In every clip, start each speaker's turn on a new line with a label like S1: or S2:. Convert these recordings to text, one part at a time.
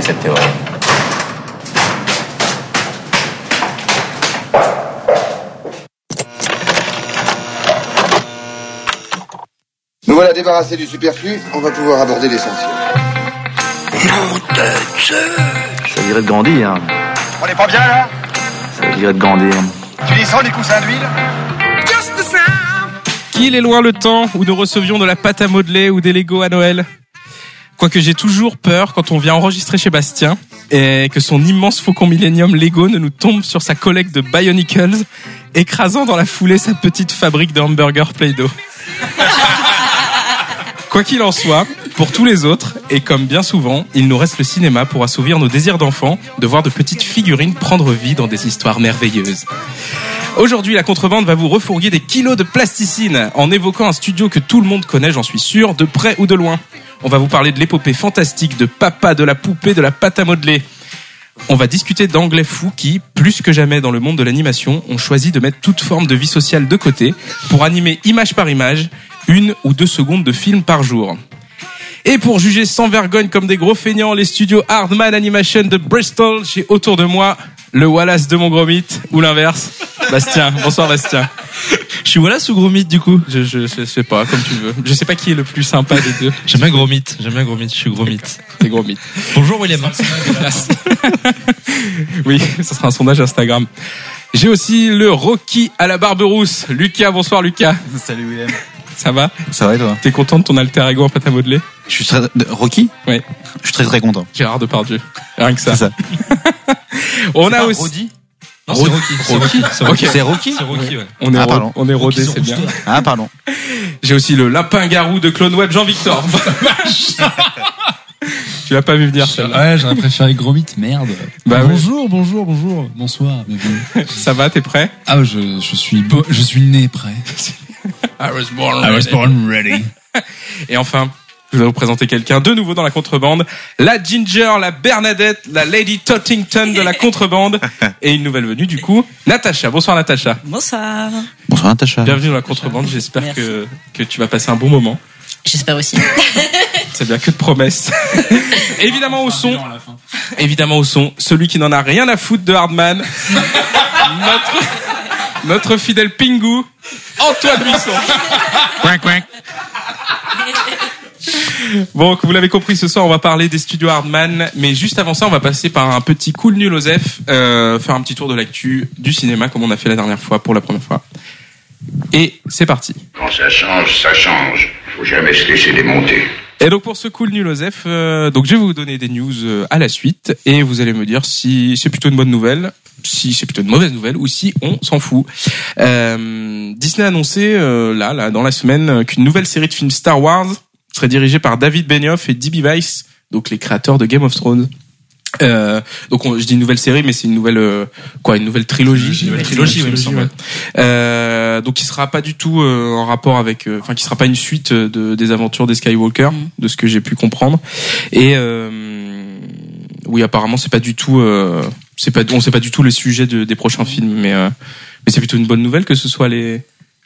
S1: cette théorie.
S2: Nous voilà débarrassés du superflu, on va pouvoir aborder l'essentiel.
S3: Nom de Dieu
S4: Ça dirait de grandir.
S5: On n'est pas bien là
S4: Ça dirait de grandir.
S5: Tu descends les coussins d'huile
S6: Qu'il est loin le temps où nous recevions de la pâte à modeler ou des Lego à Noël. Quoique j'ai toujours peur quand on vient enregistrer chez Bastien et que son immense faucon Millennium Lego ne nous tombe sur sa collecte de Bionicles, écrasant dans la foulée sa petite fabrique de hamburgers Play-Doh. Quoi qu'il en soit, pour tous les autres, et comme bien souvent, il nous reste le cinéma pour assouvir nos désirs d'enfant, de voir de petites figurines prendre vie dans des histoires merveilleuses. Aujourd'hui, la contrebande va vous refourguer des kilos de plasticine en évoquant un studio que tout le monde connaît, j'en suis sûr, de près ou de loin. On va vous parler de l'épopée fantastique de papa, de la poupée, de la pâte à modeler. On va discuter d'anglais fous qui, plus que jamais dans le monde de l'animation, ont choisi de mettre toute forme de vie sociale de côté pour animer image par image une ou deux secondes de film par jour. Et pour juger sans vergogne comme des gros feignants les studios Hardman Animation de Bristol, j'ai autour de moi le Wallace de mon gros mythe, ou l'inverse. Bastien, bonsoir Bastien.
S7: Je suis Wallace ou gros mythe du coup
S6: Je, je, je sais pas, comme tu veux. Je sais pas qui est le plus sympa des deux.
S7: J'aime bien gros mythe, j'aime bien gros mythe, je suis gros mythe.
S6: Des gros mythes.
S7: Bonjour William.
S6: Oui, ça sera un sondage Instagram. J'ai aussi le Rocky à la barbe rousse. Lucas, bonsoir Lucas.
S8: Salut Willem.
S6: Ça va
S8: Ça va et toi
S6: T'es content de ton alter ego en pâte à modeler
S8: Je suis très... de- Rocky
S6: Ouais.
S8: Je suis très très content.
S6: Gérard Depardieu. Rien que ça.
S8: C'est ça.
S6: On a Ah, aussi.
S7: Non, c'est Rocky. C'est Rocky. C'est Rocky.
S8: C'est Rocky
S7: C'est Rocky, ouais.
S6: On est,
S8: Ah,
S6: ro-
S8: pardon.
S6: on est rodé,
S7: Rocky sur
S6: c'est bien.
S7: Rooster.
S8: Ah pardon.
S6: J'ai aussi le lapin garou de Clone Web, Jean-Victor. Vache. tu l'as pas vu venir, celle-là.
S9: Ouais, j'aurais préféré gros mythe, merde.
S6: Bah oui.
S9: bonjour, bonjour, bonjour, bonsoir. bienvenue.
S6: Ça va, t'es prêt
S9: Ah, je, je suis beau, je suis né prêt. born ready.
S6: Et enfin, je vais vous présenter quelqu'un de nouveau dans la contrebande. La Ginger, la Bernadette, la Lady Tottington de la contrebande. Et une nouvelle venue, du coup, Natacha. Bonsoir, Natacha.
S10: Bonsoir.
S8: Bonsoir Natacha.
S6: Bienvenue dans la contrebande. J'espère
S10: Merci.
S6: que, que tu vas passer un bon moment.
S10: J'espère aussi.
S6: C'est bien que de promesses. évidemment au son, évidemment au son, celui qui n'en a rien à foutre de Hardman, notre, notre fidèle Pingu, Antoine Buisson. Bon, que vous l'avez compris, ce soir, on va parler des studios Hardman, mais juste avant ça, on va passer par un petit cool nul Osef, euh, faire un petit tour de l'actu du cinéma, comme on a fait la dernière fois, pour la première fois. Et c'est parti.
S11: Quand ça change, ça change. Faut jamais se laisser démonter.
S6: Et donc pour ce cool nul Osef, euh, donc je vais vous donner des news euh, à la suite et vous allez me dire si c'est plutôt une bonne nouvelle, si c'est plutôt une mauvaise nouvelle ou si on s'en fout. Euh, Disney a annoncé euh, là, là dans la semaine euh, qu'une nouvelle série de films Star Wars serait dirigée par David Benioff et D.B. Weiss, donc les créateurs de Game of Thrones. Euh, donc on- je dis nouvelle série, mais c'est une nouvelle euh, quoi, une nouvelle trilogie,
S7: Une nouvelle trilogie, oui, il me semble.
S6: ouais. Euh, donc qui sera pas du tout euh, en rapport avec, euh, enfin qui sera pas une suite euh, de, des aventures des Skywalker,
S7: Mm.
S10: Mhm.
S6: de ce que j'ai pu comprendre. Et euh, oui, apparemment c'est pas du tout, euh, c'est pas, on sait pas du tout les sujets de- des prochains films, mais euh, mais c'est plutôt une bonne nouvelle que ce soit les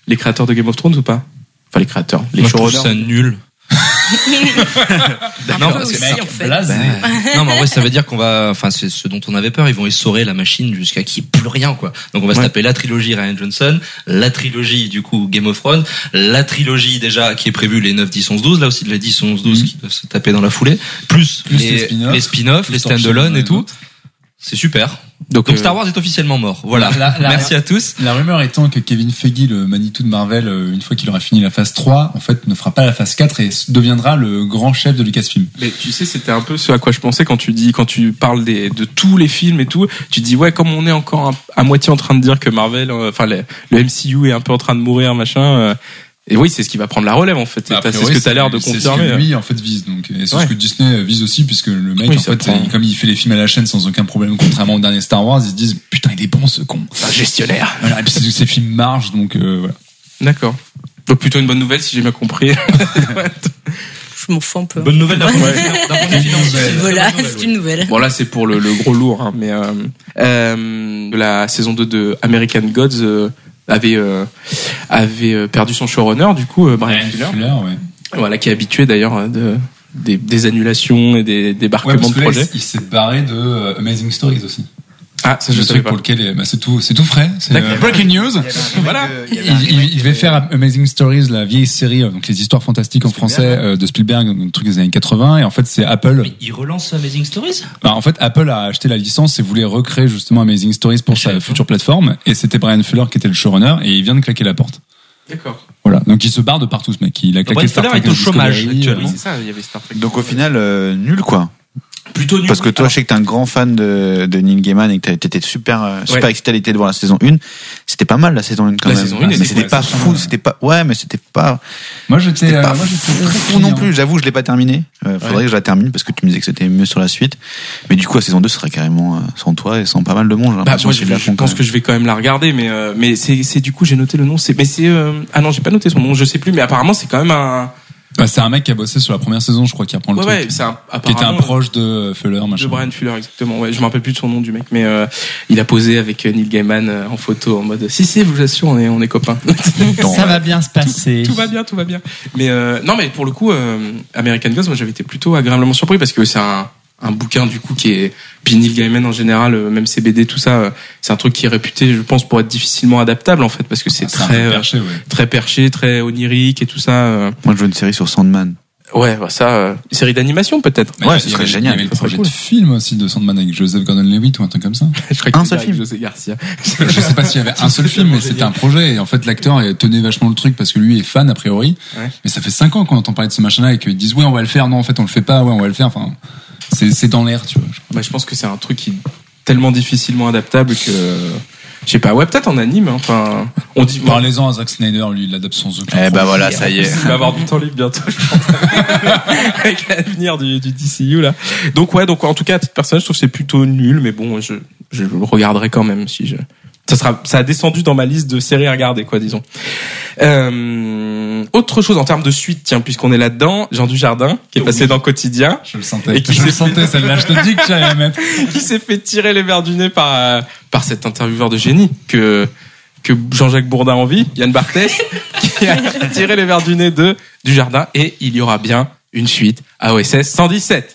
S6: les créateurs de Game of Thrones ou pas Enfin les créateurs, les
S7: Moi, je trouve
S6: showrunners.
S7: ça nul.
S10: Un
S7: Non,
S10: peu
S7: parce que-
S10: aussi, bah en fait.
S9: Blasé.
S7: non, mais en vrai, ça veut dire qu'on va, enfin, c'est ce dont on avait peur. Ils vont essorer la machine jusqu'à qu'il n'y ait plus rien, quoi. Donc, on va se
S6: Ouais.
S7: taper la trilogie Ryan Johnson, la trilogie, du coup, Game of Thrones, la trilogie, déjà, qui est prévue les 9, 10, 11, 12, là aussi, les 10, 11, 12, qui doivent se taper dans la foulée, plus,
S9: Plus les spin-offs,
S7: les spin-offs,
S9: plus
S7: les
S9: Torchwood,
S7: stand-alone
S9: les
S7: et tout.
S9: autres.
S7: C'est super.
S6: Donc,
S7: Donc,
S6: euh,
S7: Star Wars est officiellement mort. Voilà.
S9: La- la-
S7: Merci à tous.
S9: La rumeur étant que Kevin Feige, le Manitou de Marvel, euh, une fois qu'il aura fini la phase 3, en fait, ne fera pas la phase 4 et s- deviendra le grand chef de Lucasfilm.
S6: Mais tu sais, c'était un peu ce à quoi je pensais quand tu dis, quand tu parles des, de tous les films et tout. Tu dis ouais, comme on est encore à, à moitié en train de dire que Marvel, euh, enfin le- le MCU est un peu en train de mourir, machin. euh, et oui, c'est ce qui va prendre la relève en fait. Et
S7: Bah,
S9: A
S6: t'as- c'est
S9: priori,
S6: ce que t'as l'air de
S9: C'est ce
S6: confirmer. hein.
S9: que lui, en fait, vise. Donc, et c'est
S6: Ouais.
S9: ce que Disney vise aussi, puisque le mec,
S6: Oui,
S9: en
S6: ça
S9: fait,
S6: prend.
S9: il- comme il fait les films à la chaîne sans aucun problème, contrairement au dernier Star Wars, ils se disent, putain, il est bon, ce con.
S6: C'est un gestionnaire.
S9: Voilà, et puis ces ces films marchent, donc, euh, voilà.
S6: D'accord. Donc plutôt une bonne nouvelle si j'ai bien compris.
S10: Je m'en fous un peu.
S7: Bonne nouvelle d'un point de vue- d'un point de vue
S10: C'est-
S7: financier.
S10: Voilà,
S7: Bonne nouvelle,
S10: c'est
S7: oui.
S10: une nouvelle.
S6: bon là c'est pour le, le gros lourd, hein, mais euh, euh, la saison 2 de American Gods euh, avait euh, avait euh, perdu son showrunner du coup euh, Brian Fuller.
S9: Fuller, ouais.
S6: Voilà, qui est habitué d'ailleurs euh, de, des, des annulations et des
S9: Ouais,
S6: débarquements
S9: parce
S6: de
S9: que là,
S6: projets.
S9: il- il s'est barré de euh, Amazing Stories aussi.
S6: Ah, ça
S9: C'est
S6: je
S9: le
S6: savais
S9: truc
S6: pas.
S9: pour lequel euh, bah, c'est tout, c'est tout frais. C'est
S6: D'accord.
S9: euh, breaking news.
S6: Voilà.
S9: Il, il- il va faire Amazing Stories, la vieille série, euh, donc les histoires fantastiques en français euh, de Spielberg, un truc des années 80. Et en fait, c'est Apple.
S7: Mais il relance Amazing Stories
S9: Bah, en fait, Apple a acheté la licence et voulait recréer justement Amazing Stories pour sa future plateforme. Et c'était Brian Fuller qui était le showrunner et il vient de claquer la porte.
S6: D'accord.
S9: Voilà. Donc il se barre de partout, ce mec. Il a claqué
S7: Brian Fuller est au chômage
S9: Discovery,
S7: actuellement.
S9: euh,
S6: c'est ça, il y avait Star Trek. Euh,
S8: Donc au final, euh, nul quoi.
S7: Plutôt nul.
S8: Parce que toi, je sais que t'es un grand fan de, de Neil Gaiman et que t'as- t'étais super, euh, super
S6: Ouais.
S8: excité à l'idée de voir la saison 1. C'était pas mal la saison 1 quand
S6: La
S8: même. Ah,
S6: saison 1
S8: mais
S6: était
S8: c'était
S6: cool,
S8: pas
S6: la
S8: fou, c'était pas, ouais, mais c'était pas,
S9: Moi, j'étais,
S8: c'était
S9: euh,
S8: pas
S9: moi,
S8: fou,
S9: j'étais très
S8: non
S9: client.
S8: plus. J'avoue, je l'ai pas terminé. Euh, faudrait que je la termine parce que tu me disais que c'était mieux sur la suite. Mais du coup, la saison 2 serait carrément euh, sans toi et sans pas mal de monde. j'ai
S6: Bah,
S8: l'impression que
S6: moi, je,
S8: c'est de la
S6: je
S8: fond,
S6: pense
S8: quand
S6: que je vais quand même la regarder, mais euh, mais c'est c'est du coup j'ai noté le nom. C'est mais c'est euh, ah non j'ai pas noté son nom, je sais plus, mais apparemment c'est quand même un
S9: Bah, c'est un mec qui a bossé sur la première saison, je crois, qui reprend le
S6: ouais
S9: truc.
S6: ouais c'est un
S9: qui était un
S6: apparemment
S9: proche de euh, Fuller,
S6: de
S9: machin.
S6: Brian Fuller exactement. Ouais je me rappelle plus de son nom du mec, mais euh, il a posé avec euh, Neil Gaiman euh, en photo en mode si si je vous assure on est on est copains.
S8: Attends,
S12: Ça va bien se passer.
S6: tout va bien, tout va bien. Mais euh, non, mais pour le coup, euh, American Gods, moi j'avais été plutôt agréablement surpris parce que c'est un, un bouquin du coup qui est puis Neil Gaiman en général, euh, même ses BD, tout ça, euh, c'est un truc qui est réputé, je pense, pour être difficilement adaptable en fait parce que c'est
S9: Ah, C'est un
S6: très
S9: peu
S6: euh,
S9: perché, ouais.
S6: très perché, très onirique et tout ça. euh.
S8: Moi, je veux une série sur Sandman.
S6: Ouais, bah, ça, euh, une série d'animation peut-être.
S9: Mais
S8: Ouais,
S9: il y
S8: ce
S9: avait-
S8: serait
S9: Il y
S8: génial,
S9: avait le
S6: ça serait
S9: projet
S6: cool.
S9: de film aussi de Sandman avec Joseph Gordon-Levitt ou un truc comme ça.
S6: Je crois
S8: Un
S6: que
S8: seul
S6: c'est
S8: film.
S6: José Garcia.
S9: Je sais pas s'il y avait un seul film, mais c'était un projet. Et en fait, l'acteur euh, tenait vachement le truc parce que lui est fan a priori.
S6: Ouais.
S9: Mais ça fait cinq ans qu'on entend parler de ce machin-là et qu'ils disent ouais on va le faire, non en fait on le fait pas, ouais on va le faire. Enfin, c'est c'est dans l'air, tu vois.
S6: Bah, je pense que c'est un truc qui est tellement difficilement adaptable que je sais pas. Ouais, peut-être en anime. hein. Enfin, on dit.
S9: Parlez-en à Zack Snyder, lui il l'adapte sans aucun.
S7: ben
S8: Eh bah voilà, ça
S7: hein.
S8: y est.
S6: Il va avoir du temps libre bientôt, je pense. Avec l'avenir du, du DCU, là. Donc, ouais, donc, en tout cas, à titre personnel, je trouve que c'est plutôt nul, mais bon, je, je le regarderai quand même si je. Ça, sera, ça a descendu dans ma liste de séries à regarder, quoi, disons. Euh, autre chose en termes de suite, tiens, puisqu'on est là-dedans, Jean Dujardin, qui est passé dans Quotidien,
S9: Je le sentais.
S6: Et qui
S9: je le
S6: s'est-
S9: sentais celle-là. Je te dis que j'allais la mettre.
S6: qui s'est fait tirer les verres du nez par, euh, par cet intervieweur de génie que, que Jean-Jacques Bourdin envie, Yann Barthès, qui a tiré les verres du nez de Dujardin et il y aura bien une suite à OSS 117.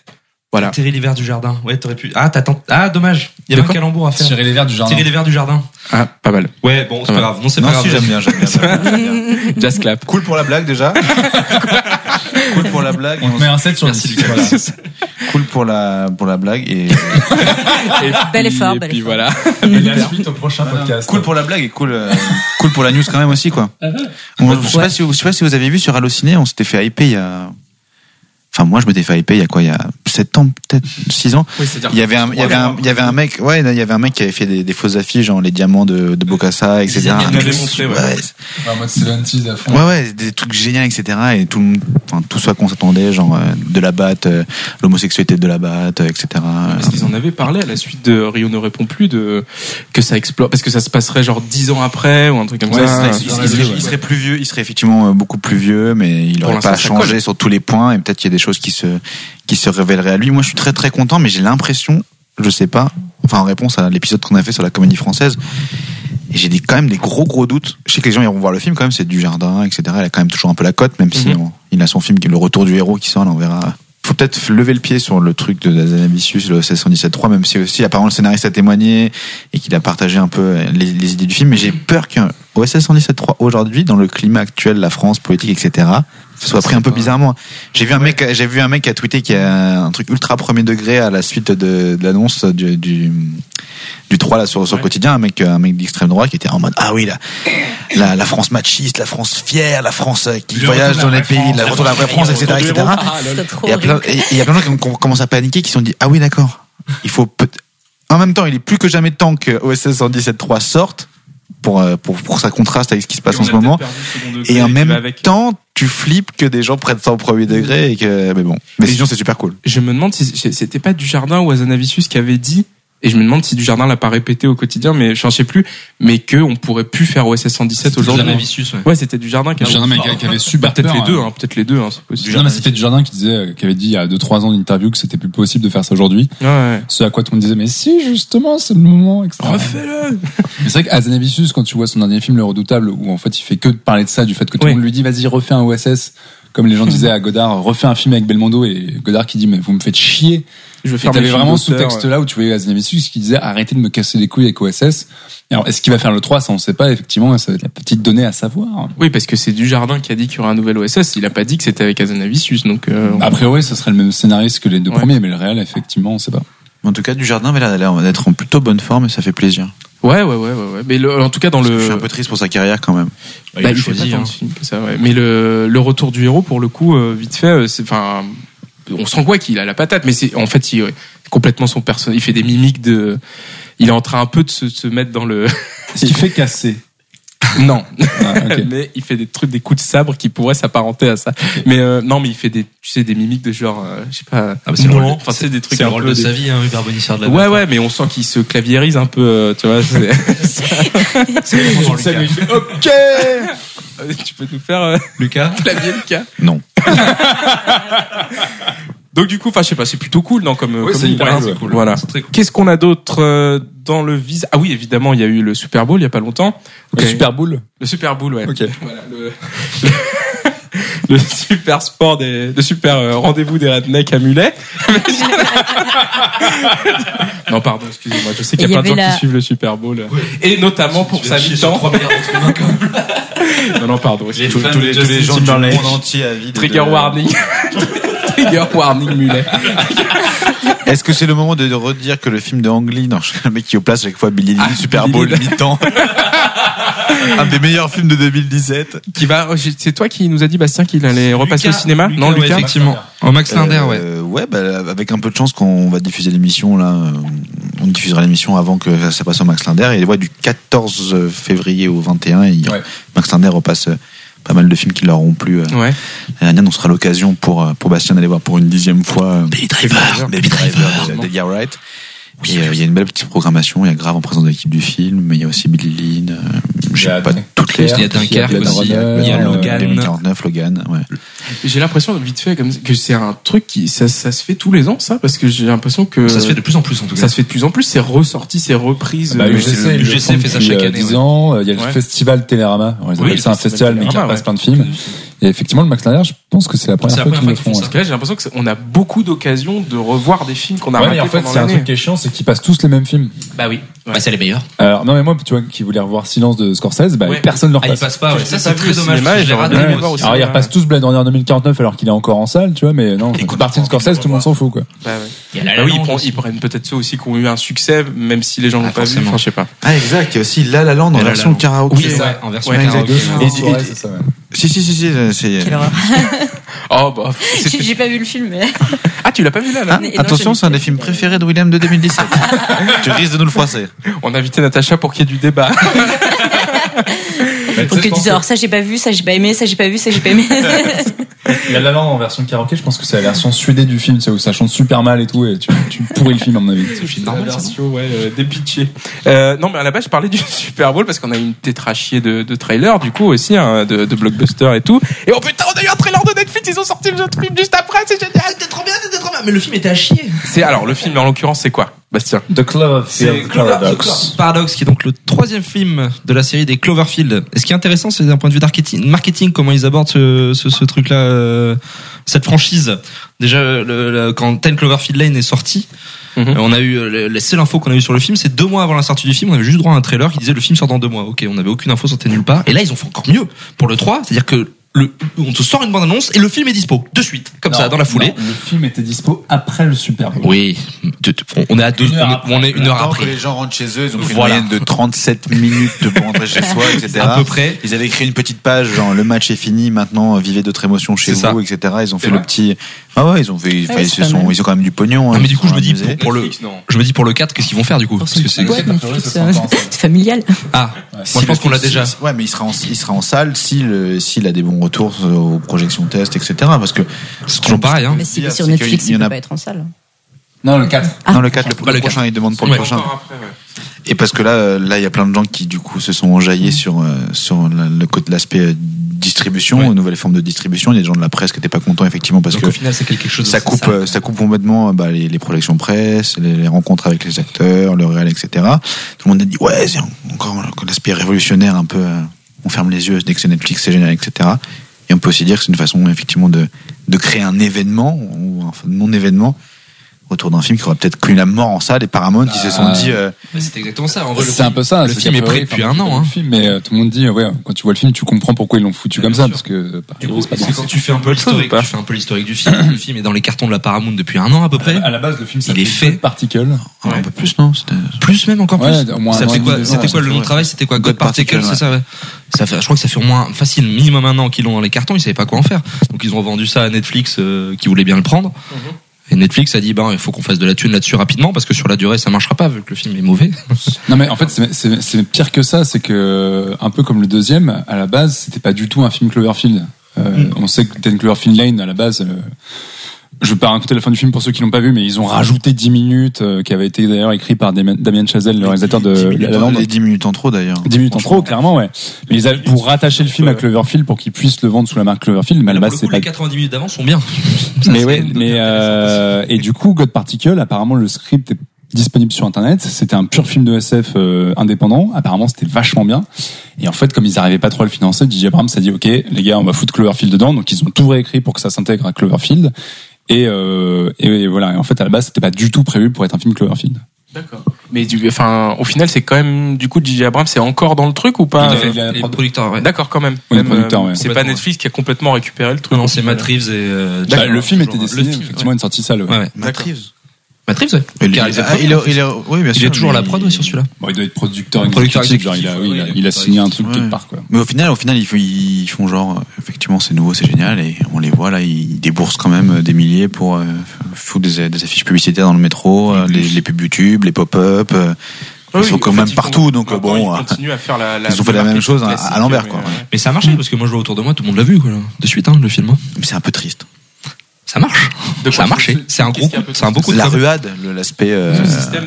S6: Voilà.
S7: Thierry l'hiver du jardin. Ouais, t'aurais pu. Ah, t'attends. Ah, dommage. Il
S6: De
S7: y avait un
S6: quoi
S7: calembour à faire.
S9: Tirer les verres du jardin.
S7: Thierry l'hiver du jardin.
S6: Ah, pas mal.
S7: Ouais, bon, c'est
S6: Ah
S7: pas
S6: ouais.
S7: grave. Non, c'est pas
S8: Non,
S7: grave.
S8: si, j'aime bien, j'aime bien.
S6: Just clap.
S8: Cool pour la blague déjà. cool pour la blague. et
S9: On te
S8: on
S9: met un 7 sur 10. Voilà.
S8: se- Cool pour la pour la blague et
S6: Et
S10: Bel
S6: puis-
S10: effort,
S6: et
S10: bel
S6: puis
S10: effort.
S6: voilà.
S9: Et la suite au prochain podcast.
S8: cool pour la blague et cool euh, cool pour la news quand même aussi quoi. On- je sais pas si vous, je sais pas si vous avez vu sur Allociné, on s'était fait hyper il y a enfin moi je m'étais fait hyper il y a quoi il y a 7 ans peut-être 6 ans.
S6: Oui, c'est-à-dire
S8: Il y avait un il y avait un il y avait un mec ouais il y avait un mec qui avait fait des, des fausses affiches genre les diamants de de Bokassa etc.
S7: dizaines, il
S6: l'avait montré, ouais.
S8: Ouais,
S9: En mode 70 à fond.
S8: Ouais, ouais, des trucs géniaux, etc. Et tout, le monde- enfin, tout ce à quoi on s'attendait, genre euh, de la batte, euh, l'homosexualité de la batte, euh, etc.
S6: Parce qu'ils en avaient parlé à la suite de Rio ne répond plus de que ça explore parce que ça se passerait genre dix ans après ou un truc comme
S8: Ouais,
S6: ça.
S8: c'est vrai, il, il serait, il serait plus vieux, il serait effectivement euh, beaucoup plus vieux, mais il
S6: Pour
S8: n'aurait
S6: l'instant,
S8: pas
S6: ça
S8: changé sur tous les points. Et peut-être qu'il y a des choses qui se qui se révéleraient à lui. Moi, je suis très très content, mais j'ai l'impression, je sais pas, enfin en réponse à l'épisode qu'on a fait sur la comédie française. Et j'ai des- quand même des gros gros doutes. Je sais que les gens iront voir le film quand même, c'est du jardin, etc. Elle a quand même toujours un peu la cote, même si
S6: Mhm.
S8: on- il a son film qui est le retour du héros qui sort, là on verra. Faut peut-être lever le pied sur le truc de Zanavissus, le 1617.3, même si aussi apparemment le scénariste a témoigné et qu'il a partagé un peu euh, les, les idées du film. Mais j'ai peur qu'un OSS 117.3 aujourd'hui, dans le climat actuel, la France politique, etc., soit pris un peu bizarrement. J'ai vu un mec, j'ai vu un mec qui a tweeté qu'il y a un truc ultra premier degré à la suite de, de l'annonce du, du du 3 là sur sur le quotidien un mec un mec d'extrême droite qui était en mode ah oui là la, la France machiste la France fière la France euh, qui
S9: Le
S8: voyage
S9: retour
S8: dans
S9: de la
S8: les
S9: vraie
S8: pays
S9: France,
S8: la
S9: le
S8: retour de la vraie France etc etc
S10: Ah, C'est trop
S8: il y a plein
S10: horrible.
S8: et- et il y a plein de gens qui ont- qui ont commencé à paniquer qui se sont dit ah oui d'accord il faut peut en même temps il est plus que jamais temps que OSS 117.3 sorte pour euh, pour pour ça contraste avec ce qui se passe en ce moment et en même temps tu flippes que des gens prennent ça au premier degré et que mais bon mais
S6: Et-
S8: sinon c'est super cool
S6: je me demande si c'était pas Dujardin ou Azanavissus qui avait dit, et je me demande si Dujardin l'a pas répété au quotidien, mais je ne sais plus, mais que on pourrait plus faire OSS 117 aujourd'hui.
S7: Janavissus, ouais.
S6: Ouais, c'était Dujardin qui
S9: Le
S6: avait
S9: jardin mec qui avait super
S6: Ah, peut-être
S9: peur,
S6: les
S9: hein.
S6: deux, hein, peut-être les deux, hein, c'est possible.
S9: Non, mais c'était Dujardin qui disait, euh, qui avait dit il y a 2-3 ans d'interview que c'était plus possible de faire ça aujourd'hui.
S6: Ouais, ouais.
S9: Ce à quoi tout le monde disait, mais si, justement, c'est le moment, etc.
S6: Refais-le.
S9: Mais c'est vrai qu'Azanavicius, quand tu vois son dernier film, Le Redoutable, où en fait il fait que de parler de ça, du fait que tout
S6: Oui.
S9: le monde lui dit, vas-y, refais un OSS, comme les gens disaient à Godard, refais un film avec Belmondo et Godard qui dit mais vous me faites chier.
S6: Je vais
S9: Et
S6: faire mes
S9: t'avais
S6: films
S9: vraiment ce
S6: d'auteur.
S9: texte là où tu voyais Azinavisus qui disait arrêtez de me casser les couilles avec OSS. Et Alors est-ce qu'il va faire le 3 ça on sait pas effectivement ça va être la petite donnée à savoir.
S6: Oui, parce que c'est Dujardin qui a dit qu'il y aurait un nouvel OSS. Il a pas dit que c'était avec Azanavicius, donc. euh, on-
S9: A priori ce serait le même scénariste que les deux
S6: Ouais.
S9: premiers mais le réel effectivement on sait pas.
S8: En tout cas, du jardin, mais là, on va être en plutôt bonne forme et ça fait plaisir.
S6: Ouais, ouais, ouais, ouais, ouais. Mais le- en tout cas, dans
S8: Parce
S6: le.
S8: que Je suis un peu triste pour sa carrière quand même.
S7: Bah,
S6: Bah,
S7: il a
S6: il fait
S7: choisi,
S6: pas tant
S7: hein.
S6: de films que ça, ouais. Mais le, le retour du héros, pour le coup, euh, vite fait, euh, c'est, enfin, on sent quoi qu'il a la patate, mais c'est, en fait, il ouais, complètement son personnage. Il fait des mimiques de, il est en train un peu de se, se mettre dans le,
S9: Ce qui fait casser.
S6: non,
S9: Ah, ok.
S6: mais il fait des trucs, des coups de sabre qui pourraient s'apparenter à ça. Mais euh, non, mais il fait des, tu sais, des mimiques de genre, euh, je sais pas,
S7: Ah bah, c'est le
S6: non.
S7: rôle de-
S6: enfin, c'est des trucs
S7: C'est le
S6: un
S7: rôle
S6: peu
S7: de
S6: des-
S7: sa vie, hein, Hubert Bonisseur de la
S6: Ouais, ouais, mais on sent qu'il se claviérise un peu, euh, tu vois. c'est-
S7: Bonjour,
S6: Ça, mais il
S7: Lucas.
S6: fait, ok, Euh, tu peux nous faire. euh,
S7: Lucas
S6: clavier le cas
S8: Non.
S6: Donc du coup, enfin je sais pas, c'est plutôt cool non comme,
S9: Oui,
S6: comme
S9: c'est hyper
S6: idée, hein,
S9: cool,
S6: c'est
S9: ouais.
S6: cool. Voilà.
S7: C'est très cool.
S6: Qu'est-ce qu'on a d'autre euh, dans le visa Ah oui, évidemment, il y a eu le Super Bowl il y a pas longtemps.
S9: Le
S6: Ok.
S9: Super Bowl.
S6: le Super Bowl, ouais.
S9: Ok.
S6: Voilà, le, le super sport des le super euh, rendez-vous des rednecks à Mulet. non pardon, excusez-moi, je sais qu'il y
S10: Il y
S6: a plein de gens
S10: avait la-
S6: qui suivent le Super Bowl et notamment pour sa mi-temps. Non non pardon,
S7: Les
S6: excusez-moi.
S7: fans de Justin Timberlake.
S8: entier à vie.
S6: Trigger warning. Trigger warning mulet.
S8: Est-ce que c'est le moment de redire que le film de Ang Lee, non, je- le mec qui est au place chaque fois Billy Lee, Super
S6: Billy
S8: Bowl,
S6: Lee.
S8: mi-temps. Un des meilleurs films de 2017.
S6: Qui va, euh, c'est toi qui nous a dit, Bastien, qu'il allait repasser
S7: Lucas,
S6: au cinéma? non,
S7: ouais,
S6: Lucas?
S7: Effectivement. En Max Linder, ouais.
S8: Euh, ouais, bah, avec un peu de chance qu'on va diffuser l'émission là. euh, On diffusera l'émission avant que ça- ça passe au Max Linder. Et ouais, du 14 février au 21, il-
S9: Ouais.
S8: Max Linder repasse euh, pas mal de films qui leur ont plu. euh,
S6: Ouais.
S8: L'année dernière, on sera l'occasion pour, euh, pour Bastien d'aller voir pour une dixième fois euh,
S13: Baby Driver,
S8: Baby Driver de- d'Edgar Wright. Et, euh, il y a une belle petite programmation. Il y a Grave en présence de l'équipe du film, mais il y a aussi Billy Lynn. euh, je
S9: Il y
S8: sais
S9: a
S8: pas toutes les.
S9: Dunkerque,
S7: Il y a Dunkerque
S9: Blade
S7: aussi,
S9: Runner,
S7: il y a
S9: euh,
S7: Logan.
S8: 2049, Logan. Ouais.
S6: J'ai l'impression, vite fait, comme, que c'est un truc qui, ça, ça se fait tous les ans, ça, parce que j'ai l'impression que.
S7: Ça se fait de plus en plus en tout cas.
S6: ça se fait de plus en plus, c'est ressorti, c'est reprise.
S9: Bah,
S6: euh,
S7: UGC,
S9: UGC,
S7: le UGC fait ça chaque année,
S9: 10
S7: ouais.
S9: ans, euh, il y a le
S6: Ouais.
S9: festival Télérama. on les
S6: Oui,
S9: appelle
S6: le
S9: c'est un
S6: festival
S9: festival, mais qui
S6: Télérama,
S9: repasse
S6: ouais.
S9: plein de films. Et effectivement, le Max Linder, je pense que c'est la première
S7: C'est la
S9: fois qu'ils le
S7: première fois
S9: font.
S7: qu'ils
S9: ouais.
S7: font
S6: Parce que là, j'ai l'impression qu'on a beaucoup d'occasions de revoir des films qu'on a
S9: Ouais,
S6: ratés
S9: mais en fait,
S6: pendant
S9: c'est un
S6: l'année.
S9: truc qui est chiant, c'est qu'ils passent tous les mêmes films.
S6: Bah oui. Ouais.
S7: Bah, c'est les meilleurs.
S9: Alors, non, mais moi, tu vois, qui voulait revoir Silence de Scorsese, bah,
S6: Ouais.
S9: personne ne leur
S7: Ah, ils
S9: passe.
S7: passent pas, ouais. Ça,
S6: l'ai
S7: c'est
S6: pas vu
S7: très
S6: au
S7: dommage.
S6: cinéma et
S7: parce que
S6: j'aurais
S7: J'ai
S6: bien
S7: raté
S6: aimé
S7: les
S6: voir
S7: voir
S6: aussi.
S7: aussi.
S9: Alors, ils repassent tous Blade Runner 2049 alors qu'il est encore en salle, tu vois, mais non,
S7: qu'on a
S9: partie de
S7: pas envie de
S9: Scorsese,
S7: le
S9: tout le monde s'en fout, quoi.
S6: Bah, ouais.
S7: Il y a la
S6: Bah oui,
S7: Land
S6: ils, prennent-
S7: aussi.
S6: ils prennent peut-être ceux aussi qui ont eu un succès, même si les gens l'ont
S7: Ah,
S6: pas vu.
S7: forcément.
S6: Enfin, je sais pas.
S8: Ah, exact. Il y a aussi La La Land en
S7: La La
S8: version
S7: Land.
S8: karaoké.
S7: Oui, ouais, en version
S6: Ouais,
S7: karaoké.
S8: Et- et-
S9: Ouais, c'est ça, ouais.
S8: Si, si, si, si. euh, c'est-
S10: Quelle horreur.
S6: Oh, bah. c'est-
S10: J'ai j'ai pas vu le film, mais.
S6: Ah, tu l'as pas vu là, là?
S8: Hein
S10: Et non,
S8: Attention,
S10: je
S8: c'est un
S10: ne
S8: des
S10: sais
S8: films
S10: pas.
S8: préférés de William de 2017. tu risques de nous le froisser.
S6: On a invité Natacha pour qu'il y ait du débat.
S10: Pour que disent, alors ça j'ai pas vu, ça j'ai pas aimé, ça j'ai pas vu, ça j'ai pas aimé.
S9: La La Land en version karaoké, je pense que c'est la version sudée du film, tu sais, où ça chante super mal et tout, et tu, tu pourris le film, à mon avis.
S6: C'est normal, ça, non ouais, euh, dépitché. Euh, non, mais à la base, je parlais du Super Bowl parce qu'on a eu une tétrachier de, de trailers, du coup, aussi, hein, de, de blockbusters et tout. Et oh putain, on a eu un trailer de Netflix, ils ont sorti le jeu de film juste après, c'est génial!
S7: C'était trop bien, c'était trop bien. Mais le film était à chier.
S6: C'est, alors, le film, en l'occurrence, c'est quoi, Bastien?
S9: The Cloverfield
S7: C'est Cloverfield Paradox, qui est donc le troisième film de la série des Cloverfield. Et ce qui est intéressant, c'est d'un point de vue marketing, marketing comment ils abordent ce, ce, ce truc-là, euh, cette franchise. Déjà, le- le- quand Ten Cloverfield Lane est sorti,
S6: Mhm.
S7: euh, on a eu euh, les seules infos qu'on a eu sur le film, c'est deux mois avant la sortie du film, on avait juste droit à un trailer qui disait le film sort dans deux mois. Ok, on n'avait aucune info, sortait nulle part. Et là, ils ont fait encore mieux pour le 3, c'est-à-dire que le, on te sort une bande-annonce et le film est dispo de suite, comme ça, dans la foulée.
S9: le film était dispo après le Super Bowl.
S7: Oui, tu- tu- on est à deux,
S9: Une heure
S7: on est- on est une heure
S8: Tant
S7: après.
S8: que les gens rentrent chez eux, ils ont pris
S7: Voilà.
S8: une moyenne de 37 minutes pour rentrer chez soi, etc.
S7: À peu près.
S8: Ils avaient écrit une petite page, genre le match est fini, maintenant euh, vivez d'autres émotions chez vous,
S7: C'est ça.
S8: etc. Ils ont fait
S9: C'est
S8: le
S9: vrai.
S8: petit. Ah ouais, ils ont fait. enfin,
S10: Ouais,
S8: ils,
S10: c'est
S8: se
S10: pas
S8: sont,
S10: mal.
S8: ils ont quand même du pognon. hein,
S7: Ah, mais
S8: ils
S7: du
S8: se
S7: coup, je
S8: sont
S7: me dis
S8: amusés.
S7: pour, pour le je me dis pour le 4 qu'est-ce qu'ils vont faire du coup parce que c'est
S9: Ouais, a priori, ça sera encore en salle.
S10: C'est familial.
S7: ah
S9: Ouais.
S7: moi je pense qu'on l'a
S8: Si-
S7: déjà
S8: si- Ouais, mais il sera en, il sera en salle s'il euh, s'il a des bons retours euh, aux projections test, etc. Parce que
S7: c'est toujours pareil hein
S10: Mais s'il est
S8: C'est
S10: sur
S8: que
S10: Netflix,
S8: il y
S10: il
S8: en a-
S10: peut pas être Ah, en salle.
S9: Non, le 4.
S8: non le 4 le,
S7: Bah,
S8: le
S7: le
S8: prochain il demande pour
S7: Ouais.
S8: le prochain. Et parce que là, euh, là, il y a plein de gens qui du coup se sont enjaillés
S7: Mm.
S8: sur euh, sur la- le côté l'aspect euh, distribution,
S7: Ouais.
S8: une nouvelle forme de distribution. Il y a des gens de la presse qui n'étaient pas contents effectivement parce
S7: donc
S8: que
S7: au final c'est quelque chose
S8: ça
S7: de-
S8: coupe euh, ça, coupe complètement euh, bah, les, les projections presse, les, les rencontres avec les acteurs, le réel, etc. Tout le monde a dit ouais, c'est en- encore l'aspect révolutionnaire un peu. euh, on ferme les yeux dès que c'est Netflix, c'est génial, etc. Et on peut aussi dire que c'est une façon effectivement de, de créer un événement ou un non-événement autour d'un film qui aura peut-être connu la mort en salle et Paramount qui se sont
S9: Ah.
S8: dit euh,
S7: Bah, c'est exactement ça. En vrai, le
S9: C'est un
S7: film-
S9: peu ça.
S7: Le
S9: c'est-à-dire
S7: film est
S9: que,
S7: prêt
S9: ouais,
S7: depuis
S9: enfin,
S7: un an.
S9: le
S7: hein.
S9: film, mais euh, tout le monde dit, ouais, quand tu vois le film, tu comprends pourquoi ils l'ont foutu
S7: Ouais,
S9: comme
S7: bien
S9: ça,
S7: sûr.
S9: parce que euh, par
S7: Du
S9: exemple,
S7: coup,
S9: c'est pas
S7: parce que
S9: bon.
S7: quand tu fais un peu l'historique, tu fais un peu l'historique du film. le film est dans les cartons de la Paramount depuis un an à peu près.
S9: À la base, le film
S7: Il
S9: s'appelle
S7: est fait.
S9: Good Particle.
S8: un peu plus non C'était-
S7: Plus même encore plus.
S9: Ouais, au moins
S7: Ça
S9: un an
S7: fait
S9: et
S7: quoi
S9: demi,
S7: C'était
S9: ouais,
S7: quoi le nom de travail C'était quoi God
S8: God Particle,
S7: Particle, c'est ça. Ouais. Ça fait, je crois que ça fait au moins facile minimum un an qu'ils l'ont dans les cartons. Ils savaient pas quoi en faire. Donc ils ont vendu ça à Netflix euh, qui voulait bien le prendre. Et Netflix a dit ben il faut qu'on fasse de la thune là-dessus rapidement parce que sur la durée ça marchera pas vu que le film est mauvais.
S9: Non mais en fait c'est- c'est c'est pire que ça, c'est que un peu comme le deuxième, à la base c'était pas du tout un film Cloverfield.
S7: Mm.
S9: Euh, On sait que Ten Cloverfield Lane à la base, euh, je vais pas raconter la fin du film pour ceux qui l'ont pas vu, mais ils ont rajouté 10 minutes euh, qui avait été d'ailleurs écrit par Damien- Damien Chazelle, le réalisateur de
S8: 10
S9: La
S8: minutes,
S9: La Land.
S8: les 10 minutes en trop d'ailleurs
S9: 10 minutes en trop, clairement, ouais. Mais ils avaient- pour rattacher le film à Cloverfield, pour qu'ils puissent le vendre sous la marque Cloverfield, mais à la
S7: Pour
S9: base
S7: le
S9: c'est
S7: coup,
S9: pas
S7: les 90 minutes d'avant sont bien.
S9: mais ouais, mais euh, et du coup, God Particle, apparemment le script est disponible sur internet. C'était un pur film de SF euh, indépendant. Apparemment, c'était vachement bien. Et en fait, comme ils n'arrivaient pas trop à le financer, DJ Abrams a dit OK, les gars, on va foutre Cloverfield dedans. Donc ils ont tout réécrit pour que ça s'intègre à Cloverfield. Et, euh, et voilà. Et en fait, à la base, c'était pas du tout prévu pour être un film Cloverfield. Bah,
S6: D'accord. Mais du, enfin, au final, c'est quand même du coup DJ Abrams, c'est encore dans le truc ou pas
S9: Tout à fait.
S6: euh,
S9: il a la
S7: les
S9: prod-
S7: producteurs. ouais.
S6: D'accord, quand même.
S9: Oui, le
S6: Même, euh,
S9: producteur, ouais.
S6: C'est pas
S7: Complètement,
S6: Netflix qui a complètement récupéré le truc.
S7: Non, c'est Matt Reeves et. euh,
S9: Bah,
S7: Jack-
S9: le film était
S7: toujours-
S9: destiné
S7: le film,
S9: effectivement à une sortie sale. ouais.
S7: Ouais, ouais.
S8: Matt Reeves.
S7: Matt Reeves, ouais.
S8: Il,
S7: Qui a
S8: ah,
S7: réalisé
S8: il,
S7: Paramount.
S8: a- il a- oui, bien
S7: Il
S8: sûr,
S7: est toujours à
S8: mais
S7: la prod ouais, sur celui-là.
S9: Bon, il doit être producteur,
S7: Producteur
S9: exécutif, genre, il a,
S7: exécutif,
S9: oui, il a-
S7: ouais,
S9: il a signé un truc
S8: Ouais.
S9: quelque part quoi.
S8: Mais au final, au final, ils, font- ils font genre, euh, effectivement, c'est nouveau, c'est génial, et on les voit là, ils déboursent quand même euh, des milliers pour euh, foutre des, des affiches publicitaires dans le métro, euh, les, les pubs YouTube, les pop-up, euh, ils
S6: Ah
S8: sont quand même partout, donc euh, bon, euh,
S6: Ils continuent à faire la. euh,
S8: ils ont fait la même chose à- à l'envers, quoi.
S7: Mais ça a marché parce que moi je vois autour de moi, tout le monde l'a vu quoi, là. de suite hein, le film.
S8: mais c'est un peu triste.
S7: Ça marche. Ça a marché. C'est un gros,
S6: Qu'est-ce qu'il y a
S7: coup- c'est un beau coup de
S8: la
S7: com.
S8: ruade, le- l'aspect, euh,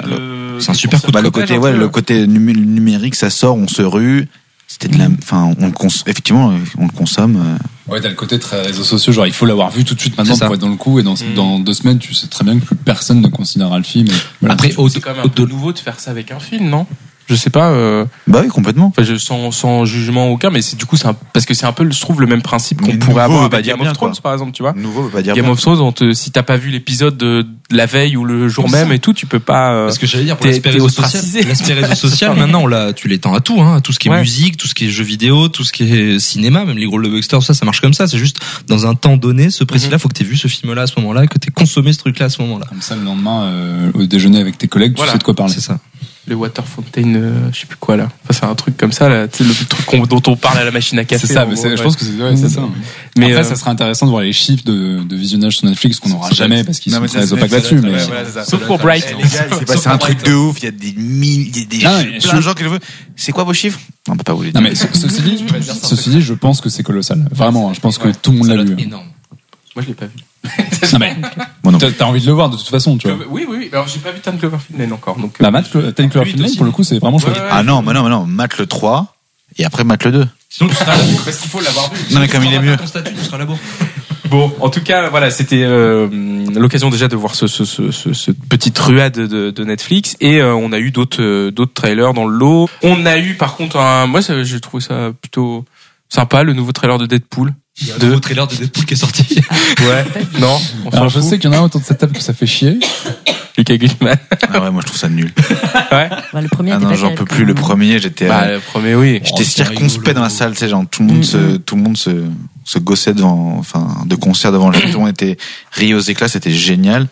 S8: le-
S7: c'est un super coup de
S8: bah, le côté, ouais,
S6: hein.
S8: le côté numé- numérique, ça sort, on se rue. C'était de la, enfin, on le cons- effectivement, euh, on le consomme. euh,
S9: Ouais, t'as le côté très réseaux sociaux, genre il faut l'avoir vu tout de suite maintenant
S7: C'est ça.
S9: pour être dans le coup, et dans, dans deux semaines, tu sais très bien que plus personne ne considérera le film. et voilà.
S7: Après, au-
S6: C'est quand même un peu nouveau de faire ça avec un film, non Je sais pas. euh,
S8: Bah oui, complètement.
S6: Enfin, je, sans, sans jugement aucun, mais c'est du coup, c'est un- parce que c'est un peu, je trouve, le même principe qu'on
S8: Mais
S6: pourrait
S8: nouveau
S6: avoir
S8: veut pas
S6: avec
S8: dire
S6: Game of
S8: bien,
S6: Thrones,
S8: quoi.
S6: par exemple, tu vois.
S8: Nouveau veut pas dire.
S6: Game of Thrones, on te- si t'as pas vu l'épisode de, de la veille ou le jour
S9: C'est
S6: même
S9: ça.
S6: et tout, tu peux pas. euh,
S7: Parce que j'allais dire pour
S6: t'es-
S7: l'aspect
S6: t'es
S7: réseau
S6: ostracisé.
S7: social, l'aspect réseau social, maintenant on l'a, tu l'étends à tout, hein, à tout ce qui est
S6: Ouais.
S7: musique, tout ce qui est jeux vidéo, tout ce qui est cinéma, même les gros blockbusters, ça, ça marche comme ça. C'est juste dans un temps donné, ce
S8: Mhm.
S7: précis-là, faut que t'aies vu ce film-là à ce moment-là, que t'aies consommé ce truc-là à ce moment-là.
S9: Comme ça, le lendemain, euh, au déjeuner avec tes collègues,
S6: Voilà.
S9: tu sais de quoi parler.
S7: C'est ça.
S6: le Water Fountain, euh, je sais plus quoi là. Enfin, c'est un truc comme ça, là, tu sais, le truc qu'on- dont on parle à la machine à café.
S9: C'est
S6: en
S9: ça, mais
S6: gros,
S9: c'est- je
S6: ouais.
S9: pense que c'est ouais, c'est ça.
S6: Mais,
S9: Mm. Après,
S6: euh,
S9: ça serait intéressant de voir les chiffres de, de visionnage sur Netflix qu'on n'aura
S8: Ça, ça
S9: jamais
S8: doit-
S9: parce qu'ils
S8: Non,
S9: sont
S8: mais
S9: très
S8: ça,
S9: opaques
S8: ça,
S9: là-dessus.
S8: ça,
S9: mais-
S8: ouais, voilà, c'est ça.
S6: sauf pour Bright.
S8: Eh, Les gars, c'est pas- c'est un truc de ouf. Il y a des milliers, des, des,
S9: Ah,
S8: chi-
S9: mais
S8: plein
S9: je-
S8: de gens qui le veulent. C'est quoi vos chiffres On peut pas vous les
S9: Non,
S8: dire.
S9: mais ce- ceci dit, ceci dit, je pense que c'est colossal. Vraiment, hein, je pense que
S6: Ouais.
S9: tout le monde
S7: Ça
S9: l'a
S7: doit
S8: hein.
S9: vu.
S7: être énorme.
S6: Moi, je l'ai pas vu.
S9: Non, mais
S8: Moi non
S9: t'as- t'as envie de le voir de toute façon, tu vois. Bah,
S6: Oui, oui, oui. Alors, j'ai pas vu Tan Cloverfield Lane encore. Donc, euh.
S9: La match, Ten Cloverfield Lane,
S6: aussi.
S9: pour le coup, c'est vraiment
S6: Ouais,
S9: chouette.
S6: ouais.
S8: Ah non, mais non, mais non. Mate le 3 et après mate le 2.
S7: Sinon tu seras à la bourre.
S6: Parce qu'il faut l'avoir vu.
S8: Non, mais comme il est mieux.
S7: Ton statut, tu seras à la bourre.
S6: Bon, en tout cas, voilà, c'était euh, l'occasion déjà de voir ce, ce, ce, ce- cette petite ruade de, de Netflix et euh, on a eu d'autres euh, d'autres trailers dans le lot. On a eu par contre un moi ça- j'ai trouvé ça plutôt sympa le nouveau trailer de Deadpool.
S7: Il y a un nouveau trailer de Deadpool qui est sorti.
S6: Ouais. non, on s'en
S9: Alors, je
S6: fout.
S9: sais qu'il y en a un autour de cette table que ça fait chier.
S6: Lucas Gutman.
S8: Ah ouais, moi je trouve ça nul.
S6: ouais.
S10: Bah, le premier
S8: Ah
S10: était
S8: non,
S10: pas
S8: j'en
S10: terrible, Mmh.
S8: peux
S10: quand
S8: plus. Le
S10: même.
S8: premier, j'étais,
S6: Bah
S8: euh,
S6: le premier oui.
S8: j'étais
S7: c'est rigolo.
S8: circonspect dans la salle. Tu sais, genre tout le monde se, tout le monde se, se gossait devant, enfin, de concert devant le film. Tout le monde était ri aux éclats. C'était génial.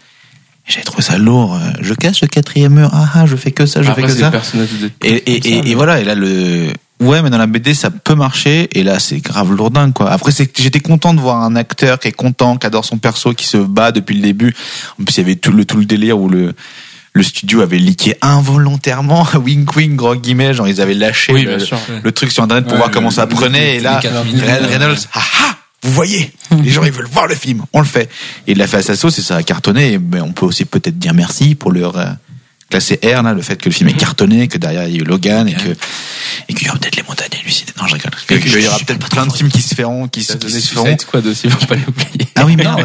S8: J'avais trouvé ça lourd. euh, Je casse le quatrième heure. Ah ah, je fais que ça, je
S6: Bah, Après,
S8: fais que
S6: c'est
S8: ça.
S6: le personnage de Deadpool.
S8: Et, et,
S6: Comme ça,
S8: et,
S6: mais-
S8: et voilà, et là, le. Ouais, mais dans la BD, ça peut marcher, et là, c'est grave lourdingue, quoi. Après, c'est que j'étais content de voir un acteur qui est content, qui adore son perso, qui se bat depuis le début. En plus, il y avait tout le, tout le délire où le, le studio avait leaké involontairement, wink wink, gros guillemets, genre, ils avaient lâché
S6: Oui,
S8: le,
S6: bien sûr.
S8: le truc sur Internet pour
S9: Ouais,
S8: voir
S9: le-
S8: comment ça
S9: le-
S8: prenait, et là,
S7: les quatre minutes,
S8: Ryan
S9: euh,
S8: Reynolds, ah ah, vous voyez, les gens, ils veulent voir le film, on le fait. Et il l'a fait à sa sauce, et ça a cartonné, mais on peut aussi peut-être dire merci pour leur, euh, classé R, là, le fait que le film est cartonné, que derrière il y a eu Logan et que et qu'il y aura peut-être les montagnes hallucinées. Non, je rigole. Que- que Il y aura peut-être plein de films qui se feront, qui, se-
S6: Ça
S8: qui
S6: donnait
S8: se feront.
S6: Suicide Squad aussi, faut pas l'oublier.
S8: Ah oui, merde.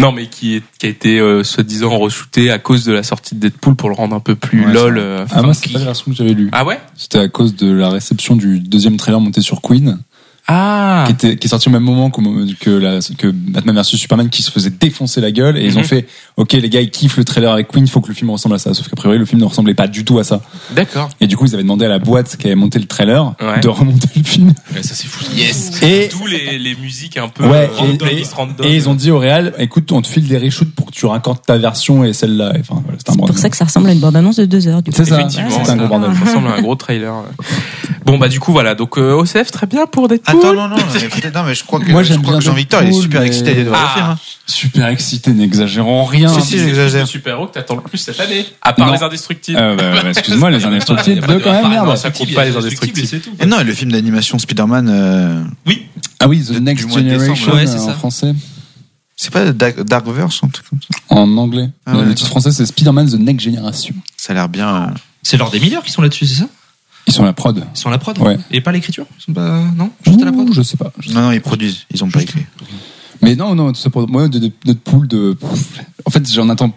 S6: Non, mais qui, est, qui a été euh, soi-disant re-shooté à cause de la sortie de Deadpool pour le rendre un peu plus
S9: Ouais,
S6: lol.
S9: ça-
S6: euh,
S9: Ah, moi, c'est
S6: funky.
S9: pas la version que j'avais lue.
S6: ah ouais
S9: C'était à cause de la réception du deuxième trailer monté sur Queen.
S6: Ah.
S9: qui, était, qui est sorti au même moment que, que, la, que Batman vs Superman qui se faisait défoncer la gueule et ils ont
S6: Mhm.
S9: fait ok les gars ils kiffent le trailer avec Queen faut que le film ressemble à ça sauf qu'a priori le film ne ressemblait pas du tout à ça
S6: D'accord.
S9: et du coup ils avaient demandé à la boîte qui avait monté le trailer
S6: Ouais.
S9: de remonter le film
S6: ça c'est fou. Yes.
S9: Et-
S6: D'où les, les musiques un peu
S9: Ouais,
S6: euh, random,
S9: et-
S6: ils se random.
S9: et ils ont dit au réal écoute on te file des reshoots pour que tu raccordes ta version et celle-là Et enfin voilà, c'était un
S10: C'est pour
S9: bordel.
S10: ça que ça ressemble à une bande-annonce de deux heures, du coup.
S9: C'est ça,
S6: Effectivement,
S9: c'est un gros bordel.
S6: ça ressemble à un gros trailer. Bon bah du coup voilà donc euh, OCF très bien pour Deadpool.
S8: Attends, non, non, non, mais peut-être- non, mais je crois que,
S9: Moi,
S8: je
S9: j'aime
S8: crois que
S9: bien
S8: Jean-Victor, il est
S9: Deadpool,
S8: super
S9: mais-
S8: excité d'aller voir
S6: Ah.
S8: le film. hein.
S9: super excité n'exagérons rien hein.
S8: Si, si,
S6: C'est le
S8: j'exagère.
S6: super héros que t'attends le plus cette année à part
S9: Non.
S6: les indestructibles. Ah,
S9: Euh, bah, bah, excuse-moi les indestructibles deux quand même
S6: Non,
S9: merde
S6: Ah, ça compte pas les indestructibles.
S8: Et non, et le film d'animation Spider-Man, euh,
S9: ah oui The
S8: Du
S9: Next
S8: mois de décembre,
S9: Generation
S7: ouais, c'est
S9: euh, en
S7: ça.
S9: français
S8: c'est pas Dark, Darkverse, un truc comme ça.
S9: En anglais.
S8: Ah
S9: Le-
S8: ouais,
S9: le
S8: d'accord.
S9: titre français, c'est Spider-Man The Next Generation.
S8: Ça a l'air bien. euh,
S7: C'est Lord et Miller qui sont là-dessus, c'est ça
S9: Ils sont à la prod.
S7: Ils sont à la prod
S9: Ouais.
S7: Et pas à l'écriture Ils sont pas- Non Juste à la prod
S9: Ouh, Je sais pas. je sais
S8: Non, non, ils produisent, ils ont pas écrit.
S9: pas. Mais non, non, tout ça pour moi, de- de- notre pool de. pff, En fait, j'en attends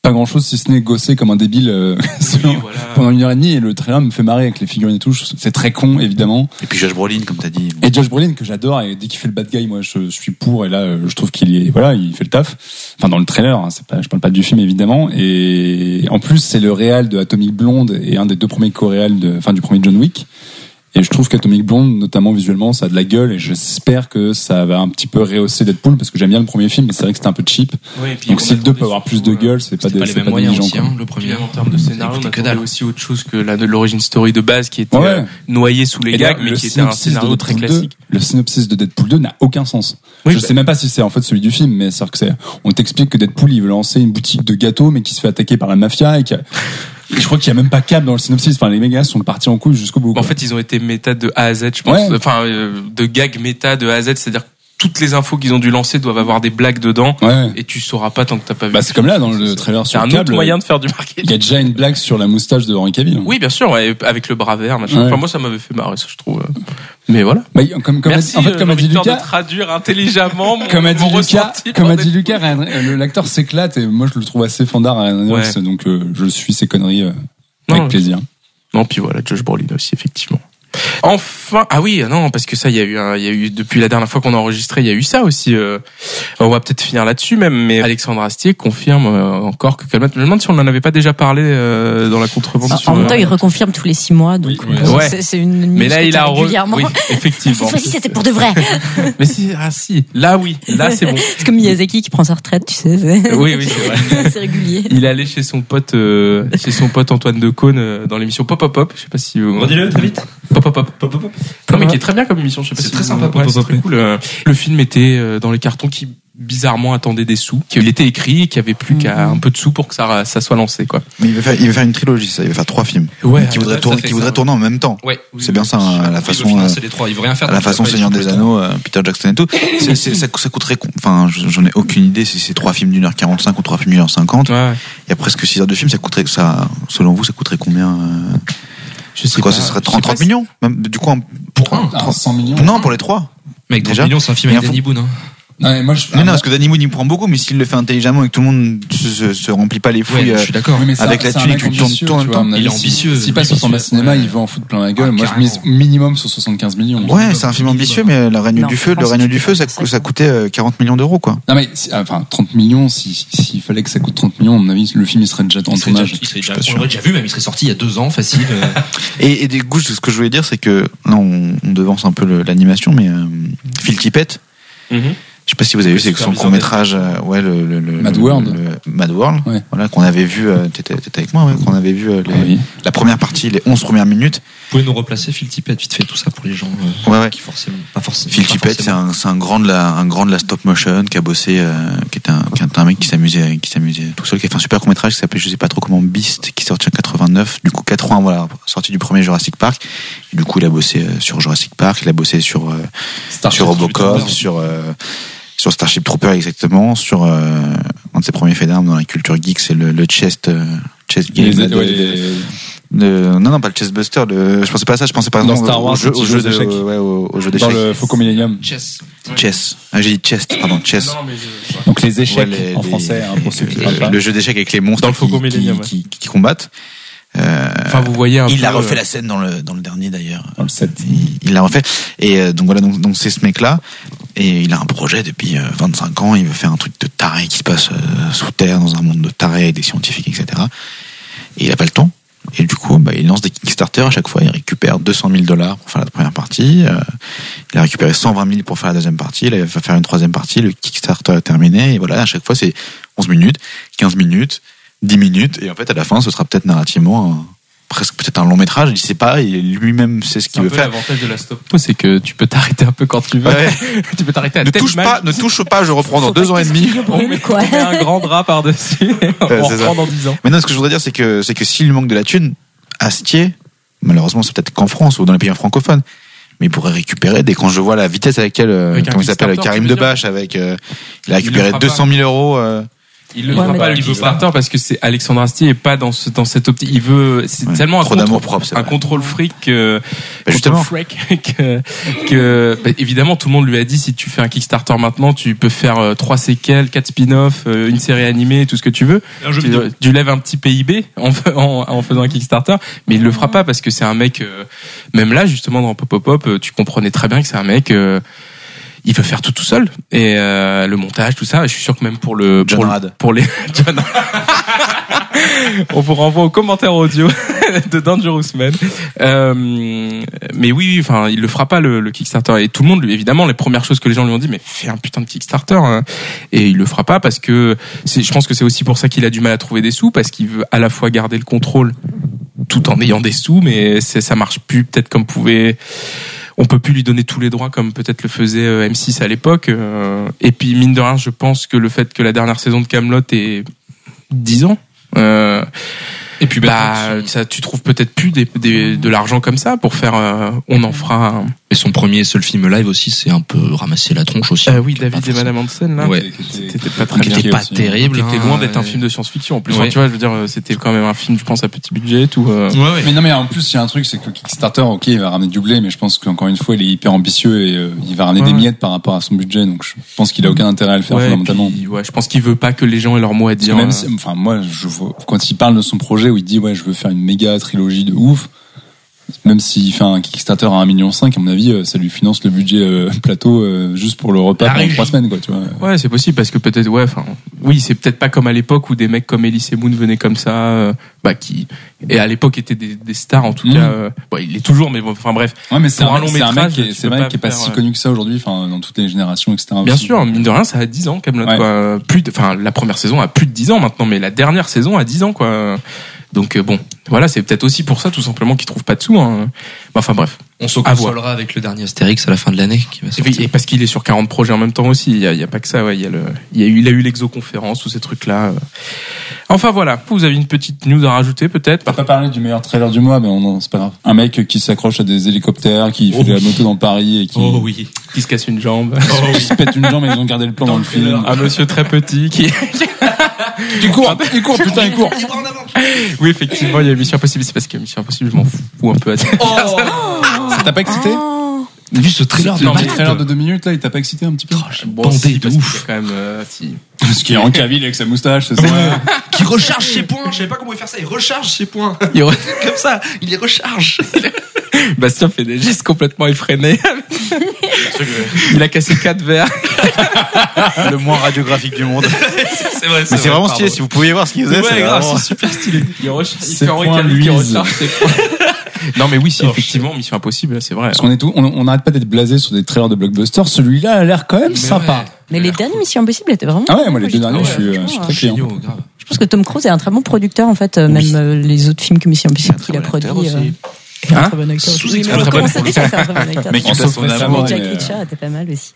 S9: pas grand chose si ce n'est gosser comme un débile euh,
S6: Oui,
S9: sur-
S6: voilà.
S9: pendant une heure et demie et le trailer me fait marrer avec les figurines et tout. Je- C'est très con, évidemment.
S8: Et puis Josh Brolin, comme t'as dit.
S9: Et Josh Brolin, que j'adore, et dès qu'il fait le bad guy, moi, je, je suis pour, et là, euh, je trouve qu'il est, voilà, il fait le taf. Enfin, dans le trailer, hein, c'est pas, je parle pas du film, évidemment. Et en plus, c'est le réal de Atomic Blonde et un des deux premiers co-réals de, enfin, du premier John Wick. Et je trouve qu'Atomic Blonde, notamment visuellement, ça a de la gueule, et j'espère que ça va un petit peu rehausser Deadpool, parce que j'aime bien le premier film, mais c'est vrai que c'était un peu cheap.
S6: Ouais, et puis
S9: Donc
S6: on
S9: si le
S6: attendait
S9: 2 peut avoir plus de
S6: surtout, euh,
S9: gueule, c'est pas,
S7: hein. C'était
S9: des-
S7: pas les
S9: c'est
S7: mêmes
S9: pas des
S7: moyens
S9: gens,
S7: aussi,
S9: quoi.
S7: hein, le
S6: Puis
S7: premier.
S6: même en termes de scénario, on
S7: Écoutez que
S6: attendait
S7: dalle.
S6: aussi autre chose que la de l'origin story de base qui était
S9: Ouais.
S6: euh, noyée sous les
S9: Et
S6: gags,
S9: là,
S6: mais
S9: le
S6: qui était un
S9: synopsis de
S6: scénario très
S9: Deadpool 2,
S6: classique.
S9: Le synopsis de Deadpool 2 n'a aucun sens.
S6: Oui,
S9: je
S6: bah-
S9: sais même pas si c'est en fait celui du film, mais c'est-à-dire que c'est, on t'explique que Deadpool il veut lancer une boutique de gâteaux, mais qui se fait attaquer par la mafia et que je crois qu'il y a même pas câble dans le synopsis. Enfin, les méga sont partis en couille jusqu'au bout.
S6: En
S9: quoi.
S6: fait, ils ont été méta de A à Z, je pense.
S9: Ouais.
S6: Enfin, euh, de gag méta de A à Z, c'est-à-dire que toutes les infos qu'ils ont dû lancer doivent avoir des blagues dedans,
S9: ouais.
S6: et tu sauras pas tant que t'as pas vu.
S9: Bah, c'est comme là dans le trailer
S6: C'est
S9: sur euh,
S6: un
S9: le
S6: autre
S9: câble.
S6: moyen de faire du marketing.
S9: Il y a déjà une blague sur la moustache de Henri Cavill.
S6: Oui, bien sûr, ouais, avec le bras vert, machin.
S9: Ouais.
S6: Enfin, moi, ça m'avait fait marrer, ça, je trouve. euh. Mais voilà.
S9: Bah, comme, comme,
S6: Merci, euh,
S9: en fait, comme a dit
S6: Victor,
S9: Lucas,
S6: de traduire intelligemment mon,
S9: comme a dit
S6: mon
S9: Lucas,
S6: ressenti
S9: comme a
S6: pendant-
S9: dit Lucas, Ryan- euh, le- l'acteur s'éclate et moi je le trouve assez fandard à Ryan Reynolds,
S6: Ouais.
S9: donc euh, je suis ces conneries euh,
S6: Non,
S9: avec
S6: je-
S9: plaisir.
S6: Non, puis voilà, Josh Brolin aussi, effectivement. Enfin, ah oui, non, parce que ça, il y a eu, un- il y a eu depuis la dernière fois qu'on a enregistré, il y a eu ça aussi. euh, on va peut-être finir là-dessus même, mais Alexandre Astier confirme euh, encore que Calmat. Je me demande si on n'en avait pas déjà parlé euh, dans la contrebande. sur,
S10: Ah, En même
S6: euh,
S10: temps, il reconfirme tous les six mois, donc
S9: Oui, ouais.
S10: bon,
S6: Ouais.
S10: c'est- c'est une news
S6: mais là,
S10: que
S6: il
S10: t'as
S6: a re-
S10: régulièrement.
S6: oui,
S10: Cette
S6: effectivement.
S10: fois-ci, c'était pour de vrai.
S6: Mais si, ah si, là oui, là c'est bon.
S10: C'est comme Miyazaki qui prend sa retraite, tu sais. c'est-
S6: Oui, oui, c'est vrai.
S10: c'est régulier.
S6: Il est allé chez son pote, euh, chez son pote Antoine Decaune euh, dans l'émission Pop Pop Pop. Je sais pas si vous.
S7: Redis-le très vite.
S6: Pop Pop Pop.
S7: Pop, pop, pop.
S6: Non, mais qui est très bien comme émission. Je sais pas
S7: C'est
S6: si
S7: très
S6: vous-
S7: sympa,
S6: ouais,
S7: Pop,
S6: c'est
S7: Pop,
S6: très
S7: Pop.
S6: cool. Euh, Le film était euh, dans les cartons qui bizarrement attendait des sous, qu'il était écrit et qu'il y avait plus
S8: Mhm.
S6: qu'à un peu de sous pour que ça, ça soit lancé, quoi.
S8: Mais il veut faire, il veut faire une trilogie, ça. Il veut faire trois films.
S6: Ouais.
S8: qui voudrait tourner,
S7: fait
S8: qui voudrait
S7: ça.
S8: tourner en même temps.
S6: Ouais.
S8: C'est bien ça, hein, à la
S7: Au
S8: façon.
S7: final,
S8: euh,
S7: c'est les trois. Ils vont rien faire.
S8: à la façon Seigneur des Anneaux, euh, Peter Jackson et tout. C'est- c'est- ça, ça coûterait, con- enfin, je- j'en ai aucune idée si c'est trois films d'une heure 45 ou trois films d'une heure 50.
S6: Ouais.
S8: Il y a presque 6 heures de film, ça coûterait, ça, selon vous, ça coûterait combien euh,
S6: Je sais
S8: C'est quoi,
S6: pas.
S8: ça serait
S6: Je
S8: 30,
S6: sais pas
S8: 30 millions Même, Du coup, un-
S7: Pour un. Ah,
S9: Ah, 100 millions.
S8: non, pour les trois.
S7: Mec, 30
S8: Déjà.
S7: millions, c'est un film
S8: Mais
S7: avec
S8: un fou-
S7: Danny Boone. hein.
S9: Ah, mais moi, je-
S8: Non,
S9: ah,
S8: non, parce que Danny Moon, il prend beaucoup, mais s'il le fait intelligemment et que tout le monde se, se, se remplit pas les
S7: Ouais,
S8: fouilles. euh,
S7: je suis d'accord.
S9: Oui, mais ça,
S8: Avec la
S9: c'est un
S8: thune,
S9: mec
S8: tu tournes
S9: ambitieux,
S8: tout en
S9: tu
S8: même
S9: vois, à mon
S8: temps.
S9: avis,
S7: Il est
S9: si-
S7: ambitieux,
S9: S'il passe sur son
S7: ambitieux,
S9: cinéma,
S7: ouais.
S9: il va en foutre plein la gueule.
S7: Ah,
S9: Moi, je
S7: carrément.
S9: mise minimum sur 75 millions.
S8: Ouais, c'est un film ambitieux, mais La Reine
S10: Non,
S8: du Feu,
S10: je
S8: Le
S10: pense que
S8: Reine
S10: tu
S8: du
S10: peux
S8: Feu,
S10: pas
S8: ça,
S10: faire ça.
S8: ça coûtait euh, 40 millions d'euros, quoi.
S9: Non, mais si- enfin, 30 millions, s'il si, s'il fallait que ça coûte 30 millions, à mon avis, le film, il serait déjà en
S7: Il serait
S9: tournage.
S7: déjà, il serait déjà-
S8: pas
S7: on
S8: sûr.
S7: l'aurait déjà vu, même il serait sorti il y a deux ans, facile. euh.
S8: Et, et des goûts, ce que je voulais dire, c'est que là, on, on devance un peu le- l'animation, mais euh, Phil Tippett,
S6: Mhm.
S8: je sais pas si vous avez vu, c'est que son
S7: superviseur
S8: court métrage, ouais, le, le- le-
S9: Mad
S8: le-
S9: World.
S8: le- Mad World,
S9: Ouais.
S8: voilà, qu'on avait vu, euh, t'étais t'étais avec moi, ouais, qu'on avait vu euh, les-
S9: Ah oui.
S8: la première partie, les 11 premières minutes.
S7: Vous pouvez nous replacer Phil Tippett, vite fait, tout ça pour les gens euh,
S8: Ouais, ouais.
S7: qui forcément. Pas forcément
S8: Phil
S7: pas
S8: Tippett, c'est
S7: forcément.
S8: un, c'est un grand de la, un grand de la stop motion qui a bossé, euh, qui est un, qui est un mec qui s'amusait, qui s'amusait tout seul, qui a fait un super court métrage qui s'appelle, je sais pas trop comment, Beast, qui est sorti en 89. Du coup, 80, voilà, sorti du premier Jurassic Park. Et du coup, il a bossé euh, sur Jurassic Park, il a bossé sur, euh, sur Robocop, sur, euh, sur Starship Trooper exactement, sur euh, un de ses premiers faits d'armes dans la culture geek, c'est le, le chest, euh, chest game.
S9: Les-
S8: là, de-
S9: ouais,
S8: de-
S9: les-
S8: de- non, non, pas le chest buster, le- je pensais pas à ça, je pensais pas
S9: Dans
S8: exemple,
S9: Star
S8: au
S9: Wars,
S8: jeu,
S9: quand
S8: au
S9: ils
S8: jeu
S9: jouent aux
S8: de-
S9: échecs.
S8: ouais, au, au jeu
S9: Dans
S8: d'échecs.
S9: le Faucon Millennium.
S7: Chess.
S8: Chess. Ah, j'ai dit chest, pardon, chess.
S6: Non, mais je- ouais.
S9: Donc les
S8: Ouais,
S9: échecs
S8: les-
S9: en
S8: les-
S9: français, hein, pour ceux qui
S8: le-
S9: parlent pas.
S8: Le jeu d'échecs avec les monstres
S6: Dans le
S8: qui,
S6: Faucon
S8: qui,
S6: Millenium, ouais.
S8: qui- qui combattent. Euh,
S6: Enfin, vous voyez un
S8: il
S6: peu,
S8: a refait
S6: euh,
S8: la scène dans le dans le dernier d'ailleurs.
S9: dans le set.
S8: Il- Il l'a refait. Et euh, donc voilà, donc donc c'est ce mec-là. Et il a un projet depuis euh, 25 ans. Il veut faire un truc de taré qui se passe euh, sous terre, dans un monde de taré avec des scientifiques, etc. Et il n'a pas le temps. Et du coup, bah, il lance des Kickstarter à chaque fois. Il récupère 200 000 dollars pour faire la première partie. euh, il a récupéré 120 000 pour faire la deuxième partie. Là, il va faire une troisième partie. Le Kickstarter est terminé. Et voilà, à chaque fois, c'est 11 minutes, 15 minutes, 10 minutes. Et en fait, à la fin, ce sera peut-être narrativement un- presque peut-être un long métrage. Il sait pas. Il lui-même sait ce
S6: C'est
S8: qu'il
S6: un
S8: veut
S6: peu
S8: faire.
S6: l'avantage de la stop pause, c'est que tu peux t'arrêter un peu quand tu veux.
S8: Ouais.
S6: tu peux t'arrêter à
S8: Ne
S6: telle
S8: touche
S6: image.
S8: pas, ne touche pas, je reprends dans
S10: Faut
S8: deux
S10: pas
S8: ans et
S10: que
S8: demi.
S10: tu
S6: On met,
S10: brûles, quoi.
S6: on met un grand drap par-dessus. on
S8: Ouais, c'est
S6: reprend dans 10 ans.
S8: Mais non, ce que je voudrais dire, c'est que, c'est que s'il manque de la thune, Astier, malheureusement, c'est peut-être qu'en France ou dans les pays francophones, mais il pourrait récupérer dès quand je vois la vitesse à laquelle, euh,
S6: Avec un
S8: comment il s'appelle,
S6: Kickstarter,
S8: Karim
S6: tu veux dire
S8: Debache, avec, euh, il a
S6: Il le
S8: récupéré
S6: fera
S8: 200 000 euros. euh,
S6: Il le
S10: Ouais,
S6: fera
S10: mais
S6: pas
S10: dans
S6: le
S10: le
S6: Kickstarter parce que c'est Alexandre Astier et pas dans ce, dans cette optique. Il veut, c'est
S8: Ouais,
S6: tellement un
S8: trop d'amour
S6: contrôle,
S8: propre, c'est
S6: un
S8: vrai.
S6: contrôle fric, euh,
S8: Bah, justement.
S6: contrôle freak que, que bah, évidemment tout le monde lui a dit si tu fais un Kickstarter maintenant, tu peux faire euh, trois séquelles, quatre spin-offs, euh, une série animée, tout ce que tu veux.
S7: Un jeu
S6: Tu,
S7: vidéo.
S6: tu lèves un petit PIB en, en, en faisant un Kickstarter, mais il le fera pas parce que c'est un mec. euh, même là, justement, dans Pop Pop Pop, euh, tu comprenais très bien que c'est un mec. euh, il veut faire tout tout seul et euh, le montage, tout ça. Je suis sûr que même pour le
S8: John
S6: pour, le-
S8: Rad.
S6: pour les John- On vous renvoie aux commentaires audio de Dangerous Man. Euh, mais oui, oui, enfin, il le fera pas le, le Kickstarter. Et tout le monde, lui, évidemment, les premières choses que les gens lui ont dit, mais fais un putain de Kickstarter. hein. Et il le fera pas parce que c'est, je pense que c'est aussi pour ça qu'il a du mal à trouver des sous parce qu'il veut à la fois garder le contrôle tout en ayant des sous, mais c'est, ça marche plus peut-être comme pouvait. On peut plus lui donner tous les droits comme peut-être le faisait euh, M6 à l'époque. Euh, Et puis mine de rien, je pense que le fait que la dernière saison de Camelot est 10 ans. Euh,
S7: Et puis,
S6: bah,
S7: bah,
S6: ça, tu trouves peut-être plus des, des- de l'argent comme ça pour faire. euh, on en fera. Un...
S7: et son premier et seul film live aussi, c'est un peu ramasser la tronche aussi.
S6: Ah Euh, oui,
S7: Qui est pas
S6: David et
S7: forcément-
S6: Madame Hansen là.
S7: Ouais.
S6: C'était pas très
S7: Qui
S6: bien.
S7: était pas
S9: aussi.
S7: terrible.
S6: Qui était
S7: hein,
S6: loin d'être un
S7: ouais.
S6: film de science-fiction en plus.
S7: Ouais.
S6: Enfin, tu vois, je veux dire, euh, c'était quand même un film, je pense, à petit budget, tout. euh.
S7: Ouais, ouais.
S9: Mais non, mais en plus, il y a un truc, c'est que Kickstarter, ok, il va ramener du blé, mais je pense qu'encore une fois, il est hyper ambitieux et euh, il va ramener
S6: Ouais.
S9: des miettes par rapport à son budget, donc je pense qu'il a aucun intérêt à le faire
S6: Ouais,
S9: fondamentalement.
S6: et puis, ouais, je pense qu'il veut pas que les gens aient leur mot à
S9: Parce que
S6: dire.
S9: même
S6: euh.
S9: si, enfin, moi, je vois- quand il parle de son projet où il dit, ouais, je veux faire une méga trilogie de ouf, même s'il fait un Kickstarter à 1,5 million, à mon avis, euh, ça lui finance le budget euh, plateau euh, juste pour le repas
S7: La
S9: pendant
S7: régie.
S9: 3 semaines, quoi, tu vois.
S6: Ouais, c'est possible parce que peut-être ouais, enfin oui, c'est peut-être pas comme à l'époque où des mecs comme Elise Moon venaient comme ça euh, bah qui et à l'époque étaient des, des stars en tout
S9: Mhm.
S6: cas euh, bon, il est toujours mais bon, enfin bref,
S9: Ouais, mais c'est
S6: Pour
S9: un,
S6: un long
S9: c'est un mec
S6: métrage,
S9: qui est,
S6: tu
S9: c'est
S6: peux
S9: vrai
S6: pas
S9: qu'il est pas
S6: faire,
S9: si
S6: euh,
S9: connu que ça aujourd'hui, enfin, dans toutes les générations, etc.
S6: Bien
S9: aussi.
S6: sûr, mine de rien, ça a 10 ans, Camelot.
S9: Ouais.
S6: Quoi. Plus, de- enfin, la première saison a plus de 10 ans maintenant, mais la dernière saison a 10 ans, quoi. Donc euh, bon, voilà, c'est peut-être aussi pour ça, tout simplement, qu'ils trouvent pas de sous. Hein. Bah, Enfin bref,
S7: On se
S6: À voir.
S7: consolera avec le dernier Astérix à la fin de l'année qui va
S6: et, puis-
S7: sortir.
S6: et parce qu'il est sur 40 projets en même temps aussi. Il y a, il y a pas que ça. Ouais. Il y a le, il y a eu, il a eu l'exoconférence ou ces trucs-là. euh. Enfin voilà. Vous avez une petite news à rajouter peut-être
S9: On va pas parler du meilleur trailer du mois, mais on en- c'est pas grave. Un mec qui s'accroche à des hélicoptères, qui fait
S7: Oh
S9: de la
S7: oui.
S9: moto dans Paris et qui,
S7: Oh oui.
S6: qui se casse une jambe.
S9: qui se pète une jambe et ils ont gardé le plan dans, le film.
S6: Un monsieur très petit qui.
S9: Il court, il court, putain, il court.
S6: Oui, effectivement, il y a Mission Impossible. C'est parce que Mission Impossible, je m'en fous un peu.
S9: Ça t'a Ah, pas excité
S7: T'as Ah. vu ce trailer de
S9: Non, mais
S7: malade
S9: le trailer de deux minutes, là, il t'a pas excité un petit peu
S6: Bon,
S7: Bandé
S6: si,
S7: de
S6: parce qu'il y
S7: ouf.
S6: a quand même. euh, si.
S9: Parce qu'il est en caville avec sa moustache, c'est ça
S7: Qui recharge ses points. Je savais pas comment il faire ça. Il recharge ses points.
S6: Il re-
S7: Comme ça, il les recharge.
S6: Bastien fait des gestes complètement effrénés. Il a cassé quatre verres.
S8: le moins radiographique du monde.
S7: C'est vrai,
S8: Mais c'est vraiment stylé. Si vous pouviez voir ce qu'il faisait, c'est vraiment-
S6: super stylé. Il recharge, il
S9: Ses
S6: fait Henri
S9: points
S6: Cavill qui
S9: luisent.
S6: recharge ses points. Non, mais oui, si, effectivement, Mission Impossible, là, c'est vrai.
S9: Parce qu'on est tout, on- on n'arrête pas d'être blasé sur des trailers de blockbusters. Celui-là a l'air quand même sympa.
S10: Mais les dernières Missions Impossibles étaient vraiment.
S9: Ah ouais,
S10: cool,
S9: moi, les deux
S10: j'ai
S9: derniers,
S10: trouvé.
S9: je suis, euh, je suis
S10: Franchement,
S9: très client.
S7: grave.
S10: Je pense que Tom Cruise est un très bon producteur, en fait, euh, même euh, les autres films que Mission Impossible qu'il a produit. euh, est
S6: Hein
S10: un très bon acteur.
S7: Sous-
S10: Oui, mais
S6: un
S10: on
S6: très bon
S10: commence à dire que c'est un très bon acteur.
S8: Mais qui
S9: On
S8: passe
S9: s'en
S8: son
S9: fout
S8: amour.
S9: vraiment,
S10: Jack
S9: mais, euh,
S10: Reacher était pas mal aussi.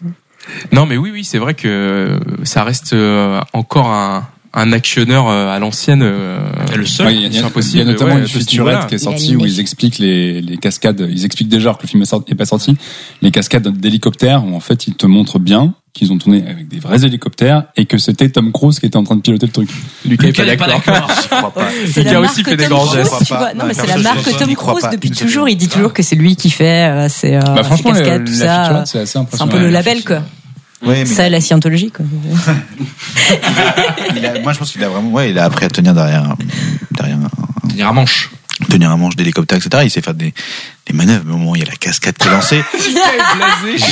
S6: Non, mais oui, oui, c'est vrai que euh, ça reste euh, encore un, un actionneur euh, à l'ancienne. euh,
S7: Le seul.
S9: Ouais, Il y a- il y,
S6: Mission
S9: a-
S6: Impossible,
S9: il y a notamment
S6: ouais,
S9: une
S6: de ce
S9: featurette
S6: niveau-là.
S9: qui est
S10: Il y a
S9: sortie
S10: l'animé.
S9: où ils expliquent les, les cascades. Ils expliquent déjà alors que le film est sorti- est pas sorti. Les cascades d'hélicoptères où en fait ils te montrent bien qu'ils ont tourné avec des vrais hélicoptères et que c'était Tom Cruise qui était en train de piloter le truc.
S6: Lucas est
S7: Lucas
S6: pas
S7: est pas
S6: d'accord.
S7: d'accord.
S10: C'est
S6: Lucas
S10: la
S6: aussi
S10: marque
S6: fait des
S10: Tom
S6: grands
S10: Cruise,
S8: gestes.
S10: tu vois. Non,
S8: Je
S10: mais c'est
S8: crois
S10: la
S8: pas.
S10: marque
S8: Perso, je
S10: Tom
S8: crois
S10: Cruise
S8: pas.
S10: depuis
S8: Une seconde.
S10: toujours. Il dit toujours que c'est lui qui fait euh, ses euh,
S9: bah
S10: ses
S9: franchement, la,
S10: cascades, tout
S9: la
S10: ça.
S9: featurette, c'est assez
S10: C'est un
S9: impressionnant.
S10: peu le
S9: Ouais,
S10: label, quoi.
S8: Ouais, mais
S10: Ça, la scientologie, quoi.
S8: il a- moi, je pense qu'il a vraiment, ouais, il a appris à tenir derrière, derrière un-
S7: Il y a un manche.
S8: tenir un manche d'hélicoptère, etc. Il sait faire des, des manœuvres, mais au moment où il y a la cascade qui est lancée,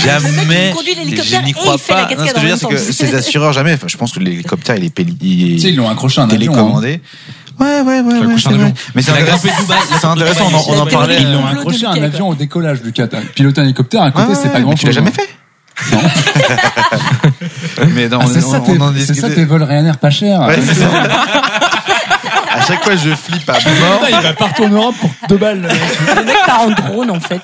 S8: jamais.
S10: conduit
S8: Je
S10: l'hélicoptère et
S8: n'y crois
S10: il fait
S8: pas.
S10: la
S8: Non, ce
S10: cascade
S8: que
S10: en
S8: je veux
S10: même
S8: dire, c'est
S10: temps.
S8: que ces assureurs, jamais. Enfin, je pense que l'hélicoptère, il est, péli- il est
S9: Tu sais, ils l'ont accroché à un avion. hein.
S8: télécommandé. Ouais, ouais, ouais. ouais
S7: accroché un
S8: c'est vrai.
S7: avion.
S8: Mais c'est
S7: Il a
S8: intéressant,
S7: grimpé Dubaï, il a
S8: c'est intéressant, on en- on en
S10: grimpé
S8: parlait.
S10: Dubaï.
S9: Ils l'ont
S10: Complot
S9: accroché à un
S10: de Mickey,
S9: avion au décollage, Lucas. T'as- Piloter un hélicoptère, à
S8: Ouais,
S9: côté,
S8: ouais,
S9: c'est pas hein.
S8: mais
S9: grand
S8: Tu l'as
S9: chose.
S8: jamais fait Mais hein. non,
S9: Ah,
S8: on,
S9: c'est
S8: on-
S9: ça, tes-
S8: on en
S9: c'est ça
S8: discutait.
S9: tes vols Ryanair pas cher.
S8: Ouais, c'est ça. À chaque fois, je flippe à mort.
S9: il va partout en Europe pour deux balles. euh,
S10: Le mec part en drone, en fait.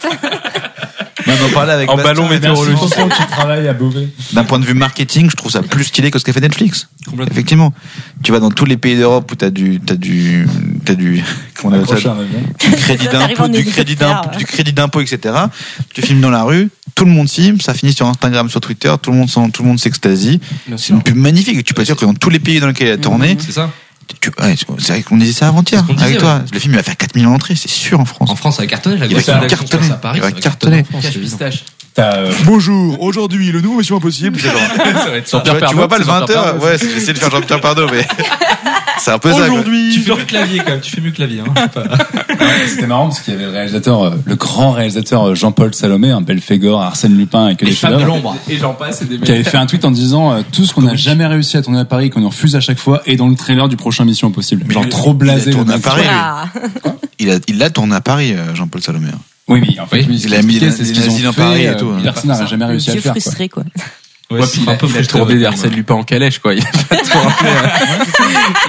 S8: Mais on en parlait avec
S6: En
S8: Bastien.
S6: ballon
S9: Merci
S6: météorologique.
S9: pour toi qui travaille à Beauvais.
S8: D'un point de vue marketing, je trouve ça plus stylé que ce qu'a fait Netflix.
S7: Complètement.
S8: Effectivement. Tu vas dans tous les pays d'Europe où t'as du, t'as du, t'as du, comment on appelle
S9: Accroché à
S8: ça?
S9: un avion.
S8: Du crédit
S10: Ça, t'arrives
S8: d'impôt,
S10: en
S8: du
S10: hélicoptère,
S8: crédit d'impôt,
S10: ouais.
S8: du crédit d'impôt, etc. Tu filmes dans la rue, tout le monde filme, ça finit sur Instagram, sur Twitter, tout le monde s'en- tout le monde s'extasie.
S6: Bien
S8: C'est une pub magnifique. Tu peux être sûr que dans tous les pays dans lesquels elle a tourné,
S7: C'est ça
S8: tu- ouais, c'est vrai qu'on disait ça avant-hier,
S7: C'est ce qu'on
S8: avec
S7: disait,
S8: toi. Le film, il va faire 4000 entrées, c'est sûr, en France.
S7: En France, ça a cartonné la
S8: Il
S7: grosse
S8: va
S7: rédaction,
S8: cartonner.
S7: je pense, à Paris,
S8: Il va
S7: ça cartonner en
S8: cartonner.
S7: France, évidemment.
S9: T'as, euh,
S8: Bonjour, aujourd'hui, le nouveau Mission Impossible, c'est genre. tu vois, tu vois pas le 20h, ouais, c'est- j'ai essayé de faire Jean-Pierre Pardot, mais. c'est un peu ça, quoi.
S7: Tu fais mieux que la vie, quand même. Tu fais mieux que la vie. Hein.
S9: C'était marrant parce qu'il y avait le réalisateur, euh, le grand réalisateur euh, Jean-Paul Salomé, un Belphégor, Arsène Lupin et que
S14: Les
S9: des
S14: femmes de
S9: chefs-d'œuvre,
S14: l'ombre. Et j'en passe, c'est des
S9: qui avait fait un tweet en disant euh, tout ce qu'on n'a jamais réussi à tourner à Paris et qu'on en refuse à chaque fois est dans le trailer du prochain Mission Impossible. Genre
S8: il-
S9: trop blasé.
S8: il a tourné
S9: le
S8: à
S9: mec.
S8: Paris.
S10: Ah.
S8: Il a, il l'a tourné à Paris, euh, Jean-Paul Salomé. hein.
S9: Oui, oui, en fait,
S8: Oui, il a mis
S9: expliqué,
S8: des-
S9: c'est ce
S8: des
S9: qu'ils ont
S8: nazis
S9: fait,
S8: dans Paris et
S9: euh,
S8: tout, hein.
S9: Personne n'a jamais réussi à
S10: Dieu
S9: le faire. quoi.
S10: frustré, quoi.
S7: Ouais, c'est
S6: il, a, il a tourné Arsène Lupin en calèche, quoi. Il a pas tourné. euh,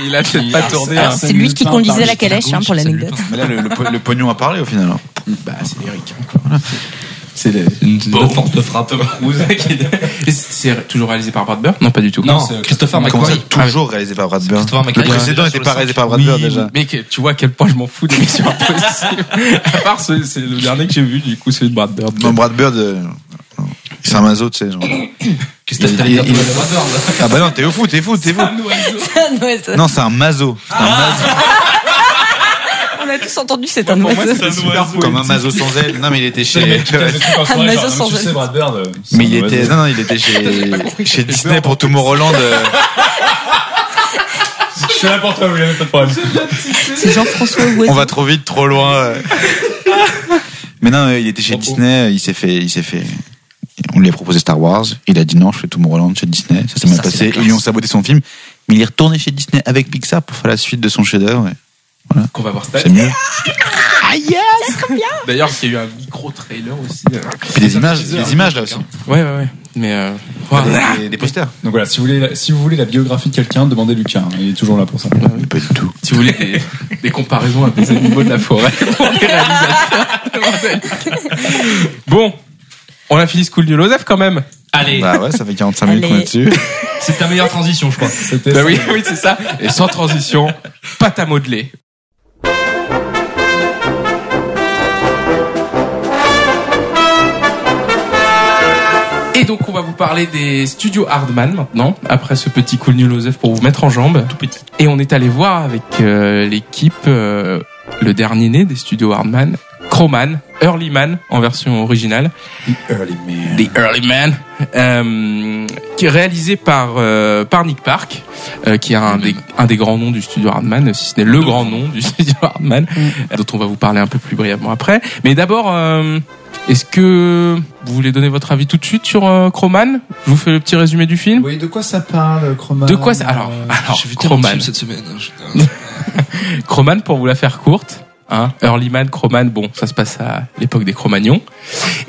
S6: il a peut-être pas tourné.
S9: Alors,
S6: hein.
S10: Ah, C'est lui qui
S9: Lupin,
S10: conduisait
S9: Paris,
S10: la calèche, hein, pour l'anecdote.
S8: Mais là, le, le po- le pognon à Paris, au final. hein. Bah, c'est les ricains, quoi. Voilà. C'est le-
S7: Une force de frappe.
S6: Et C'est toujours réalisé par Brad Bird Non, pas du tout.
S7: Non,
S9: c'est-
S7: Christopher
S8: Comment ça,
S7: McQuarrie.
S8: toujours réalisé par Brad Bird.
S7: Christopher
S8: Le
S7: McQuarrie.
S8: précédent
S7: Ouais,
S8: n'était
S7: sur
S8: pas
S7: le
S8: réalisé
S7: cinq.
S8: par Brad Bird, déjà.
S6: Mais que- tu vois à quel point je m'en fous des missions impossibles. à part ce- c'est le dernier que j'ai vu, du coup, celui de Brad Bird.
S8: Non, Brad Bird, euh, non. c'est un mazo, tu sais, genre.
S7: Qu'est-ce que
S8: Il-
S7: t'as
S8: il-
S7: dit
S8: il- Ah bah non, t'es au fou, t'es fou, t'es fou.
S10: Ouais, ça-
S8: Non, c'est un mazo. C'est un mazo.
S10: On a tous entendu, c'est un oiseau.
S8: Comme un mazo sans aile. Non, mais il était chez.
S10: soirée, genre,
S8: hein,
S10: sans
S9: Tu sais,
S10: geste.
S9: Brad Bird, euh,
S8: Mais il
S9: c'est un
S8: était,
S9: oiseau.
S8: non, non, il était chez, chez Disney pour Tomorrowland. euh,
S9: Je suis là pour toi, vous n'avez pas de problème.
S10: C'est Jean-François
S8: on
S10: Oiseau.
S8: va trop vite, trop loin. euh. Mais non, euh, il était chez Disney, il s'est fait, il s'est fait. On lui a proposé Star Wars, il a dit non, je fais Tomorrowland chez Disney. Ça s'est mal
S7: Ça, c'est la
S8: passé.
S7: classe.
S8: Ils lui ont saboté son film, mais il est retourné chez Disney avec Pixar pour faire la suite de son chef-d'œuvre. et
S6: Qu'on va voir cette
S8: C'est
S6: année.
S8: mieux.
S6: D'ailleurs, il y a eu un micro-trailer aussi. euh.
S8: Puis des images, des images là aussi,
S6: Ouais, ouais, ouais. Mais. euh, wow.
S8: Des- des, des posters.
S9: Donc voilà, si vous voulez, la- si vous voulez la biographie de quelqu'un, demandez Lucas. hein, Il est toujours là pour ça.
S8: Mais pas du tout.
S6: Si vous voulez des, des comparaisons avec des animaux de la forêt pour les réalisateurs. bon, on a fini School du Lozef quand même.
S7: Allez,
S8: Bah ouais, ça fait 45 minutes
S10: Allez.
S8: qu'on est dessus.
S7: c'est ta meilleure transition, je crois.
S9: C'était
S6: Bah oui, oui, c'est ça. Et sans transition, pâte à modeler. Et donc on va vous parler des studios Hardman maintenant, après ce petit cool nul Osef pour vous mettre en jambes. Tout petit. Et on est allé voir avec euh, l'équipe euh, le dernier né des studios Hardman, Crowman, Early Man en version originale.
S9: Early man.
S6: The Early Man, euh, qui est réalisé par, euh, par Nick Park, euh, qui est un des, un des grands noms du studio Hardman, si ce n'est le grand nom du studio Hardman, euh, dont on va vous parler un peu plus brièvement après. Mais d'abord, euh, est-ce que vous voulez donner votre avis tout de suite sur euh, Croman Je vous fais le petit résumé du film.
S9: Oui, de quoi ça parle, Chroma Euh,
S6: De quoi ça- alors, alors
S7: J'ai vu tellement de
S6: Croman,
S7: films cette semaine. hein, je-
S6: Croman pour vous la faire courte. Hein, Early Man, Croman, bon, ça se passe à l'époque des Cromagnons.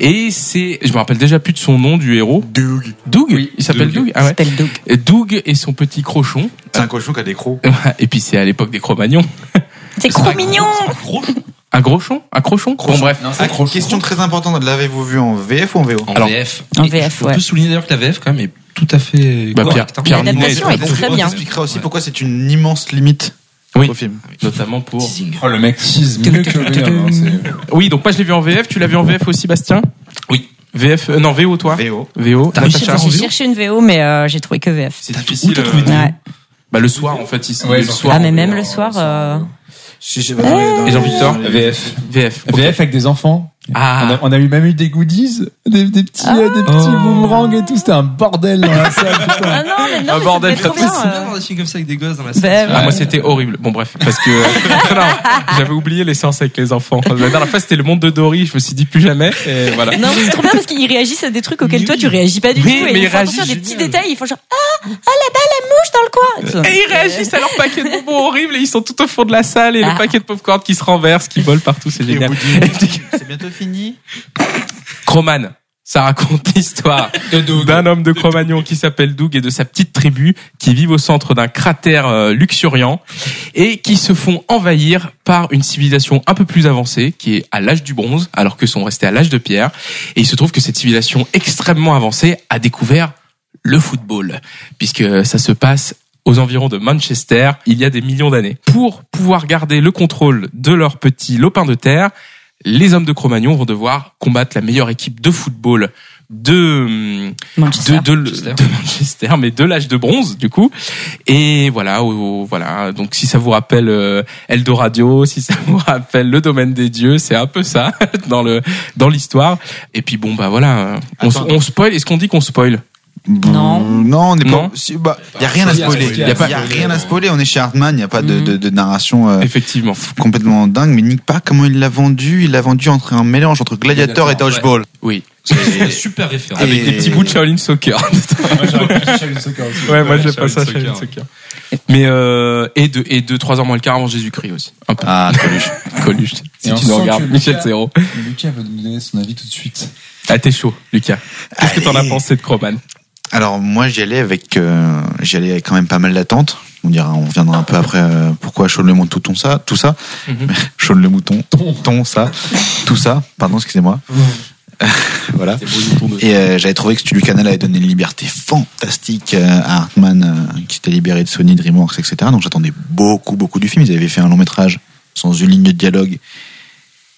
S6: Et c'est, je me rappelle déjà plus de son nom du héros. Doug. Doug. il s'appelle Doug. Ah
S10: Il
S6: ouais.
S10: s'appelle Doug.
S6: Et Doug et son petit crochon.
S8: C'est un cochon qui a des crocs.
S6: Et puis c'est à l'époque des Cro-Magnons.
S10: C'est trop mignon.
S6: Un grochon Un crochon Bon bref.
S8: Question très importante, l'avez-vous vu en VF ou en VO
S7: En
S6: Alors-
S7: VF.
S10: En
S7: Et
S10: VF,
S7: On
S10: ouais.
S7: peut souligner d'ailleurs que la VF, quand même, est tout à fait.
S6: Bah,
S7: correcte,
S6: Pierre-
S7: hein.
S6: Pierre
S10: L'adaptation
S6: Ninet
S10: est très bien.
S8: On expliquera aussi pourquoi c'est une immense limite
S6: Oui.
S8: au film.
S6: Notamment pour...
S7: Teasing.
S9: Oh, le mec tease mieux que rien. hein, c'est-
S6: Oui, donc moi je l'ai vu en VF, tu l'as vu en VF aussi Bastien
S7: Oui.
S6: VF... euh, non, VO toi
S8: VO.
S6: VO.
S10: Ah,
S7: T'as réussi à
S6: Natacha.
S7: faire en
S10: J'ai
S7: VO
S10: cherché une VO, mais euh, j'ai trouvé que VF.
S6: C'est difficile. euh,
S10: Ouais.
S6: Bah le soir en fait, ici.
S9: Ouais,
S6: le
S9: ils ont
S6: soir.
S10: ah,
S6: en
S10: mais
S6: VO.
S10: même le soir. euh,
S6: Eh Et Jean-Victor
S9: VF.
S6: VF. ok.
S9: VF avec des enfants
S6: Ah. Oh.
S9: On, a, on a eu même eu des goodies, des, des petits, euh, des petits boomerangs et tout. C'était un bordel dans la salle. putain.
S10: Ah non, mais non,
S6: Un
S10: mais
S6: bordel
S10: c'était trop
S6: pas
S10: bien.
S6: possible.
S10: euh.
S7: d'avoir des films comme ça avec des gosses dans la
S10: Ben,
S6: Ah,
S10: ouais.
S6: moi c'était horrible. Bon bref, parce que euh, Non, j'avais oublié les séances avec les enfants. La dernière fois c'était le monde de Dory, je me suis dit plus jamais et voilà.
S10: Non, mais c'est trop bien parce qu'ils réagissent à des trucs auxquels
S6: Mais
S10: toi
S6: oui.
S10: tu réagis pas du
S6: Oui,
S10: tout.
S6: mais
S10: et
S6: ils
S10: ils font attention à
S6: réagissent
S10: des petits
S6: génial.
S10: détails, ils font genre Ah, ah là-bas la mouche dans le coin.
S6: Et ils réagissent à leur paquet de bonbons horribles et ils sont tout au fond de la salle et
S10: Ah.
S6: le paquet de popcorn qui se renverse, qui vole partout, c'est génial.
S15: C'est bientôt fini.
S6: Croman, ça raconte l'histoire d'un homme de Cro-Magnon qui s'appelle Doug et de sa petite tribu qui vivent au centre d'un cratère euh, luxuriant et qui se font envahir par une civilisation un peu plus avancée qui est à l'âge du bronze alors que sont restés à l'âge de pierre et il se trouve que cette civilisation extrêmement avancée a découvert le football puisque ça se passe aux environs de Manchester il y a des millions d'années. Pour pouvoir garder le contrôle de leur petit lopin de terre, les hommes de Cro-Magnon vont devoir combattre la meilleure équipe de football de
S10: Manchester.
S6: de, de, de Manchester, mais de l'âge de bronze du coup. Et voilà, au- au- voilà. Donc si ça vous rappelle euh, Eldoradio, si ça vous rappelle le domaine des dieux, c'est un peu ça dans le dans l'histoire. Et puis bon bah voilà, euh, on, s-
S8: Attends.
S6: on spoil. Est-ce qu'on dit qu'on spoil
S10: Non.
S8: Non, on n'est pas.
S6: Non.
S8: Il y a rien à
S9: Y a pas-
S8: spoiler.
S9: y
S8: Il
S9: a
S8: y a,
S6: pas-
S8: rien à spoiler. On est chez Hartman. Il n'y a pas de,
S10: Mhm.
S8: de, de narration euh,
S6: Effectivement.
S8: complètement dingue. Mais nique pas comment il l'a vendu. Il l'a vendu entre un mélange entre Gladiator et
S9: Gladiator,
S8: Dodgeball.
S6: Oui.
S7: C'est super référent.
S6: Avec
S8: Et-
S6: des petits bouts de Shaolin Soccer.
S9: Moi, j'aurais pu Shaolin Soccer aussi.
S6: ouais, moi je
S9: Shaolin
S6: l'ai pas ça
S9: Soccer.
S6: Shaolin Soccer. Mais euh, et de et de trois heures moins le quart avant Jésus-Christ aussi. Un peu.
S8: Ah, Coluche.
S6: Coluche. Si
S9: Et on
S6: tu
S9: sent
S6: nous regardes,
S9: que
S6: Michel
S9: Lucas-
S6: Serrault.
S9: Mais Lucas veut nous donner son avis tout de suite.
S6: Ah, t'es chaud, Lucas. Qu'est-ce que t'en as
S8: Allez.
S6: pensé de Croman
S8: Alors moi j'y allais avec euh, j'y allais avec quand même pas mal d'attentes. On dira on reviendra un peu après euh, pourquoi Chaud le mouton tout ça tout ça.
S6: Mhm.
S8: Chaud le mouton ton ça tout ça pardon excusez-moi. voilà. Et euh, j'avais trouvé que Studio Canal avait donné une liberté fantastique euh, à Hartman euh, qui s'était libéré de Sony, DreamWorks etc. Donc j'attendais beaucoup beaucoup du film. Ils avaient fait un long métrage sans une ligne de dialogue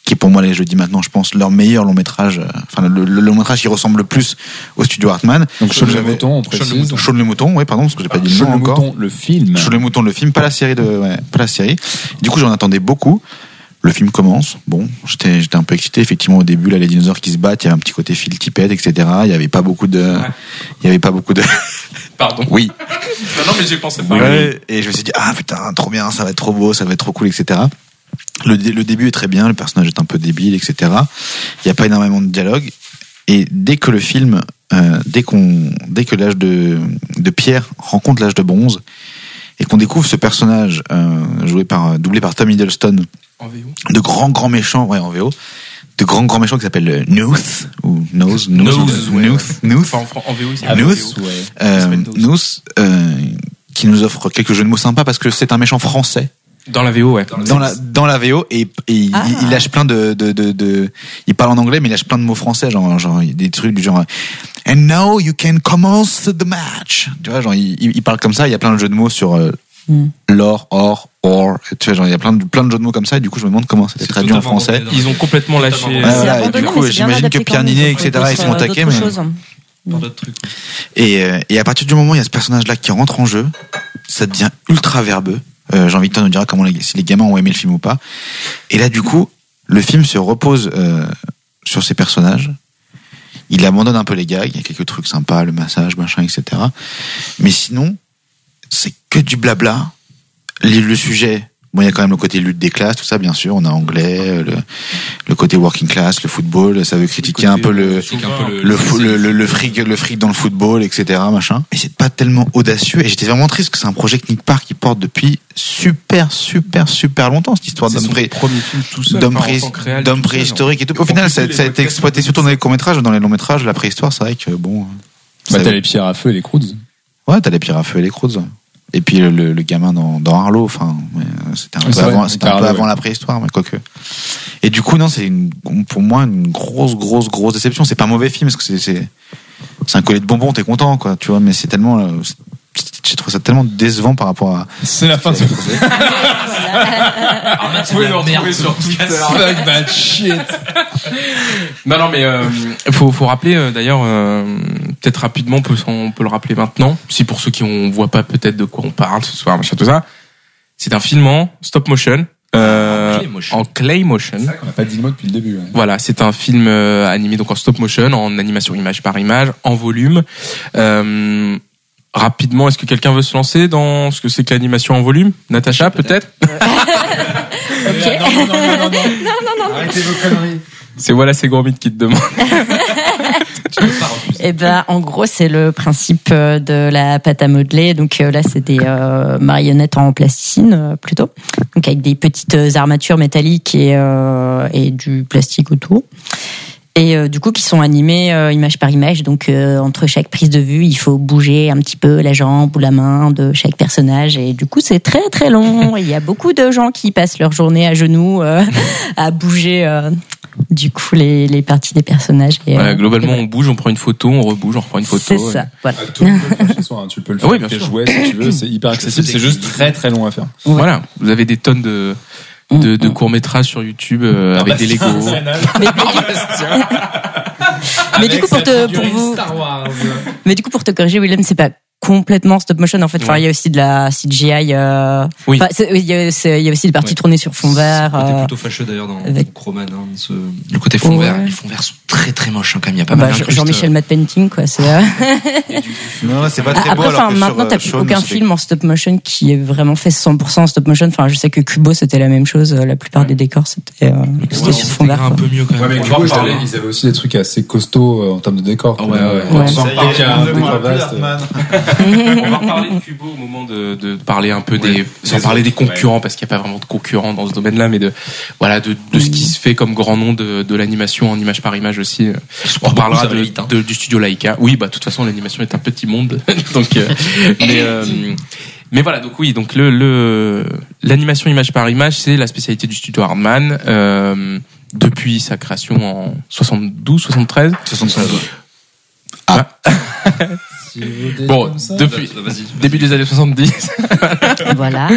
S8: qui est pour moi, les je le dis maintenant, je pense, leur meilleur long métrage, euh, enfin le, le long métrage qui ressemble le plus au studio Hartman.
S9: Donc, Shaolin le
S8: J'avais-
S9: mouton, on
S8: Shaun
S9: précise.
S8: le mouton. Shaun le mouton, oui, pardon, parce que j'ai pas dit le
S9: Shaun
S8: nom
S9: le
S8: encore.
S9: mouton, le film.
S8: Shaun le mouton, le film, pas la série de, ouais, pas la série. Du coup, j'en attendais beaucoup. Le film commence. Bon, j'étais, j'étais un peu excité. Effectivement, au début, là, les dinosaures qui se battent, il y avait un petit côté Phil Tippett, etc. Il y avait pas beaucoup de, il y avait pas beaucoup de,
S6: Pardon.
S8: oui.
S6: Non, non, mais j'ai pensé
S8: Ouais, Et je me suis dit, ah putain, trop bien, ça va être trop beau, ça va être trop cool, etc. Le, dé- le début est très bien, le personnage est un peu débile, etc. Il n'y a pas énormément de dialogue. Et dès que le film, euh, dès, qu'on, dès que l'âge de, de pierre rencontre l'âge de bronze, et qu'on découvre ce personnage euh, joué par, doublé par Tom Hiddleston,
S6: En VO.
S8: de grands grands méchants, ouais, en VO, de grands grands méchants qui s'appelle euh, Nooth, ou Nose,
S6: Nose, ouais,
S8: Nooth, Nooth,
S6: Enfin, en, fran- en VO, c'est
S8: Ah,
S6: en
S8: nous-
S6: VO.
S9: Ouais.
S8: euh, Nous, euh, qui nous offre quelques jeux de mots sympas parce que c'est un méchant français
S6: Dans la VO, ouais.
S8: dans la dans la VO et, et il,
S10: Ah.
S8: il lâche plein de, de, de de il parle en anglais mais il lâche plein de mots français genre genre des trucs du genre and now you can commence the match tu vois genre il, il il parle comme ça il y a plein de jeux de mots sur euh,
S10: Mm.
S8: l'or or or tu vois genre il y a plein de plein de jeux de mots comme ça et du coup je me demande comment c'était
S7: C'est
S8: traduit en
S7: totalement
S8: français
S7: dans-
S6: Ils ont complètement lâché. euh,
S10: C'est
S8: Ouais, voilà,
S10: abandonné,
S8: et Ah, du
S10: mais
S8: coup,
S10: c'est bien
S8: j'imagine
S10: adapté
S8: que
S10: quand
S8: Pierre
S10: même,
S8: Ninet,
S10: ils ont
S8: etc., ils
S10: fait
S8: sont au
S10: d'autres
S8: taquet, mais-
S10: choses.
S7: Dans d'autres trucs.
S8: Et, euh, et à partir du moment où il y a ce personnage-là qui rentre en jeu, ça devient ultra verbeux. Euh, Jean-Victor nous dira comment les, si les gamins ont aimé le film ou pas. Et là, du coup, le film se repose euh, sur ces personnages. Il abandonne un peu les gags. Il y a quelques trucs sympas, le massage, machin, etc. Mais sinon, c'est que du blabla. Les- le sujet, bon, il y a quand même le côté lutte des classes, tout ça, bien sûr. On a anglais, euh, le, le côté working class, le football. Ça veut critiquer un peu
S6: euh,
S8: le, le, fou- le, le, le fric le fric dans le football etc machin et c'est pas tellement audacieux et j'étais vraiment triste que c'est un projet que Nick Park il porte depuis super super super longtemps cette histoire
S6: C'est
S8: d'homme
S6: son
S8: pré
S6: premier film tout seul.
S8: d'homme
S6: enfin, en
S8: pré-
S6: tant que réal,
S8: d'homme
S6: tout seul,
S8: préhistorique et tout
S6: Et
S8: au final
S6: pour
S8: ça,
S6: couper
S8: ça a
S6: les
S8: été
S6: podcasts,
S8: exploité surtout dans les courts métrages dans les longs métrages la préhistoire c'est vrai que bon
S9: Bah,
S8: ça-
S9: t'as les pierres à feu et les croûtes.
S8: ouais t'as les pierres à feu et les croûtes hein. et puis le, le- le gamin dans, dans Harlow enfin ouais, c'était un
S9: Ouais,
S8: peu
S9: c'est vrai,
S8: avant, c'était un peu
S9: Harlow,
S8: avant
S9: ouais.
S8: la préhistoire mais quoique et du coup non c'est une- pour moi une grosse grosse grosse déception c'est pas un mauvais film parce que c'est- c'est c'est un collet de bonbons, t'es content, quoi, tu vois, mais c'est tellement, euh, c'est- j'ai trouvé ça tellement décevant par rapport à.
S9: C'est la fin de
S7: Vous pouvez le retrouver sur
S9: Fuck that shit.
S6: Non, non, mais euh, faut, faut rappeler euh, d'ailleurs, euh, peut-être rapidement, on peut, s'en- on peut le rappeler maintenant, si pour ceux qui ne voient pas peut-être de quoi on parle ce soir, machin, tout ça. C'est un film en stop motion euh, en clay motion.
S9: On n'a pas dit le mot depuis le début. hein. ouais.
S6: Voilà, c'est un film euh, animé donc en stop motion, en animation image par image, en volume. Euh, rapidement, est-ce que quelqu'un veut se lancer dans ce que c'est que l'animation en volume Natacha, peut-être
S10: Ok.
S9: Non, non, non, non, non.
S8: Arrêtez vos conneries.
S6: C'est voilà, c'est Gourmit qui te demande.
S10: Eh ben, en gros, c'est le principe euh, de la pâte à modeler. Donc euh, là, c'est des euh, marionnettes en plasticine euh, plutôt, donc avec des petites euh, armatures métalliques et, euh, et du plastique autour. Et euh, du coup, qui sont animées euh, image par image. Donc euh, entre chaque prise de vue, il faut bouger un petit peu la jambe ou la main de chaque personnage. Et du coup, c'est très très long. Il y a beaucoup de gens qui passent leur journée à genoux euh, à bouger. euh, du coup, les, les parties des personnages. Et,
S6: Voilà,
S10: euh,
S6: globalement, on bouge, on prend une photo, on rebouge, on reprend une photo.
S10: C'est ça, voilà.
S9: Ah, tout le monde peut le faire chez soi, hein. Tu peux le faire
S6: Ah Oui,
S9: avec
S6: bien
S9: tes
S6: sûr.
S9: jouets si tu veux. C'est hyper accessible. C'est juste très très long à faire.
S6: Voilà, vous avez des tonnes de de, de courts métrages sur YouTube euh,
S9: Ah bah,
S6: avec des Lego.
S10: Mais du coup, pour, te, pour vous, mais du coup, pour te corriger, Willem, c'est pas complètement stop motion en fait. Enfin, il y a aussi de la CGI. euh,
S6: Oui.
S10: enfin, c'est- il y, a- c'est- il y a aussi des parties
S7: Ouais.
S10: tournées sur fond vert.
S7: C'était
S10: euh,
S7: plutôt fâcheux d'ailleurs dans
S10: avec-
S7: Chroman. hein, ce- Le côté fond
S10: Ouais.
S7: vert. Les fonds verts sont très très moches hein, quand même. Il y a pas
S10: bah,
S7: mal d'incrustes,
S10: Jean-Michel
S7: euh,
S10: Matt Painting, quoi. C'est, euh,
S8: Non, c'est pas très
S10: Ah, Après,
S8: beau. alors
S10: enfin,
S8: que
S10: maintenant,
S8: sur,
S10: t'as
S8: euh,
S10: plus
S8: Shaun,
S10: aucun
S8: c'était-
S10: film en stop motion qui est vraiment fait 100% en stop motion. Enfin, je sais que Kubo, c'était la même chose. La plupart des décors, c'était, euh, c'était
S7: ouais,
S10: sur
S7: on
S10: fond vert.
S7: s'intégrait un
S10: quoi.
S7: peu mieux quand même.
S9: mais
S7: pour
S9: du
S7: le
S9: coup,
S7: coup,
S9: je parlais, ils avaient aussi des trucs assez costauds euh, en termes de décor.
S7: Ah ouais, ouais.
S9: Quand
S10: Ouais.
S9: tu sens
S8: Ça y est,
S9: qu'il y a un
S8: on ne voit
S9: décor
S8: plus
S9: vaste.
S8: Hartman.
S6: On va reparler de Kubo au moment de, de parler un peu des, sans
S9: Des
S6: parler des
S9: autres,
S6: concurrents parce qu'il n'y a pas vraiment de concurrents dans ce domaine-là, mais de voilà de, de ce qui se fait comme grand nom de, de l'animation en image par image aussi. euh, On parlera
S7: ça va
S6: de-
S7: aller vite, hein.
S6: de- du studio Laika. Oui, bah de toute façon l'animation est un petit monde, donc euh, mais euh, mais voilà donc oui donc le le l'animation image par image c'est la spécialité du studio Hardman euh, depuis sa création en 72 73.
S8: 76.
S6: Bon, depuis
S7: Vas-y.
S6: début des années 70.
S10: Voilà.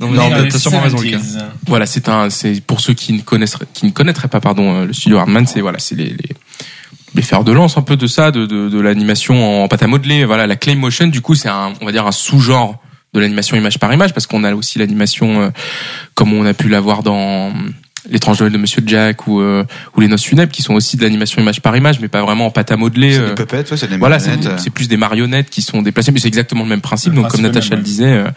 S7: Non, mais t'as- t'as sûrement raison, Lucas.
S6: Voilà, c'est un, c'est pour ceux qui ne connaissent, qui ne connaîtraient pas, pardon, euh, le studio Hardman, c'est voilà, c'est les, les les fers de lance un peu de ça, de de, de l'animation en pâte à modeler. Voilà, la clay motion, du coup, c'est un, on va dire un sous-genre de l'animation image par image, parce qu'on a aussi l'animation euh, comme on a pu l'avoir dans euh, L'étrange Noël de Monsieur Jack ou euh, ou les Noces funèbres, qui sont aussi de l'animation image par image, mais pas vraiment en pâte à modeler.
S8: C'est
S6: euh,
S8: des puppets, ouais, c'est des
S6: voilà, c'est
S8: marionnettes. euh.
S6: c'est plus des marionnettes qui sont déplacées, mais c'est exactement le même principe.
S9: Le
S6: Donc, comme
S9: principe est
S6: Natacha
S9: le même,
S6: le
S9: ouais.
S6: disait, euh,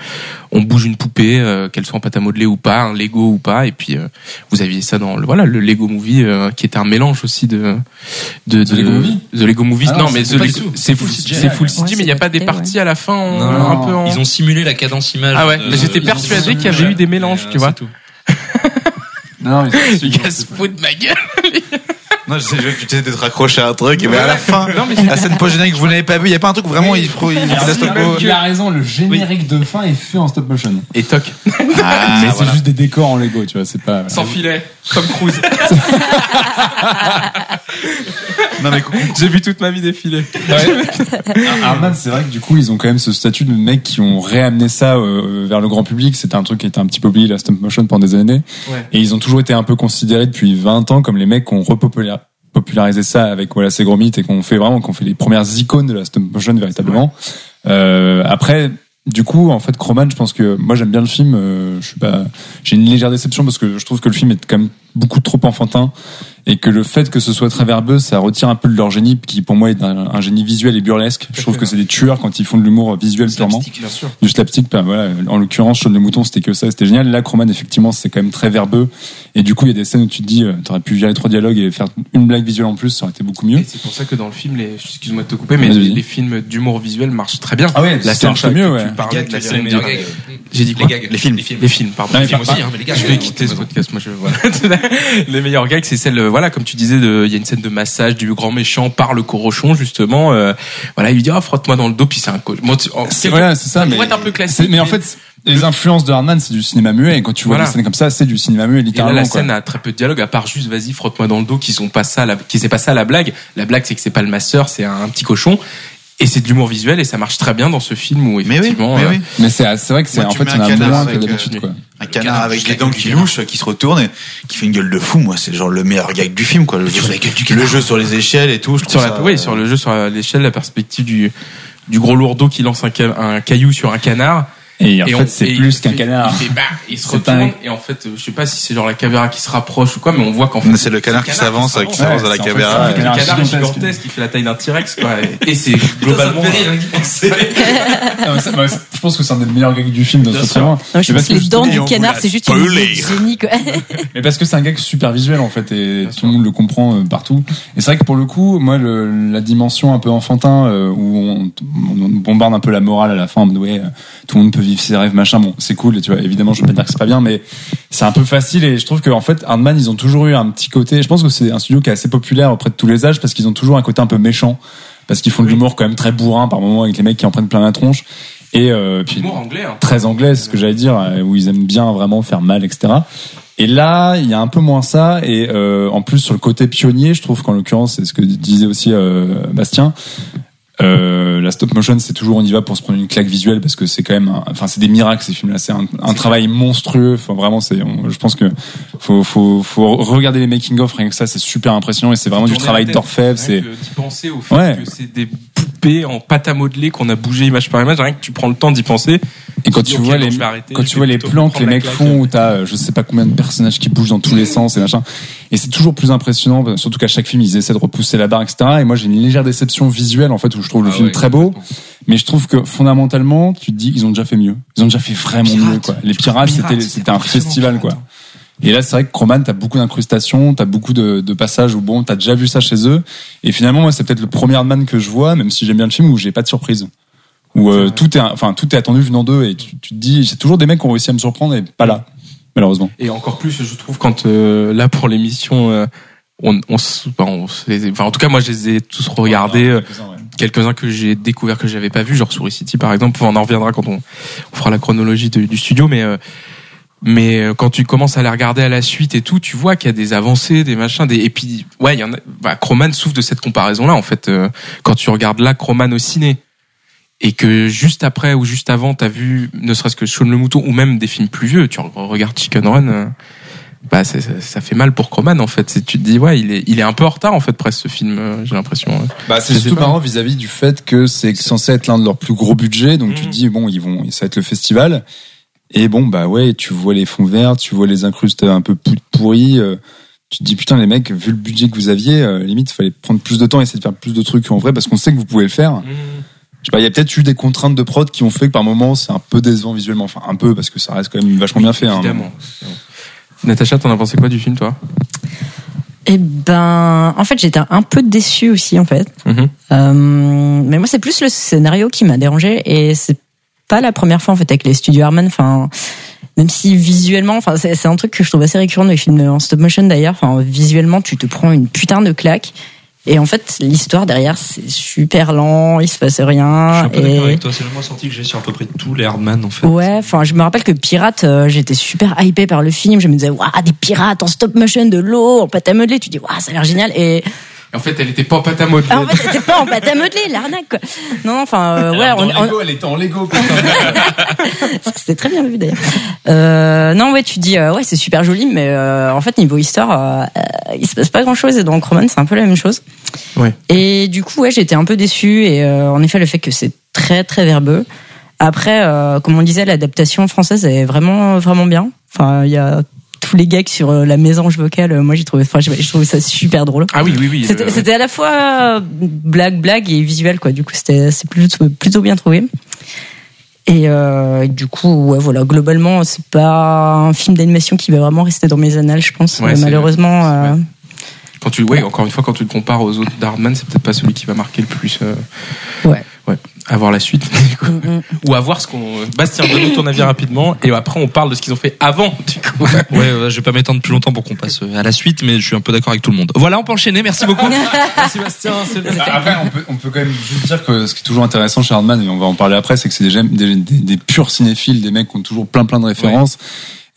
S6: on bouge une poupée, euh, qu'elle soit en pâte à modeler ou pas, un Lego ou pas, et puis euh, vous aviez ça dans le, voilà le Lego Movie, euh, qui est un mélange aussi de de,
S9: The
S6: de-
S9: Lego Movie
S6: The Lego Movie.
S9: Ah non,
S6: non, mais
S9: c'est
S6: The
S9: pas
S6: Lego-
S9: du tout.
S6: c'est
S9: Full
S6: full,
S9: CGI,
S6: c'est full
S9: ouais.
S6: CG, mais il n'y a pas des parties à la fin en-
S7: Non,
S6: un
S7: non,
S6: peu en-
S7: Ils ont simulé la cadence image.
S6: Ah ouais,
S7: de-
S6: mais j'étais
S7: ils ont
S6: persuadé
S7: simulé,
S6: qu'il y avait eu des
S7: mais,
S6: mélanges,
S7: euh,
S6: tu vois.
S7: c'est tout.
S9: Non, ils-
S6: Lucas se fout de ma gueule.
S8: Non, je sais je- tu t'es d'être accroché à un truc, mais à la fin, la scène post-générique, vous l'avez pas vu, il y a pas un truc vraiment, il faut, il faut la stop motion.
S9: Il a raison, le générique de fin est fait en stop motion.
S6: Et toc,
S8: Ah,
S9: mais c'est
S8: voilà.
S9: juste des décors en Lego, tu vois, c'est pas.
S6: sans filet, comme Cruise.
S8: Non, mais coucou.
S6: J'ai vu toute ma vie défiler.
S9: Ah, Arman, c'est vrai que du coup, ils ont quand même ce statut de mecs qui ont réamené ça euh, vers le grand public. C'était un truc qui était un petit peu oublié, la stop motion, pendant des années.
S6: Ouais.
S9: Et ils ont toujours été un peu considérés depuis 20 ans comme les mecs qui ont repopularisé popularisé ça avec voilà ces gros mythes et qu'on fait vraiment qu'on fait les premières icônes de la stop motion véritablement euh, après du coup en fait Croman je pense que moi j'aime bien le film euh, je suis pas j'ai une légère déception parce que je trouve que le film est quand même beaucoup trop enfantin et que le fait que ce soit très verbeux, ça retire un peu de leur génie, qui pour moi est un, un génie visuel et burlesque. Je trouve que c'est des tueurs quand ils font de l'humour visuel purement. Du slapstick, ben voilà. En l'occurrence, Shaun le mouton, c'était que ça, c'était génial. Là, Croman, effectivement, c'est quand même très verbeux. Et du coup, il y a des scènes où tu te dis, euh, t'aurais pu virer trois dialogues et faire une blague visuelle en plus, ça aurait été beaucoup mieux.
S6: Et c'est pour ça que dans le film, les, excuse-moi de te couper, mais
S9: Hmm. Vas-y.
S6: les, les films d'humour visuel marchent très bien.
S9: Ah ouais,
S6: la
S9: ça
S6: scène
S9: marche
S6: que
S9: mieux,
S6: tu
S9: ouais.
S6: parlais de la
S7: Les
S6: scène
S7: gags,
S6: de-
S7: les gags.
S6: J'ai dit
S7: Les
S6: quoi
S7: gags. Les films. Les films.
S6: Les films, pardon.
S9: Non, mais
S6: Les films
S9: pas-
S6: aussi, hein.
S7: mais les gars,
S6: Je vais quitter ce podcast, moi je voilà. Les meilleurs gags, c'est celle, euh, voilà, comme tu disais, de- il y a une scène de massage du grand méchant par le corochon justement. euh, voilà, il lui dit ah frotte-moi dans le dos, puis c'est un co- Moi, tu- en-
S9: C'est voilà, c'est ça.
S6: Ça
S9: Mais
S6: pourrait être un peu classique,
S9: c'est- Mais en
S6: mais-
S9: fait, les influences de Hardman, c'est du cinéma muet. Et quand tu vois
S6: Voilà.
S9: des scènes comme ça, c'est du cinéma muet
S6: Et là,
S9: littéralement.
S6: la
S9: quoi.
S6: scène a très peu de dialogue, à part juste vas-y frotte-moi dans le dos, qu'ils ont pas ça, la, qui s'est pas ça la blague. La blague, c'est que c'est pas le masseur, c'est un, petit cochon. Et c'est de l'humour visuel et ça marche très bien dans ce film où
S8: Mais oui,
S6: effectivement.
S8: mais
S6: euh,
S8: oui.
S9: Mais c'est c'est vrai que c'est
S8: Moi,
S9: en
S8: tu
S9: fait
S8: mets
S9: on
S8: un
S9: a
S8: canard
S9: moins que
S8: avec, euh,
S9: d'habitude quoi.
S8: Un canard avec des dents qui louchent, qui se retourne et qui fait une gueule de fou. Moi, c'est genre le meilleur gag du film, quoi. Le, jeu, le jeu sur les échelles et tout. Je
S6: sur
S8: trouve
S6: la,
S8: ça-
S9: euh,
S6: oui, sur le jeu, sur l'échelle, la perspective du, du gros lourdeau qui lance un, ca- un caillou sur un canard.
S9: Et en
S6: Et on-
S9: fait, c'est
S6: et il
S9: plus qu'un
S6: fait-
S9: canard.
S6: Il, fait, bah, il se
S9: C'est
S6: retourne
S9: un-
S6: et en fait, euh, je sais pas si c'est genre la caméra qui se rapproche ou quoi, mais on voit qu'en fait.
S8: Mais c'est le canard qui s'avance,
S6: avec
S8: qui s'avance à la caméra,
S6: Le
S8: ouais.
S6: canard
S9: Canard
S6: est
S9: gigantesque.
S6: gigantesque, il fait la taille d'un T-Rex, quoi. Et, et c'est globalement.
S9: Ah, mais ça- bah, c'est- je pense que c'est un des meilleurs gags du film, de
S6: Bien
S9: ce
S6: sûr.
S9: moment.
S10: Non, je
S9: Mais
S10: pense
S9: parce
S10: que
S9: que
S10: les
S9: justement-
S10: dents du canard, c'est juste une idée de génie, quoi.
S9: Mais parce que c'est un gag super visuel en fait et tout le monde le comprend euh, partout. Et c'est vrai que pour le coup, moi, le- la dimension un peu enfantin euh, où on, on bombarde un peu la morale à la fin, en mode, ouais, euh, tout le monde peut vivre ses rêves, machin. Bon, c'est cool. Et tu vois, évidemment, je peux pas dire que c'est pas bien, mais c'est un peu facile. Et je trouve qu'en fait, Hardman, ils ont toujours eu un petit côté. Je pense que c'est un studio qui est assez populaire auprès de tous les âges parce qu'ils ont toujours un côté un peu méchant. Parce qu'ils font de l'humour quand même très bourrin par moment avec les mecs qui en prennent plein la tronche. Et euh, puis
S6: Humour anglais, hein.
S9: très anglais, c'est ce que j'allais dire, euh, où ils aiment bien vraiment faire mal, etc. Et là, il y a un peu moins ça, et euh, en plus sur le côté pionnier, je trouve qu'en l'occurrence, c'est ce que disait aussi euh, Bastien, euh, la stop motion, c'est toujours on y va pour se prendre une claque visuelle parce que c'est quand même, un- enfin c'est des miracles ces films-là, c'est un, un travail monstrueux. Enfin vraiment, c'est, on- je pense que faut, faut, faut regarder les making of rien que ça, c'est super impressionnant et c'est vraiment du
S6: Tourner
S9: travail
S6: la tête.
S9: d'orfèvre.
S6: Rien
S9: C'est
S6: que d'y penser au fait
S9: Ouais.
S6: que c'est des poupées en pâte à modeler qu'on a bougé image par image, rien que tu prends le temps d'y penser.
S9: Et quand
S6: dis,
S9: tu
S6: ok,
S9: vois
S6: non,
S9: les,
S6: je vais arrêter,
S9: quand
S6: je
S9: tu
S6: vais
S9: vois les
S6: plutôt
S9: plans que
S6: prendre
S9: les
S6: la
S9: mecs
S6: claque.
S9: font où t'as euh, je sais pas combien de personnages qui bougent dans tous les sens et machin et c'est toujours plus impressionnant bah, surtout qu'à chaque film ils essaient de repousser la barre etc et moi j'ai une légère déception visuelle en fait où je
S7: Ah
S6: Ah
S9: trouve le film très beau mais je trouve que fondamentalement tu te dis ils ont déjà fait mieux ils ont déjà fait vraiment mieux quoi les pirates c'était c'était un festival quoi et là, c'est vrai que Croman, t'as beaucoup d'incrustations, t'as beaucoup de, de passages où bon, t'as déjà vu ça chez eux. Et finalement, moi, c'est peut-être le premier Hardman que je vois, même si j'aime bien le film, où j'ai pas de surprise. Où euh, tout est, enfin, tout est attendu venant d'eux et tu, tu te dis, c'est toujours des mecs qui ont réussi à me surprendre et pas là, malheureusement.
S6: Et encore plus, je trouve, quand euh, là pour l'émission, euh, on, on, se- enfin, on se les- enfin, en tout cas, moi, je les ai tous regardés. euh, quelques-uns que j'ai découvert que j'avais pas vu genre Souris City par exemple Enfin, on en reviendra quand on, on fera la chronologie de- du studio mais euh, mais euh, quand tu commences à les regarder à la suite et tout tu vois qu'il y a des avancées des machins des et puis ouais il y en a bah, Croman souffre de cette comparaison là en fait euh, quand tu regardes là Croman au ciné et que juste après ou juste avant t'as vu ne serait-ce que Shaun le mouton ou même des films plus vieux tu re- regardes Chicken Run euh, bah c'est- ça, ça fait mal pour Croman en fait C'est- tu te dis ouais il est il est un peu en retard en fait presque ce film euh, j'ai l'impression ouais.
S9: Bah, c'est
S6: Je sais
S9: surtout
S6: pas.
S9: marrant vis-à-vis du fait que c'est censé être l'un de leurs plus gros budgets. Donc, tu te
S6: Mhm.
S9: dis, bon, ils vont, ça va être le festival. Et bon, bah ouais, tu vois les fonds verts, tu vois les incrustes un peu pou- pourris. euh, tu te dis, putain, les mecs, vu le budget que vous aviez, euh, limite, fallait prendre plus de temps et essayer de faire plus de trucs en vrai parce qu'on sait que vous pouvez le faire. Je sais pas, il y a peut-être eu des contraintes de prod qui ont fait que par moment, c'est un peu décevant visuellement. Enfin, un peu parce que ça reste quand même vachement bien fait. hein.
S6: Évidemment. Natacha, t'en as pensé quoi du film, toi
S10: Eh ben, en fait, j'étais un peu déçue aussi, en fait.
S7: Mm-hmm.
S6: Mhm.
S10: Euh, mais moi, c'est plus le scénario qui m'a dérangé et c'est pas la première fois en fait avec les studios Harman. Enfin, même si visuellement, enfin, c'est c'est un truc que je trouve assez récurrent dans les films en stop motion d'ailleurs. Enfin, visuellement, tu te prends une putain de claque. Et en fait, l'histoire derrière, c'est super lent, il se passe rien.
S6: Ah,
S7: Je suis un peu d'accord
S10: et-
S7: avec toi, c'est le moins senti que j'ai sur à peu près tous les Hardman en fait.
S10: Ouais, enfin, je me rappelle que Pirate, euh, j'étais super hypée par le film. Je me disais, waouh, des pirates en stop motion, de l'eau, en pâte à modeler. Tu dis, waouh, ça a l'air génial. Et
S6: En fait, elle était pas en pâte à modeler.
S10: ah, en fait, c'était pas en pâte à modeler, l'arnaque, quoi. Non, non, enfin, euh, ouais, on, on-
S9: elle était en Lego.
S10: c'était très bien vu d'ailleurs. Euh, non, ouais, tu dis, euh, ouais, c'est super joli, mais euh, en fait, niveau histoire, euh, euh, il se passe pas grand chose. Et dans Roman, c'est un peu la même chose.
S6: Ouais.
S10: Et du coup, ouais, j'étais un peu déçue. Et euh, en effet, le fait que c'est très, très verbeux. Après, euh, comme on le disait, l'adaptation française est vraiment, vraiment bien. Enfin, il y a tous les gags sur euh, la mésange vocale. euh, Moi, j'ai trouvé, enfin, j'ai j'ai trouvé ça super drôle.
S6: Ah oui, oui, oui.
S10: C'était
S6: euh,
S10: c'était à la fois euh, blague, blague et visuel, quoi. Du coup, c'était c'est plutôt, plutôt bien trouvé. Et euh, du coup, ouais, voilà, globalement, c'est pas un film d'animation qui va vraiment rester dans mes annales, je pense.
S6: Ouais, c'est-
S10: malheureusement,
S6: c'est-
S10: euh,
S6: ouais. Quand tu, ouais, encore une fois, quand tu le compares aux autres d'Hardman, c'est peut-être pas celui qui va marquer le plus. euh,
S10: Ouais.
S6: Ouais. À voir la suite. du coup.
S10: mm, mm.
S6: Ou à voir ce qu'on. Bastien, donne-nous ton avis rapidement. Et après, on parle de ce qu'ils ont fait avant, du coup.
S7: Ouais, ouais, je vais pas m'étendre plus longtemps pour qu'on passe euh, à la suite, mais je suis un peu d'accord avec tout le monde. Voilà, on peut enchaîner, merci beaucoup.
S6: Merci, Bastien.
S9: Bah, après, on peut, on peut quand même juste dire que ce qui est toujours intéressant chez Hardman, et on va en parler après, c'est que c'est des, gem- des, des, des purs cinéphiles, des mecs qui ont toujours plein plein de références.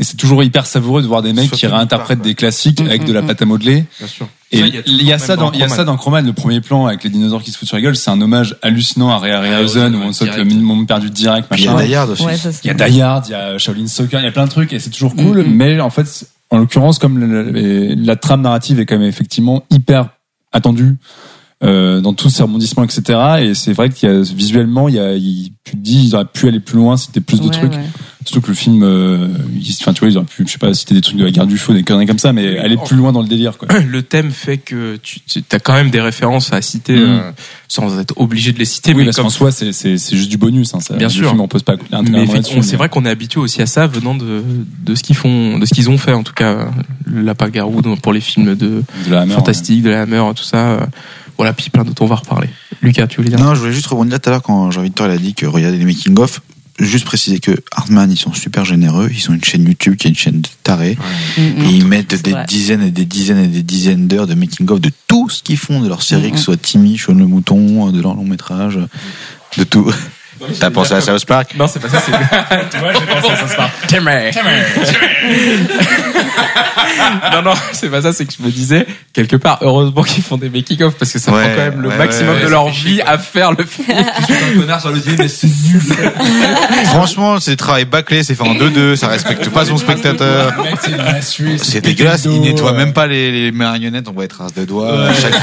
S9: Et c'est toujours hyper savoureux de voir des mecs qui
S6: Surtout
S9: réinterprètent
S6: par-
S9: des classiques avec de la pâte à modeler.
S6: Bien sûr.
S9: Et
S6: Ça,
S9: il y a ça dans, il y a ça dans Croman, le premier plan avec les dinosaures qui se foutent sur la gueule, c'est un hommage hallucinant à Ray Harryhausen où on saute le
S7: direct.
S9: minimum perdu direct,
S8: Puis il y
S9: machin.
S8: a Dayard aussi.
S10: Ouais, ça, c'est-
S9: Il y a Die Hard, il y a Shaolin Soccer, il y a plein de trucs et c'est toujours cool.
S10: Mm-hmm.
S9: Mais en fait, en l'occurrence, comme le- le- la trame narrative est quand même effectivement hyper attendue euh, dans tous ces rebondissements, etc. Et c'est vrai qu'il y a visuellement, il y a, il- tu te dis, ils auraient pu aller plus loin, c'était plus de
S10: Ouais,
S9: trucs.
S10: ouais.
S9: Surtout que le film, euh, il- enfin tu vois, ils auraient pu, je sais pas, citer des trucs de la guerre du feu, des conneries comme ça, mais aller plus loin dans le délire, quoi.
S6: le thème fait que tu as quand même des références à citer
S9: Mhm.
S7: Mm.
S6: euh, sans être obligé de les citer.
S9: Oui,
S6: mais
S9: parce
S6: comme-
S9: qu'en soi, c'est c'est- c'est juste du bonus. Hein, ça,
S6: Bien
S9: le
S6: sûr.
S9: film en pose pas. il y a un
S6: mais
S9: terme
S6: effectivement,
S9: là-dessus,
S6: c'est
S9: mais-
S6: vrai qu'on est habitué aussi à ça venant de, de ce qu'ils font, de ce qu'ils ont fait en tout cas, euh, la Pagarou dans- pour les films de,
S9: De la hein. Hammer,
S6: fantastique, de la Hammer, tout ça. euh, Voilà, puis plein d'autres, on va reparler. Lucas, tu voulais dire
S8: Non, je voulais juste rebondir là tout à l'heure quand Jean-Victor il a dit que regardez les making-of. Juste préciser que Hartman, ils sont super généreux. Ils ont une chaîne YouTube qui est une chaîne de tarés.
S10: Mm, mm.
S8: Et ils mettent des
S10: vrai.
S8: dizaines et des dizaines et des dizaines d'heures de making-of de tout ce qu'ils font, de leur série,
S10: Mhm.
S8: que ce soit Timmy, Shaun le Mouton, euh, de leur long métrage, de tout. T'as pensé à South Park
S6: Non, c'est pas ça, c'est.
S9: Tu vois, j'ai pensé à ça, c'est pas-
S6: non, non, c'est pas ça, c'est que je me disais, quelque part, heureusement qu'ils font des making-of parce que ça
S8: Ouais,
S6: prend quand même le
S8: ouais,
S6: maximum
S8: ouais,
S6: de
S8: ouais,
S6: leur vie à faire le film.
S7: un connard sur le dîner, mais c'est nul.
S8: Franchement, c'est des travails bâclés, c'est fait en 2-2, ça respecte pas son spectateur.
S9: Le mec, il l'a sué,
S8: C'est
S9: pété le
S8: dégueulasse,
S9: dos,
S8: il nettoie
S9: euh,
S8: même pas les, les marionnettes, on voit les traces de doigts. Chaque,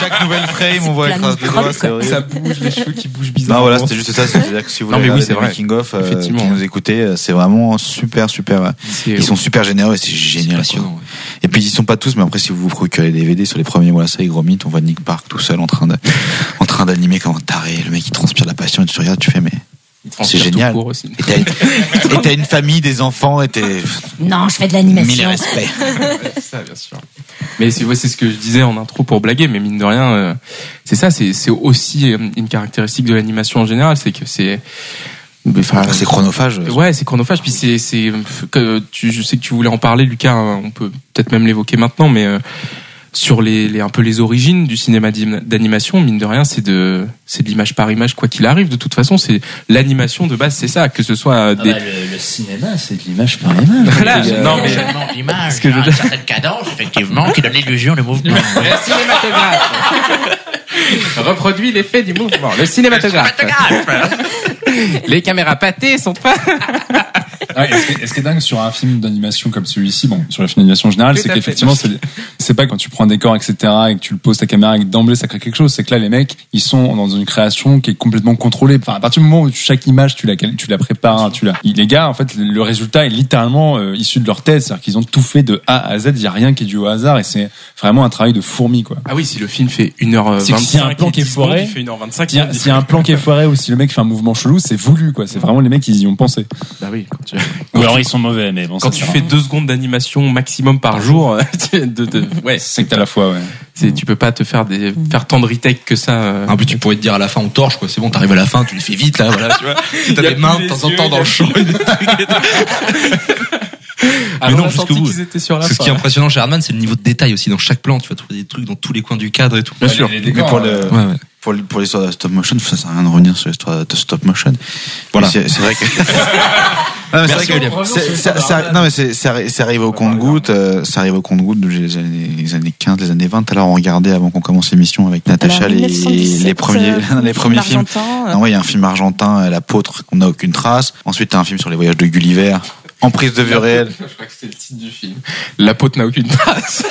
S8: chaque nouvelle frame, on voit les
S10: plein
S8: traces
S10: de
S8: de
S10: crottes,
S8: doigts, c'est
S10: quoi.
S8: horrible.
S6: ça bouge, les cheveux qui bougent
S8: Non,
S6: bizarrement.
S8: voilà, c'était juste ça. C'est-à-dire que si vous
S6: Non,
S8: voulez
S6: mais oui,
S8: regarder
S6: c'est
S8: les
S6: vrai.
S8: making-of, euh, qui
S6: Effectivement.
S8: nous écoutez, euh, c'est vraiment super, super. euh,
S6: C'est-
S8: Ils sont super généreux et c'est génial. quoi. Et puis ils sont pas tous, mais après, si vous vous procurez les DVD sur les premiers mois, ça, et Gromit, on voit Nick Park tout seul en train de, en train d'animer comme un taré. Le mec, il transpire la passion et tu regardes, tu fais, mais.
S6: ils transpirent tout
S8: génial.
S6: court aussi.
S8: Et t'as, et t'as une famille, des enfants, et t'es.
S10: mm. Non, je fais de
S8: Mille
S10: l'animation.
S8: respects.
S6: C'est ça, bien sûr. Mais c'est ouais, c'est ce que je disais en intro pour blaguer, mais mine de rien, euh, c'est ça, c'est c'est aussi euh, une caractéristique de l'animation en général, c'est que c'est. Enfin,
S8: c'est chronophage.
S6: Ouais, c'est chronophage. Puis c'est, c'est, que tu, je sais que tu voulais en parler, Lucas. hein, On peut peut-être même l'évoquer maintenant, mais euh, sur les, les, un peu les origines du cinéma d'im- d'animation, mine de rien, c'est de, c'est de l'image par image, quoi qu'il arrive. De toute façon, c'est l'animation de base, c'est ça, que ce soit
S7: Ah
S6: euh,
S7: bah,
S6: des.
S15: Ah bah, le, cinéma, c'est de l'image par l'image.
S6: Voilà,
S7: Euh,
S6: non, mais-
S15: l'image,
S6: que je-
S15: une certaine cadence, effectivement, qui donne l'illusion de mouvement.
S6: Le cinématographe reproduit l'effet du mouvement. Le cinématographe. Les caméras pâtées sont pas.
S9: Ouais, et ce, qui est, et ce qui est dingue sur un film d'animation comme celui-ci, bon, sur les films d'animation en général,
S6: Tout
S9: c'est
S6: à
S9: qu'effectivement, c'est c'est pas quand tu prends un décor, etc., et que tu le poses ta caméra et que d'emblée ça crée quelque chose. C'est que là, les mecs, ils sont dans une création qui est complètement contrôlée. Enfin, à partir du moment où chaque image, tu la, cal- tu la prépares, tu la. Les gars, en fait, le résultat est littéralement euh, issu de leur tête. C'est-à-dire qu'ils ont tout fait de A à Z. Il y a rien qui est dû au hasard et c'est vraiment un travail de fourmi, quoi.
S6: Ah oui, si le film fait 1h25.
S9: C'est que s'il y a un plan qui est foiré,
S6: Il fait 1h25.
S9: S'il y a- s'il y a un plan qui est foiré ou si le mec fait un mouvement chelou, c'est voulu, quoi. C'est vraiment les mecs, ils y ont pensé.
S6: Bah oui, quand tu,
S9: Ou alors ils sont mauvais, mais bon,
S6: quand tu fais 2 secondes d'animation maximum par jour, tu- de, de- ouais,
S9: c'est que t'as la foi, ouais.
S6: c'est- tu peux pas te faire, des, faire tant de retake que ça. euh.
S7: En plus, tu pourrais te dire à la fin, on torche, quoi. C'est bon, t'arrives à la fin, tu les fais vite, là, voilà, tu vois. Si t'as
S6: Y a
S7: des mains
S6: plus
S7: de
S6: les
S7: temps en
S6: yeux,
S7: temps
S6: y
S7: dans
S6: a
S7: le champ. et des trucs.
S9: Ah,
S6: Avant,
S7: non,
S6: on a
S7: jusqu'au
S6: senti
S7: bout.
S6: qu'ils étaient sur la
S7: Parce que ce
S6: fin.
S7: qui est impressionnant chez Hardman, c'est le niveau de détail aussi dans chaque plan. Tu vas trouver des trucs dans tous les coins du cadre et tout.
S9: Bien sûr.
S8: Mais
S9: hein.
S8: pour le-
S7: Ouais, ouais.
S8: pour l- pour l'histoire de la stop motion, ça sert à rien de revenir sur l'histoire de stop motion.
S7: Voilà.
S8: Mais C'est c'est vrai que. Non mais c'est vrai que-
S7: William.
S8: c'est- ça- ça- non, mais c'est- ça arri- ça arrive au compte-goutte, euh, ça arrive au compte-goutte les années, les années 15, les années 20. Alors on regardait avant qu'on commence l'émission avec Natacha les, les premiers, les premiers films. Non, ouais, il y a un film argentin, euh, L'apôtre, qu'on n'a aucune trace. Ensuite, t'as un film sur les voyages de Gulliver, en prise de vue réelle.
S6: Je crois que c'est le titre du film. La pote n'a aucune trace.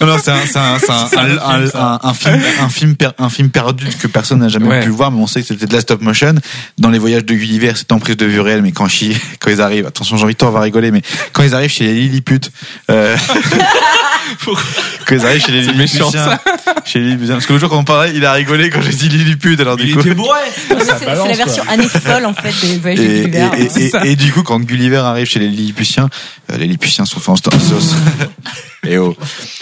S8: Non, non, c'est un, c'est un, c'est un, un, un- un- un film, un film, per- un film perdu que personne n'a jamais
S6: Ouais.
S8: pu voir, mais on sait que c'était de la stop motion. Dans les voyages de Gulliver, c'était en prise de vue réelle, mais quand, chi- quand ils arrivent, attention, Jean-Victor va rigoler, mais quand ils arrivent chez les Lilliputes, euh, quand ils arrivent chez les
S6: méchant,
S8: Lilliputiens, chez les Lilliputiens, parce que le jour qu'on parlait, il a rigolé quand j'ai dit Lilliput, alors du coup.
S10: Non, C'est c'est la version année folle en fait des
S8: Et,
S10: voyages
S8: et,
S10: du Gulliver. hein,
S8: et- et- et du coup, quand Gulliver arrive chez les Lilliputiens, euh, les Lilliputiens sont faits en stop motion. et oh.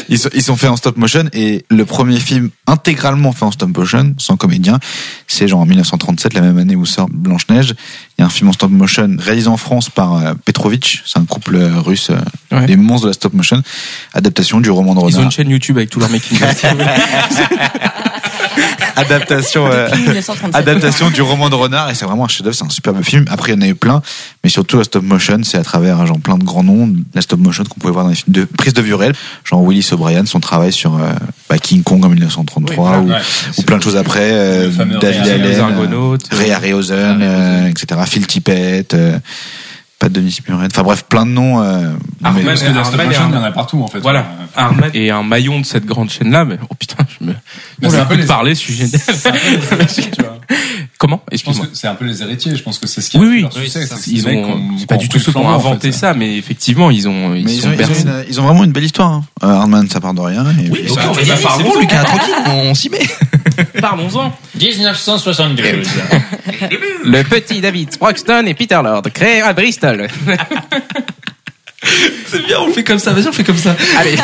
S8: Ils sont, ils sont faits en stop motion et le premier film intégralement fait en stop motion, sans comédien, c'est genre en 1937, la même année où sort Blanche-Neige. Il y a un film en stop motion réalisé en France par euh, Petrovitch, c'est un couple euh, russe euh,
S6: Ouais.
S8: des monstres de la stop motion, adaptation du roman de
S6: Ils ont
S8: Renard.
S6: une chaîne YouTube avec tous leurs making
S8: Adaptation. euh,
S10: Depuis 1937.
S8: Adaptation du roman de Renard, et c'est vraiment un chef-d'œuvre, c'est un superbe film. Après, il y en a eu plein, mais surtout la stop motion, c'est à travers hein, genre, plein de grands noms, la stop motion qu'on pouvait voir dans les films de prise de vue réelle, genre Willis O'Brien, son travail sur euh, bah, King Kong en 1933, ou, ou plein de choses après, euh,
S9: Le fameux
S8: David
S9: Ray
S8: Allen,
S6: Les
S8: euh,
S6: Argonautes.
S8: Ray Harryhausen, euh, etc., Phil Tippett, euh, pas Denis Muret. Enfin bref, plein de noms. euh,
S6: Arman,
S8: mais-
S9: Parce que
S6: Arman
S9: Last of
S6: et
S9: Us,
S6: Arman.
S9: il y en a partout en fait.
S6: Voilà, Arman est un maillon de cette grande chaîne-là, mais oh putain, je me. Merci
S9: c'est un
S6: beaucoup
S9: peu
S6: de
S9: les-
S6: parler, je suis génial.
S9: C'est un peu les héritiers, tu vois.
S6: Comment
S9: Je pense
S6: Excuse-moi.
S9: que c'est un peu les héritiers. Je pense que c'est ce qui a
S6: Oui,
S9: fait
S6: oui,
S9: leur succès.
S6: oui,
S9: c'est
S6: c'est-
S9: ces
S6: ils
S9: mecs
S6: ont.
S9: qui ont-
S6: C'est pas
S9: qui
S6: du
S9: ont
S6: tout
S9: pris
S6: ceux
S9: le
S6: qui ont
S9: flambeau, en fait.
S6: inventé ça, mais effectivement, ils ont. Ils
S8: Mais ils, ont,
S6: sont
S8: ils ont
S6: bercés.
S8: une- ils ont vraiment une belle histoire. Hein. Euh, Hardman, ça part de rien. Et puis-
S6: bah,
S7: Ok,
S6: bah,
S7: c'est
S6: parlons-en.
S7: bon, Lucas, tranquille, on, on s'y met.
S6: Parlons-en.
S15: 1972.
S6: Le petit David Sproxton et Peter Lord, créé à Bristol.
S7: C'est bien, on fait comme ça, vas-y, on fait comme ça.
S6: Allez.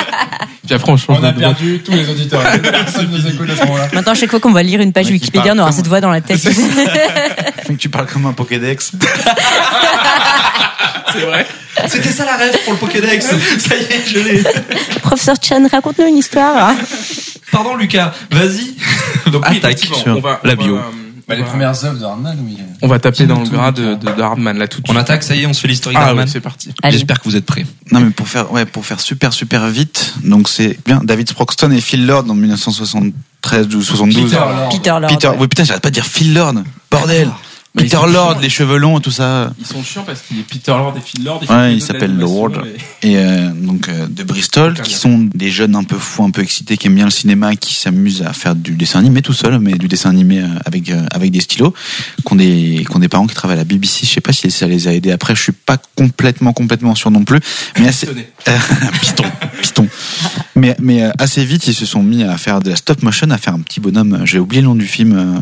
S6: Puis après, on change
S9: On a
S6: de-
S9: perdu tous les auditeurs. Personne nous écoute à ce moment-là.
S10: Maintenant, à chaque fois qu'on va lire une page
S8: Ouais, qui
S10: Wikipédia,
S8: parle
S10: on aura
S8: comme-
S10: cette voix dans la tête.
S8: tu parles comme un Pokédex.
S7: C'était ça la rêve pour le Pokédex. ça y est, je l'ai.
S10: Professeur Chan, raconte-nous une histoire.
S7: Pardon, Lucas, vas-y. Donc,
S6: Oui,
S7: attaque
S6: effectivement,
S7: sur
S6: on va-
S7: la
S6: on va-
S7: bio.
S9: Bah, les
S6: on va-
S9: premières œuvres de Arman, oui.
S6: On va taper dans le
S9: Tout,
S6: gras de,
S9: tout.
S6: de, de Hardman là tout de
S7: On
S6: suite.
S7: attaque, ça y est, on se fait l'historique
S6: Ah
S7: d'Arman.
S6: ouais, c'est parti.
S10: Allez.
S7: J'espère que vous êtes prêts.
S8: Non, mais pour faire, ouais, pour faire super, super vite. Donc, c'est bien David Sproxton et Phil Lord en 1973, 12, 72.
S9: Peter Lord.
S10: Peter Lord.
S8: Peter, oui, putain, j'arrête pas de dire Phil Lord. Bordel.
S6: Mais
S8: Peter
S6: ils sont
S8: Lord,
S6: chiants.
S8: les cheveux longs, tout ça.
S6: Ils sont chiants parce qu'il est Peter Lord et Phil Lord.
S8: Ouais, il s'appelle Lord. Et euh, donc, euh, de Bristol, qui sont des jeunes un peu fous, un peu excités, qui aiment bien le cinéma, qui s'amusent à faire du dessin animé tout seul, mais du dessin animé euh, avec, euh, avec des stylos, qui ont des, qui ont des parents qui travaillent à la BBC. Je sais pas si ça les a aidés après. Je suis pas complètement, complètement sûr non plus. Mais assez, Euh, piston, piston. Mais, mais euh, assez vite, ils se sont mis à faire de la stop motion, à faire un petit bonhomme. J'ai oublié le nom du film. euh,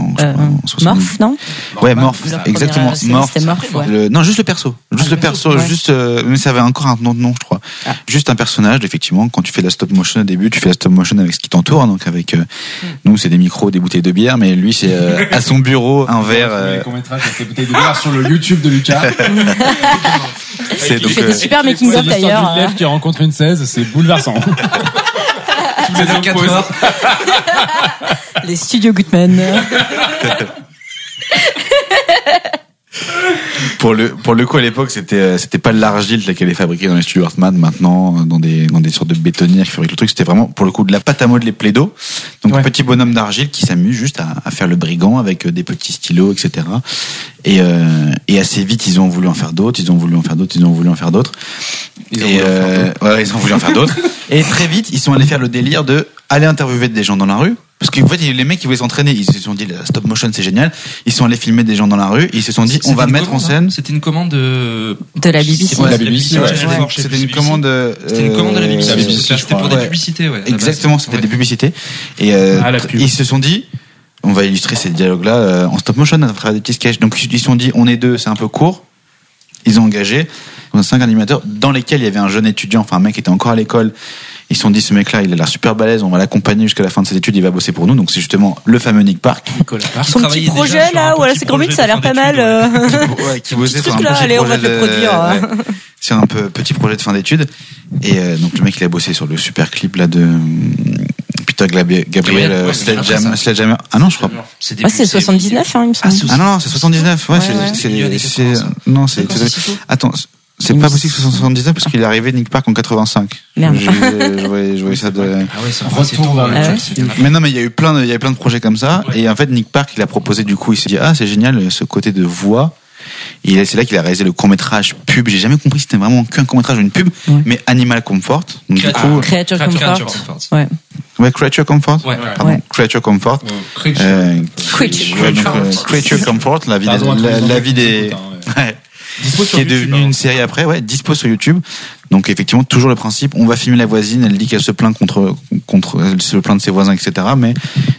S8: en, je
S10: Euh,
S8: crois, en 70.
S10: Morph, non
S8: Ouais, Morph.
S10: Leur première,
S8: Exactement,
S10: euh, série,
S8: Morph.
S10: C'était Morph, ouais.
S8: Le- non, juste le perso. Juste
S10: Ah,
S8: le
S10: le
S8: perso.
S10: perso, ouais.
S8: Juste, euh, mais ça avait encore un nom de nom, je crois.
S10: Ah.
S8: Juste un personnage, effectivement. Quand tu fais de la stop motion au début, tu fais la stop motion avec ce qui t'entoure. hein, Donc, avec euh,
S10: Hmm.
S8: nous, c'est des micros, des bouteilles de bière, mais lui, c'est euh, à son bureau, un verre. euh,
S9: Les courts-métrages avec les bouteilles de bière sur le YouTube de Lucas.
S8: c'est donc.
S10: Il fait
S8: euh,
S10: des super
S9: C'est
S10: making-of
S9: l'histoire
S10: d'ailleurs. hein.
S9: d'une lèvre qui rencontre une 16, c'est bouleversant.
S7: Vous êtes 4 heures.
S10: hein. Les studios Goodman.
S8: pour le pour le coup à l'époque c'était euh, c'était pas de l'argile là, qu'elle est fabriquée dans les studios Hartmann maintenant euh, dans des dans des sortes de bétonnières qui fabriquent le truc c'était vraiment pour le coup de la pâte à modeler plaido donc un petit bonhomme d'argile qui s'amuse juste à, à faire le brigand avec euh, des petits stylos etc et euh, et assez vite ils ont voulu en faire d'autres ils ont voulu en faire d'autres ils ont voulu en faire d'autres
S6: Ils ont
S8: et
S6: voulu en faire
S8: euh, ouais, ils ont voulu en faire d'autres et très vite ils sont allés faire le délire de aller interviewer des gens dans la rue parce qu'en fait, les mecs, ils voulaient s'entraîner. Ils se sont dit, la stop motion, c'est génial. Ils sont allés filmer des gens dans la rue. Ils se sont dit, on
S7: C'était
S8: va
S7: une
S8: mettre en
S7: commande,
S8: scène
S7: hein. C'était une commande de.
S10: De la BBC.
S8: Ouais,
S9: la BBC, ouais.
S7: Channel Four, je sais
S8: C'était
S7: plus,
S8: une
S7: BBC.
S8: commande. euh,
S7: C'était une commande à la BBC.
S8: euh,
S9: la BBC, je
S7: C'était
S9: crois,
S7: pour des
S8: ouais.
S7: publicités, ouais. Ah bah, à la base.
S8: Exactement, c'était
S7: Ouais.
S8: des publicités. Et euh,
S6: Ah, la
S8: tr-
S6: pub.
S8: ils se sont dit, on va illustrer ces dialogues-là euh, en stop motion à travers des petits sketchs. Donc ils se sont dit, on est deux, c'est un peu court. Ils ont engagé euh, cinq animateurs dans lesquels il y avait un jeune étudiant, enfin un mec qui était encore à l'école. Ils se sont dit, ce mec-là, il a l'air super balèze, on va l'accompagner jusqu'à la fin de ses études, il va bosser pour nous. Donc c'est justement le fameux Nick Park.
S10: Son petit
S7: travaillait déjà
S10: projet
S7: sur un
S10: là, voilà,
S7: petit
S10: c'est grand
S7: projet
S10: vite, ça a
S7: de
S10: l'air
S7: fin
S10: pas mal.
S7: d'études, ouais.
S10: euh.
S8: Ouais, qui bossait
S10: petit
S8: sur un
S10: truc-là,
S8: petit
S10: allez, on va
S8: projet
S10: te le
S8: de-
S10: produire, hein.
S8: ouais. C'est un peu petit projet de fin d'études. Et euh, donc le mec, il a bossé sur le super clip là de hum, Peter Glab- Gabriel
S7: Gabriel,
S8: euh,
S7: ouais,
S8: Sledgehammer. Sledgehammer- Ah non, je crois.
S7: C'est
S10: Ah, c'est 79, hein, il me
S8: Ah,
S10: semble.
S8: non, non, c'est 79. Ouais,
S10: Ouais,
S8: c'est-
S10: ouais.
S8: c'est-
S7: Milieu des
S8: c'est
S7: 80.
S8: non, c'est
S7: D'accord, c'est si tôt.
S8: attends. c'est- C'est pas possible que ce soit 79 parce qu'il est arrivé Nick Park en 85.
S10: Merde.
S8: Je, je- je voyais, je voyais ça de.
S7: Ah ouais, c'est un
S9: Retour vers le
S10: Ah ouais.
S7: Jack, c'est-
S8: Mais non, mais il y a eu plein de, il y a eu plein de projets comme ça. Et en fait, Nick Park, il a proposé du coup, il s'est dit ah c'est génial ce côté de voix. Et c'est là qu'il a réalisé le court métrage pub. J'ai jamais compris si c'était vraiment qu'un court métrage ou une pub,
S10: Ouais.
S8: mais Animal Comfort. Donc, du
S7: Créature.
S8: coup,
S10: Creature
S7: Creature
S10: Comfort.
S7: Comfort.
S10: Ouais.
S8: ouais, Creature Comfort.
S7: Ouais.
S8: Pardon,
S10: Ouais.
S8: Creature Comfort. Euh,
S10: Creature.
S8: ouais, donc, euh, Creature Comfort, la vie
S9: Pardon à
S8: des,
S9: tous
S8: la,
S9: les
S8: la
S9: enfants
S8: vie
S9: qui
S8: des,
S9: nous écoutent,
S8: Ouais. qui est devenue une série après, ouais, dispo sur YouTube. Donc effectivement, toujours le principe, on va filmer la voisine, elle dit qu'elle se plaint contre, contre, elle se plaint de ses voisins, etc. Mais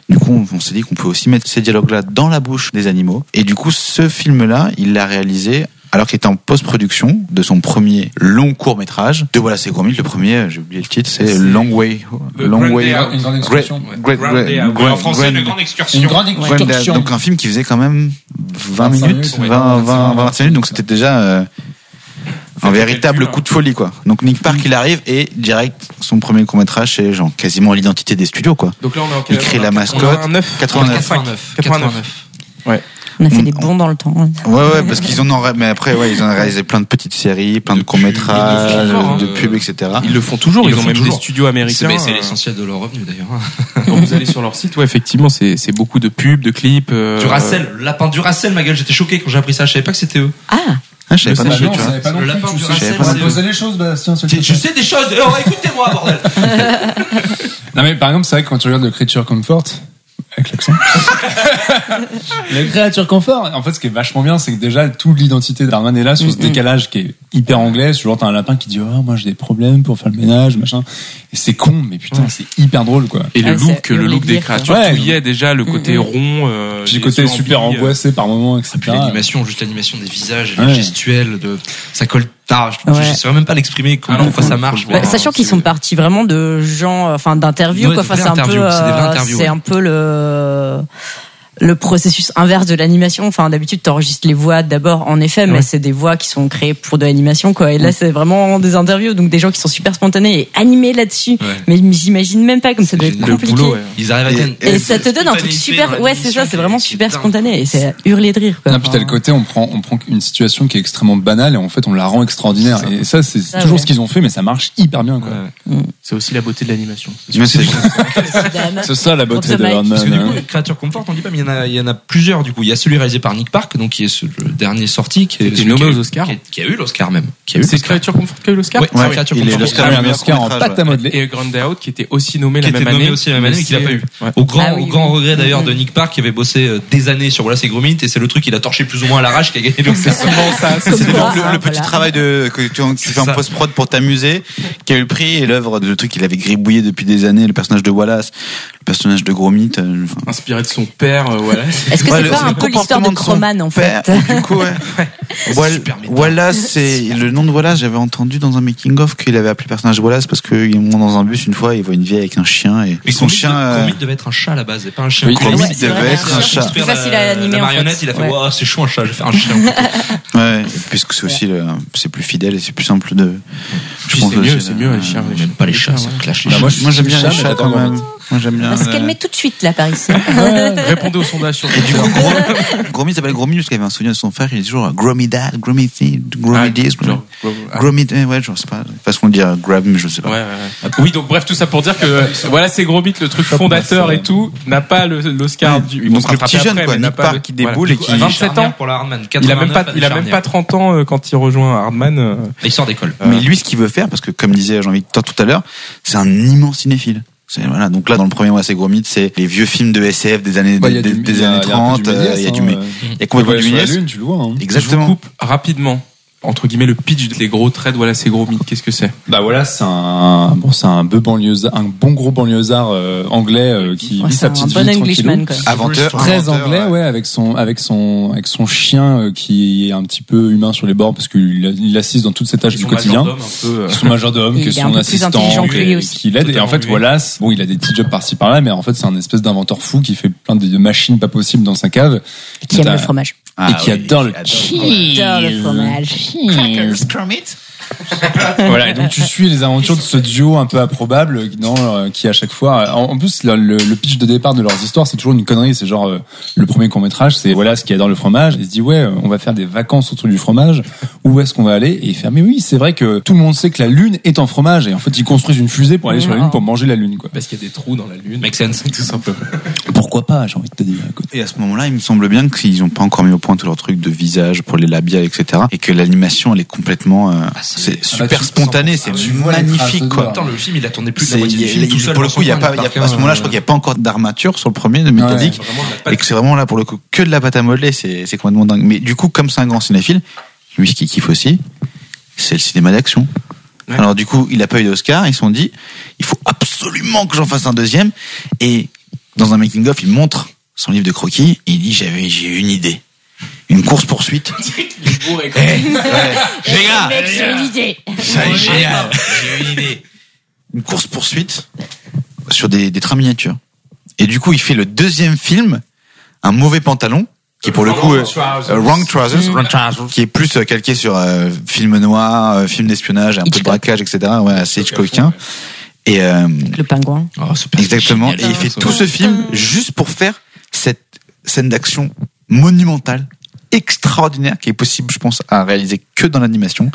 S8: du coup, on, on s'est dit qu'on peut aussi mettre ces dialogues-là dans la bouche des animaux. Et du coup, ce film-là, il l'a réalisé alors qu'il était en post-production de son premier long court-métrage. De voilà, c'est Gourmet, le premier, euh, j'ai oublié le titre, c'est Long Way. Long Way.
S9: Out. Une grande excursion.
S8: Great-
S6: Grand Day Out.
S8: Grand-
S6: En français,
S8: Grand-
S6: le Grand
S9: Une grande
S8: Ouais, mais là,
S9: excursion.
S8: donc un film qui faisait quand même 20
S9: 25
S8: minutes,
S9: minutes, ouais,
S8: 20, 20,
S9: 25
S8: 25 minutes, donc c'était déjà euh, un
S6: le
S8: véritable
S6: calcul, hein.
S8: coup de folie quoi. Donc Nick Park il arrive et direct son premier court métrage c'est genre quasiment l'identité des studios quoi.
S6: Donc là, on est en
S8: Il crée la mascotte.
S6: 89.
S8: 89.
S7: 89.
S6: 89.
S10: On a fait
S8: On-
S10: des bons dans le temps. hein.
S8: Ouais ouais parce qu'ils en ont ré- mais après ouais ils ont réalisé plein de petites séries, plein de courts métrages,
S6: de films, hein.
S8: de pubs etc.
S6: Ils le font toujours.
S7: Ils
S6: Ils,
S7: le
S6: ont
S7: font
S6: même
S7: toujours.
S6: des studios
S7: C'est hein. Euh,
S6: américains.
S7: mais c'est
S6: euh,
S7: l'essentiel de leur revenu d'ailleurs.
S6: Quand vous allez sur leur site, ouais, effectivement, c'est c'est beaucoup de pubs, de clips. euh,
S7: Duracell, lapin Duracell, ma gueule, j'étais choqué quand j'ai appris ça, je savais pas que c'était eux.
S10: Ah,
S8: Ah, je savais pas
S9: Bah
S8: non plus,
S9: non,
S8: tu
S9: je
S8: vois.
S9: savais pas non
S7: Le
S9: plus,
S7: lapin
S9: tu
S7: du
S9: sais.
S7: Racel,
S9: On a
S7: c'est-
S9: posé les choses, Bastien. sur le
S7: Je
S9: podcast.
S7: sais des choses. Eh, oh, Écoutez-moi, bordel.
S9: Non mais par exemple, c'est vrai que quand tu regardes le Creature Comfort, avec l'accent, le Creature Comfort, en fait ce qui est vachement bien, c'est que déjà toute l'identité de Darman est là
S10: Mm,
S9: sur ce décalage qui est hyper anglais, c'est genre t'as un lapin qui dit oh moi j'ai des problèmes pour faire le ménage, machin. Et c'est con, mais putain c'est hyper drôle quoi.
S6: Et le
S10: Ouais,
S6: look,
S10: c'est
S6: le look des
S10: Olivier, quoi.
S6: créatures,
S9: Ouais.
S6: tout y est déjà, le côté
S10: Mm, mm.
S6: rond. euh,
S9: J'ai
S6: les
S9: côté
S6: zombies,
S9: super
S6: euh,
S9: angoissé par moments, etc.
S7: Et puis l'animation, juste l'animation des visages, et
S9: Ah Ouais.
S7: les gestuels, de, ça colle tard. Je, je
S10: Ouais.
S7: sais même pas l'exprimer comment
S6: Ah non,
S7: enfin,
S6: faut-
S7: ça
S6: faut
S7: marche.
S6: le
S7: mais-
S10: Bah, sachant qu'ils
S7: c'est-
S10: sont partis vraiment de gens, euh, enfin d'interviews,
S7: Ouais,
S10: quoi.
S7: de
S10: Enfin,
S7: vraies
S10: c'est un peu,
S7: interviews, c'est des vraies
S10: euh,
S7: interviews,
S10: c'est
S7: ouais.
S10: un peu le le processus inverse de l'animation. Enfin, d'habitude, t'enregistres les voix d'abord, en effet, mais
S6: Ouais.
S10: c'est des voix qui sont créées pour de l'animation, quoi. Et là, c'est vraiment des interviews, donc des gens qui sont super spontanés et animés là-dessus.
S7: Ouais.
S10: Mais j'imagine même pas comme ça doit
S7: C'est
S10: être
S6: Le
S10: compliqué.
S6: boulot, ouais.
S7: Ils arrivent à
S8: Et-
S7: atteindre-
S10: Et ça te donne un truc
S7: spontanéité dans
S10: super,
S7: la
S10: ouais, c'est ça,
S7: mission,
S10: c'est vraiment
S7: qui est
S10: super
S7: dingue.
S10: spontané et c'est à hurler de rire, quoi.
S9: Non, puis t'as le côté, on prend, on prend une situation qui est extrêmement banale et en fait on la rend extraordinaire. Et ça, c'est
S10: Ah
S9: toujours
S10: ouais.
S9: ce qu'ils ont fait, mais ça marche hyper bien quoi.
S6: Ouais. C'est aussi la beauté de l'animation.
S8: Mais c'est-
S10: Enfin,
S9: C'est ça la beauté de hein.
S10: Mike.
S7: Parce que
S9: Hardman.
S7: du coup, Creature Comfort, on dit pas, mais il y, en a, il y en a plusieurs du coup. Il y a celui réalisé par Nick Park, donc qui est ce- le dernier sorti, qui est
S6: Qui est
S7: celui
S6: nommé
S7: qui a
S6: aux
S7: eu-
S6: Oscars.
S7: Qui, a- qui a eu l'Oscar même. Qui a eu
S6: C'est
S7: l'Oscar.
S6: Créature Comfort qui a eu l'Oscar
S7: Ouais,
S8: Ouais,
S7: c'est Creature
S8: il est
S7: Comfort.
S8: l'Oscar
S9: Ah oui,
S8: meilleur
S9: un Oscar en
S8: court-métrage, ouais.
S9: pâte à modeler.
S6: Et Grand Day Out qui était aussi nommé la
S7: Qui était
S6: même
S7: nommé
S6: année.
S7: aussi la même année, mais qu'il a
S6: c'est-
S7: pas eu.
S6: Ouais.
S7: Au grand,
S10: Ah oui,
S7: au grand
S10: oui.
S7: regret d'ailleurs de Nick Park qui avait bossé euh, des années sur Wallace c'est Gromit et c'est le truc qu'il a torché plus ou moins à l'arrache qui a gagné l'Oscar.
S6: ça,
S8: C'est
S10: Comme
S8: toujours
S10: quoi,
S8: le,
S10: hein,
S8: le petit
S10: voilà.
S8: travail de, que tu, tu
S7: C'est
S8: fais en
S7: ça.
S8: post-prod pour t'amuser, qui a eu le prix, et l'œuvre de truc qu'il avait gribouillé depuis des années, le personnage de Wallace, le personnage de Gros Mythe. euh, enfin.
S6: Inspiré de son père, euh, voilà.
S10: Est-ce que
S8: Ouais,
S10: c'est
S8: le-
S10: pas un
S8: le
S10: peu l'histoire de
S8: comportement de son
S10: Croman, en
S8: Père,
S10: fait?
S8: du coup, ouais. Wall- Wallace, c'est le nom de Wallace. J'avais entendu dans un making of qu'il avait appelé le personnage Wallace parce qu'ils montent dans un bus une fois, ils voient une vieille avec un chien et
S7: Mais
S8: son chien. euh,
S7: Gromit devait être un chat à la base, et pas un chien.
S9: Oui,
S7: Gromit
S8: Gromit
S10: Ouais, c'est
S8: devait
S10: vrai,
S8: être un
S10: c'est
S8: chat.
S10: plus facile à animer,
S7: La
S10: en
S7: marionnette,
S10: fait.
S7: il a fait
S10: Ouais.
S7: Waouh, c'est chaud un chat, je vais faire un chien. plutôt.
S8: euh, Ouais, puisque c'est aussi le- c'est plus fidèle et c'est plus simple de.
S6: Puis c'est
S8: aussi,
S6: mieux, c'est
S8: là.
S6: mieux, les chiens. les
S7: J'aime euh, pas les chats,
S6: ouais.
S7: ça clash les
S9: Bah,
S7: chats.
S9: moi,
S8: Moi,
S9: je-
S8: j'aime bien
S9: j'aime
S8: les
S9: bien
S8: chats quand
S9: j'adore
S8: même. Moi, j'aime bien.
S10: Parce qu'elle met tout de suite, là, par ici.
S6: Répondez au sondage sur Twitter.
S8: Gromy s'appelle Gromy parce qu'il avait un souvenir de son frère. Il est toujours Gromy Dad, Gromy Thing,
S6: Ah,
S8: Gromy This, Gromy.
S6: genre, Ah, ouais,
S9: ah.
S6: ouais.
S8: Gromy, eh, ouais, je sais pas. Façon de dire euh, grab, mais je sais
S6: Ouais,
S8: pas.
S6: ouais, ouais. Oui, donc bref, tout ça pour dire que euh, voilà, c'est Gros Beat, le truc fondateur et tout, n'a pas le- l'Oscar du. ils vont
S8: Donc
S6: se
S8: le
S6: rattraper
S8: petit jeune,
S6: après,
S8: quoi,
S6: mais n'a
S8: Nick
S6: pas
S8: Park
S6: le-
S8: qui
S6: voilà.
S8: déboule et qui.
S6: à 27 ans.
S7: Charnière pour la Hardman.
S6: Il a même pas,
S7: 89,
S6: il a même pas
S7: charnière.
S6: 30 ans euh, quand il rejoint Hardman. euh,
S7: Il sort d'école.
S8: Mais lui, ce qu'il veut faire, parce que comme disait Jean-Victor tout à l'heure, c'est un immense cinéphile. C'est- Voilà, donc là, dans le premier Wallace et Gromit, c'est les vieux films de SF des années,
S9: Bah, il y
S8: des,
S9: a du-
S8: des
S9: il y a-
S8: années
S9: il y a un peu
S8: 30. euh, Il y a du.
S9: Méliès,
S8: mais-
S9: hein, euh,
S8: Il y a complètement
S9: le
S8: du
S9: voyage sur la
S8: Méliès.
S9: Lune, tu le vois. hein.
S6: Je vous
S8: Exactement.
S6: coupe rapidement entre guillemets le pitch des gros traits de voilà c'est gros mythes. Qu'est-ce que c'est
S9: Bah voilà, c'est un bon, c'est un beau banlieusard, un bon gros banlieusard euh, anglais euh, qui
S10: Ouais,
S9: vit
S10: c'est
S9: sa
S10: un
S9: petite
S10: bon
S9: vie
S10: Englishman,
S9: tranquillou. Ah,
S10: quoi.
S8: Inventeur.
S9: Très
S8: inventeur,
S9: anglais,
S8: ouais.
S9: ouais, avec son avec son avec son chien euh, qui est un petit peu humain sur les bords parce qu'il il l'assiste dans toutes ses tâches du
S6: Son
S9: quotidien.
S6: majordome, un peu, euh,
S9: Son majordome,
S10: Il
S9: qui est
S10: est un peu
S9: son
S10: plus
S9: assistant,
S10: intelligent que lui
S9: qui
S10: aussi.
S9: qui l'aide. Et en
S6: Totalement
S9: fait,
S6: lui.
S9: Wallace, bon, il a des petits jobs par-ci par-là, mais en fait, c'est un espèce d'inventeur fou qui fait plein de machines pas possibles dans sa cave.
S10: Qui aime
S9: T'as-
S10: le fromage.
S8: Ah
S9: et qui
S8: oui,
S9: adore le
S8: j'adore.
S10: J'adore le fromage.
S9: voilà, et donc tu suis les aventures de ce duo un peu improbable dans, euh, qui à chaque fois, en, en plus le, le- le pitch de départ de leurs histoires c'est toujours une connerie, c'est genre euh, le premier court métrage c'est voilà ce qui adore le fromage, il se dit ouais euh, on va faire des vacances autour du fromage, où est-ce qu'on va aller Et il fait ah, mais oui c'est vrai que tout le monde sait que la lune est en fromage et en fait ils construisent une fusée pour aller sur la lune pour manger la lune quoi.
S6: parce qu'il y a des trous dans la lune.
S7: Make sense.
S6: Tout simplement.
S9: Pourquoi pas j'ai envie de te dire. écoute.
S8: Et à ce moment-là, il me semble bien qu'ils n'ont pas encore mis au point tout leur truc de visage pour les labiales, etc. Et que l'animation, elle est complètement, euh,
S9: Ah,
S8: c'est super
S9: tu-
S8: spontané, c'est
S9: tu Ah, vois les traces
S8: magnifique,
S9: de
S8: quoi.
S9: doigts.
S7: Attends, le film, il a tourné plus de la
S8: C'est-
S7: moitié
S8: il
S7: du
S8: y a-
S7: film tout
S8: il-
S7: seul.
S8: Pour le
S7: dans
S8: coup, il y a
S7: son
S8: pas,
S7: coin,
S8: il y a
S7: Parker,
S8: pas- à ce moment-là,
S7: euh,
S8: je crois qu'il n'y a pas encore d'armature sur le premier de métallique.
S7: vraiment, il a pas
S8: Et que c'est vraiment là, pour le coup, que de la pâte à modeler, c'est c'est complètement dingue. Mais du coup, comme c'est un grand cinéphile, lui, ce qu'il kiffe aussi, c'est le cinéma d'action.
S6: Ouais.
S8: Alors, du coup, il a pas eu d'Oscar, ils se sont dit, il faut absolument que j'en fasse un deuxième. Et dans un making-of, il montre son livre de croquis et il dit, j'avais, j'ai eu une idée. Une course-poursuite. Eh,
S10: Les gars! J'ai une idée.
S8: Ça, génial. Une course poursuite sur des, des trains miniatures. Et du coup, il fait le deuxième film, un mauvais pantalon, qui est pour le coup euh, euh, Wrong Trousers, qui est plus euh, calqué sur euh, film noir, euh, film d'espionnage, un peu de
S10: Hitchcock.
S8: braquage, etc. Ouais, assez Hitchcockien. Et euh,
S10: Le pingouin.
S7: Oh, c'est pas-
S8: exactement. Et
S7: génial.
S8: il fait tout ce film juste pour faire cette scène d'action monumentale, extraordinaire, qui est possible, je pense, à réaliser que dans l'animation.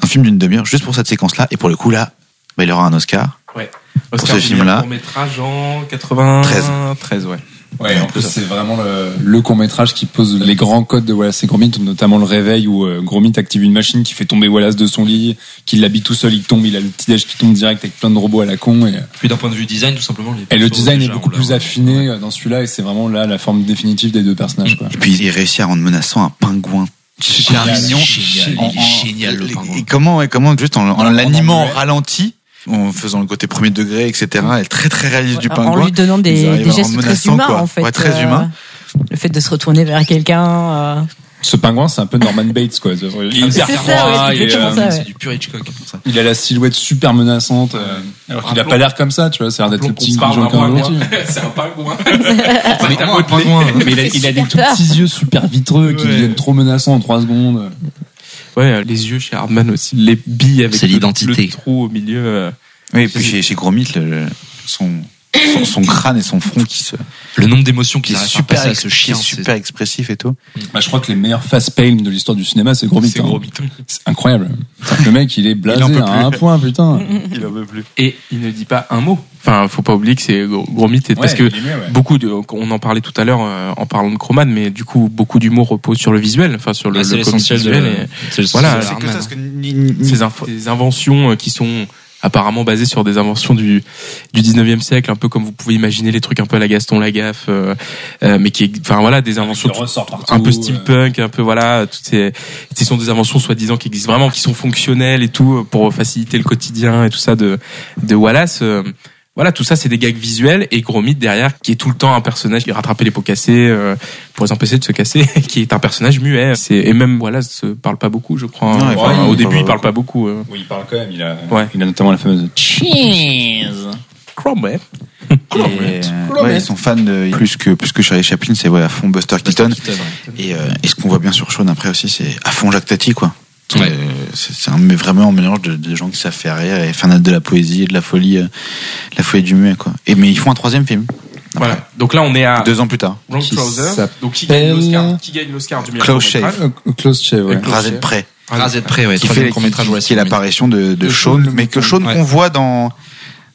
S8: Un film d'une demi-heure, juste pour cette séquence-là. Et pour le coup, là, bah, il aura un Oscar.
S6: Ouais.
S8: ce film-là.
S6: Court métrage en 93.
S8: 13.
S6: 13 ouais.
S9: Ouais, en plus c'est vraiment le, le court métrage qui pose les grands codes de Wallace et Gromit, notamment le réveil où euh, Gromit active une machine qui fait tomber Wallace de son lit, qui l'habite tout seul, il tombe, il a le petit déj qui tombe direct avec plein de robots à la con. Et,
S7: Puis d'un point de vue design, tout simplement. les
S9: et le
S7: persos,
S9: design
S7: déjà,
S9: est beaucoup
S7: on
S9: plus
S7: l'a-
S9: affiné euh, dans celui-là et c'est vraiment là la forme définitive des deux personnages. Quoi.
S8: Et puis il réussit à rendre menaçant un pingouin. Super
S9: Génial,
S8: mignon.
S9: génial,
S8: En-
S9: il est
S8: en-
S9: génial, le
S8: et-
S9: pingouin.
S8: Et comment, ouais, comment juste en, en
S9: En- en
S8: l'animant
S9: anglais.
S8: au ralenti, en faisant le côté premier degré, etc. Et très très réaliste du
S10: En-
S8: pingouin.
S10: en lui donnant
S8: ils
S10: des,
S8: arrivent
S10: des
S8: à
S10: gestes
S8: rendre
S10: très
S8: menaçant,
S10: humains,
S8: quoi.
S10: en fait.
S8: Ouais, très
S10: euh,
S8: humain.
S10: Le fait de se retourner vers quelqu'un. euh,
S9: Ce pingouin c'est un peu Norman Bates quoi. Il est hyper
S10: C'est ça,
S9: froid
S10: ouais, c'est
S9: et,
S10: exactement
S9: euh,
S10: ça, ouais.
S7: C'est du pur Hitchcock. Ça.
S9: il a la silhouette super menaçante euh, alors qu'il a pas l'air comme ça, tu vois, ça a l'air d'être le petit
S6: Parle
S9: Jean
S6: d'un
S9: Carlo.
S6: pingouin. C'est un pingouin.
S7: Vraiment un pingouin.
S9: Mais il a, il a des
S10: Super
S9: tout
S10: peur.
S9: petits yeux super vitreux qui
S6: Ouais.
S9: deviennent trop menaçants en 3 secondes.
S6: Ouais, euh, les yeux chez Hardman aussi, les billes avec
S7: C'est
S6: le-
S7: l'identité.
S6: le trou au milieu. euh,
S8: Oui, et puis chez, chez Gromit, le- le- son, son, son crâne et son front qui se.
S7: Le nombre d'émotions
S8: Qui
S7: qu'il
S8: est
S7: arrive à
S8: super,
S7: passer à
S8: ex-
S7: ce
S8: qui
S7: chien.
S8: est super expressif et tout.
S9: Bah, je crois que les meilleurs fast palm de l'histoire du cinéma, c'est Gromit.
S6: c'est
S9: hein.
S6: gros biton.
S9: C'est incroyable. Le mec, il est blasé
S8: Il en peut
S9: à un
S8: plus.
S9: point, putain.
S8: Il en veut plus.
S6: Et il ne dit pas un mot. Enfin, faut pas oublier que c'est gros gros mythe, parce que beaucoup de, on en parlait tout à l'heure euh, en parlant de Croman, mais du coup beaucoup d'humour repose sur le visuel, enfin sur le,
S7: Ah,
S6: le
S7: C'est
S6: comic
S7: l'essentiel de.
S6: visuel et
S7: c'est l'essentiel
S6: Voilà,
S7: de
S6: c'est
S7: la
S8: C'est que
S7: Hardman.
S8: ça, parce que ni- ni- ni-
S6: ces, inf- ces inventions euh, qui sont apparemment basées sur des inventions du du 19e siècle, un peu comme vous pouvez imaginer les trucs un peu à la Gaston Lagaffe, euh, euh, mais qui, est- enfin voilà, des inventions tout- un peu steampunk, un peu voilà, toutes ces, ce sont des inventions soi-disant qui existent vraiment, qui sont fonctionnelles et tout euh, pour faciliter le quotidien et tout ça de de Wallace. Euh, Voilà, tout ça c'est des gags visuels et Gromit derrière qui est tout le temps un personnage qui rattrape les pots cassés euh, pour les empêcher de se casser, qui est un personnage muet. C'est et même Wallace euh, parle pas beaucoup, je crois.
S8: Non, il
S6: Enfin,
S8: parle-
S6: au
S8: il
S6: début
S8: parle
S6: il parle pas beaucoup. euh.
S9: Oui, il parle quand même. Il a,
S6: Ouais.
S9: il a notamment la fameuse.
S16: Cheese.
S6: Cromwell.
S8: Et, euh, ouais, ils sont fans de, plus que plus que Charlie Chaplin, c'est ouais, à fond Buster Keaton. Et, euh, et ce qu'on voit bien sur Sean après aussi, c'est à fond Jacques Tati quoi.
S7: Ouais.
S8: Euh, c'est c'est un- mais vraiment un mélange de, de gens qui savent faire rire et fans de la poésie et de la folie, euh, de la folie du muet quoi. Et mais ils font un troisième film
S6: Voilà. Donc là on est à
S8: deux ans plus tard,
S6: Blanc
S9: Qui
S6: Trousers. Donc qui
S9: s'appelle-
S6: gagne l'Oscar Qui gagne l'Oscar du meilleur
S8: Klaus
S6: court-métrage
S8: Schäfer.
S9: Euh, Close Shave, ouais.
S8: Rasé de près,
S7: Razed Prey, ouais.
S8: qui
S7: troisième
S8: fait
S7: court-métrage
S8: qui-
S7: Wallace
S8: qui est
S7: et Gromit.
S8: l'apparition de, de,
S9: De
S8: Sean,
S9: Shaun,
S8: mais que Sean
S7: ouais.
S8: qu'on voit dans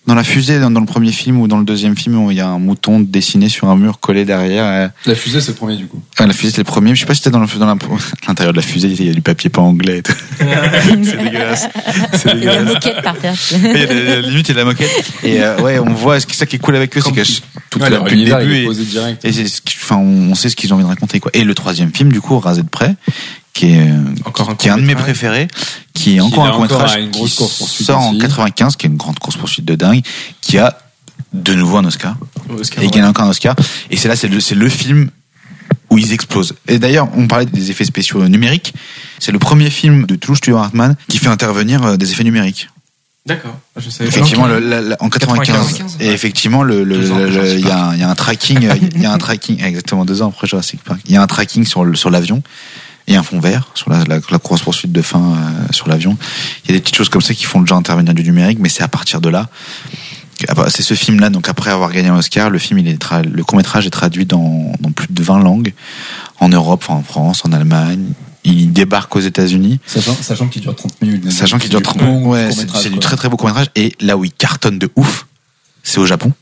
S8: dans la fusée, dans, dans le premier film ou dans le deuxième film où il y a un mouton dessiné sur un mur collé derrière. euh,
S9: La fusée, c'est le premier du coup.
S8: Ah, la fusée, c'était le premier. Je sais pas si c'était dans le- dans la- l'intérieur de la fusée, il y a du papier pas anglais et tout. c'est dégueulasse. C'est
S10: Il y a
S8: dégueulasse.
S10: une moquette par terre.
S8: Il y a la- la limite, il y a la moquette. Et euh, ouais, on voit, ce qui, ça qui est cool avec eux, c'est que je- tout
S9: Ouais,
S8: la
S9: leur
S8: depuis le
S9: univers, il est
S8: début.
S9: posé direct.
S8: Et, et c'est ce qui- enfin, on on sait ce qu'ils ont envie de raconter, quoi. Et le troisième film, du coup, Rasé de près, qui est, euh,
S6: Encore un
S8: qui est un de mes
S6: court-métrage.
S8: préférés, qui est encore
S9: a
S8: un
S9: encore
S8: court-métrage,
S9: à une
S8: qui
S9: grosse course-poursuite
S8: sort en
S9: aussi.
S8: 95, qui est une grande course-poursuite de dingue, qui a de nouveau un Oscar.
S6: Oscar,
S8: Et il
S6: ouais.
S8: gagne encore un Oscar. Et c'est là, c'est le, c'est le film où ils explosent. Et d'ailleurs, on parlait des effets spéciaux euh, numériques. C'est le premier film de Toulouse Studio Hartman qui fait intervenir euh, des effets numériques.
S6: D'accord. Je savais pas.
S8: Effectivement, le- la- la- en 95.
S6: 95,
S8: et effectivement, le, le-
S7: Deux ans
S8: le-
S7: après
S8: le-
S7: Jurassic
S8: il y, a un- il y a un tracking, euh, il y a un tracking, exactement deux ans après Jurassic Park. Il y a un tracking sur le- sur l'avion et un fond vert sur la, la, course poursuite de fin euh, sur l'avion. Il y a des petites choses comme ça qui font déjà intervenir du numérique, mais c'est à partir de là. que- ah bah, C'est ce film-là, donc après avoir gagné un Oscar, le film, il est tra- le court métrage est traduit dans, dans plus de 20 langues, en Europe, en France, en Allemagne. Il débarque aux États-Unis.
S9: Sachant, sachant qu'il dure 30 minutes.
S8: Sachant qu'il dure 30 ouais, c'est- c'est du très très beau court-métrage. Et là où il cartonne de ouf, c'est au Japon.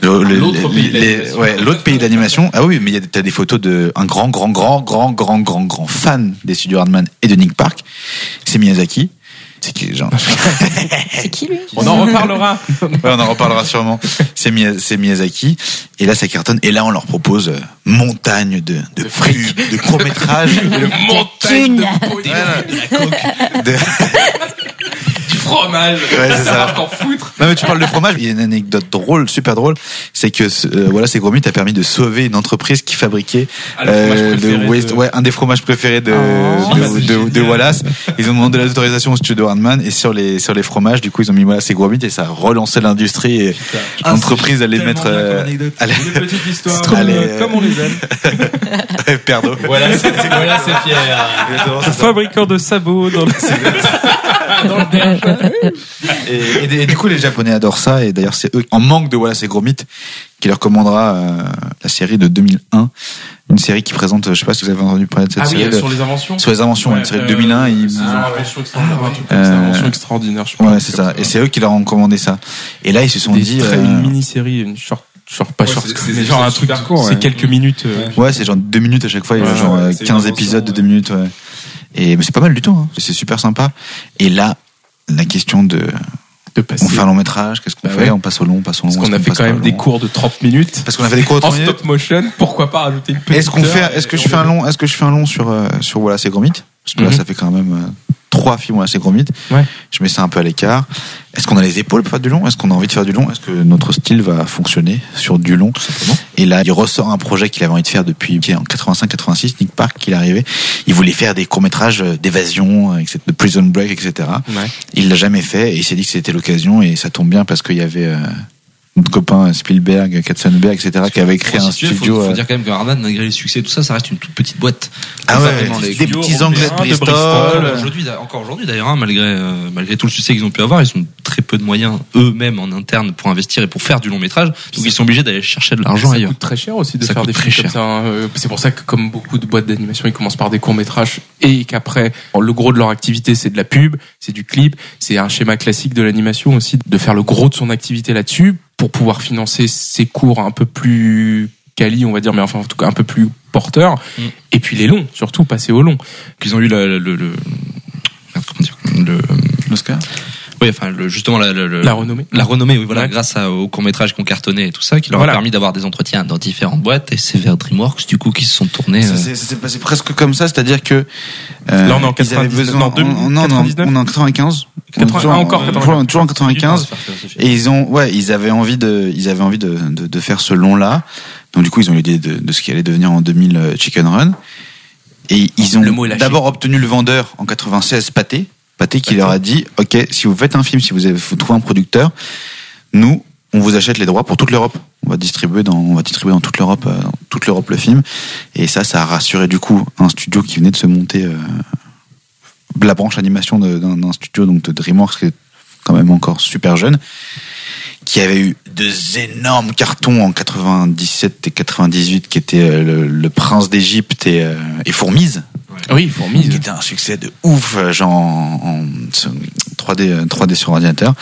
S8: Le- le-
S6: L'autre pays
S8: les-
S6: d'animation.
S8: ouais, l'autre pays d'animation. Ah oui, mais il y a des- t'as des photos de un grand, grand, grand, grand, grand, grand, grand fan des studios Hardman et de Nick Park. C'est Miyazaki. C'est qui, genre?
S10: C'est qui lui
S6: On en reparlera.
S8: Ouais, on en reparlera sûrement. C'est Miya- c'est Miyazaki. Et là, ça cartonne. Et là, on leur propose euh, montagne de, de fruits, de courts-métrages.
S6: Montagne de poésie,
S8: de-
S6: du fromage.
S8: Ouais, c'est
S6: ça
S8: ça.
S6: va t'en foutre.
S8: Non mais tu parles de fromage, il y a une anecdote drôle, super drôle, c'est que ce- euh, voilà, c'est Gromit a permis de sauver une entreprise qui fabriquait euh,
S6: Ah, le
S8: le
S6: fromage préféré
S8: West-
S6: de-
S8: ouais, un des fromages préférés de
S10: Oh.
S8: de,
S6: Ah, c'est
S8: de- de Wallace. Ils ont demandé l'autorisation au studio Hardman et sur les sur les fromages, du coup, ils ont mis Wallace et Gromit et ça a relancé l'industrie et l'entreprise allait mettre euh, allait-
S6: Des petites histoires,
S8: trop
S6: euh,
S8: mignon.
S6: comme on les aime.
S8: perdre.
S16: Voilà, c'est voilà, c'est
S7: euh,
S16: fier.
S8: Exactement, c'est ça.
S6: Fabricant de sabots dans le
S8: Et, et des- et du coup, les Japonais adorent ça. Et d'ailleurs, c'est eux, en manque de Wallace et Gromit, qui leur commandera euh, la série de 2001. Une série qui présente, euh, je sais pas si vous avez entendu parler de cette
S6: Ah oui,
S8: série,
S6: euh,
S8: le-
S6: sur euh, les inventions.
S8: sur les inventions, une série de 2001.
S6: et
S8: ils-
S6: invention extraordinaire, un truc comme
S8: Euh,
S6: ça, invention extraordinaire, je sais pas,
S8: Ouais,
S6: un
S8: c'est
S6: truc
S8: ça.
S6: comme
S8: Et c'est eux qui leur ont commandé ça. Et là, ils se sont
S6: Des
S8: dit.
S6: traits,
S8: euh,
S6: une mini-série, une short genre pas
S14: Ouais,
S6: short,
S14: c'est-
S6: quoi,
S14: c'est-
S6: mais
S14: c'est
S6: genre un truc,
S14: super court,
S6: c'est
S14: ouais.
S6: quelques minutes. euh,
S8: Ouais, c'est genre 2 minutes à chaque fois, il y a
S6: Ouais,
S8: genre
S6: ouais,
S8: euh,
S6: c'est
S8: 15
S6: une
S8: épisodes de 2 minutes. ouais. Et mais c'est pas mal du tout, hein. c'est super sympa. Et là, la question de
S6: de passer.
S8: on fait un long métrage, qu'est-ce qu'on
S6: Bah
S8: fait
S6: ouais.
S8: On passe au long, on passe au long.
S6: Parce qu'on
S8: est-ce
S6: a fait
S8: passe
S6: quand
S8: pas
S6: même
S8: au
S6: des
S8: long
S6: cours de 30 minutes.
S8: Parce qu'on a fait des cours de
S6: En
S8: 30 minutes.
S6: stop motion, pourquoi pas rajouter une petite
S8: Est-ce qu'on
S6: heure
S8: fait est-ce
S6: et
S8: que je
S6: on
S8: fais un
S6: le-
S8: long est-ce que je fais un long sur euh, sur Wallace et Gromit Parce que là
S6: Mhm.
S8: ça fait quand même euh, trois films Wallace et Gromit.
S6: Ouais.
S8: Je mets ça un peu à l'écart. Est-ce qu'on a les épaules pour faire du long Est-ce qu'on a envie de faire du long Est-ce que notre style va fonctionner sur du long Et là, il ressort un projet qu'il avait envie de faire depuis qui est en 85 86 Nick Park qu'il est arrivé. Il voulait faire des courts-métrages euh, d'évasion, euh, etc., de prison break etc.
S6: Ouais.
S8: Il l'a jamais fait et il s'est dit que c'était l'occasion et ça tombe bien parce qu'il y avait euh, notre copain Spielberg, Katzenberg, etc., qui avait créé un
S7: Il
S8: studio.
S7: faut,
S8: euh,
S7: dire quand même que Harman, malgré les succès, tout ça, ça reste une toute petite boîte.
S8: Ah ouais,
S7: Vraiment, les
S8: des
S7: studios
S8: petits anglais de
S6: européens, Ah, de
S8: Bristol.
S6: Bristol,
S8: euh,
S7: Aujourd'hui, d'a- encore aujourd'hui d'ailleurs, hein, malgré, euh, malgré tout le succès qu'ils ont pu avoir, ils ont très peu de moyens eux-mêmes en interne pour investir et pour faire du long métrage. Donc ils sont obligés d'aller chercher de l'argent
S6: ça
S7: ailleurs.
S6: coûte très cher aussi de
S7: Ça
S6: faire
S7: coûte
S6: des
S7: très
S6: films comme ça. hein. Euh, C'est pour ça que comme beaucoup de boîtes d'animation, ils commencent par des courts métrages et qu'après le gros de leur activité c'est de la pub, c'est du clip, c'est un schéma classique de l'animation aussi de faire le gros de son activité là-dessus pour pouvoir financer ses cours un peu plus quali, on va dire, mais enfin en tout cas un peu plus porteurs.
S7: Mm.
S6: Et puis les longs, surtout passer aux longs.
S7: Qu'ils ont eu la- la- le, le- merde, comment dire, le-
S8: L'Oscar
S7: oui, enfin, le- justement la, le- le-
S6: La renommée.
S7: la renommée, oui, voilà,
S6: Ouais.
S7: grâce à- aux courts-métrages qu'on cartonnait et tout ça, qui leur
S6: Voilà.
S7: a permis d'avoir des entretiens dans différentes boîtes, et c'est vers DreamWorks, du coup, qui se sont tournés.
S8: Ça
S7: euh,
S8: s'est ça s'est passé presque comme ça, c'est-à-dire que. euh,
S6: Là, on est
S8: ils
S6: en
S8: avaient
S6: 99,
S8: besoin-
S6: non, 2000,
S8: on- non, non,
S6: 99.
S8: on est en 95. On est
S6: 80,
S8: toujours en-
S6: ah, encore,
S8: on est toujours en- toujours en 95. Et ils ont, ouais, ils avaient envie de, ils avaient envie de, de, de faire ce long là. Donc du coup, ils ont eu l'idée de, de ce qui allait devenir en 2000 euh, Chicken Run. Et ils ont
S6: Le mot est lâché.
S8: d'abord obtenu le vendeur en 96 Pathé, Pathé qui leur a dit, ok, si vous faites un film, si vous, avez, vous trouvez un producteur, nous, on vous achète les droits pour toute l'Europe. On va distribuer dans, on va distribuer dans toute l'Europe, euh, dans toute l'Europe le film. Et ça, ça a rassuré du coup un studio qui venait de se monter. euh, la branche animation de- d'un d'un studio donc de DreamWorks qui est quand même encore super jeune qui avait eu deux énormes cartons en 97 et 98 qui étaient euh, le, Le Prince d'Égypte et, euh, et Fourmise
S6: Ah Oui,
S8: qui
S6: fourmis.
S8: était un succès de ouf euh, genre en, en ce- 3D euh, 3D sur ordinateur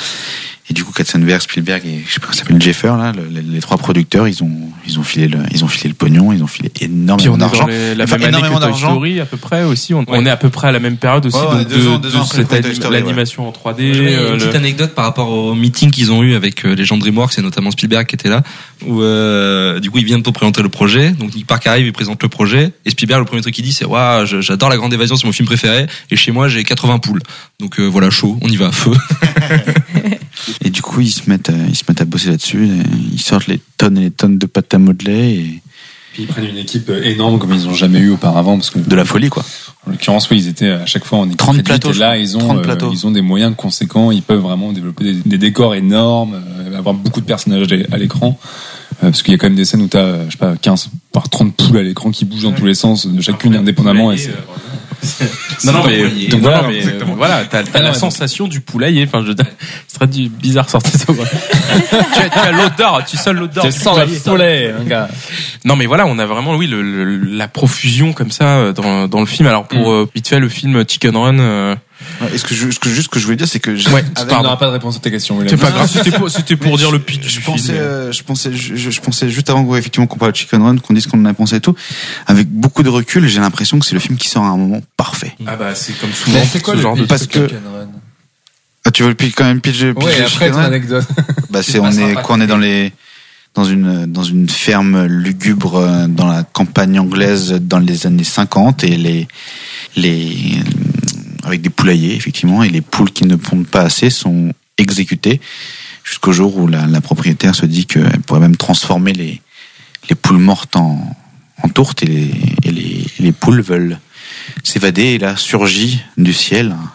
S8: et du coup Katzenberg Spielberg et je sais pas comment ça s'appelle Jeffer là le- les, les trois producteurs ils ont ils ont filé le, ils ont filé le pognon ils ont filé
S6: Puis on
S8: énormément
S6: est dans
S8: d'argent
S6: les- la
S8: Enfin,
S6: même année
S8: énormément
S6: que Toy
S8: d'argent.
S6: Story à peu près aussi. On, on est à peu près à la même période aussi.
S8: Ouais, ouais,
S6: donc
S8: deux
S6: de-
S8: ans- deux
S6: de
S8: ans après le
S6: cette
S8: premier Toy
S6: anim-
S8: Story, ouais.
S6: l'animation en 3D.
S7: Et
S6: euh,
S7: une
S6: le-
S7: petite anecdote par rapport au meeting qu'ils ont eu avec euh, les gens de DreamWorks et notamment Spielberg qui était là, où euh, du coup ils viennent pour présenter le projet. Donc Nick Park arrive, il présente le projet et Spielberg le premier truc qu'il dit c'est waouh je- j'adore La Grande Évasion, c'est mon film préféré et chez moi j'ai 80 poules. Donc euh, voilà chaud, on y va à feu.
S8: Et du coup, ils se mettent, à- ils se mettent à bosser là-dessus. et Ils sortent les tonnes et les tonnes de pâte à modeler et
S9: Puis ils prennent une équipe énorme comme ils n'ont jamais eu auparavant parce que
S8: de la folie, quoi.
S9: en l'occurrence oui ils étaient à chaque fois en équipe
S8: 30
S9: réduite,
S8: plateaux,
S9: et là ils ont
S8: 30
S9: euh,
S8: plateaux.
S9: ils ont des moyens conséquents ils peuvent vraiment développer des, des décors énormes euh, avoir beaucoup de personnages à- à l'écran Euh, parce qu'il y a quand même des scènes où t'as euh, je sais pas 15 voire 30 poules à l'écran qui bougent dans tous les sens de chacune indépendamment et c'est-
S6: Non, non, mais,
S9: Donc
S6: donc
S9: voilà,
S6: voilà,
S9: mais-
S6: euh, exactement. Voilà, t'as, t'as
S9: Ah,
S6: la
S9: ouais,
S6: sensation du poulailler. Enfin, je, ce serait du bizarre sortir ça. quoi. tu, as, tu as l'odeur, tu sens l'odeur. du poulailler.
S8: hein,
S6: Non, mais voilà, on a vraiment, oui, le, le- la profusion comme ça euh, dans, dans le film. Alors
S8: Mm.
S6: pour euh, vite fait, le film Chicken Run. euh,
S8: Et ce que je, ce que, juste ce que je voulais dire, c'est que je,
S6: Ouais,
S8: avec-
S9: on
S6: pardon.
S9: n'aura pas de réponse à ta question Willem.
S6: C'est pas grave, c'était pour, c'était pour
S8: Mais
S6: dire
S8: je-
S6: le pitch
S8: Je
S6: du
S8: pensais,
S6: film.
S8: euh, je pensais, je, je- je pensais juste avant qu'on- effectivement qu'on parle de Chicken Run, qu'on dise qu'on en a pensé et tout. Avec beaucoup de recul, j'ai l'impression que c'est le film qui sort à un moment parfait.
S6: Ah bah c'est comme souvent ce genre de.
S8: Parce que Ah, tu veux le pitch quand même pitch, pitch
S9: Ouais,
S8: de
S9: après
S8: Chicken
S9: ton
S8: Run
S9: anecdote.
S8: Bah c'est on est quoi on est dans les dans une dans une ferme lugubre euh, dans la campagne anglaise dans les années 50 et les les avec des poulaillers effectivement et les poules qui ne pondent pas assez sont exécutées jusqu'au jour où la, la propriétaire se dit qu'elle pourrait même transformer les les poules mortes en en tourte et les et les, les poules veulent s'évader et là surgit du ciel un,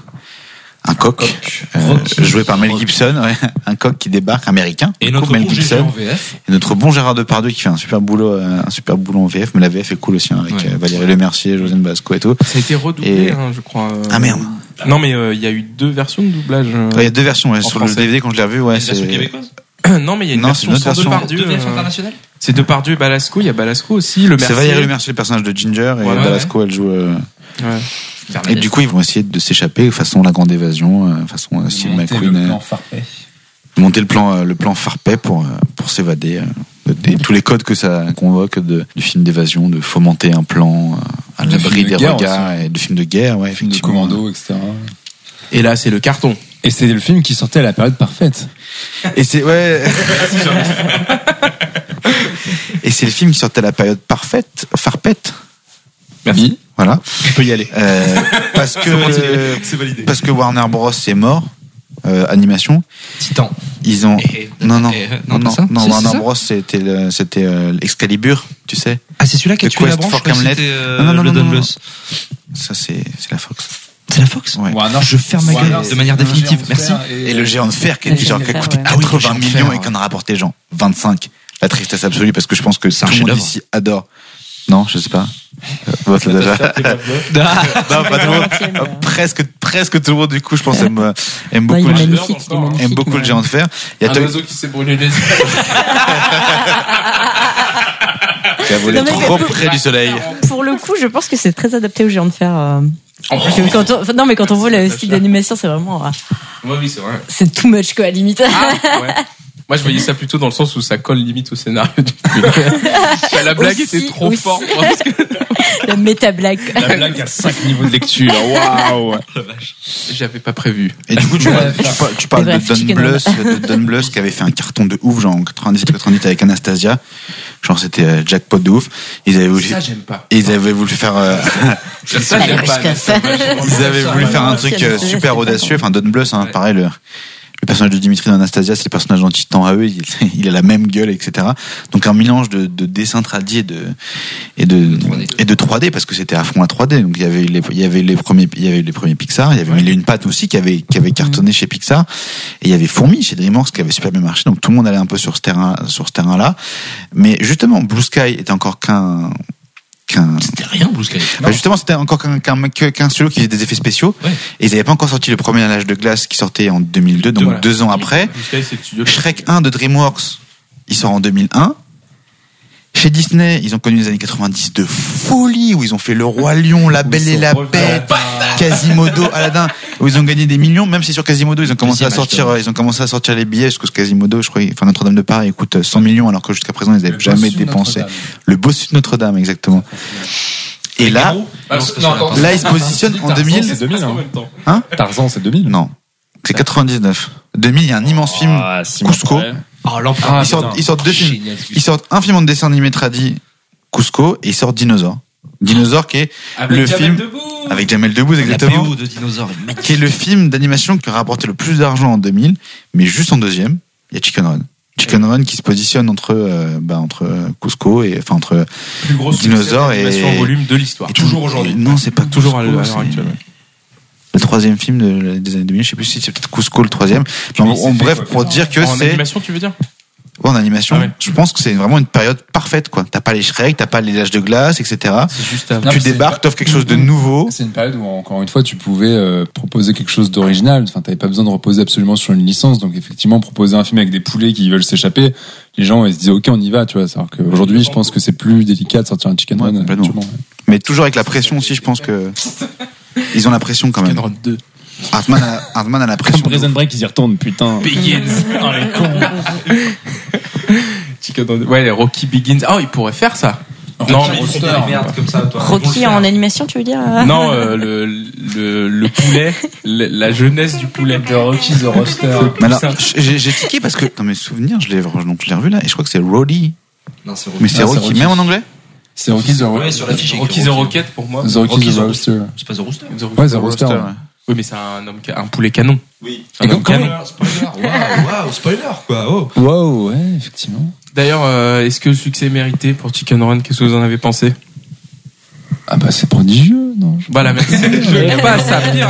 S8: un coq, euh, joué par Mel Gibson, ouais, un coq qui débarque américain,
S7: Et
S8: du coup,
S7: notre
S8: Mel
S7: bon GG
S8: Gibson,
S7: en VF.
S8: et notre bon Gérard Depardieu qui fait un super boulot, euh, un super boulot en VF, mais la VF est cool aussi hein, avec
S7: Ouais.
S8: euh, Valérie Lemercier, Josiane Basco et tout.
S6: Ça a été redoublé,
S8: Et-
S6: hein, je crois. euh,
S8: Ah merde.
S6: Non, mais euh, il y a eu deux versions de doublage. euh.
S8: Ouais, Il y a deux versions ouais, sur
S6: français.
S8: le DVD quand je l'ai revu, ouais,
S7: Une version
S8: c'est
S7: québécoise
S6: non, mais il y a une
S8: Non, c'est
S6: version
S8: une autre
S6: sans
S8: version.
S6: Depardieu.
S7: Deux versions
S6: euh,
S7: internationales
S6: C'est Depardieu et Balasco. Il y a Balasco aussi. Le
S8: c'est
S6: Mercier.
S8: Valérie Lemercier le personnage de Ginger et
S6: Ouais, ouais,
S8: Dalasco elle joue. euh,
S6: Ouais.
S8: Et du coup ils vont essayer de s'échapper façon la grande évasion, euh, façon euh, Steve
S9: Monter
S8: McQueen,
S9: le
S8: euh,
S9: plan Farpet.
S8: monter le plan euh, le plan Farpet pour euh, pour s'évader euh, de, et tous les codes que ça convoque de, du film d'évasion, de fomenter un plan euh, à
S9: De
S8: l'abri
S9: film de
S8: des
S9: guerre
S8: regards,
S9: aussi.
S8: et de films de guerre, ouais,
S9: film de
S8: effectivement.
S9: commando, etc.
S6: Et là, c'est le carton.
S9: Et c'est le film qui sortait à la période parfaite.
S8: Et c'est ouais.
S7: Ah,
S8: et c'est le film qui sortait à la période parfaite, farpette.
S6: Merci.
S8: Voilà.
S6: Tu peux y aller.
S8: Euh, parce que
S6: Faut continuer, c'est validé.
S8: parce que Warner Bros est mort. euh, animation.
S7: Titan.
S8: Ils ont
S7: Et-
S8: non non
S6: euh,
S7: et-
S8: non
S7: non, pas
S8: non,
S7: ça
S8: non,
S7: Si,
S8: Warner
S7: c'est ça
S8: Bros c'était le- c'était euh, Excalibur tu sais
S7: Ah, c'est celui-là qui a
S8: The
S7: tué la
S8: Quest
S7: branche
S8: for
S7: je croyais que
S8: Camlet.
S7: c'était, euh,
S8: Non, non, non,
S7: Blood
S8: non,
S7: and
S8: non,
S7: Blood.
S8: ça c'est c'est la Fox
S7: C'est la Fox
S8: ouais.
S9: Warner,
S7: Je ferme ma gueule
S9: Warner,
S7: de manière
S9: c'est un
S7: définitive.
S9: géant de
S7: Merci.
S9: fer
S8: Et le géant de fer qui a
S10: Le
S8: dit
S10: géant
S8: genre
S10: de
S8: qui a
S10: fer,
S8: coûté
S10: ouais.
S8: 80
S7: Ah oui, le géant de
S8: millions
S7: fer,
S8: et qu'on a rapporté genre 25. La tristesse absolue parce que je pense que tout le
S7: un
S8: monde
S7: chef-d'œuvre.
S8: ici adore. Non, je sais pas. Euh, vote le déjà. non, pas tout le monde. Euh, Presque, presque tout le monde du coup, je pense aime, euh, aime
S10: Ouais,
S8: beaucoup,
S10: il est
S8: le-
S10: magnifique. il est magnifique,
S8: aime beaucoup
S10: ouais.
S8: le géant de fer. Il y a
S7: Ah,
S6: Un
S8: Toy-
S6: oiseau qui s'est brûlé les ailes.
S8: qui a volé
S10: Non, mais
S8: trop
S10: pour-
S8: près du soleil.
S10: Pour le coup, je pense que c'est très adapté aux géants de fer. euh. Parce que quand on- enfin, non, mais quand on voit le style d'animation, c'est vraiment. euh,
S6: Ouais, Oh, oui, c'est vrai. Ah,
S10: C'est too much, quoi, à la limite.
S8: Ah.
S6: Ouais. Moi, je voyais ça plutôt dans le sens où ça colle limite au scénario du film. La blague
S10: Aussi,
S6: était trop
S10: aussi.
S6: forte. parce que
S10: La méta-blague. quoi.
S6: La blague à 5 niveaux de lecture. Waouh J'avais pas prévu.
S8: Et du coup, tu, parles- tu parles- tu parles
S10: Ouais,
S8: de Don
S10: chicken
S8: Bluth, de Don Bluth qui avait fait un carton de ouf, genre en 97-98 avec Anastasia. Genre, c'était euh, jackpot de ouf. Ils avaient voulu,
S6: Ça, j'aime pas.
S8: ils avaient voulu faire, euh,
S6: Ça,
S10: Allez,
S6: j'aime pas.
S10: jusqu'à ça.
S8: Ils avaient voulu faire un truc euh, super audacieux, enfin Don Bluth, hein, pareil, le, le personnage de Dimitri dans Anastasia, c'est le personnage en titan à eux, il, il a la même gueule, etc. Donc un mélange de, de dessin tradit et de, et de, et de 3D, parce que c'était à fond à 3D. Donc il y avait les, il y avait les premiers, il y avait les premiers Pixar, il y avait Mille et une patte aussi qui avait, qui avait cartonné chez Pixar, et il y avait Fourmi chez DreamWorks qui avait super bien marché, donc tout le monde allait un peu sur ce terrain, sur ce terrain-là. Mais justement, Blue Sky était encore qu'un, qu'un,
S7: C'était rien, Blue Sky.
S8: bah, justement, c'était encore qu'un qu'un mec- que- qu'un studio qui faisait des effets spéciaux.
S7: Ouais.
S8: Et ils n'avaient pas encore sorti le premier L'âge de glace qui sortait en 2002, donc
S6: Voilà.
S8: deux ans après. Shrek 1 de DreamWorks, il sort en 2001. Chez Disney, ils ont connu les années 90 de folie, où ils ont fait Le Roi Lion, La Belle et la Bête, Quasimodo, Aladdin, où ils ont gagné des millions. Même si sur Quasimodo, ils ont commencé à sortir, euh, ils ont commencé à sortir les billets, parce que ce Quasimodo, je crois, enfin Notre-Dame de Paris, coûte euh, 100 millions, alors que jusqu'à présent, ils n'avaient jamais dépensé. Le bossu de Notre-Dame, exactement. Et là,
S6: Bah,
S8: Là, il se positionne en 2000.
S9: C'est 2000. Hein.
S8: Hein
S9: Tarzan, c'est 2000.
S8: Non. C'est 99. 2000, il y a un immense film.
S6: Ah,
S8: Cusco.
S7: Oh,
S8: Ah,
S7: l'empereur.
S8: ils, sortent, ils sortent deux films. Ils sortent un film en dessin animé tradit, Cusco, et ils sortent Dinosaur. Dinosaur qui est le film avec Jamel Debbouze
S7: La
S8: exactement,
S7: PO de dinosaures est magnifique.
S8: qui est le film d'animation qui a rapporté le plus d'argent en 2000, mais juste en deuxième, il y a Chicken Run. Chicken Run qui se positionne entre euh, bah, entre euh, Cusco et enfin entre
S6: plus gros succès
S8: Dinosaure
S6: d'animation
S8: et-
S6: en volume de l'histoire.
S8: et tout- et Mm. Non, c'est pas
S6: Bah, Toujours à
S8: Cusco,
S6: l'heure
S8: c'est-
S6: actuelle. ouais.
S8: le troisième film de la- des années 2000, je sais plus si c'est peut-être Cusco le troisième. Mais en,
S9: c'est
S8: en
S9: fait,
S8: bref,
S9: quoi,
S8: pour dire que
S6: En
S8: c'est
S6: animation, tu veux dire
S8: ouais, en animation,
S6: Ah ouais.
S8: je pense que c'est vraiment une période parfaite quoi. T'as pas les Shrek, t'as pas les âges de glace, etc.
S6: C'est juste avant.
S9: Non,
S8: tu
S9: mais c'est
S8: débarques,
S9: pas- Mm-hmm.
S8: t'offres quelque chose de nouveau.
S9: C'est une période où, encore une fois, tu pouvais euh, proposer quelque chose d'original. Enfin, t'avais pas besoin de reposer absolument sur une licence. Donc, effectivement, proposer un film avec des poulets qui veulent s'échapper, les gens, ils se disent, OK, on y va, tu vois. Alors qu'aujourd'hui, je pense que c'est plus délicat de sortir un chicken
S8: Ouais,
S9: run.
S8: complètement.
S9: actuellement.
S8: Mais toujours avec la pression aussi, je pense que ils ont la pression quand même.
S6: Scanron 2.
S8: Hartman a, Hartman a la
S9: Comme
S8: pression.
S9: Prison Break, ils y retournent, putain.
S6: Begins. les cons. Ouais, Rocky Begins. Ah, il pourrait faire ça. Non, mais
S7: Rocky, merde, comme ça, toi. Ils vont le
S10: Rocky
S7: faire.
S10: en animation, tu veux dire
S6: Non, euh, le, le, le poulet, le- la jeunesse du poulet. De Rocky the Roaster.
S8: Mais alors, j'ai j'ai tiqué parce que dans mes souvenirs, je l'ai re- donc je l'ai revu là, et je crois que c'est Roddy.
S7: Non, c'est
S8: Mais c'est
S9: Ah, c'est
S8: Rocky,
S9: Rocky.
S8: même en anglais.
S9: C'est Rocky the
S7: Ouais, sur l'affiche.
S6: Rocky the Rocket pour moi.
S9: The Rocky
S7: Rocky
S9: the
S7: the
S9: Roaster.
S7: C'est pas The Rooster.
S6: The Rocket.
S9: Ouais, The
S8: Roaster,
S9: Roaster. ouais.
S8: ouais.
S6: Oui, mais c'est un homme, ca- un poulet canon. Oui. Un homme
S9: comment-
S6: canon.
S7: Waouh, waouh, spoiler, quoi. Oh.
S9: Wow, ouais, effectivement.
S6: D'ailleurs, euh, est-ce que le succès est mérité pour Chicken Run Qu'est-ce que vous en avez pensé
S9: Ah bah, c'est prodigieux, non?
S6: Voilà, merci. Je passe à pire.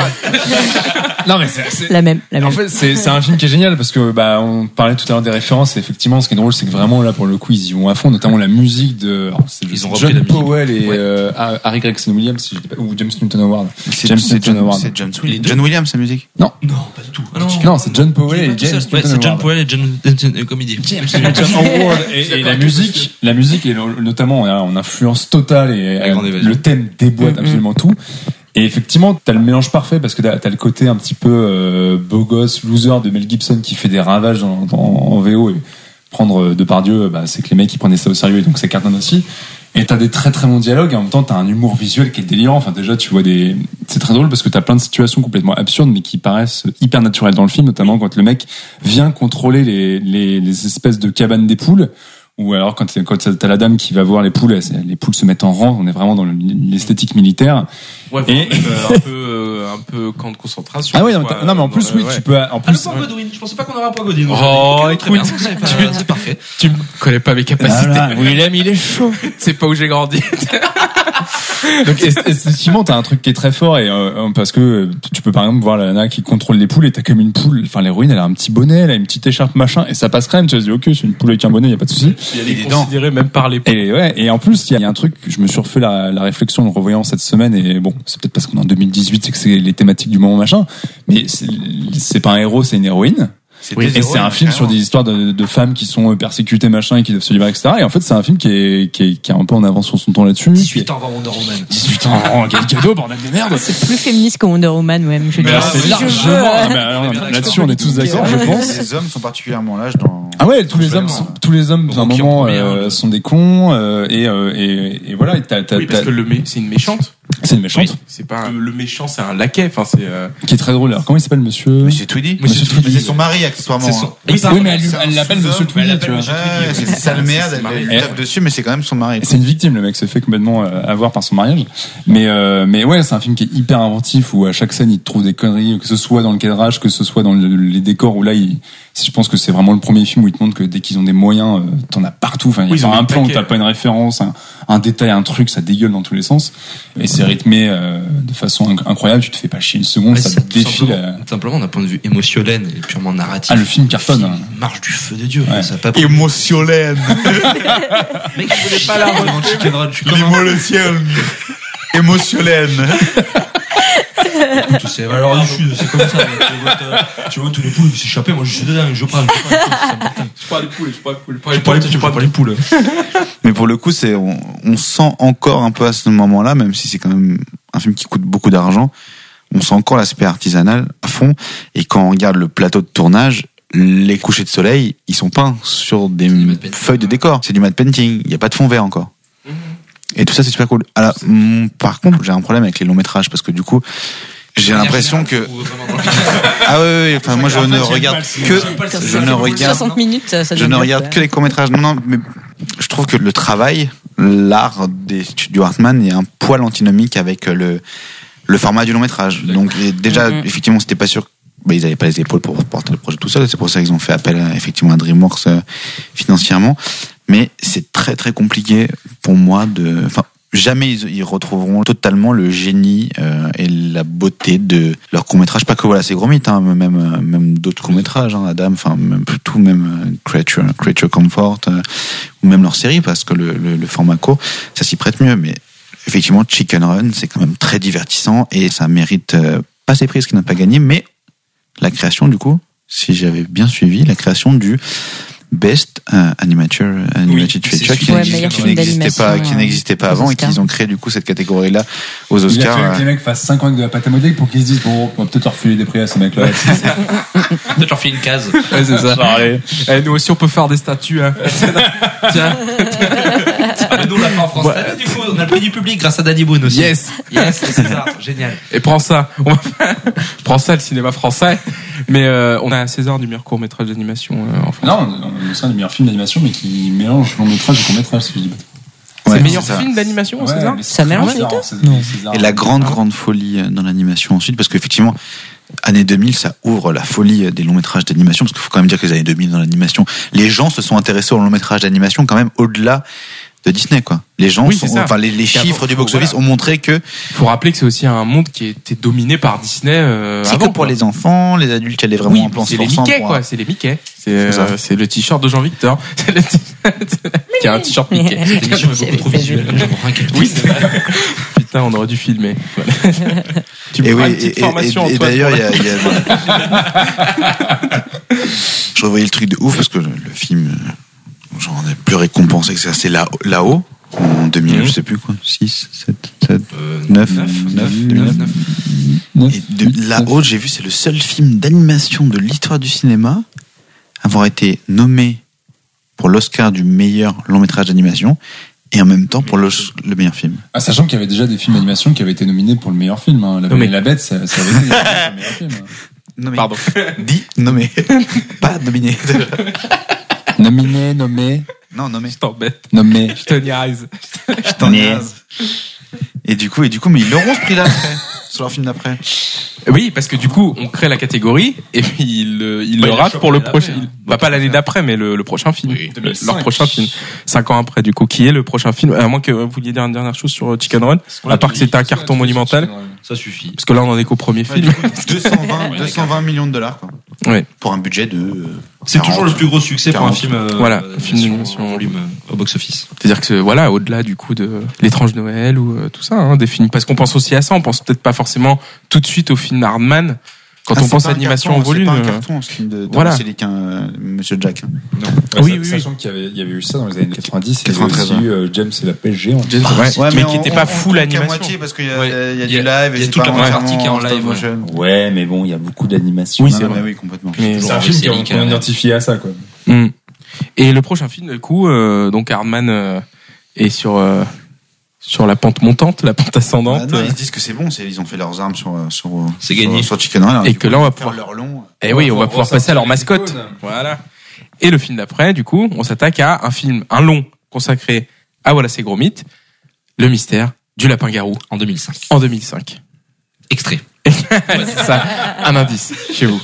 S9: Non, mais c'est,
S10: La même, la
S9: Et
S10: même.
S9: En fait, c'est c'est un film qui est génial parce que bah on parlait tout à l'heure des références. Et effectivement, ce qui est drôle, c'est que vraiment là pour le coup, ils y vont à fond, notamment la musique de alors, c'est
S7: Ils ont repris la
S9: John
S7: musique.
S9: Powell et
S7: Ouais.
S9: euh, Harry Gregson Williams si je dis pas- ou James Newton Howard.
S8: C'est
S9: James
S8: c'est
S9: Newton
S8: John,
S9: Howard.
S8: c'est James Williams. John Williams, sa musique.
S7: Non, pas du tout. Ah,
S9: Non, c'est John Powell et
S7: Ouais,
S9: James Newton
S7: c'est John
S9: Howard.
S7: Powell et John euh, Comedy.
S9: Et, et la musique, la musique et le- notamment euh, en influence totale et
S7: La grande
S9: euh,
S7: évasion.
S9: le thème déboîte absolument tout. Et effectivement, t'as le mélange parfait parce que t'as t'as le côté un petit peu euh, beau gosse, loser de Mel Gibson qui fait des ravages dans, dans- en VO et prendre de par Dieu, bah, c'est que les mecs ils prenaient ça au sérieux et donc c'est Carton aussi. Et t'as des très très bons dialogues et en même temps t'as un humour visuel qui est délirant. Enfin déjà tu vois des, c'est très drôle parce que t'as plein de situations complètement absurdes mais qui paraissent hyper naturelles dans le film, notamment quand le mec vient contrôler les, les, les espèces de cabanes des poules. Ou alors quand t'es- quand t'as la dame qui va voir les poules, elle- les poules se mettent en rang. On est vraiment dans le- l'esthétique militaire.
S6: Ouais,
S9: Et-
S6: même, euh, un peu, euh, un peu camp de concentration.
S9: Ah oui, non,
S6: quoi,
S9: t'as- non, mais en
S6: dans
S9: plus
S6: le-
S9: oui,
S6: ouais.
S9: tu peux en
S7: Ah, le
S9: plus
S7: point Godwin. Je pensais pas qu'on aurait un point Godwin.
S6: Oh,
S7: Très bien,
S6: écoute,
S7: c'est pas-
S6: tu-
S7: c'est parfait.
S6: Tu me connais pas mes capacités.
S9: Ah là,
S6: Willem, il est chaud. C'est pas où j'ai grandi.
S9: Donc, es- effectivement, t'as un truc qui est très fort et euh, parce que euh, tu peux par exemple voir la nana qui contrôle les poules et t'as comme une poule. Enfin, l'héroïne, elle a un petit bonnet, elle a une petite écharpe machin et ça passe crème. Tu vas se dire, ok, c'est une poule avec un bonnet, y a pas de souci.
S6: Il y a des considéré même par les
S9: Et ouais, et en plus, il y a- il y, a un truc, je me suis refait la, la réflexion en le revoyant cette semaine, et bon, c'est peut-être parce qu'on est en 2018, c'est que c'est les thématiques du moment machin, mais c'est- c'est pas un héros, c'est une héroïne.
S6: Oui,
S9: et c'est un film sur des histoires de, de femmes qui sont persécutées machin et qui doivent se libérer, etc. Et en fait, c'est un film qui est, qui est, qui est un peu en avance sur son temps là-dessus.
S7: 18 ans avant Wonder Woman.
S9: 18 ans, oh, quel cadeau, bordel de merde!
S10: C'est plus féministe que Wonder Woman, même, je
S9: Mais
S10: dirais.
S9: alors, Ah, bah, c'est
S10: Si je
S9: largement.
S10: veux,
S9: Ah, mais alors, Là-dessus, on est tous d'accord, je pense.
S8: Les hommes sont particulièrement lâches dans.
S9: Ah ouais, tous les hommes,
S8: Vraiment.
S9: sont, tous les hommes, à un
S6: Rocky en
S9: moment,
S6: premier,
S9: euh,
S6: hein.
S9: sont des cons euh, et, euh, et, et voilà. et t'as- t'as-
S6: Oui, parce
S9: t'as-
S6: que le mé- c'est une méchante.
S9: C'est une méchante
S6: C'est pas un- le méchant, c'est un laquais. Enfin, c'est. euh,
S9: qui est très drôle. Alors comment il s'appelle, monsieur
S8: Monsieur Tweedy.
S9: Monsieur Tweedy.
S8: Mais C'est son mari, accessoirement.
S9: C'est son-
S8: hein.
S9: Oui,
S8: pardon,
S9: mais elle lui-
S8: c'est un
S9: elle l'appelle
S8: sous-homme,
S9: Monsieur
S8: elle
S9: Tweedy. tu
S8: l'appelle
S9: vois.
S8: Monsieur Tweedy, ouais, C'est une sale merde,
S6: marrant.
S8: elle lui tape dessus, mais c'est quand même son mari. quoi.
S9: C'est une victime, le mec se fait complètement euh, avoir par son mariage. Mais euh, mais ouais, c'est un film qui est hyper inventif où à chaque scène il te trouve des conneries, que ce soit dans le cadrage, que ce soit dans le- les décors où là, il, c'est- je pense que c'est vraiment le premier film où il te montre que dès qu'ils ont des moyens, euh, t'en as partout. Enfin, il
S6: Oui,
S9: y
S6: ils
S9: a
S6: ont
S9: pas
S6: des
S9: un plan où
S6: paquets.
S9: t'as pas une référence, un, un détail, un truc, ça dégueule dans tous les sens. Et c'est rythmé euh, de façon inc- incroyable. Tu te fais pas chier une seconde,
S7: Ouais,
S9: ça
S7: c'est tout
S9: défile.
S7: simplement-
S9: euh,
S7: tout Simplement, d'un point de vue émotionnel et purement narratif.
S9: Ah, le film cartonne,
S7: film
S9: hein.
S7: Marche du feu de Dieu.
S9: Ouais.
S7: Ça a pas pris.
S8: Émotionnel.
S7: Mec, je voulais pas la retenir. Chicken Run, je suis comme un-
S8: L'émotion. Émotionnel.
S7: tu sais, alors je suis, c'est comme ça. mec. Tu vois, t'as- Tu vois, tous les poules, ils s'échappaient. Moi, je suis dedans, je prends. Je
S6: Je parle des poules, je parle des poules.
S7: prends les poules, je prends les poules.
S8: Mais pour le coup, c'est on, on sent encore un peu à ce moment-là, même si c'est quand même un film qui coûte beaucoup d'argent, on sent encore l'aspect artisanal à fond. Et quand on regarde le plateau de tournage, les couchers de soleil, ils sont peints sur des
S7: du matte painting.
S8: feuilles de décor. C'est du matte painting. Il n'y a pas de fond vert encore. Et tout ça, c'est super cool. Alors, mm, par contre, j'ai un problème avec les longs métrages parce que du coup, j'ai l'impression que ah oui, oui, oui. enfin moi je ne regarde que je ne regarde
S10: 60 minutes, ça
S8: je ne regarde que les courts-métrages. Non, non, mais je trouve que le travail, l'art des studios Hartman est un poil antinomique avec euh, le, le format du long-métrage. Donc, et déjà,
S10: Mhm.
S8: effectivement, c'était pas sûr. bah, ils n'avaient pas les épaules pour porter le projet tout seul. C'est pour ça qu'ils ont fait appel à, effectivement à DreamWorks euh, financièrement. Mais c'est très très compliqué pour moi de. Enfin, jamais ils, ils retrouveront totalement le génie euh, et la beauté de leur court métrage. Pas que voilà, c'est gros mythe, hein, mais même euh, même d'autres courts métrages, hein, Adam, enfin même tout, même euh, Creature, Creature Comfort, euh, ou même leur série, parce que le, le, le format court, ça s'y prête mieux. Mais effectivement, Chicken Run, c'est quand même très divertissant et ça mérite euh, pas ses prix, ce qui n'a pas gagné, mais la création du coup, si j'avais bien suivi, la création du Best euh, Animateur Animated
S7: c'est
S8: Feature qui
S7: super.
S10: Ouais,
S8: n'existait-
S10: meilleur
S8: qui
S10: film
S8: n'existait pas,
S10: d'animation,
S8: qui
S10: euh,
S8: n'existait pas
S10: aux
S8: avant et
S10: Oscars.
S8: qu'ils ont créé du coup cette catégorie-là aux
S9: Il a
S8: Oscars. euh,
S9: fallu que les mecs fassent 5 ans avec de la pâte à modeler pour qu'ils se disent bon, on va peut-être leur filer des prix à ces mecs-là.
S7: Peut-être leur filer une case.
S6: Ouais, c'est ça.
S9: Allez.
S6: Eh, nous aussi, on peut faire des statues. Hein. Tiens,
S7: Mais nous, on l'a fait en France.
S6: Ouais.
S7: Ah, Du coup, on a le prix du public grâce à Danny Boone aussi.
S6: Bah, yes.
S7: Yes, c'est ça. Génial.
S6: Et prends ça. On va faire- prends ça, le cinéma français. Mais euh, on a un César du meilleur court métrage d'animation euh, en France.
S9: Non, c'est un des meilleurs films d'animation, mais qui mélange long métrage et court métrage, si je dis pas.
S6: c'est
S8: Ouais,
S6: le meilleur
S8: c'est ça.
S6: film d'animation, au César
S10: Ça mélange les
S8: Et la grande, grande folie euh, dans l'animation ensuite, parce qu'effectivement, année 2000, ça ouvre la folie euh, des longs métrages d'animation, parce qu'il faut quand même dire que les années 2000 dans l'animation, les gens se sont intéressés aux longs métrages d'animation quand même au-delà de Disney, quoi. Les gens,
S6: Oui,
S8: sont-
S6: c'est ça.
S8: enfin, les, les
S6: Et avant, Euh,
S8: chiffres du
S6: faut-
S8: box-office ont montré que
S6: Faut rappeler que c'est aussi un monde qui était dominé par Disney. Euh,
S8: c'est que
S6: avant,
S8: pour
S6: quoi.
S8: les enfants, les adultes, il y avait vraiment
S6: Oui,
S8: un plan
S6: c'est
S8: sur
S6: les
S8: l'ensemble
S6: Mickey,
S8: pour un-
S6: quoi. C'est les Mickey. C'est
S8: C'est ça.
S6: euh, c'est le t-shirt de Jean-Victor. C'est le t-shirt- qui a un t-shirt Mickey.
S7: Cette émission est beaucoup trop visuelle. Je comprends rien qu'elle
S6: Oui,
S7: dise.
S6: c'est vrai. Putain, on aurait dû filmer. Voilà. tu me
S8: Et
S6: feras
S8: oui,
S6: une
S8: et-
S6: petite
S8: et-
S6: formation,
S8: et- et
S6: Antoine,
S8: d'ailleurs,
S6: pour
S8: il y a. il y a- je revoyais le truc de ouf parce que le, le film, euh, j'en ai plus récompensé que ça. C'est là- là-haut, en 2000, je sais plus quoi, 6, 7, 7, 9, 9, 2009. Et de là-haut, j'ai vu, c'est le seul film d'animation de l'histoire du cinéma à avoir été nommé pour l'Oscar du meilleur long métrage d'animation et en même temps pour l'Os- le meilleur film.
S9: Ah, sachant qu'il y avait déjà des films d'animation qui avaient été nominés pour le meilleur film. hein. La
S6: Non,
S9: Belle
S6: mais-
S9: et la Bête, ça, ça avait été le meilleur film. hein.
S8: Nommé.
S6: Pardon.
S8: Dit, nommé. Pas nominé.
S9: Nominé, nommé,
S8: non, nommé.
S6: Je t'embête.
S9: nommé.
S6: Je te niaise.
S8: Je t'en niaise. Et du coup, et du coup, mais ils l'auront ce prix-là après, sur leur film d'après.
S6: Oui, parce que du coup, on crée la catégorie et puis il, euh, il
S7: Bah,
S6: le
S7: il a
S6: rate
S7: chopé
S6: pour le
S7: l'année
S6: prochain.
S7: d'après, hein.
S6: Bah, pas l'année d'après, mais le, le prochain film.
S9: Oui,
S6: Le-
S9: 2005.
S6: Leur prochain film. Cinq ans après, du coup, qui est le prochain film À moins que vous vouliez dire une dernière chose sur euh, Chicken Run, à part que c'était un carton monumental.
S7: Ça suffit.
S6: Parce que là, on en est qu'au premier
S8: Ouais,
S6: film.
S8: du coup, 220, 220 millions de dollars, quoi.
S6: Ouais.
S8: Pour un budget de. euh,
S7: C'est
S8: 40.
S7: toujours le plus gros succès pour un
S8: 40.
S7: film. euh,
S6: Voilà,
S7: euh,
S6: film
S7: sur-
S6: d'animation.
S7: en volume euh, au box-office.
S6: C'est-à-dire que voilà, au-delà du coup de l'étrange Noël ou euh, tout ça, hein, des films. Parce qu'on pense aussi à ça, on pense peut-être pas forcément tout de suite au film Hardman quand
S8: Ah,
S6: on
S8: c'est
S6: pense
S8: pas un
S6: animation
S8: carton,
S6: en volume.
S8: C'est pas un
S6: euh,
S8: carton, ce film de.
S6: Voilà.
S8: Voilà. C'est les qu'un euh, Monsieur Jack. hein.
S6: Oui,
S9: oui,
S6: oui,
S9: Sachant qu'il y avait, il y avait eu ça dans les années 90. Il y avait
S8: 93,
S9: aussi eu, euh, James et la pêche géante.
S6: James- ouais,
S8: Ouais,
S6: mais
S8: on-
S6: qui n'était
S8: on-
S6: pas
S8: on
S6: full
S8: coupe qu'à
S6: animation.
S8: moitié parce qu'il y, a-
S7: Ouais.
S8: il y a
S7: Il y
S8: du
S7: a-
S8: live
S7: il
S8: et
S7: y a
S8: c'est
S7: toute
S8: pas
S7: la première
S8: entièrement
S7: partie qui est en
S8: stop
S7: live, ouais.
S8: motion.
S9: Ouais, mais bon, il y a beaucoup d'animation.
S6: Oui,
S8: Non,
S6: c'est
S8: non,
S6: vrai.
S8: mais Oui, complètement.
S6: Mais-
S9: C'est un film qu'on qu'on identifiait à ça, quoi.
S6: Hmm. Et le prochain film, du coup, euh, donc Hardman euh, est sur euh, sur la pente montante, la pente
S8: Ah,
S6: ascendante,
S8: non,
S6: euh,
S8: ils se disent que c'est bon, c'est- ils ont fait leurs armes sur, euh, sur,
S7: C'est
S8: sur-
S7: gagné.
S8: sur Chicken Run. alors
S6: euh, et
S8: du
S6: que
S8: coup,
S6: là on va
S8: ils vont faire
S6: pouvoir.
S8: leur long.
S6: Eh oui, on va pouvoir passer à leur
S9: ressortir
S6: mascotte.
S9: les icônes.
S6: Voilà. Et le film d'après, du coup, on s'attaque à un film, un long consacré à voilà ces gros mythes, le mystère du lapin garou
S7: En 2005.
S6: en 2005.
S7: Extrait.
S6: C'est ça, un indice chez vous.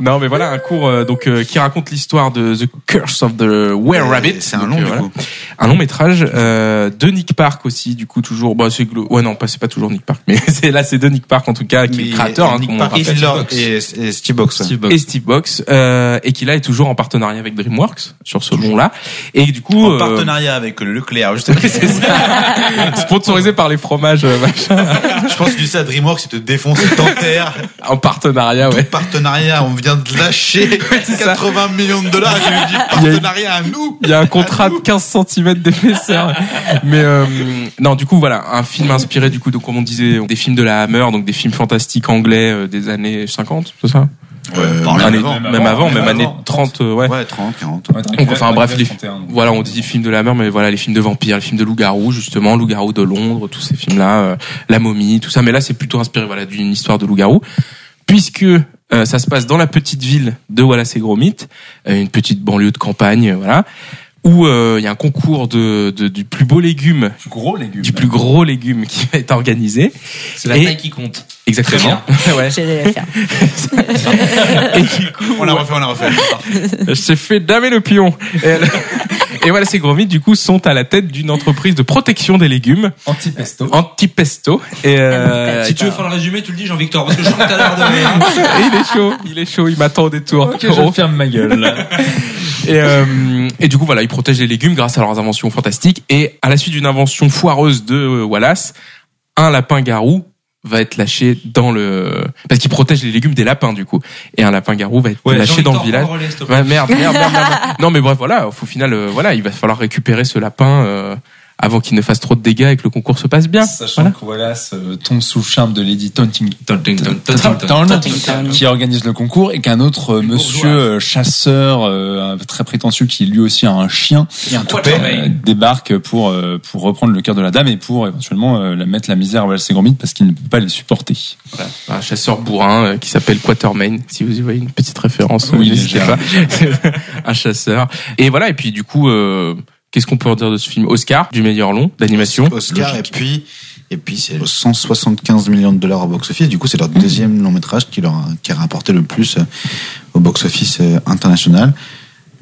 S6: non, mais voilà un cours euh, donc euh, qui raconte l'histoire de The Curse of the Were Rabbit.
S8: C'est un
S6: Donc,
S8: long,
S6: euh,
S8: du
S6: voilà.
S8: coup.
S6: un long métrage euh, de Nick Park aussi du coup toujours bah c'est glo- ouais non pas c'est pas toujours Nick Park mais c'est là c'est de Nick Park en tout cas qui est
S8: Mais-
S6: le créateur hein,
S8: Nick
S6: comme on
S8: Park
S6: rappelle.
S8: et leur- et- et Steve Box. ouais.
S7: Steve Bob.
S6: et Steve Box euh, et qui là est toujours en partenariat avec DreamWorks sur ce long là et du coup
S8: En
S6: euh,
S8: partenariat avec le Leclerc, justement.
S6: c'est ça. sponsorisé par les fromages euh, machin.
S8: Je pense que tu dis ça à DreamWorks, ils te défoncent, ils t'enterrent.
S6: en partenariat ouais
S8: Partenariat, on vient de lâcher
S6: c'est
S8: 80 millions de dollars. Je lui dis partenariat à nous.
S6: Il y a un contrat de 15 cm d'épaisseur. Mais euh, non, du coup, voilà, un film inspiré, du coup, de, comme on disait, des films de la Hammer, donc des films fantastiques anglais euh, des années 50, c'est ça
S8: Euh,
S6: Enfin,
S8: même
S6: année-
S8: avant.
S6: même avant, même
S9: Même
S6: année
S9: avant,
S6: 30, euh, ouais.
S8: Ouais, 30, 40.
S6: Donc, enfin, bref, les- Voilà, on dit des films de la mer, mais voilà, les films de vampires, les films de loup-garou, justement, loup-garou de Londres, tous ces films-là, euh, la momie, tout ça. Mais là, c'est plutôt inspiré, voilà, d'une histoire de loup-garou, puisque euh, ça se passe dans la petite ville de Wallace et Gromit, euh, une petite banlieue de campagne, euh, voilà, où euh, il y a un concours de, de- du plus beau légume,
S9: Du gros légume.
S6: du plus gros légume qui va être organisé.
S7: C'est la
S6: Et-
S7: taille qui compte.
S6: Exactement. ouais.
S10: J'ai la faire.
S6: Et du coup,
S8: On l'a refait, on l'a refait.
S6: Je t'ai fait damer le pion. Et, elle- et voilà, ces gourmets, du coup, sont à la tête d'une entreprise de protection des légumes, Oh.
S9: Anti-pesto.
S6: Antipesto. Et, euh,
S7: Si tu veux faire le résumé, tu le dis, Jean-Victor, parce que je crois que t'as l'air de.
S6: et il est chaud, il est chaud, il m'attend au détour.
S9: Ok, je ferme ma gueule.
S6: Et, euh, et du coup, voilà, ils protègent les légumes grâce à leurs inventions fantastiques. Et à la suite d'une invention foireuse de euh, Wallace, un lapin garou va être lâché dans le parce qu'il protège les légumes des lapins du coup et un lapin garou va être lâché dans le village Ouais, merde, merde, merde, merde, merde. Non, mais bref, voilà. Au final, euh, voilà, il va falloir récupérer ce lapin euh, avant qu'il ne fasse trop de dégâts et que le concours se passe bien.
S9: Sachant
S6: Voilà.
S9: que Wallace euh, tombe sous le charme de Lady Tontington,
S7: Tontington.
S10: Tontington.
S9: qui organise le concours, et qu'un autre euh, monsieur
S7: bourgeoise.
S9: euh, chasseur euh, très prétentieux, qui lui aussi a un chien,
S6: Eh ben.
S9: euh, débarque pour euh, pour reprendre le cœur de la dame et pour éventuellement euh, la mettre la misère à Wallace et Gromit parce qu'il ne peut pas les supporter.
S6: Voilà. Un chasseur bourrin euh, qui s'appelle Quatermain. Si vous y voyez une petite référence,
S9: Oui,
S6: euh, n'hésitez
S9: déjà.
S6: pas. un chasseur. Et voilà. Et puis, du coup, euh, qu'est-ce qu'on peut en dire de ce film Oscar du meilleur long d'animation.
S8: Oscar, et puis, et puis c'est 175 millions de dollars au box-office. Du coup, c'est leur
S6: Mmh.
S8: deuxième long métrage qui, leur a, qui a rapporté le plus euh, au box-office euh, international.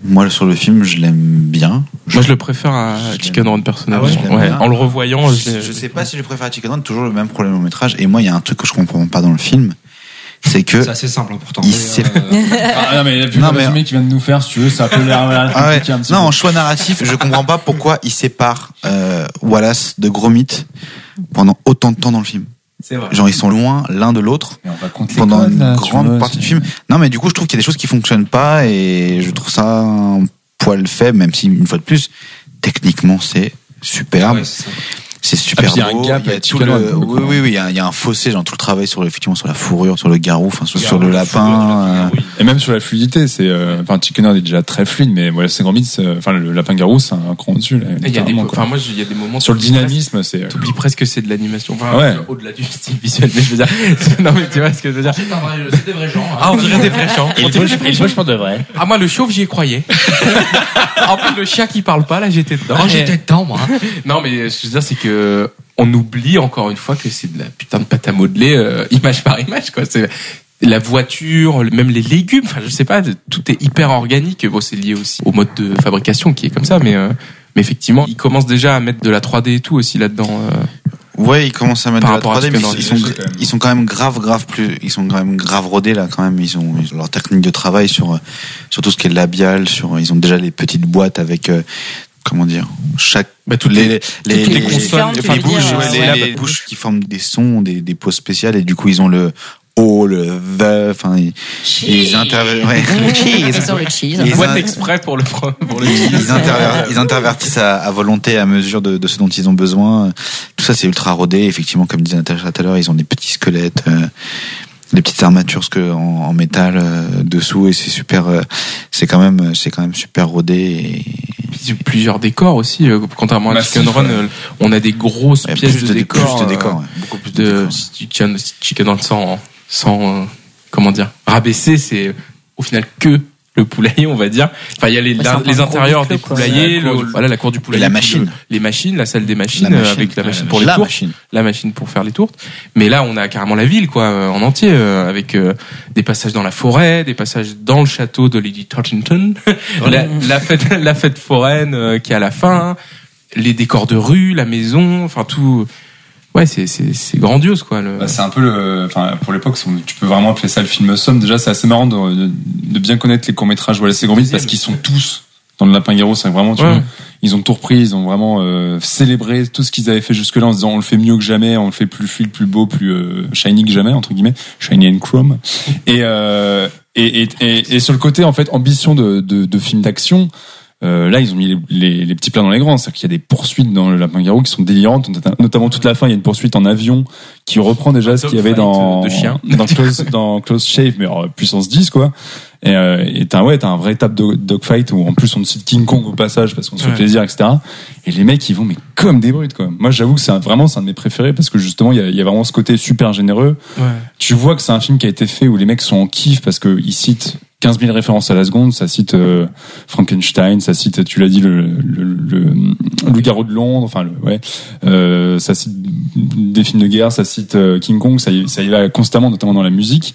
S8: Moi, sur le film, je l'aime bien.
S6: Moi, je le préfère à
S8: Je l'aime.
S6: Chicken Run personnellement.
S8: Ah ouais, je l'aime
S6: Ouais,
S8: bien.
S6: en le revoyant,
S8: Je, je sais pas si je préfère à Chicken Run, toujours le même problème au métrage. Et moi, il y a un truc que je comprends pas dans le film, c'est que
S7: C'est assez simple, hein, pourtant.
S8: il
S7: Mais,
S8: s'est
S7: euh,
S9: Ah, non mais vu
S8: Non,
S9: le
S8: mais- euh,
S9: résumé qu'il vient de nous faire, si tu veux, ça a peut l'air euh,
S8: Ah ouais.
S9: compliqué un petit
S8: Non,
S9: peu.
S8: en choix narratif, je comprends pas pourquoi il sépare euh, Wallace de Gromit pendant autant de temps dans le film.
S7: C'est vrai.
S8: Genre ils sont loin l'un de l'autre
S9: Mais on va compter
S8: pendant
S9: les codes,
S8: une
S9: là, tu
S8: grande
S9: vois,
S8: partie du
S9: c'est-
S8: film. Non, mais du coup, je trouve qu'il y a des choses qui fonctionnent pas et je trouve ça un poil faible, même si une fois de plus, techniquement, c'est superbe.
S7: Ouais, c'est ça.
S8: c'est super
S9: Ah, puis il y a
S8: beau,
S9: un gap
S8: il y a
S9: avec euh,
S8: tout
S9: Chicken
S8: le-
S9: Run, pour le
S8: oui,
S9: coup.
S8: oui, oui, il y, a- il y a un fossé dans tout le travail sur effectivement sur la fourrure, sur le garou, enfin sur,
S9: Garou,
S8: sur le
S9: la fourrure,
S8: lapin. euh,
S9: Et même sur la fluidité, c'est euh, enfin Chicken Heart est déjà très fluide, mais voilà, c'est grand mythe, enfin le lapin garou, c'est un cran dessus.
S6: Et
S9: Là,
S6: il y a des,
S9: littéralement, quoi.
S6: enfin, moi, il y a des moments
S9: sur le
S6: t'oublies
S9: dynamisme, c'est euh,
S6: presque- T'oublies presque que c'est de l'animation. Enfin,
S9: Ouais.
S6: au-delà du style visuel, mais je veux dire. non, mais tu vois ce que je veux dire.
S7: C'est pas vrai, c'est des vrais gens. hein.
S6: Ah, on dirait des vrais gens.
S15: Et
S6: On
S15: le
S6: dirait des
S15: gauche, et
S6: vrais
S15: le
S6: gens.
S15: gauche pour de vrai.
S6: Ah, moi, le chauve, j'y ai croyé. en plus, le chat qui parle pas, là, Ah, j'étais dedans.
S7: Oh, j'étais dedans, moi.
S6: Non, mais ce que je veux dire, c'est que on oublie encore une fois que c'est de la putain de pâte à modeler euh, image par image, quoi. C'est la voiture, même les légumes. Enfin, je sais pas, de- tout est hyper organique. Bon, c'est lié aussi au mode de fabrication qui est comme ça, mais. euh, mais effectivement, ils commencent déjà à mettre de la 3D et tout aussi là-dedans. euh.
S8: Ouais, ils commencent à mettre
S6: Par
S8: de la
S6: rapport à
S8: 3D, mais
S6: Chicken
S8: ils sont,
S9: Heart, quand même.
S8: ils sont quand même grave, grave plus, ils sont quand même grave rodés là, quand même. Ils ont, ils ont leur technique de travail sur, euh, sur tout ce qui est labial, sur, ils ont déjà les petites boîtes avec, euh, comment dire, chaque,
S6: Bah, toutes
S8: les, les,
S10: toutes les consonnes, tu
S8: enfin,
S10: veux
S8: bouches,
S10: dire,
S8: ouais,
S10: ouais.
S8: les, les bouches qui forment des sons, des, des pauses spéciales, et du coup, ils ont le O, le V, enfin, ils, ils interviennent, ouais.
S10: Sur le cheese.
S8: Ils
S6: Boîte
S8: in-
S6: exprès pour le pro- pour le.
S8: ils, ils interver- ils intervertissent à, à volonté à mesure de, de ce dont ils ont besoin. Tout ça, c'est ultra rodé. Effectivement, comme disait Natacha tout à l'heure, ils ont des petits squelettes, euh, des petites armatures ce que, en, en métal euh, dessous, et c'est super. euh, c'est quand même, c'est quand même super rodé. Et...
S6: Puis, plusieurs décors aussi. euh, Contrairement à
S9: Massif,
S6: Chicken Run,
S9: ouais.
S6: euh, on a des grosses
S8: Il y a
S6: pièces de, décors.
S8: plus de
S6: euh,
S8: décors, ouais. beaucoup plus de,
S6: de
S8: décors.
S6: Chicken, Chicken Run sans, sans euh, comment dire, rabaisser, c'est au final que le poulailler, on va dire. Enfin, il y a les,
S10: Ouais,
S6: la-
S10: c'est un peu
S6: les
S10: un gros
S6: intérieurs des
S10: boucle, quoi.
S6: poulaillers,
S9: C'est la
S6: le-
S9: cour du-
S6: voilà, la cour du poulailler.
S8: la
S6: puis
S8: machine.
S6: le- les machines, la salle des machines,
S8: La
S6: euh,
S8: machine.
S6: avec la
S8: Ouais,
S6: machine pour les
S8: la
S6: tours,
S8: machine.
S6: la machine pour faire les tours. Mais là, on a carrément la ville, quoi, euh, en entier, euh, avec euh, des passages dans la forêt, des passages dans le château de Lady Torrington, la, la fête, la fête foraine euh, qui est à la fin, les décors de rue, la maison, enfin tout. Ouais, c'est c'est c'est grandiose, quoi. Le...
S9: Bah, c'est un peu le, enfin, pour l'époque, c'est- tu peux vraiment appeler ça le film somme. Déjà, c'est assez marrant de, de- de bien connaître les courts métrages Wallace et Gromit parce qu'ils sont tous dans le Lapin Garou. C'est vraiment, tu
S6: Ouais.
S9: vois, ils ont tout repris, ils ont vraiment euh, célébré tout ce qu'ils avaient fait jusque-là en se disant on le fait mieux que jamais, on le fait plus fluide, plus beau, plus euh, shiny que jamais entre guillemets, shiny and chrome. Et euh, et, et, et, et sur le côté en fait ambition de de, de film d'action. Euh, là, ils ont mis les, les, les petits plats dans les grands. C'est-à-dire qu'il y a des poursuites dans le Lapin Garou qui sont délirantes, nota- notamment toute la fin. Il y a une poursuite en avion qui reprend déjà ce qu'il y avait
S6: Dogfight
S9: dans
S6: de chien.
S9: dans Close, dans Close Shave, mais en puissance 10 quoi. Et euh, et t'as ouais, t'as un vrai tap dog- dogfight où en plus on cite King Kong au passage parce qu'on se fait
S6: Ouais.
S9: plaisir, etc. Et les mecs ils vont mais comme des brutes quoi. Moi j'avoue que c'est un- vraiment c'est un de mes préférés parce que justement il y a, il y a vraiment ce côté super généreux. Tu vois que c'est un film qui a été fait où les mecs sont en kiff parce que ils citent 15 000 références à la seconde, ça cite euh, Frankenstein, ça cite, tu l'as dit, le, le, le, le Garou de Londres, enfin, le, ouais, euh, ça cite des films de guerre, ça cite euh, King Kong, ça y, ça y va constamment, notamment dans la musique.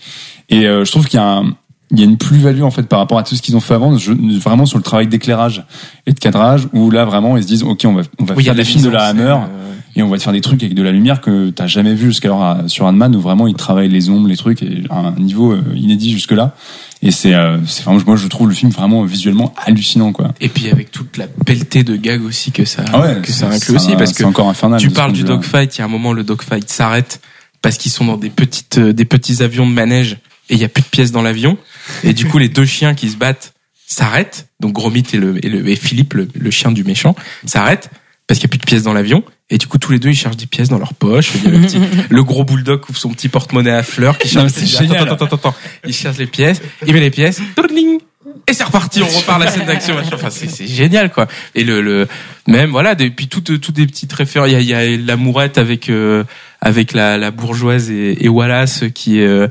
S9: Et euh, je trouve qu'il y a un- il y a une plus-value en fait par rapport à tout ce qu'ils ont fait avant, je- vraiment sur le travail d'éclairage et de cadrage, où là vraiment ils se disent ok on va on va
S6: Oui, il y a
S9: faire
S6: de
S9: des films de la
S6: mise en
S9: Hammer
S6: scène, euh,
S9: et on va te faire des trucs avec de la lumière que t'as jamais vu jusqu'alors à- sur Ant-Man où vraiment ils travaillent les ombres, les trucs et à un niveau euh, inédit jusque là. Et c'est euh, c'est vraiment moi je trouve le film vraiment euh, visuellement hallucinant quoi.
S6: Et puis avec toute la pelletée de gags aussi que ça, Ah que ça
S9: Ah c'est-
S6: inclut
S9: c'est
S6: aussi,
S9: un-
S6: parce que
S9: c'est encore infernal.
S6: tu
S9: de ce
S6: parles
S9: point
S6: du
S9: de vue-là.
S6: dogfight, il y a un moment le dogfight s'arrête parce qu'ils sont dans des petites, euh, des petits avions de manège et il y a plus de pièces dans l'avion et du coup les deux chiens qui se battent s'arrêtent, donc Gromit et le et, le- et Philippe le, le chien du méchant s'arrêtent parce qu'il y a plus de pièces dans l'avion et du coup tous les deux ils cherchent des pièces dans leur poche. Il y a le, petit- le gros bulldog ouvre son petit porte-monnaie à fleurs qui
S9: Non, mais
S6: cherche.
S9: c'est
S6: les pièces.
S9: génial.
S6: Attends, attends, attends, attends. Il cherche les pièces, il met les pièces, tourning, et c'est reparti, on repart à la scène d'action. machin. Enfin, c'est c'est génial, quoi. Et le, le même, voilà, des- puis toutes toutes des petites références. Il y a, il y a l'amourette avec euh, avec la, la bourgeoise et, et Wallace qui est euh,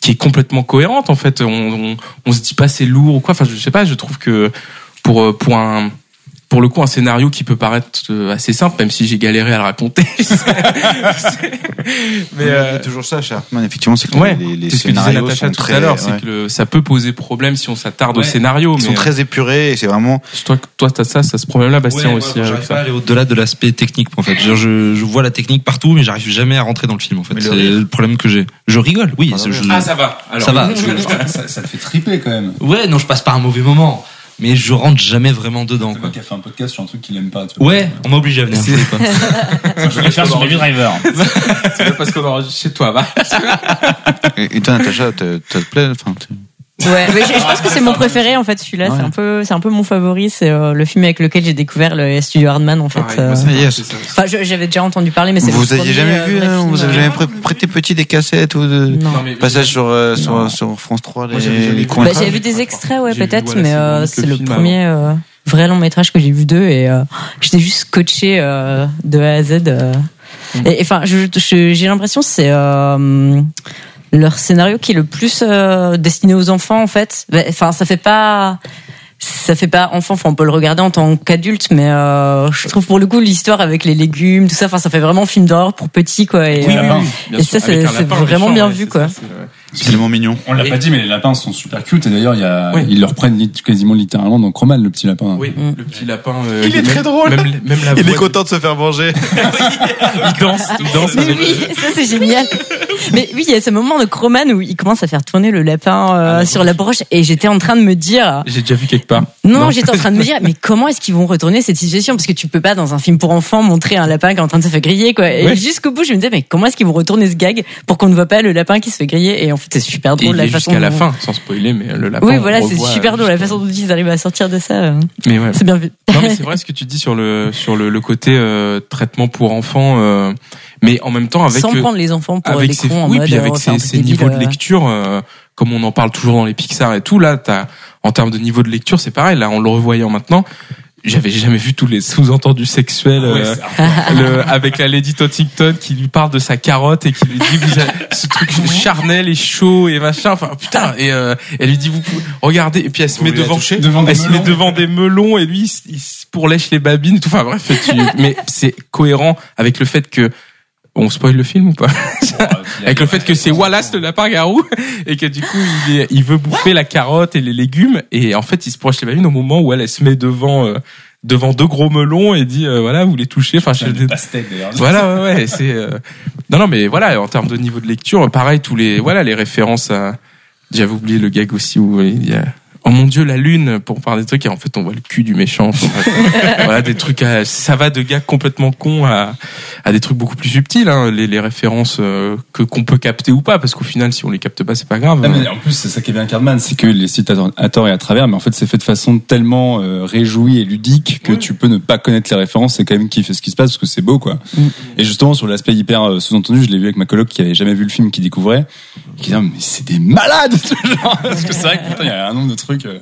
S6: qui est complètement cohérente en fait. On, on, on se dit pas c'est lourd ou quoi. Enfin, je sais pas. Je trouve que pour euh, pour un pour le coup, un scénario qui peut paraître euh, assez simple, même si j'ai galéré à le raconter. mais
S8: Il y
S6: euh,
S8: a toujours ça, chez Hartman. Effectivement, c'est que
S6: Ouais,
S8: les, les
S6: c'est ce que disait
S8: scénarios
S6: Natacha
S8: sont
S6: tout
S8: très,
S6: à l'heure,
S8: ouais,
S6: c'est que le- ça peut poser problème si on s'attarde au
S7: Ouais,
S6: scénario.
S8: ils
S6: mais
S8: sont très épurés et c'est vraiment
S6: euh, toi, toi, t'as ça, ça ce problème-là, Bastien
S7: Ouais, moi,
S6: aussi.
S7: moi,
S6: avec
S7: j'arrive
S6: ça.
S7: pas à aller au-delà de l'aspect technique en fait. Je, je, je vois la technique partout mais j'arrive jamais à rentrer dans le film en fait.
S8: Mais le
S7: C'est
S8: rire.
S7: le problème que j'ai. Je rigole, oui.
S8: Ah,
S7: c'est- je-
S6: Ah, ça va. Alors,
S7: Ça va.
S9: Ça, ça le fait triper quand même.
S7: Ouais, non, je passe pas un mauvais moment, mais je rentre jamais vraiment dedans.
S9: Le
S7: Quoi.
S9: mec qui a fait un podcast sur un truc qu'il aime pas. Tu vois.
S7: Ouais, on m'a obligé à venir.
S6: C'est-
S7: c'est pas-
S15: Je voulais faire sur Baby Driver.
S6: C'est bien parce qu'on enregistre chez toi, va.
S8: Et et toi, Natacha, te, te plaît enfin, t'es-
S10: Ouais, mais je, je pense que c'est mon préféré en fait celui-là. C'est un peu, c'est un peu mon favori. C'est euh, le film avec lequel j'ai découvert le Studio Hardman en fait.
S9: Ah
S6: Pareil,
S10: euh,
S6: moi,
S8: Ça y est,
S10: Enfin, je- j'avais déjà entendu parler, mais c'est
S8: vous
S10: le
S8: aviez
S10: premier,
S8: jamais
S10: euh,
S8: vu,
S10: vrai
S8: hein,
S10: film,
S8: vous avez
S10: euh,
S8: jamais pré- prêté petit des cassettes ou de
S10: Non.
S6: Non, mais-
S8: passage sur, euh, sur, sur France 3 les,
S6: j'avais jamais
S8: les
S6: vu.
S8: coins.
S10: Bah, j'avais vu des extraits, ouais,
S6: J'ai vu,
S10: peut-être,
S6: voilà,
S10: mais
S6: c'est le
S10: euh,
S6: unique
S10: c'est le
S6: film
S10: premier euh, vrai long métrage que j'ai vu d'eux et euh, j'étais juste scotché euh, de A à Z. euh.
S6: Mm.
S10: Et enfin, je- je- j'ai l'impression que c'est euh, leur scénario qui est le plus euh, destiné aux enfants en fait. Bah, Enfin, ça fait pas. Ça fait pas enfant, enfin on peut le regarder en tant qu'adulte, mais euh, je trouve pour le coup l'histoire avec les légumes, tout ça, enfin ça fait vraiment film d'horreur pour petits quoi. Et, euh,
S9: lapins.
S6: Bien
S10: et
S6: sûr,
S10: ça c'est
S6: avec un
S10: c'est
S6: lapin
S10: vraiment
S6: méchant,
S10: bien
S6: ouais,
S10: vu
S6: c'est
S10: quoi.
S6: ça, c'est vrai.
S8: C'est tellement mignon.
S9: On l'a
S6: Et-
S9: pas dit, mais les lapins sont super cute. Et d'ailleurs, il y a,
S6: Oui.
S9: ils le reprennent lit- quasiment littéralement dans Croman, le petit lapin.
S6: Oui,
S10: Mm.
S6: le petit lapin. euh,
S8: Il est
S6: même-
S8: très drôle.
S6: Même, même la voix de-
S8: de se faire manger.
S6: Il danse, il danse
S10: Mais
S6: avec-
S10: oui, ça c'est génial. Mais oui, il y a ce moment de Croman où il commence à faire tourner le lapin euh,
S6: Ah,
S10: sur la broche et j'étais en train de me dire
S6: J'ai déjà vu quelque part.
S10: non, j'étais en train de me dire mais comment est-ce qu'ils vont retourner cette situation parce que tu peux pas dans un film pour enfants montrer un lapin qui est en train de se faire griller quoi. Et
S6: Ouais.
S10: jusqu'au bout, je me disais mais comment est-ce qu'ils vont retourner ce gag pour qu'on ne voit pas le lapin qui se fait griller et en fait c'est super
S6: Et
S10: drôle
S6: il
S10: la
S6: est
S10: façon
S6: jusqu'à la
S10: dont-
S6: fin, sans spoiler, mais euh, le lapin.
S10: Oui,
S6: on
S10: voilà, c'est
S6: revoit
S10: super drôle la
S6: jusqu'au-
S10: façon dont ils arrivent à sortir de ça. euh,
S6: Mais ouais.
S10: C'est bien vu.
S6: Non mais c'est vrai ce que tu dis sur le sur le, le côté euh, traitement pour enfants, euh, mais en même temps avec
S10: Sans
S6: euh,
S10: prendre les enfants pour
S6: avec
S10: les
S6: ces
S10: cons en
S6: oui,
S10: mode
S6: puis
S10: euh,
S6: avec
S10: on va
S6: ces,
S10: faire un
S6: ces
S10: truc débile,
S6: niveaux de
S10: euh.
S6: lecture, euh, comme on en parle toujours dans les Pixar et tout, là t'as en termes de niveau de lecture c'est pareil. Là en le revoyant maintenant, j'avais jamais vu tous les sous-entendus sexuels.
S9: Ah Ouais,
S6: euh,
S9: c'est-
S6: le, avec la Lady Tottington qui lui parle de sa carotte et qui lui dit vous avez- ce truc
S10: Ah
S6: charnel et chaud et machin enfin putain et euh, elle lui dit vous pouvez regardez et puis elle se met
S8: voulez la
S6: devant
S8: toucher
S9: Devant des
S6: elle se met
S9: melons.
S6: devant des melons et lui il, se- il se pourlèche les babines et tout enfin bref tu- mais c'est cohérent avec le fait que on spoil le film ou pas avec le fait que c'est Wallace le lapin garou et que du coup il, est- il veut bouffer la carotte et les légumes et en fait il se proche les babines au moment où elle, elle se met devant euh, devant deux gros melons et dit euh, voilà vous les touchez enfin je,
S9: C'est une pastèque, d'ailleurs.
S6: voilà ouais, ouais c'est euh, non non mais voilà en termes de niveau de lecture pareil tous les voilà les références à j'avais oublié le gag aussi où il y a oh mon dieu la lune pour parler des trucs et en fait on voit le cul du méchant Enfin, voilà des trucs à- ça va de gars complètement cons à à des trucs beaucoup plus subtils hein, les, les références euh, que qu'on peut capter ou pas parce qu'au final si on les capte pas c'est pas grave hein.
S9: Ah, mais en plus, c'est ça qui est bien avec Hardman, c'est que les sites à tort- à tort et à travers, mais en fait, c'est fait de façon tellement euh, réjouie et ludique que tu peux ne pas connaître les références et quand même kiffer ce qui se passe parce que c'est beau, quoi.
S6: Mm.
S9: Et justement, sur l'aspect hyper euh, sous-entendu, je l'ai vu avec ma coloc qui avait jamais vu le film, qui découvrait, qui disait, mais c'est des malades, ce genre! Parce que c'est vrai que putain, il y a un nombre de trucs. euh.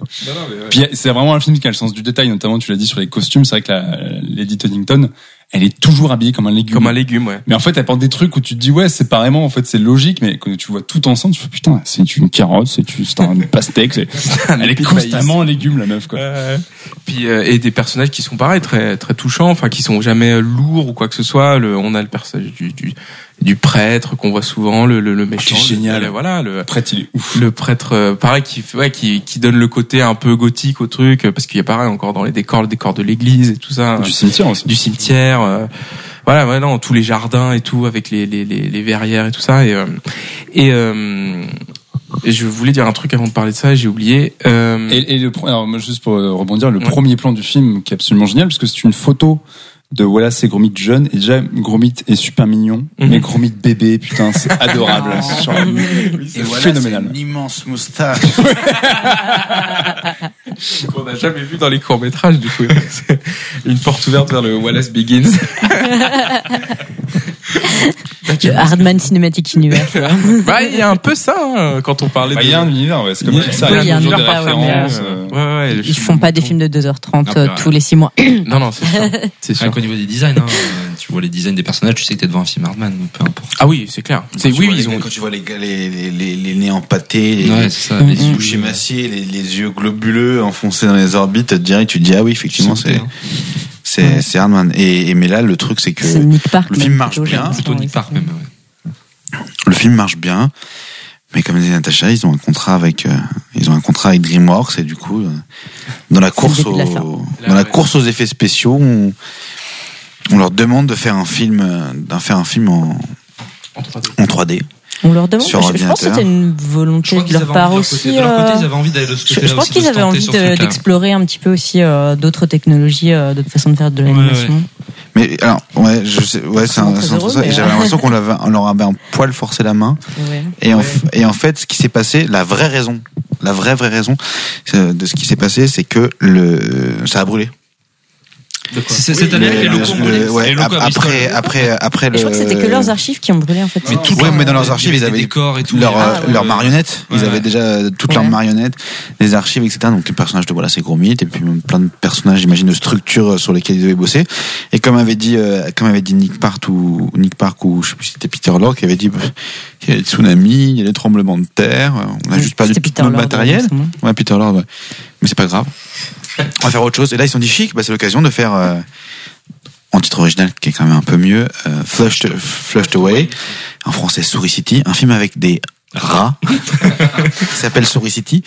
S9: Puis c'est vraiment un film qui a le sens du détail, notamment, tu l'as dit sur les costumes, c'est vrai que la, Lady Tonnington, elle est toujours habillée comme un légume.
S6: comme un légume ouais
S9: Mais en fait, elle porte des trucs où tu te dis, ouais, c'est pareillement, en fait, c'est logique, mais quand tu vois tout ensemble, tu fais, putain, c'est une carotte, c'est une c'est un pastèque, c'est- elle est
S6: épi de maïs.
S9: constamment légume, la meuf, quoi.
S6: Ouais. Puis euh, et des personnages qui sont pareils, très très touchants, enfin qui sont jamais euh, lourds ou quoi que ce soit. Le, on a le personnage du du, du prêtre qu'on voit souvent, le le, le méchant.
S9: Ah, Qui est
S6: le-
S9: génial.
S6: le- voilà le
S9: Après, il est ouf.
S6: le prêtre euh, pareil qui fait- ouais, qui qui donne le côté un peu gothique au truc euh, parce qu'il y a pareil encore dans les décors le décor de l'église et tout ça hein,
S9: Du cimetière aussi.
S6: du cimetière. euh, voilà, ouais, non, tous les jardins et tout, avec les, les, les, les verrières et tout ça. Et, euh, et, euh, et je voulais dire un truc avant de parler de ça, j'ai oublié. Euh,
S9: Et, et le, pro- alors, moi, juste pour euh, rebondir, le
S6: Ouais.
S9: premier plan du film qui est absolument génial, parce que c'est une photo de Wallace et Gromit jeune, et déjà, Gromit est super mignon,
S6: Mhm.
S9: mais Gromit bébé, putain, c'est adorable.
S10: Oh.
S9: Genre,
S8: Et
S9: Ah. c'est
S8: voilà,
S9: phénoménal.
S8: c'est Une immense moustache.
S6: qu'on n'a jamais vu dans les courts métrages du coup. C'est une porte ouverte vers le Wallace Begins.
S10: Le Hardman Cinematic Universe.
S6: bah il y a un peu ça hein, quand on parlait.
S9: Bah,
S6: de...
S9: Il y a un univers, ouais, c'est comme
S6: Il y a-
S9: Pixar,
S10: oui,
S9: il y a toujours des
S10: univers, ouais, mais,
S9: références. euh,
S6: Ouais, ouais, le
S10: Ils
S6: film
S10: font pas des
S6: mouton.
S10: films de 2h30
S6: Ah,
S10: euh,
S6: bah,
S10: tous les 6 mois.
S6: Non non c'est sûr. C'est sûr.
S7: Rien qu'au niveau des designs, hein, euh, tu vois les designs des personnages, tu sais que t'es devant un film Hardman, peu importe.
S6: Ah oui c'est clair. C'est
S8: Tu
S6: oui
S8: vois les-
S6: ils ont.
S8: Quand tu vois les, gars, les, les, les, les nez empâtés, les,
S7: Ouais, c'est ça.
S8: les
S7: les-
S8: bouches émaciées, les, les yeux globuleux enfoncés dans les orbites, direct, tu te dis, ah oui, effectivement, c'est, c'est, c'est Hardman. Et, et- mais là, le truc, c'est que
S10: C'est Nick Park.
S8: le
S10: même,
S8: film marche
S10: plutôt, j'ai
S8: bien,
S10: l'impression,
S7: Plutôt
S10: oui,
S7: Nick
S10: c'est
S7: Park,
S10: vrai.
S7: même. ouais.
S8: le film marche bien. Mais comme disait Natacha, ils ont un contrat avec, euh, ils ont un contrat avec DreamWorks et du coup, euh, dans la course
S10: le début de
S8: aux,
S10: l'affaire.
S8: dans la course aux effets spéciaux, on, on leur demande de faire un film, euh, d'en faire un film en, en 3D.
S10: On leur demande.
S8: Sur
S10: je, je pense que
S8: ordinateur.
S10: c'était une volonté de leur part
S7: De
S10: aussi.
S7: leur côté,
S10: euh,
S7: ils avaient envie d'aller de ce
S10: Je,
S7: côté-là.
S10: je pense
S7: aussi,
S10: qu'ils
S7: de se
S10: avaient
S7: tenter
S10: envie
S7: sur
S10: de-
S7: ce truc-là.
S10: d'explorer un petit peu aussi euh, d'autres technologies, euh, d'autres façons de faire de l'animation.
S8: Mais alors, ouais, je sais, ouais, c'est un,
S10: Très
S8: c'est un truc
S10: heureux,
S8: ça. Et
S10: mais- euh.
S8: J'avais l'impression qu'on l'avait- on leur avait un poil forcé la main.
S10: Ouais.
S8: Et, en, f- et en fait, ce qui s'est passé, la vraie raison la vraie, vraie raison euh, de ce qui s'est passé, c'est que le, ça a brûlé.
S7: C'est cette année
S8: Le-
S7: les locaux
S8: le-
S7: ont brûlé.
S8: le- ouais,
S7: Les
S8: ap-
S7: locaux à Bristol.
S8: après, après, après
S10: Je crois que c'était que leurs archives qui ont brûlé en fait.
S8: Mais tout ouais, mais dans leurs archives,
S7: il y
S8: ils
S7: avait des
S8: avaient
S7: décors et tout.
S8: leurs
S7: Ah,
S8: euh,
S7: ouais.
S8: leurs marionnettes. Ils
S7: Ouais,
S8: avaient
S7: ouais.
S8: déjà euh, toutes leurs
S10: Ouais.
S8: marionnettes, les archives, etc. Donc les personnages de voilà, c'est Gourmit et puis même plein de personnages, j'imagine, de structures euh, sur lesquelles ils devaient bosser. Et comme avait dit, euh, comme avait dit Nick Park ou Nick Park ou je sais plus si c'était Peter Lorre qui avait dit, bah, il y a les tsunamis, il y a les tremblements de terre, euh, on a
S10: Oui,
S8: juste perdu
S10: c'était
S8: tout
S10: Peter
S8: notre
S10: Lorre,
S8: matériel.
S10: c'est moi.
S8: Ouais, Peter Lorre, ouais. mais c'est pas grave. On va faire autre chose. Et là, ils se sont dit chic, bah, c'est l'occasion de faire. euh, en titre original qui est quand même un peu mieux, euh, Flushed, Flushed Away, en français Souris City, un film avec des rats, qui s'appelle Souris City.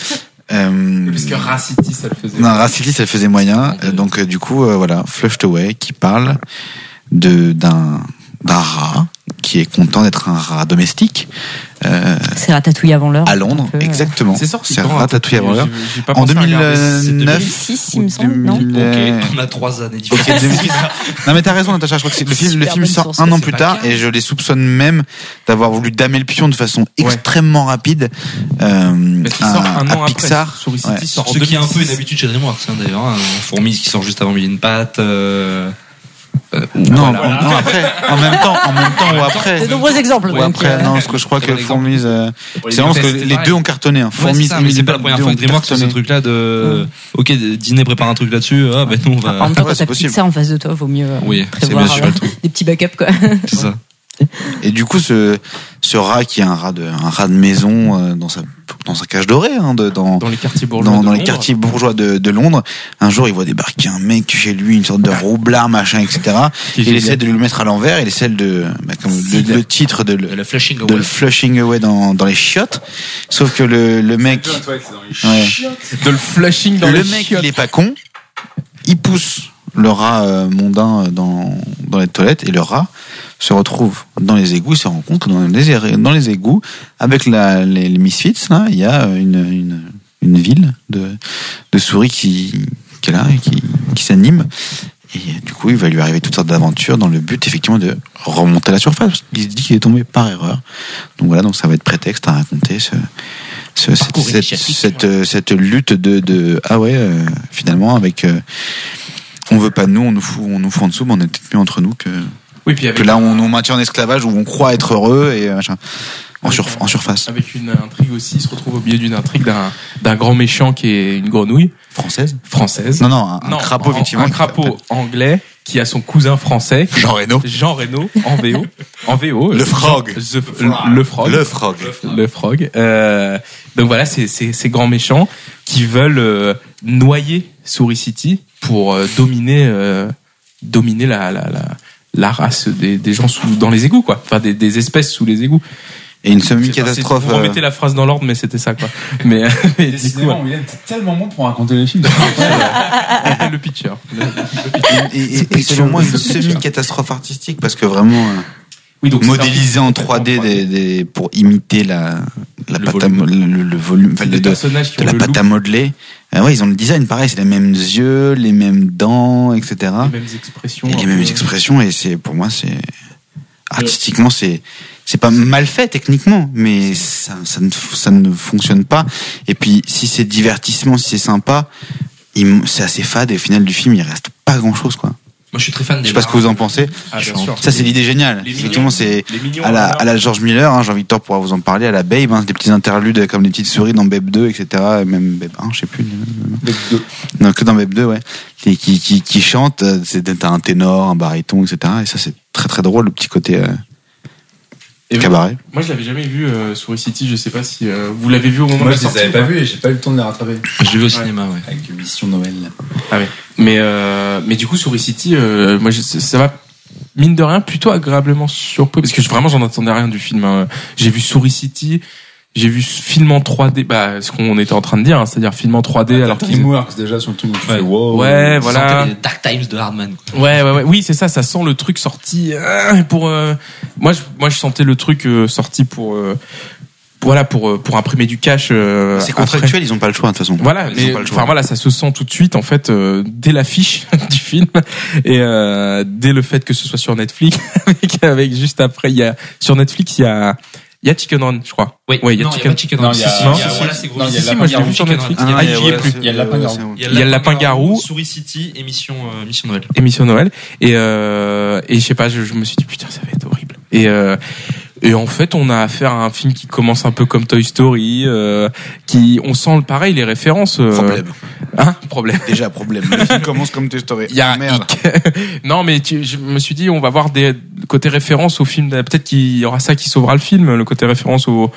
S8: Euh,
S6: Parce que Racity, ça le faisait.
S8: non, Rat City, ça le faisait moyen, Euh, donc euh, du coup, euh, voilà, Flushed Away qui parle de d'un d'un rat qui est content d'être un rat domestique euh,
S10: C'est ratatouille avant l'heure.
S8: à Londres,
S10: un peu, euh,
S8: exactement.
S6: C'est sorti
S8: C'est
S6: quand,
S8: Ratatouille avant l'heure.
S6: J'ai- j'ai pas
S8: En
S6: pensé à regarder.
S8: 2009.
S10: 2006, il me semble, non
S8: ou 2000, euh,
S7: On a trois années
S8: Ok,
S7: différentes.
S8: 2006. non mais t'as raison Natacha, je crois que c'est- le film, le
S10: Super
S8: film
S10: bonne
S8: sort
S10: source,
S8: un an
S10: c'est
S8: plus
S10: pas
S8: tard et je les soupçonne même d'avoir voulu damer le pion de façon extrêmement rapide euh,
S6: Parce qu'il sort
S8: à,
S6: un an
S8: à
S6: après.
S8: Pixar.
S6: Souris City
S8: Ouais.
S6: sort en
S7: Ce qui est un
S6: 2006.
S7: peu une habitude chez DreamWorks, hein, d'ailleurs. hein, Fourmis qui sort juste avant Mille et une pattes. euh, euh,
S8: Non,
S7: voilà.
S8: non, après, en même temps, en même temps ou après.
S10: De nombreux exemples.
S8: Ou
S10: donc,
S8: après,
S10: euh,
S8: non, parce que je crois
S7: C'est
S8: que
S7: bon exemple.
S8: Fourmise, euh, c'est vraiment parce que les deux ont cartonné, hein.
S7: Ouais, c'est
S8: Fourmise,
S7: ça, mais c'est pas la première
S8: deux
S7: fois
S8: ont
S7: que DreamWorks fait ce
S8: cartonné.
S7: truc-là de. Ok, Disney prépare un truc là-dessus. Ah, ben nous on
S10: En
S7: va.
S10: même temps,
S8: ouais,
S10: quand
S8: c'est
S10: t'as
S8: possible.
S10: Pixar en face de toi, vaut mieux euh,
S7: Oui, c'est
S10: prévoir
S7: bien sûr,
S10: euh,
S7: tout.
S10: des petits backups quoi.
S7: C'est ça.
S8: Et du coup, ce, ce rat qui est un rat de, un rat de maison euh, dans sa, dans sa cage dorée, hein, de- dans,
S6: Dans les quartiers bourgeois.
S8: dans,
S6: de
S8: dans les
S6: Londres.
S8: quartiers bourgeois de, de Londres. Un jour, il voit débarquer un mec chez lui, une sorte de roublard, machin, etc.
S6: Bah. Qui est
S8: il
S6: génial.
S8: essaie de le mettre à l'envers. Il essaie de, bah, comme le, le titre de le,
S7: Le flashing
S8: de
S7: away.
S8: le flushing away dans, dans les chiottes. Sauf que le, le mec, Ouais.
S6: De le flashing dans
S8: le
S6: les
S8: mec,
S6: chiottes.
S8: il est pas con. Il pousse le rat euh, mondain euh, dans, dans les toilettes et le rat se retrouve dans les égouts. Il se rend compte que dans les, é- dans les égouts, avec la, les, les Misfits, là, il y a euh, une, une, une ville de, de souris qui, qui est là et qui, qui s'anime. Et du coup, il va lui arriver toutes sortes d'aventures dans le but, effectivement, de remonter à la surface. Il se dit qu'il est tombé par erreur. Donc voilà, donc ça va être prétexte à raconter ce, ce- cette,
S7: Parcours
S8: cette,
S7: initiatique.
S8: cette, euh, cette lutte de, de ah ouais, euh, finalement, avec euh, on veut pas de nous, on nous fout, on nous fout en dessous, mais on est peut-être mieux entre nous que,
S6: Oui, puis
S8: que
S6: avec,
S8: là, on nous maintient en esclavage, où on croit être heureux et euh, machin. En, surf- en surface.
S6: avec une intrigue aussi, il se retrouve au milieu d'une intrigue d'un d'un grand méchant qui est une grenouille
S8: Française
S6: française.
S8: Non, non, un, un
S6: Non,
S8: crapaud,
S6: un-
S8: effectivement.
S6: Un crapaud anglais qui a son cousin français, qui-
S8: Jean Reno.
S6: Jean Reno, en VO. En VO.
S8: Le
S6: euh,
S8: frog.
S6: Jean- The- le, frog.
S8: Le frog.
S6: Le frog. Euh, donc voilà, c'est c'est- ces grands méchants qui veulent euh, noyer Souris City pour euh, dominer, euh, dominer la, la, la, la race des, des gens sous, dans les égouts, quoi. Enfin, des, des espèces sous les égouts.
S8: Et une
S6: C'est-
S8: semi-catastrophe.
S6: Vous remettez
S8: euh,
S6: la phrase dans l'ordre, mais c'était ça, quoi. Mais, euh, mais du coup,
S9: Décidément, William, t'es tellement bon pour raconter les films.
S6: euh, le pitcher. Le-
S8: euh, et, et- et selon moi, une semi-catastrophe artistique, parce que vraiment. euh,
S6: Oui, donc c'est
S8: modélisé en 3D des, des- pour imiter la, la pâte à mo- le, le volume enfin,
S6: C'est des
S8: de,
S6: personnages qui
S8: de
S6: ont
S8: la
S6: le
S8: pâte à
S6: look,
S8: modeler. Ah ouais, ils ont le design pareil, c'est les mêmes yeux, les mêmes dents, etc.
S6: les mêmes expressions.
S8: Et
S6: un
S8: les
S6: peu.
S8: mêmes expressions, et c'est pour moi, c'est artistiquement, c'est c'est pas mal fait techniquement, mais ça, ça, ne, f- ça ne fonctionne pas. Et puis, si c'est divertissement, si c'est sympa, il m- c'est assez fade, et au final du film, il reste pas grand chose, quoi.
S7: Moi je suis très fan des.
S8: Je sais pas ce que vous en pensez.
S6: Ah, bien sûr.
S8: Ça, c'est l'idée géniale.
S6: Les
S8: Effectivement,
S6: mignons.
S8: c'est
S6: Les mignons,
S8: à la,
S6: voilà.
S8: à la George Miller, hein, Jean-Victor pourra vous en parler, à la Babe, hein, des petits interludes comme les petites souris dans Babe 2, etc. et Même Babe 1, je sais plus. Babe 2. Non, que dans Babe 2, ouais. Et qui, qui, qui chante, euh, c'est t'as un ténor, un baryton, etc. Et ça, c'est très très drôle, le petit côté euh,
S6: Et vous-
S8: cabaret.
S6: Moi, je l'avais jamais vu euh, Souris City. Je sais pas si euh, vous l'avez vu au moment
S9: Moi,
S6: de la
S9: je les
S6: sortie
S9: avais
S6: ou
S9: pas vus et j'ai pas eu le temps de les rattraper.
S7: Je l'ai vu au cinéma, ouais.
S9: Avec l'émission Noël.
S6: Mais euh, mais du coup, Souris City, euh, moi, je- ça va mine de rien plutôt agréablement surpris parce que je- vraiment, j'en attendais rien du film. hein. J'ai vu Souris City. J'ai vu ce film en 3D, bah, ce qu'on était en train de dire, hein, c'est-à-dire film en 3D, alors qu'il...
S9: Dreamworks déjà sur le truc où tu
S7: Ouais.
S9: fais wow.
S6: Ouais,
S7: Ça
S6: voilà.
S7: sentait les Dark Times de Hardman. quoi.
S6: Ouais, ouais, ouais. Oui, c'est ça. Ça sent le truc sorti euh, pour. euh, moi, je, moi, je sentais le truc euh, sorti pour. euh, voilà, pour euh, pour imprimer du cash. euh,
S8: c'est
S6: après.
S8: contractuel, ils ont pas le choix, de toute façon.
S6: Voilà,
S8: Ils
S6: mais
S8: ont pas le choix.
S6: enfin voilà, ça se sent tout de suite en fait euh, dès l'affiche du film et euh, dès le fait que ce soit sur Netflix avec, avec juste après il y a sur Netflix il y a Il y a Chicken Run, je crois.
S7: Oui,
S6: Ouais, il y a
S7: non, il y
S6: Chicken
S7: a pas Chicken Run.
S6: Non,
S7: Si,
S6: il y a-
S7: si,
S6: non,
S7: si,
S6: si,
S7: si,
S6: si.
S7: voilà, c'est gros.
S6: Non, il y a
S7: Si,
S6: le
S7: si, moi, j'ai
S6: lapin
S7: vu sur
S6: garou.
S7: Netflix.
S6: Ah,
S7: Il y a
S6: ouais,
S7: le
S6: j'y ai
S7: lapin
S6: plus.
S7: garou.
S6: Il y a le
S9: lapin garou.
S6: Il y a le lapin garou.
S7: Souris City, émission, euh, émission Noël.
S6: émission Noël et euh, et je sais pas je, je me suis dit putain ça va être horrible et euh, et en fait on a affaire à un film qui commence un peu comme Toy Story euh, qui on sent le pareil les références euh,
S8: Problème.
S6: hein problème
S8: Déjà, problème. Le film commence comme Toy Story. Ah,
S6: il y a
S8: Merde.
S6: hic. non mais tu- je me suis dit on va voir des côté référence au film peut-être qu'il y aura ça qui sauvera le film le côté référence au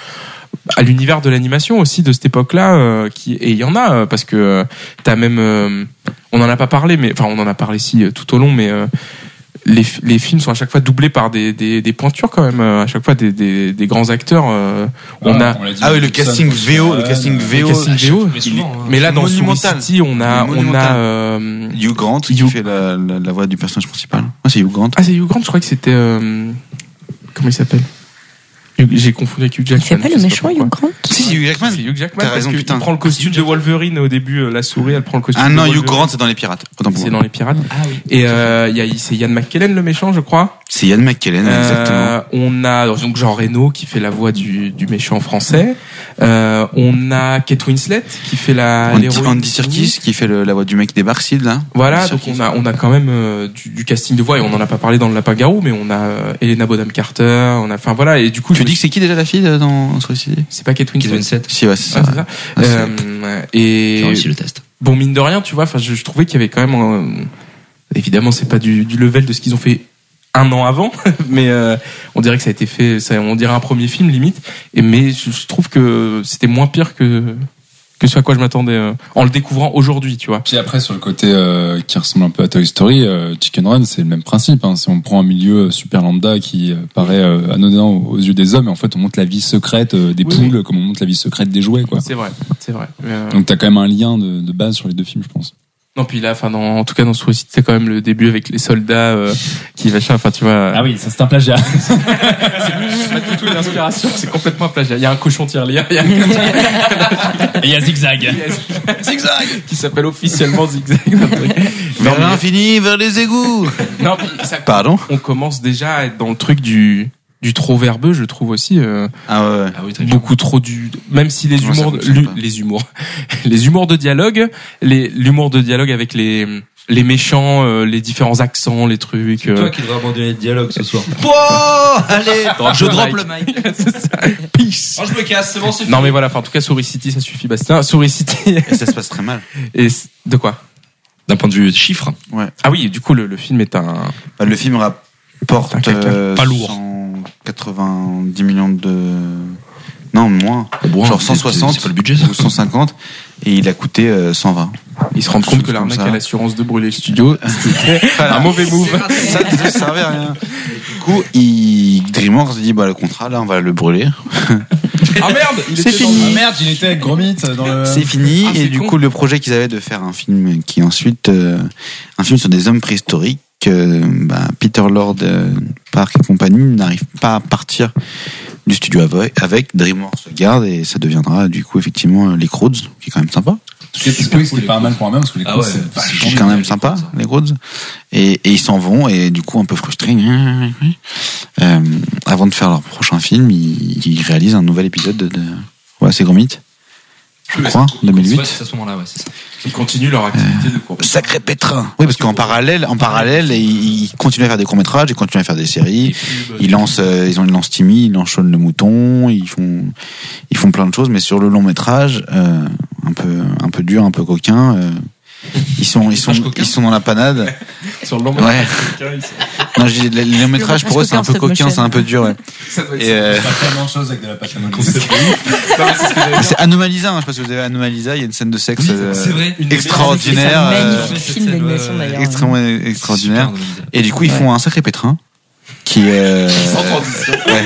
S6: à l'univers de l'animation aussi de cette époque-là euh, qui et il y en a euh, parce que euh, t'as même euh, on en a pas parlé mais enfin on en a parlé si euh, tout au long mais euh, les, f- les films sont à chaque fois doublés par des, des, des pointures quand même euh, à chaque fois des, des, des grands acteurs euh, on a
S9: l'a dit,
S8: Ah oui, le
S9: Gibson,
S8: casting VO, le casting
S6: des
S8: VO.
S6: castings VO,
S7: Mais souvent, hein.
S6: mais là dans Souris
S8: monumental.
S6: City on a
S8: Il est
S6: on
S8: monumental.
S6: a euh,
S8: Hugh Grant qui
S6: Hugh-
S8: fait la, la, la voix du personnage principal. Ah, c'est Hugh Grant.
S6: ah c'est Hugh Grant je crois que c'était euh, comment il s'appelle Hugh- j'ai confondu avec Hugh
S10: Il
S6: Jackman
S10: fait pas
S6: je
S10: le
S6: sais
S10: méchant,
S6: pourquoi.
S10: Hugh Grant
S8: Si, c'est Hugh Jackman.
S6: C'est Hugh Jackman
S8: T'as
S6: parce
S8: raison,
S6: qu'il
S8: putain.
S6: prend le costume de Wolverine au début, euh, la souris, elle prend le costume.
S8: Ah non,
S6: de
S8: Hugh
S6: Wolverine.
S8: Grant, c'est dans les pirates. Autant pour
S6: C'est
S8: moi.
S6: dans les pirates. Et euh, il y a- c'est Ian McKellen le méchant, je crois.
S8: C'est Yann McKellen,
S6: Euh,
S8: exactement.
S6: on a donc Jean Reno qui fait la voix du, du méchant français. Euh, on a Kate Winslet qui fait la
S8: Andy,
S6: l'héroïne.
S8: Andy Serkis qui fait le- la voix du mec qui débarque Sid, là.
S6: Voilà,
S8: Andy
S6: donc
S8: Serkis.
S6: on a on a quand même euh, du, du casting de voix et on en a pas parlé dans le Lapin Garou, mais on a euh, Elena Bonham Carter, on a enfin voilà et du coup je
S8: Tu
S6: me
S8: dis
S6: suis-
S8: que c'est qui déjà la fille euh, dans Suicide
S6: c'est pas Kate Winslet.
S8: Si, ouais, c'est ça.
S6: Ah, c'est ça.
S8: Ah, c'est-
S6: Euh, et
S7: J'ai réussi le test.
S6: bon mine de rien tu vois enfin je, je trouvais qu'il y avait quand même euh, évidemment c'est pas du, du level de ce qu'ils ont fait un an avant mais euh, on dirait que ça a été fait ça, on dirait un premier film limite et mais je, je trouve que c'était moins pire que que ce à quoi je m'attendais euh, en le découvrant aujourd'hui tu vois
S9: Puis après, sur le côté euh, qui ressemble un peu à Toy Story, euh, Chicken Run, c'est le même principe. hein. Si on prend un milieu euh, super lambda qui euh, paraît euh, anodin aux aux yeux des hommes, et en fait, on montre la vie secrète euh, des
S6: Oui,
S9: poules comme on montre la vie secrète des jouets. Quoi.
S6: c'est vrai c'est vrai Euh,
S9: Donc, t'as quand même un lien de, de base sur les deux films, je pense.
S6: non puis là enfin dans- en tout cas dans ce site c'est quand même le début avec les soldats euh, qui machin enfin tu vois
S15: Ah oui, ça c'est un plagiat.
S6: c'est pas du tout une inspiration c'est complètement un plagiat il y a un cochon tirelire il y a
S15: Et il y a zigzag.
S6: Zigzag qui s'appelle officiellement Zigzag. un truc.
S8: Vers l'infini, vers les égouts.
S6: non, puis ça-
S8: Pardon
S6: on commence déjà à être dans le truc du du trop verbeux, je trouve aussi euh,
S8: Ah ouais, ouais.
S7: Ah oui, très bien.
S6: beaucoup trop du même si les
S8: Ouais, ça
S6: humours
S8: fonctionne
S6: lu-
S8: pas.
S6: les humours les humours de dialogue, les l'humour de dialogue avec les les méchants, euh, les différents accents, les trucs euh,
S7: Toi qui devrais abandonner le dialogue ce soir.
S8: allez,
S7: je
S6: le
S7: drop
S6: mic.
S7: le mic.
S6: c'est ça. Peace.
S7: Oh, je me casse, c'est bon, c'est
S6: Non mais voilà, enfin, en tout cas Souris City ça suffit Bastien. Souris City
S8: Et ça se passe très mal.
S6: et c- de quoi
S7: D'un point de vue chiffre,
S6: Ah oui, du coup le, le film est un
S8: Bah, le film rapporte
S6: T'inquiète,
S8: euh,
S7: pas lourd.
S8: 190 millions de... Non, moins.
S7: bon,
S8: Genre
S7: c'est-
S8: 160
S7: c'est pas le budget, ça.
S8: ou 150. Et il a coûté euh, 120.
S6: ils se rendent compte que l'arnaque
S8: Comme ça.
S6: à l'assurance de brûler le studio, c'était un mauvais move.
S8: Ça, ça servait à rien. Du coup, il... Dreamworks dit, bah, le contrat, là, on va le brûler.
S6: Ah merde, il
S8: C'est
S6: était dans-
S8: fini.
S9: merde, il était avec Gromit dans le.
S8: C'est fini.
S6: Ah, c'est
S8: et du
S6: con.
S8: coup, le projet qu'ils avaient de faire un film qui ensuite, euh, un film sur des hommes préhistoriques, euh, bah, Peter Lord, euh, Park et compagnie n'arrive pas à partir du studio avec, avec DreamWorks le garde et ça deviendra du coup effectivement euh, les Croods, qui est quand même sympa.
S9: C'est pas mal pour un même, parce que les
S7: Ah
S9: coups,
S7: ouais,
S9: c'est
S8: C'est
S9: vachement
S8: quand
S9: bien.
S8: même sympa, les Croods. Et, et ils s'en vont et du coup un peu frustrés. Euh, avant de faire leur prochain film, ils, ils réalisent un nouvel épisode de, de... ouais, c'est Gromit, je crois, 2008.
S7: Ouais, c'est à ce moment-là, ouais, c'est ça.
S6: Ils continuent leur activité de course.
S8: Sacré pétrin. Oui, parce qu'en parallèle, en parallèle, ils ils continuent à faire des courts métrages, ils continuent à faire des séries. Ils lancent, euh, ils ont ils lancent Timmy, ils lancent Shaun le mouton, ils font, ils font plein de choses. Mais sur le long métrage, euh, un peu, un peu dur, un peu coquin, euh, ils sont, ils sont,
S7: Métrage coquin.
S8: ils sont dans la panade.
S6: Sur le long
S8: Ouais. Non, je dis, les les longs métrages pour eux bah, c'est un peu
S10: coquin,
S8: coquin, c'est un peu dur. Ouais.
S6: Ça doit être-
S8: Et euh,
S9: Pas tellement de choses avec de la pâte à modeler.
S6: Non, mais c'est ce que j'allais dire.
S8: c'est Anomalisa, hein, je sais pas si vous avez Anomalisa, il y a une scène de sexe euh,
S7: C'est vrai.
S6: Une-
S10: C'est
S8: extraordinaire,
S10: un
S8: euh,
S10: magnifique film d'animation d'ailleurs.
S8: extrêmement euh, extraordinaire.
S7: Super,
S8: Et du coup, ils
S10: Ouais.
S8: font un sacré pétrin qui est. euh,
S6: Sans transition.
S8: Ouais.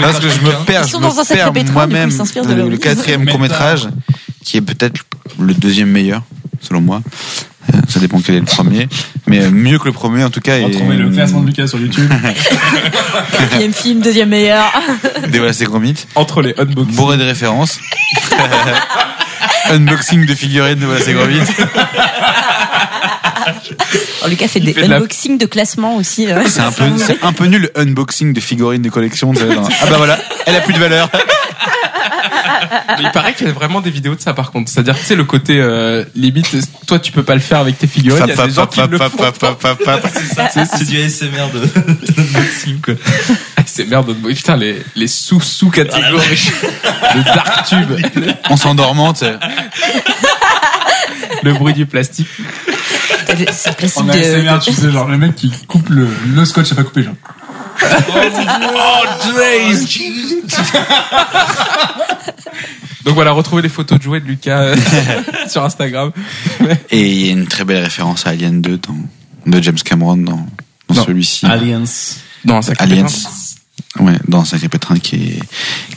S8: Parce que je
S6: hein.
S8: me perds,
S10: Ils
S8: je
S10: sont dans un
S8: me
S10: sacré
S8: perds
S10: pétrin, du coup,
S8: moi-même
S10: ils s'inspirent de
S8: le,
S10: leur
S8: le
S10: vie.
S8: quatrième court métrage qui est peut-être le deuxième meilleur selon moi. Euh, Ça dépend quel est le premier, mais euh, mieux que le premier en tout cas. et-
S9: Retrouvez le classement de Lucas sur YouTube.
S10: Quatrième film, deuxième meilleur.
S8: Des voilà, c'est gros mythe.
S6: Entre les unboxings.
S8: Bourré de références. Unboxing de figurines de voilà, c'est gros mythe.
S10: Alors, Lucas fait des
S8: fait de la-
S10: unboxings de classement aussi. euh.
S8: C'est un, peu, c'est un peu nul le unboxing de figurines de collection. tu sais, dans- Ah bah voilà, elle a plus de valeur.
S6: Mais il paraît qu'il y a vraiment des vidéos de ça par contre. C'est-à-dire, tu sais, le côté euh, limite, toi tu peux pas le faire avec tes figurines. Il y a des gens qui le font.
S7: C'est c'est du ASMR de d'unboxing, quoi.
S6: Ah, C'est merde, putain, les, les sous-sous-catégories. le dark tube,
S8: En s'endormant, tu sais.
S6: le bruit du plastique.
S10: C'est le principe
S9: On
S10: de-
S9: a ASMR, tu sais, genre le mec qui coupe le, le scotch à pas couper, genre.
S7: Oh,
S6: Donc voilà, retrouvez les photos de jouets de Lucas euh, sur Instagram.
S8: Et il y a une très belle référence à Alien 2 dans- de James Cameron dans, dans
S6: Non.
S8: celui-ci.
S15: Aliens.
S9: Ah,
S6: Non, ça
S8: Aliens. Ouais, dans Sacré Pétrin qui est,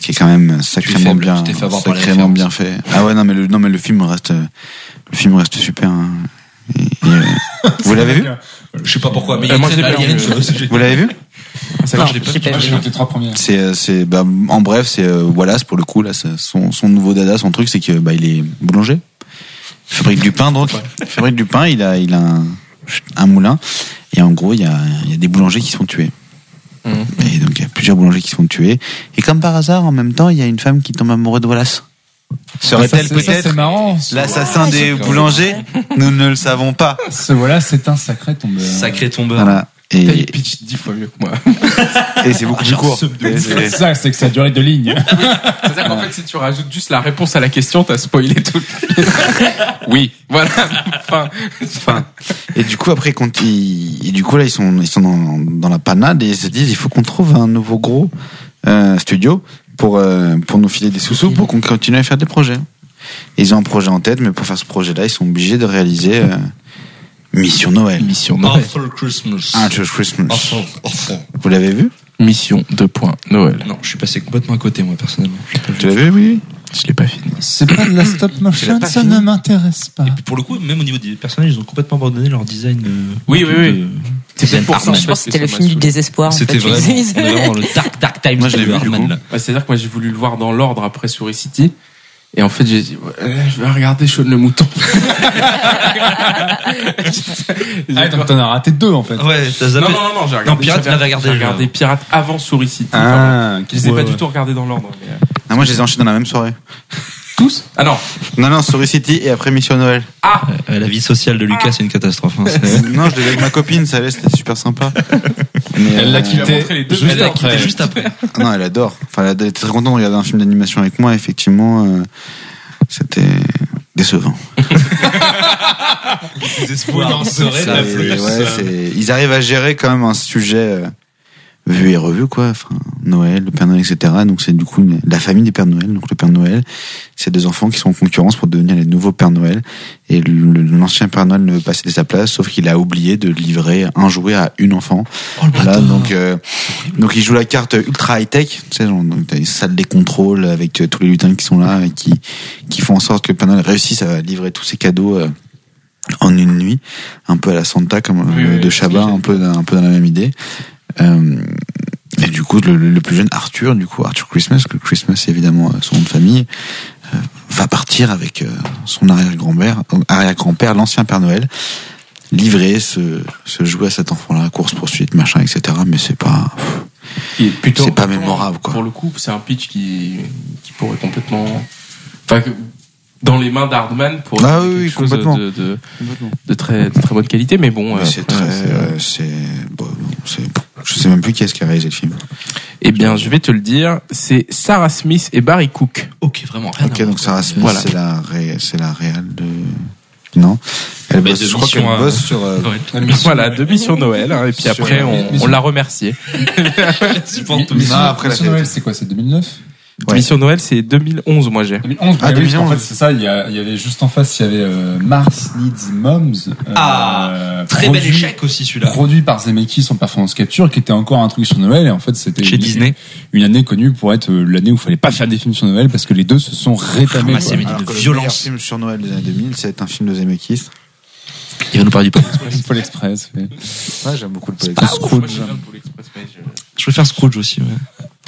S8: qui est quand même sacrément
S7: faible,
S8: bien,
S7: tu t'es fait avoir par les
S8: sacrément
S7: références.
S8: bien fait. Ah ouais, non, mais le, non, mais le film reste, le film reste super. hein. Et- et, euh, vous l'avez vu?
S7: Je sais pas euh, pourquoi, mais
S6: Euh,
S7: il y
S6: moi,
S7: a
S6: je l'ai
S7: une
S6: pas
S7: alien
S6: vu.
S7: sur le sujet.
S8: Vous l'avez vu?
S10: Non, j'ai pas
S9: Ah,
S10: vu.
S9: j'ai les trois premières.
S8: C'est, euh, c'est, bah, en bref, c'est euh, Wallace pour le coup là, ça- son, son nouveau dada, son truc, c'est que bah, il est boulanger, Il fabrique du pain donc, Il fabrique du pain, il a, il a un, un moulin et en gros il y a, il y a des boulangers qui sont tués.
S6: Mhm.
S8: Et donc il y a plusieurs boulangers qui sont tués et comme par hasard en même temps il y a une femme qui tombe amoureuse de Wallace. Ah, Serait-elle
S9: Ça, c'est- ça,
S8: peut-être
S9: C'est marrant.
S10: Ah,
S8: l'assassin des boulangers Nous ne le savons pas.
S9: Ce voilà, c'est un sacré tombeur.
S7: Sacré tombeur.
S8: Voilà.
S6: Putain, il
S8: Et,
S6: pitch dix fois mieux que moi.
S8: et c'est beaucoup plus court. Et
S9: C'est
S8: c'est-
S9: ça, c'est que ça durait deux lignes.
S6: C'est-à-dire qu'en fait, si tu rajoutes juste la réponse à la question, t'as spoilé tout. le film. oui, voilà. Enfin,
S8: Enfin, et du coup après quand ils, et du coup là ils sont ils sont dans, dans la panade et ils se disent il faut qu'on trouve un nouveau gros euh, studio pour euh, pour nous filer des sous-sous pour qu'on continue à faire des projets. Et ils ont un projet en tête mais pour faire ce projet là ils sont obligés de réaliser euh, Mission Noël.
S6: mission Noël.
S7: Arthur Christmas.
S8: Arthur Christmas.
S7: Arthur, Arthur.
S8: Vous l'avez vu
S6: Mission 2. Noël.
S7: Non, je suis passé complètement à côté, moi, personnellement. J'ai pas vu.
S8: Tu l'as vu oui.
S6: Je l'ai pas fini.
S9: C'est pas de la stop motion, ça ne m'intéresse pas.
S7: Et puis pour le coup, même au niveau des personnages, ils ont complètement abandonné leur design. euh,
S6: Oui, oui, oui.
S7: de-
S6: C'est peut-être pour ça, en
S10: Je
S6: fait,
S10: pense que c'était
S6: que
S10: le
S6: ça
S10: film
S6: m'a
S10: du désespoir. en
S7: C'était
S10: fait.
S7: vraiment, on est vraiment dans le dark, dark time.
S8: Moi, je l'ai vu, du coup.
S6: Bah, C'est-à-dire que moi j'ai voulu le voir dans l'ordre après sur E-City. Et en fait, j'ai dit, ouais, euh, je vais regarder Shaun le mouton.
S9: Ah, donc t'en as raté deux en fait.
S7: Ouais, t'as
S6: non, non,
S7: zappé.
S6: non, non, j'ai regardé.
S7: Non, Pirate,
S6: j'ai
S7: tu l'avais regardé,
S6: J'ai
S7: genre.
S6: regardé Pirate avant sur E-City. Enfin,
S9: Ah,
S6: bon, je les ai
S7: ouais,
S6: pas
S7: ouais.
S6: du tout regardés dans l'ordre. mais, euh,
S8: Ah, moi je les ai enchaînés dans la même soirée.
S6: Tous Ah non.
S8: Non non Story City et après Mission Noël.
S7: Euh, La vie sociale de Lucas, c'est une catastrophe. hein, c'est-
S8: non je l'ai vu avec ma copine ça allait, c'était super sympa. Mais,
S9: Elle l'a
S8: euh,
S6: Tu as
S9: quitté
S6: montré les deux.
S9: juste
S6: Elle a quitté
S9: après.
S7: juste après.
S8: Ah Non, elle adore. Enfin, elle a- elle était très contente de regarder un film d'animation avec moi. Effectivement, euh, c'était décevant.
S7: Désespoir.
S8: C'est- ouais, c'est- Ils arrivent à gérer quand même un sujet euh, vu et revu, quoi. Enfin, Noël, le Père Noël, etc. Donc c'est du coup une- la famille des Pères Noël. Donc le Père Noël, c'est deux enfants qui sont en concurrence pour devenir les nouveaux Pères Noël. Et le- l'ancien Père Noël ne veut pas céder sa place, sauf qu'il a oublié de livrer un jouet à une enfant.
S7: Oh,
S8: Voilà, donc, euh, donc il joue la carte ultra high tech, tu sais, genre, donc t'as une salle des contrôles avec euh, tous les lutins qui sont là et qui, qui font en sorte que le Père Noël réussisse à livrer tous ses cadeaux euh, en une nuit, un peu à la Santa comme euh,
S6: Oui, oui,
S8: de
S6: oui,
S8: Shabbat,
S6: ce que
S8: un peu, dans- un peu dans la même idée. Euh, et du coup, le, le plus jeune Arthur, du coup Arthur Christmas, que Christmas c'est évidemment euh, son nom de famille, euh, va partir avec euh, son arrière-grand-père, euh, arrière-grand-père, l'ancien Père Noël, livrer ce, ce jouet à cet enfant-là, course poursuite, machin, etc. Mais c'est pas,
S6: qui est plutôt
S8: c'est pas mémorable, quoi.
S6: pour le coup c'est un pitch qui qui pourrait complètement enfin que- dans les mains d'Hardman pour
S8: Ah
S6: être
S8: oui, oui,
S6: quelque chose
S8: complètement.
S6: de, de, de très de très bonne qualité mais bon
S8: Mais
S6: euh,
S8: c'est
S6: après,
S8: très,
S6: c'est-
S8: euh, c'est, bon, non, c'est- je sais même plus qui est-ce qui a réalisé le film.
S6: eh bien je vais te le dire c'est Sarah Smith et Barry Cook
S7: Ok, vraiment. rien
S8: Ok,
S7: à voir,
S8: donc
S7: quoi.
S8: Sarah Smith,
S6: Voilà.
S8: c'est la, ré- c'est la réal de, non? Elle
S7: Bah,
S8: bosse,
S7: de
S8: je crois
S7: Mission,
S8: qu'elle
S7: euh,
S8: bosse sur, euh,
S7: Ouais.
S6: voilà deux missions Noël hein, et puis
S8: Sur-
S6: après on, on l'a remercié
S8: Mission- après la
S9: Mission
S8: fête.
S9: Noël, c'est quoi C'est 2009
S8: Ouais.
S6: Mission Noël c'est 2011 moi j'ai
S9: 2011,
S8: Ah,
S9: bah oui,
S8: 2011.
S9: en fait, c'est ça. Il y, a- il y avait juste en face, il y avait euh, Mars Needs Moms. euh,
S7: Ah, Très bel
S9: produit-
S7: échec aussi, celui-là.
S9: Produit par Zemeckis en performance capture, qui était encore un truc sur Noël. Et en fait, c'était
S7: Chez
S9: une-
S7: Disney.
S9: Une année connue pour être euh, l'année où il fallait pas faire des films sur Noël parce que les deux se sont rétamés.
S7: Ah, c'est
S9: quoi.
S7: mignon.
S8: alors
S7: de
S8: que
S7: violence.
S8: Le meilleur film sur Noël des années 2000, c'est un film de Zemeckis.
S7: Il va nous parler du Pôle Express.
S9: Alors, Paul Express. ouais.
S8: Ouais, j'aime beaucoup le Pôle
S7: C'est pas
S8: Express.
S7: ouf. Je préfère Scrooge aussi, ouais.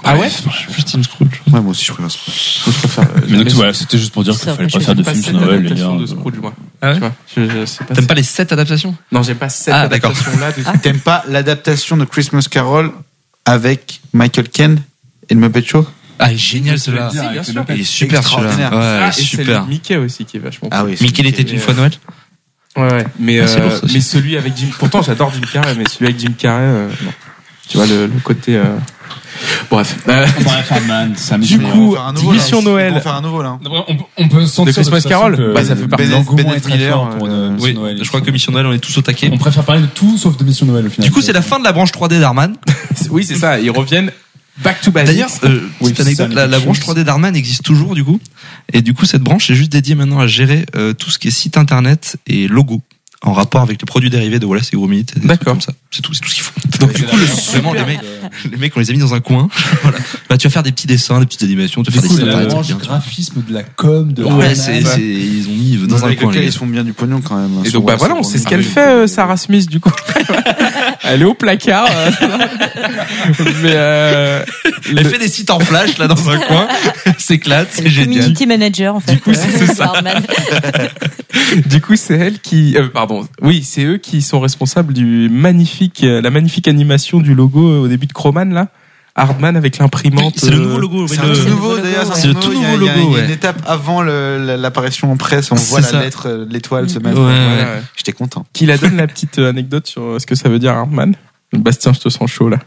S6: ah ouais
S7: Je suis Team Scrooge.
S8: Ouais, moi aussi, je préfère ça.
S9: Mais donc, voilà, c'était juste pour dire qu'il
S10: Ça,
S9: fallait
S10: je
S9: pas faire de films sur Noël, les gars.
S6: de Scrooge, moi.
S7: Ah ouais
S6: tu vois. Je- je sais pas
S7: T'aimes
S6: si-
S7: pas les 7 adaptations
S6: Non, j'aime pas cette
S7: Ah, d'accord.
S6: adaptation-là. de-
S8: T'aimes pas l'adaptation de Christmas Carol avec Michael Ken et le Muppet Show
S7: Ah, il est génial celui-là.
S6: Si, bien sûr.
S7: Il est super
S8: Extraordinaire.
S7: celui-là. Ouais,
S6: Ah, et
S7: super.
S6: celle de Mickey aussi qui est vachement.
S8: Ah oui. c'est-
S7: Mickey était une fois Noël
S6: Ouais, ouais. Mais,
S7: Merci
S6: euh,
S7: pour ça aussi.
S6: mais celui avec Jim. Pourtant, j'adore Jim Carrey, mais celui avec Jim Carrey, euh, non. Tu vois le, le côté. euh, Bref. Euh,
S9: Bref, Hardman, ça me
S6: Du
S9: fait-
S6: coup,
S8: On va faire un nouveau,
S6: Mission
S8: là.
S6: Noël.
S8: On va faire un nouveau là.
S15: On, on peut sentir
S6: De Christmas
S15: toute façon
S6: Carol
S15: que
S6: Bah, ça fait partie.
S8: Ben-
S15: l'argument
S8: Bennett
S15: est très
S8: Miller,
S15: fort pour, euh, Mission
S7: Oui,
S15: Noël.
S7: je crois que Mission Noël, on est tous au taquet.
S15: On préfère parler de tout sauf de Mission Noël au final.
S7: Du coup, c'est la fin de la branche 3D d'Arman.
S6: oui, c'est ça. Ils reviennent back to basics.
S7: D'ailleurs, euh,
S9: Oui,
S7: petite
S9: ça,
S7: anecdote,
S9: les
S7: la, la branche
S9: pictures.
S7: 3D d'Arman existe toujours du coup. Et du coup, cette branche est juste dédiée maintenant à gérer euh, tout ce qui est site internet et logo en rapport avec les produits dérivés de Wallace et Gromit. et des trucs
S6: D'accord.
S7: comme ça. C'est tout, c'est tout ce qu'ils font. Donc du coup, le- vraiment, les mecs, les mecs, on les a mis dans un coin. voilà. Bah, tu vas faire des petits dessins, des petites animations, tu
S9: Du
S7: vas faire des
S9: coup,
S7: sites
S9: c'est la
S7: internet.
S9: branche
S7: bien.
S9: graphisme de la com, de
S7: Ouais, c'est, c'est- ils ont mis dans,
S8: Dans
S7: un
S8: les
S7: coin. les
S8: cocktails,
S7: gars.
S8: ils se font bien du pognon quand même.
S6: Et donc, bah voilà, on sait
S8: Ah
S6: ce qu'elle fait, euh, Sarah Smith, du coup. Elle est au placard. euh, mais euh,
S7: Elle fait des sites en flash là dans un coin, s'éclate, c'est
S10: le
S7: génial.
S10: community manager en fait. Euh, Du coup, c'est ça.
S6: du coup, c'est elle qui. euh, pardon. Oui, c'est eux qui sont responsables du magnifique, euh, la magnifique animation du logo euh, au début de Croman là. Hardman avec l'imprimante.
S7: C'est le
S6: euh,
S7: nouveau logo.
S8: C'est
S7: oui,
S8: un
S7: le-
S8: tout nouveau d'ailleurs.
S7: C'est le tout
S8: Il y a-
S7: nouveau
S8: il y a-
S7: logo,
S8: Il y a une
S7: ouais.
S8: étape avant le- la- l'apparition en presse. On
S7: C'est
S8: voit
S7: ça.
S8: la lettre, euh, l'étoile se
S7: Ouais,
S8: mettre.
S6: Ouais,
S7: ouais.
S6: ouais.
S8: J'étais content.
S6: Qui la donne la petite euh, anecdote sur euh, ce que ça veut dire Hardman. Bastien, je te sens chaud là.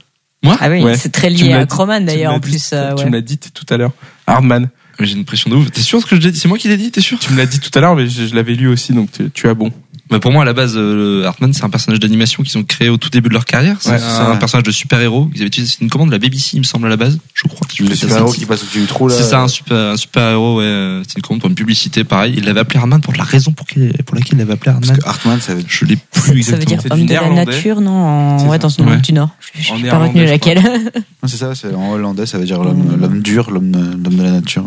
S10: Ah oui,
S6: Ouais.
S10: c'est très
S6: Tu me
S10: lié
S6: l'as
S10: à
S6: dit-
S10: Croman
S6: tu me
S10: d'ailleurs
S6: l'as
S10: en
S6: dit-
S10: plus. euh,
S6: Tu
S10: ouais.
S6: me l'as dit tout à l'heure. Hardman.
S7: Mais j'ai une pression de ouf. T'es sûr ce que je l'ai dit C'est moi qui l'ai dit T'es sûr
S6: Tu me l'as dit tout à l'heure, mais je, je l'avais lu aussi, donc tu, tu as bon.
S7: Bah pour moi, à la base, euh, le Hartman, c'est un personnage d'animation qu'ils ont créé au tout début de leur carrière. C'est
S8: Ouais,
S7: c'est
S8: ouais,
S7: un
S8: ouais.
S7: personnage de super-héros. Ils avaient utilisé c'est une commande de la BBC, il me semble, à la base, je crois.
S8: Le super-héros qui passe au-dessus du trou là.
S7: C'est ça, un super, un super-héros, ouais. euh, C'est une commande pour une publicité, pareil. Il l'avait appelé Hartman pour la raison pour, qu'il- pour laquelle il l'avait appelé Hartman.
S8: Parce que Hartman, ça veut dire.
S7: Je l'ai
S10: Ça
S7: plus
S10: veut
S7: exactement.
S10: dire
S6: c'est
S10: homme
S6: du
S10: de la
S6: néerlandais.
S10: nature, non en-
S6: C'est
S10: Ouais,
S6: ça.
S10: dans une
S7: Ouais.
S10: langue du Nord. Je je
S6: En
S10: n'ai pas
S6: néerlandais,
S10: retenu
S6: je crois.
S10: laquelle.
S8: Non, C'est ça, c'est en hollandais, ça veut dire l'homme l'homme dur, l'homme l'homme de la nature.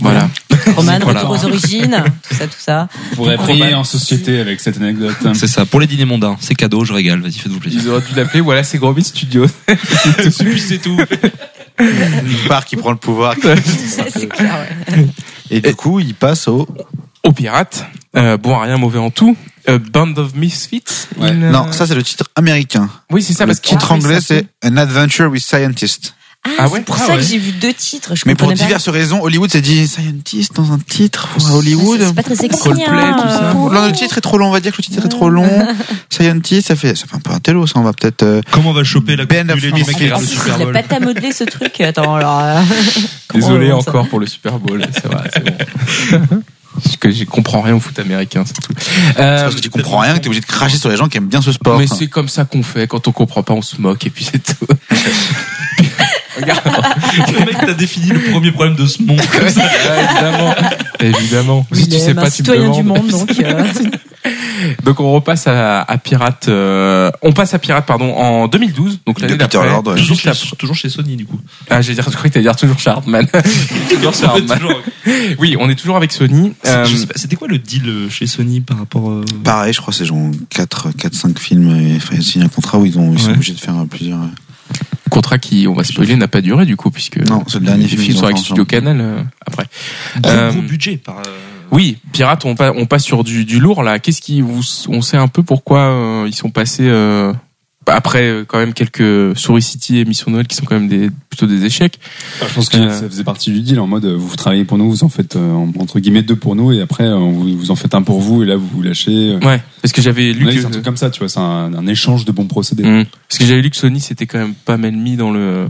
S6: Voilà.
S10: Croman,
S7: Voilà.
S10: retour aux origines, tout ça, tout ça.
S9: On pourrait briller en société avec cette anecdote.
S7: C'est ça, pour les dîners mondains. C'est cadeau, je régale. Vas-y, faites-vous plaisir.
S6: Ils auraient dû l'appeler Voilà, c'est Gromit Studios.
S7: C'est tout.
S8: Une part qui prend le pouvoir.
S10: C'est clair, ouais.
S8: Et du coup, il passe au.
S6: Aux pirates. Euh, bon à rien, mauvais en tout. Euh, Band of Misfits.
S9: Ouais.
S6: in, euh,
S8: Non, ça c'est le titre américain.
S6: Oui, c'est ça.
S8: Le
S6: parce que-
S8: titre
S6: Ah, oui,
S8: anglais,
S6: ça,
S8: c'est An Adventure with Scientist.
S10: Ah,
S6: Ah
S10: c'est
S6: ouais
S10: pour
S6: Ah
S10: ça
S6: ouais.
S10: que j'ai vu deux titres. Je
S8: Mais pour
S10: comprenais pas.
S8: diverses raisons, Hollywood s'est dit Scientist dans un titre à
S10: C'est
S8: Hollywood.
S10: pas très sexy.
S6: Coldplay,
S10: hein,
S6: tout ça.
S10: euh,
S8: Non, le titre est trop long, on va dire que le titre est trop long. Scientist, ça fait, ça fait un peu un télo, ça. On va peut-être. euh,
S7: Comment on va choper la
S8: Ben
S7: coupe du
S8: of
S7: Lélys
S8: France.
S7: qui est
S10: Ah,
S7: le
S10: si,
S7: Super
S10: c'est de la
S7: Bowl
S10: pâte à modeler ce truc. Attends, alors. euh,
S6: Désolé
S10: comment on
S6: encore pour le Super Bowl. C'est vrai, c'est bon. Parce que je comprends rien au foot américain, c'est tout.
S8: c'est
S6: Euh,
S8: parce que tu comprends rien, que t'es obligé de cracher sur les gens qui aiment bien ce sport.
S6: mais c'est comme ça qu'on fait. Quand on comprend pas, on se moque et puis c'est tout. Regarde.
S7: Le mec t'a défini le premier problème de ce monde.
S6: Ouais, évidemment. Évidemment.
S10: Il est un citoyen du monde, donc. euh,
S6: Donc on repasse à, à Pirate. euh, on passe à Pirate, pardon, en 2012. Donc l'année
S8: De Peter
S6: d'après.
S8: Lord, ouais.
S7: toujours,
S6: Juste
S7: chez,
S6: après.
S7: toujours chez Sony, du coup.
S6: Ah, j'ai dire, je crois que t'allais dire toujours chez Hardman. toujours chez Hardman. Oui, on est toujours avec Sony. Euh,
S7: C'est- je sais pas, C'était quoi le deal euh, chez Sony par rapport euh,
S8: Pareil, je crois, c'est genre 4, 4 5 films. et- Enfin, ils signent un contrat où ils, ont, ils sont
S7: Ouais.
S8: obligés de faire euh, plusieurs. euh,
S6: contrat qui, on va spoiler, n'a pas duré du coup, puisque
S8: Non, c'est le dernier
S6: les
S8: film
S6: films
S8: qu'ils
S6: sont
S8: ont
S6: avec
S8: fait
S6: Studio
S8: ensemble.
S6: Canal euh, après.
S7: gros,
S6: Euh,
S7: gros budget par euh,
S6: Oui, Pirate, on, pa- on passe sur du, du lourd là. Qu'est-ce qui, vous, on sait un peu pourquoi euh, ils sont passés euh, bah, après euh, quand même quelques Souris City et Mission Noël qui sont quand même des, plutôt des échecs.
S9: Je pense que
S6: Euh,
S9: ça faisait partie du deal en mode euh, vous travaillez pour nous, vous en faites euh, entre guillemets deux pour nous et après euh, vous, vous en faites un pour vous et là vous vous lâchez. Euh,
S6: Ouais, parce que j'avais lu
S9: Là, c'est
S6: que
S9: un truc comme ça, tu vois, c'est un, un échange de bons procédés.
S6: Mm. Parce que j'avais lu que Sony c'était quand même pas mal mis dans le.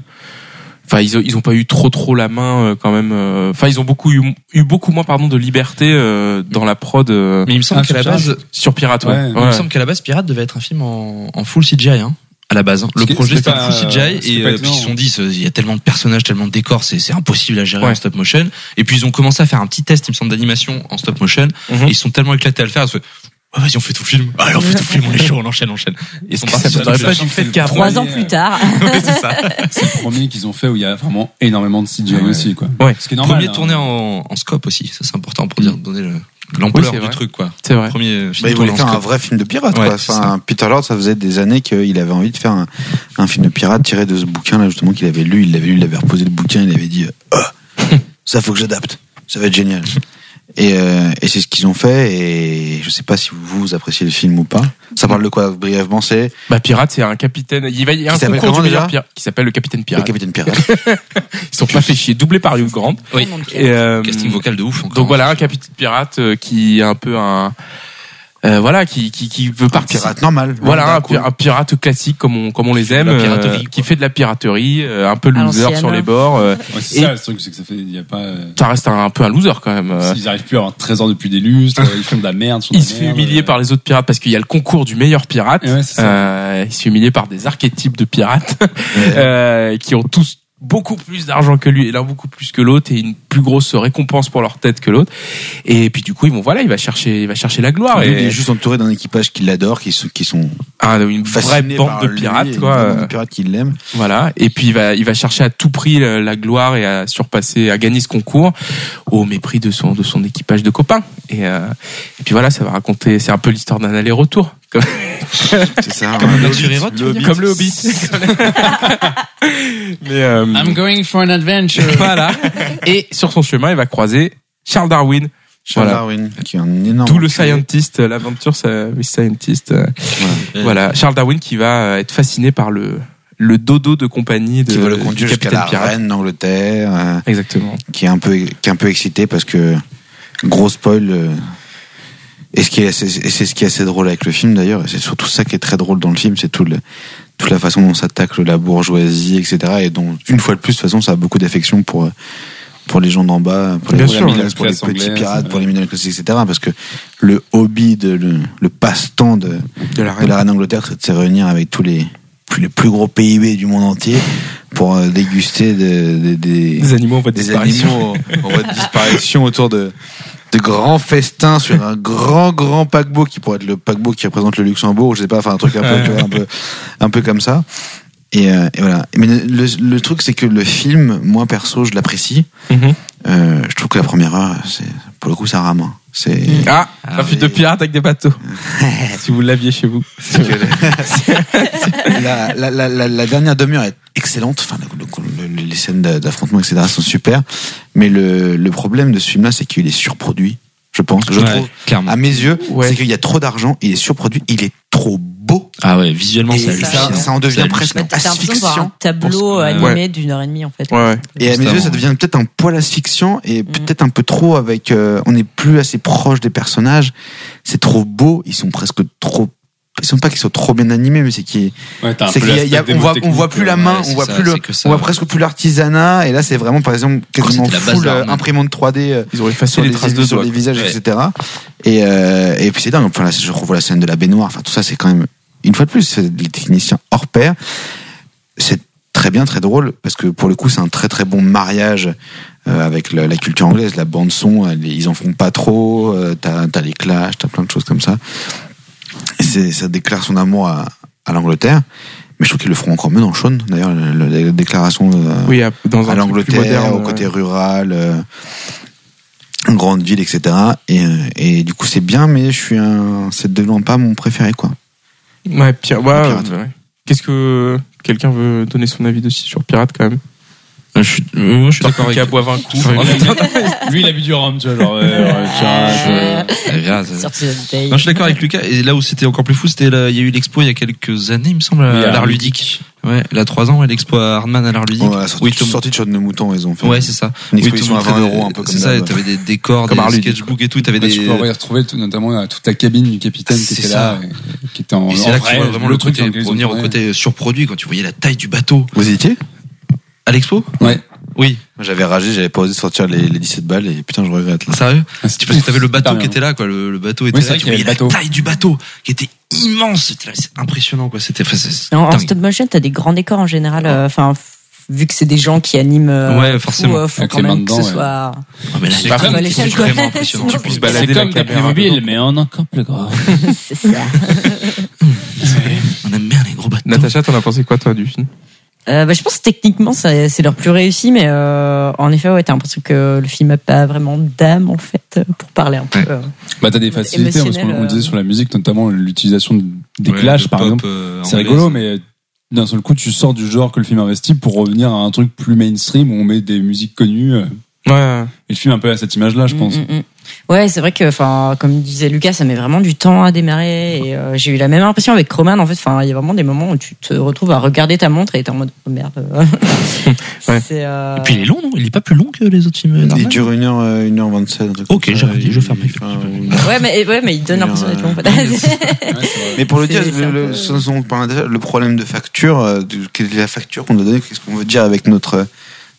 S6: Enfin, ils ont, ils ont pas eu trop trop la main euh, quand même. euh, Enfin, ils ont beaucoup eu, eu beaucoup moins pardon de liberté euh, dans la prod euh,
S7: Mais il me semble
S9: Ah,
S7: qu'à la
S9: sur
S7: base,
S6: sur Pirate. Ouais.
S9: Ouais,
S7: il me
S6: Ouais.
S7: semble qu'à la base, Pirate devait être un film en, en full CGI. Hein. À la base, hein. le
S9: C'était-
S7: projet
S9: c'était
S7: c'était en
S9: pas,
S7: full
S9: euh,
S7: CGI
S9: c'était
S7: et
S9: pas
S7: euh, puis ils se
S9: étonnant.
S7: sont dit ce- il y a tellement de personnages, tellement de décors, c'est c'est impossible à gérer
S6: hein. Ouais.
S7: en stop motion. Et puis ils ont commencé à faire un petit test, il me semble, d'animation en stop motion.
S6: Mhm.
S7: Et ils se sont tellement éclatés à le faire. Parce que, Ah, vas-y, on fait tout le film. Allez, on fait tout le film, on est chaud, on enchaîne, on enchaîne. Et ils sont partis.
S6: Ça
S7: sur-
S6: m'étonnerait
S9: ça,
S6: pas
S9: ça,
S6: du
S9: ça,
S6: fait
S9: ça,
S6: qu'avant,
S10: Trois
S9: Ouais,
S10: ans
S9: euh,
S10: plus tard.
S7: Ouais, c'est ça.
S9: C'est le premier qu'ils ont fait où il y a vraiment énormément de CGI aussi, quoi.
S6: Ouais.
S9: Ce qui est normal.
S7: premier
S9: hein.
S7: tourné en, en scope aussi, ça c'est important pour
S6: Mm.
S7: dire donner le- l'ampleur
S6: Oui, c'est
S7: du
S6: vrai.
S7: truc quoi.
S6: C'est vrai.
S7: Premier
S8: Bah,
S7: film
S8: il voulait
S7: tourné en
S6: hein.
S8: faire un
S7: scope.
S8: vrai film de pirate.
S7: Ouais,
S8: quoi.
S7: c'est
S8: Enfin, Peter Lord, ça faisait des années qu'il avait envie de faire un, un film de pirate tiré de ce bouquin là justement qu'il avait lu. Il l'avait lu, il avait reposé le bouquin, il avait dit euh, Ah, ça faut que j'adapte, ça va être génial. Et, euh, et c'est ce qu'ils ont fait. Et je sais pas si vous, vous appréciez le film ou pas. Ça parle de quoi brièvement C'est
S6: Bah, pirate, c'est un capitaine. Il va y a un
S8: Qui s'appelle
S6: concours du
S8: comment,
S6: meilleur
S8: déjà
S6: pirate qui s'appelle le capitaine
S8: le
S6: pirate.
S8: Capitaine Pirate.
S6: Ils sont pas fait chier, doublé par Hugh Grant.
S7: Oui.
S6: Et, euh,
S7: Casting vocal de ouf. encore.
S6: donc voilà, un capitaine pirate euh, qui est un peu un euh, voilà qui qui, qui veut
S8: Un
S6: participer.
S8: pirate normal.
S6: Voilà un, pi- un pirate classique comme on comme on les aime, euh,
S7: de la piraterie, quoi.
S6: qui fait de la piraterie, euh, un peu
S10: À
S6: loser
S10: l'ancienne.
S6: sur les bords. euh,
S9: Ouais, c'est ça, le truc, c'est que ça fait. Il y a pas. euh,
S6: ça reste un, un peu un loser quand même. euh.
S9: Ils arrivent plus à avoir 13 ans depuis des lustres, euh, ils font de la merde. euh,
S6: Il se fait humilier par les autres pirates parce qu'il y a le concours du meilleur pirate.
S9: Ouais, c'est ça.
S6: Euh, il se fait humilier par des archétypes de pirates euh, qui ont tous beaucoup plus d'argent que lui et l'un beaucoup plus que l'autre et une plus grosse récompense pour leur tête que l'autre et puis du coup ils vont voilà il va chercher il va chercher la gloire
S8: Lui, il
S6: et
S8: est juste entouré d'un équipage qui l'adore, qui sont, qui sont
S6: Ah, une vraie
S8: fascinés
S6: bande
S8: par
S6: de
S8: lui,
S6: pirates
S8: et
S6: quoi
S8: une bande
S6: Euh,
S8: de pirates qui l'aiment.
S6: voilà et puis il va il va chercher à tout prix la, la gloire et à surpasser à gagner ce concours au mépris de son de son équipage de copains et, euh, et puis voilà ça va raconter c'est un peu l'histoire d'un aller-retour comme
S8: C'est ça.
S7: Comme
S8: hein.
S7: un Nature Hero, tu veux dire
S6: comme le Hobbit. Mais euh,
S17: going for an adventure.
S6: voilà. Et sur son chemin, il va croiser Charles Darwin.
S8: Charles
S6: Voilà.
S8: Darwin, qui est un énorme.
S6: Tout le
S8: enculé.
S6: scientist, euh, l'aventure ça- oui, scientist. euh,
S7: Ouais.
S6: Voilà, Charles Darwin qui va euh, être fasciné par le le dodo de compagnie de
S8: Qui veut le
S6: du
S8: conduire jusqu'à
S6: capitaine
S8: la
S6: pirate.
S8: reine d'Angleterre, euh,
S6: Exactement.
S8: qui est un peu, qui est un peu excité parce que gros spoil. euh, et ce qui est, assez- et c'est ce qui est assez drôle avec le film d'ailleurs. et C'est surtout ça qui est très drôle dans le film, c'est tout le- toute la façon dont ça tacle la bourgeoisie, etc. Et dont une fois de plus, de toute façon, ça a beaucoup d'affection pour euh, pour les gens d'en bas, pour les,
S6: Bien
S8: pour la
S6: sûr,
S8: middle-
S9: la
S8: pour les
S9: classe
S8: petits
S9: anglaise,
S8: pirates, pour
S9: ouais.
S8: les mineurs etc. Parce que le hobby de le, le passe-temps de
S6: De la
S8: de
S6: reine.
S8: la reine d'Angleterre, c'est de se réunir avec tous les, tous les plus gros PIB du monde entier pour euh, déguster de- de- des,
S6: Des animaux, on voit
S8: des
S6: disparition.
S8: animaux en voie de disparition autour de, de grands festins sur un grand, grand paquebot qui pourrait être le paquebot qui représente le Luxembourg, je sais pas, enfin un truc un peu, tu vois, un peu, un peu comme ça. Et, euh, et voilà. Mais le, le- le truc, c'est que le film, moi perso, je l'apprécie.
S6: Mhm.
S8: Euh, je trouve que la première heure, c'est, pour le coup, ça rame. hein. C'est.
S6: Ah, un film de pirate avec des bateaux. si vous l'aviez chez vous.
S8: la, la, la, la- la dernière demi-heure est excellente. Enfin, le- le- le- les scènes d'a- d'affrontement, etc., sont super. Mais le, le problème de ce film-là, c'est qu'il est surproduit. Je pense. Je
S7: Ouais,
S8: trouve.
S7: clairement.
S8: À mes yeux,
S6: Ouais.
S8: c'est qu'il y a trop d'argent. Il est surproduit. Il est trop beau.
S7: Ah ouais, visuellement, hein.
S8: Et
S7: c'est
S10: ça-
S7: hallucinant.
S8: ça en devient
S7: C'est hallucinant.
S8: presque-
S10: Bah, T'as t'as l'impression de voir un
S8: Asphyxiant.
S10: tableau euh,
S7: Ouais.
S10: animé d'une heure et demie en fait.
S6: Ouais, ouais.
S8: Et à mes
S7: Constamment,
S8: yeux, ça
S7: ouais.
S8: devient peut-être un poil asphyxiant et peut-être un peu trop avec. euh, on n'est plus assez proche des personnages. C'est trop beau. Ils sont presque trop. Ils sont pas qu'ils sont trop bien animés, mais c'est qu'ils
S9: Ouais, t'as un
S8: c'est
S9: peu
S8: qu'il y a-
S9: l'aspect
S8: y a-
S9: des
S8: on
S9: mots
S8: voit on
S9: techniques,
S8: voit plus
S9: euh,
S8: la main
S7: ouais,
S8: on
S7: c'est
S8: voit
S7: ça,
S8: plus le
S7: c'est que
S8: on
S7: ça,
S8: voit
S7: ouais.
S8: presque plus l'artisanat et là c'est vraiment par exemple quasiment
S7: c'était la base
S8: full
S7: d'Arnaud.
S8: euh, imprimante 3D euh,
S6: Ils ont effacé
S8: sur
S6: les
S8: les,
S6: traces de
S8: sur
S6: doigts.
S8: les
S6: quoi.
S8: visages
S7: Ouais.
S8: etc et euh, et puis c'est dingue enfin là je revois la scène de la baignoire enfin tout ça c'est quand même une fois de plus c'est des techniciens hors pair c'est très bien très drôle parce que pour le coup c'est un très très bon mariage euh, avec la, la culture anglaise la bande son elle- ils en font pas trop euh, t'as t'as les clashs t'as plein de choses comme ça et c'est- ça déclare son amour à, à l'Angleterre mais je trouve qu'ils le feront encore mieux dans Sean. D'ailleurs, le- le- la déclaration euh,
S6: Oui, à- dans un
S8: à
S6: truc plus moderne,
S8: l'Angleterre, au
S6: ouais.
S8: côté rural, euh, en grande ville, etc. Et, euh, et du coup, c'est bien, mais je suis un, c'est de loin pas mon préféré, quoi.
S6: Ouais, Pir- ouais,
S8: Un pirate.
S6: ouais. Qu'est-ce que quelqu'un veut donner son avis dessus sur pirate quand même
S7: Je suis, moi, je suis d'accord
S6: Qui
S7: avec
S6: a boive un coup.
S7: Enfin,
S9: Lui, il a bu du rhum, tu vois, genre, euh, euh, tu vois, je-
S7: Ah, grave, ça-
S10: Euh, Sorti de la bouteille.
S7: Non, je suis d'accord avec Lucas. Et là où c'était encore plus fou, c'était là- il y a eu l'expo il y a quelques années, il me semble,
S9: Oui,
S7: à
S9: à
S7: l'art ludique. Ouais, là trois ans, ouais, l'expo à Hardman à l'art ludique.
S8: Ouais, la sortie,
S7: Oui,
S8: de- sortie de Sean de Mouton, ils ont fait
S7: Ouais, c'est ça.
S8: une
S7: Oui,
S8: exposition à
S7: tout le
S8: 20
S7: monde
S8: euros,
S7: faisait-
S8: un peu comme
S7: C'est
S8: ça.
S7: ça, et t'avais des décors,
S6: Comme
S7: des
S6: art ludique,
S7: sketchbooks et tout, et t'avais
S9: Bah,
S7: des.
S9: tu peux retrouver tout- notamment euh, toute la cabine du capitaine qui
S7: C'est
S9: était
S7: ça.
S9: là, et- qui était en,
S7: Et
S9: en
S7: c'est là que tu
S9: vrai,
S7: vois vraiment le, côté,
S9: dans lequel ils ont
S7: pour revenir au
S9: tourné.
S7: côté surproduit, quand tu voyais la taille du bateau
S8: Vous y étiez
S7: à l'expo
S9: Ouais.
S7: Oui,
S8: Moi, J'avais ragé, j'avais pas osé sortir les, les 17 balles et putain, je regrette. Là.
S7: sérieux
S9: Ah, c'est
S7: Parce que
S9: ouf,
S7: t'avais le bateau
S9: super
S7: qui
S9: bien.
S7: était là, quoi. Le, le bateau était
S9: Oui, c'est
S7: là,
S9: vrai
S7: tu
S9: qu'il y avait
S7: voyais
S9: le
S7: la
S9: bateau.
S7: taille du bateau qui était immense. C'était là, C'est impressionnant, quoi. C'était enfin, c'est- c'est
S10: Mais En, en
S7: dingue.
S10: stop motion, t'as des grands décors en général. euh, Enfin, f- vu que c'est des gens qui animent, euh,
S7: Ouais,
S10: tout,
S7: forcément.
S10: euh, faut
S9: Avec
S10: quand
S9: les mains
S10: même que
S9: dedans,
S10: ce
S9: ouais.
S10: soit.
S7: Ouais, Ah, mais là,
S9: C'est
S7: les
S9: comme
S7: gars,
S10: les
S7: c'était
S10: chefs, quoi.
S7: vraiment impressionnant.
S10: Sinon,
S7: Tu puisses
S10: c'est
S7: balader.
S6: la caméra dedans.
S9: mais en encore plus grand.
S10: C'est ça.
S7: On aime bien les gros bateaux.
S6: Natacha, t'en as pensé quoi toi du film
S10: Euh, bah, je pense que techniquement, ça- c'est leur plus réussi, mais euh, en effet, ouais, t'as l'impression que le film a pas vraiment d'âme, en fait, euh, pour parler un peu.
S7: Ouais.
S10: euh.
S9: Bah, t'as des facilités, hein, parce qu'on
S10: Émotionnel,
S9: on le disait
S10: euh.
S9: sur la musique, notamment l'utilisation des clashs, par exemple.
S7: euh,
S9: C'est rigolo, mais euh, d'un seul coup, tu sors du genre que le film investit pour revenir à un truc plus mainstream où on met des musiques connues. euh,
S6: Ouais.
S9: Et le film un peu à cette image-là, je pense.
S10: Mm, mm, mm. Ouais, c'est vrai que, enfin, comme disait Lucas, ça met vraiment du temps à démarrer. Et euh, j'ai eu la même impression avec Roman. En fait, enfin, il y a vraiment des moments où tu te retrouves à regarder ta montre et t'es en mode oh, merde.
S6: Ouais.
S10: C'est, euh,
S17: Et
S7: Ah,
S17: puis il est long, non Il est pas plus long que les autres films.
S8: Il
S17: normaux
S8: dure euh, 1h27.
S17: Ok, j'ai arrêté, je ferme ma
S8: euh,
S10: ouais, mais ouais, mais il donne l'impression d'être long. en fait.
S8: Mais pour le
S10: C'est-
S8: dire,
S10: c'est un
S8: le,
S10: peu-
S8: sans- sans parler déjà, le problème de facture, euh, de- quelle est la facture qu'on doit donner, qu'est-ce qu'on veut dire avec notre, euh,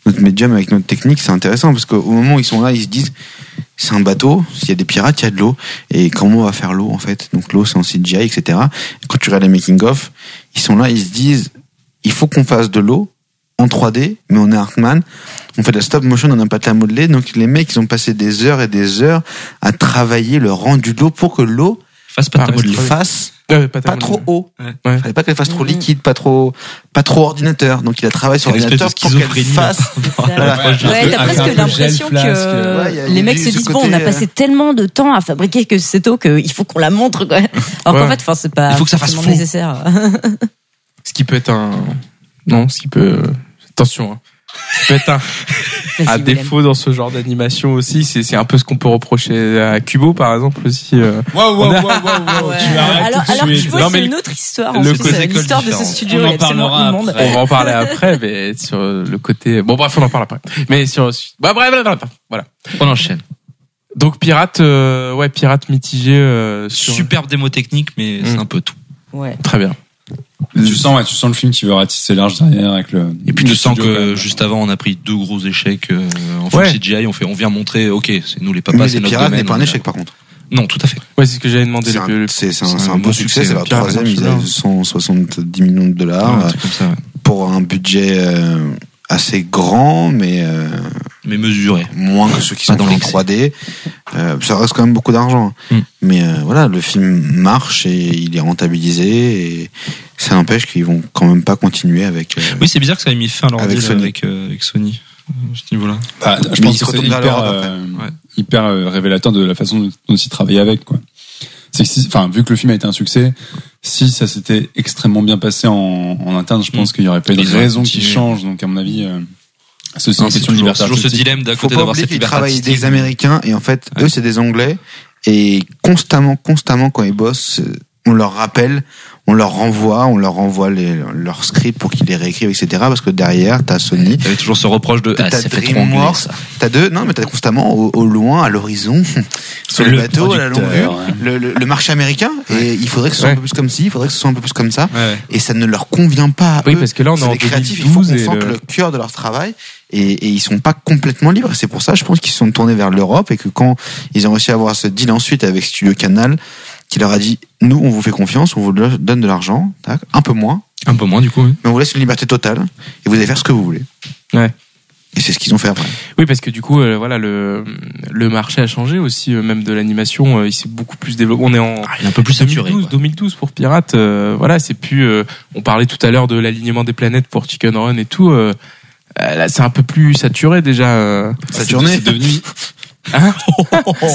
S8: notre médium, avec notre technique, c'est intéressant parce qu'au moment où ils sont là, ils se disent c'est un bateau, s'il y a des pirates, il y a de l'eau, et comment on va faire l'eau en fait Donc l'eau c'est en CGI, etc. Quand tu regardes les making-of, ils sont là, ils se disent il faut qu'on fasse de l'eau en 3D, mais on est Hartman, on fait de la stop motion, on n'a pas de la modeler, donc les mecs ils ont passé des heures et des heures à travailler le rendu de l'eau pour que l'eau
S7: Face pas de
S6: Pareil.
S7: modeler.
S8: fasse
S6: Ouais,
S8: pas trop haut.
S6: Ouais.
S8: Fallait pas qu'elle fasse trop liquide, pas trop, pas trop ordinateur. Donc il a travaillé sur
S7: Une espèce
S8: ordinateur
S7: de
S8: pour qu'elle
S7: schizophrénie.
S8: fasse.
S10: Ouais, ouais,
S9: Avec
S10: t'as
S9: un peu
S10: presque
S9: de
S10: l'impression
S9: gel, flasque,
S10: que
S6: euh.
S8: ouais, y a- y a
S10: les mecs
S8: du-
S10: se
S8: du
S10: disent
S8: côté,
S10: bon, on a
S8: euh,
S10: passé tellement de temps à fabriquer que cette eau qu'il faut qu'on la montre. Quoi. Alors
S6: Ouais.
S10: qu'en fait, enfin, c'est pas
S7: Il faut que ça fasse
S10: forcément
S7: faux.
S10: nécessaire.
S6: Ce qui peut être un. Non, ce qui peut. Attention, hein. Ce qui peut être un. à
S10: Vas-y, Willem.
S6: défaut dans ce genre d'animation aussi, c'est c'est un peu ce qu'on peut reprocher à Kubo par exemple aussi. euh,
S15: Waouh, waouh, waouh, waouh,
S10: Ouais.
S15: waouh, tu arrêtes
S10: alors,
S15: tout de
S10: alors,
S15: suite.
S10: tu vois,
S6: Non, mais
S10: c'est
S6: le-
S10: une autre histoire.
S6: le
S10: en fait,
S6: côté
S10: c'est l'histoire de ce
S7: différent.
S10: studio
S9: On en
S10: est absolument
S9: parlera
S10: immonde.
S6: On va en parler après, mais sur le côté. Bon, bref, on en parle après. Mais sur. Bah, bref, bref, bref, voilà.
S7: On enchaîne.
S6: Donc, pirate, euh, ouais, pirate mitigé. euh, sur...
S7: Superbe démo technique, mais
S6: Mm.
S7: c'est un peu tout.
S10: Ouais.
S6: Très bien.
S9: Tu sens, ouais, tu sens le film qui veut ratisser large derrière avec le.
S7: Et puis
S9: le
S7: tu sens
S9: studio,
S7: que
S9: là.
S7: juste avant, on a pris deux gros échecs euh, en film
S6: Ouais.
S7: CGI. On fait, on vient montrer, ok, c'est nous les papas,
S8: Mais
S7: c'est
S8: les
S7: notre
S8: pirates
S7: domaine,
S8: n'est pas un
S7: on est
S8: échec par contre.
S7: là. Non, tout à fait.
S6: Ouais, c'est ce que j'avais demandé.
S8: C'est un,
S6: le- le-
S8: c'est- c'est un-
S7: euh, c'est
S8: c'est
S7: un
S8: un
S7: bon
S8: beau succès,
S7: succès,
S8: c'est leur
S7: le pirate
S8: troisième, ils
S6: national.
S8: avaient 170 millions de
S9: Ah,
S8: dollars
S7: un
S8: euh,
S7: truc comme ça, ouais.
S8: pour un budget euh, assez grand, mais euh,
S7: Mais mesuré.
S8: moins que ceux qui
S7: Pas
S8: sont
S7: dans
S8: dans en
S7: l'excès.
S8: 3D. Euh, ça reste quand même beaucoup d'argent.
S7: Mm.
S8: Mais euh, voilà, le film marche et il est rentabilisé et ça n'empêche qu'ils vont quand même pas continuer avec. euh,
S7: Oui, c'est bizarre que ça ait mis fin à leur
S8: Avec
S7: deal
S8: Sony.
S7: Avec, euh, avec Sony. euh, à ce niveau-là.
S9: Bah,
S8: Mais
S9: je pense
S8: ils
S9: que
S8: se
S9: c'est
S8: retournent vers
S9: hyper,
S8: l'Europe après.
S9: euh,
S7: Ouais.
S9: hyper, euh, révélateur de la façon dont dont ils travaillaient avec. Quoi. C'est que si- enfin, vu que le film a été un succès, si ça s'était extrêmement bien passé en, en interne, je pense qu'il y aurait pas eu de
S7: Ils auraient
S9: raison qui
S7: continué.
S9: change. Donc à mon avis, euh, ceci
S7: Non,
S9: une
S7: c'est
S9: question de
S7: toujours,
S9: liberté
S7: c'est toujours ce
S9: artistique.
S7: dilemme d'à
S8: faut
S7: côté
S8: pas
S7: d'avoir
S8: oublier
S7: cette
S8: qu'ils
S7: liberté
S8: travaillent
S7: artistique.
S8: des Américains et en fait,
S7: Ouais.
S8: eux, c'est des Anglais et constamment, constamment, quand ils bossent, euh, on leur rappelle, on leur renvoie, on leur renvoie les, leurs scripts pour qu'ils les réécrivent, etc. Parce que derrière, t'as Sony,
S7: Il y avait toujours ce reproche de
S8: T'as
S7: ah, ça fait trop
S8: DreamWorks,
S7: anglais, ça.
S8: t'as deux, non, mais t'as constamment au, au loin, à l'horizon, sur le,
S7: Le
S8: bateau, à la longue vue,
S9: producteur, hein.
S8: le, le- le marché américain. Et il faudrait que ce soit un peu plus comme ci, il faudrait que ce soit un peu plus comme ça.
S7: Ouais.
S8: Et ça ne leur convient pas. à
S6: Oui,
S8: eux.
S6: parce que là, on est
S8: C'est
S6: en
S8: des créatifs, il faut
S6: 2012
S8: qu'on
S6: et
S8: sente
S6: le-
S8: le cœur de leur travail et, et ils sont pas complètement libres. Et C'est pour ça, je pense qu'ils se sont tournés vers l'Europe et que quand ils ont réussi à avoir ce deal ensuite avec Studio Canal, qui leur a dit nous, on vous fait confiance, on vous le- donne de l'argent, tac, un peu moins,
S7: Un peu moins du coup. oui.
S8: mais on vous laisse une liberté totale et vous allez faire ce que vous voulez.
S6: Ouais.
S8: Et c'est ce qu'ils ont fait après.
S6: Oui, parce que du coup, euh, voilà, le, le marché a changé aussi, euh, même de l'animation, euh, il s'est beaucoup plus développé. On est en
S8: Ah,
S7: il est un peu plus saturé.
S6: 2012, 2012 pour Pirates, euh, voilà, c'est plus. euh, on parlait tout à l'heure de l'alignement des planètes pour Chicken Run et tout. euh, euh, là, c'est un peu plus saturé déjà. euh.
S8: Saturné.
S9: C'est devenu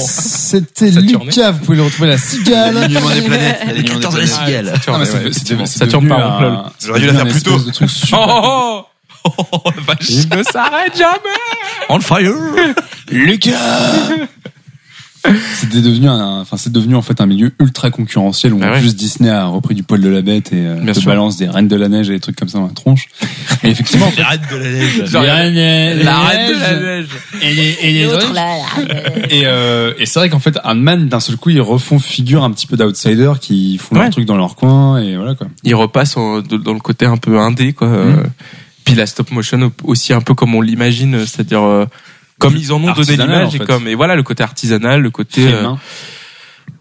S15: C'était
S6: Saturné.
S15: Lucas, vous pouvez le retrouver à la cigale.
S8: L'alignement des planètes.
S7: Les 14 à la cigale.
S9: Ah, mais c'est-
S6: Ouais,
S9: c'est-
S6: effectivement.
S9: c'est
S6: Ça tourne
S9: devenu
S6: pas,
S9: un-
S6: on lol.
S9: c'est
S8: J'aurais dû la
S9: devenu
S8: faire
S9: un
S8: plus tôt.
S9: espèce de truc super-
S6: Oh,
S7: Oh, oh, la vache.
S6: il ne s'arrête jamais.
S7: On fire Lucas
S9: C'est devenu, un- enfin, c'est devenu en fait un milieu ultra concurrentiel où
S6: Bah
S9: en
S6: ouais.
S9: plus Disney a repris du poil de la bête et euh,
S6: Bien
S9: te
S6: sûr.
S9: balance des reines de la neige et des trucs comme ça dans la tronche. Et effectivement,
S7: Arrête de la neige.
S6: Genre,
S9: les reines de
S6: La reine de la neige.
S9: et les, et les
S10: L'autre
S9: autres.
S10: là, là.
S9: Et, euh, et c'est vrai qu'en fait, Ant-Man, d'un seul coup, ils refont figure un petit peu d'outsider qui font
S6: Ouais.
S9: leur truc dans leur coin et voilà quoi.
S6: il repasse en- de- dans le côté un peu indé
S9: Mm.
S6: quoi. Euh, Puis la stop motion au- aussi un peu comme on l'imagine, euh, c'est-à-dire euh, comme ils en ont donné
S9: Artisanal,
S6: l'image
S9: en
S6: et
S9: fait.
S6: comme et voilà le côté artisanal, le côté
S9: Fait
S6: euh,
S9: main.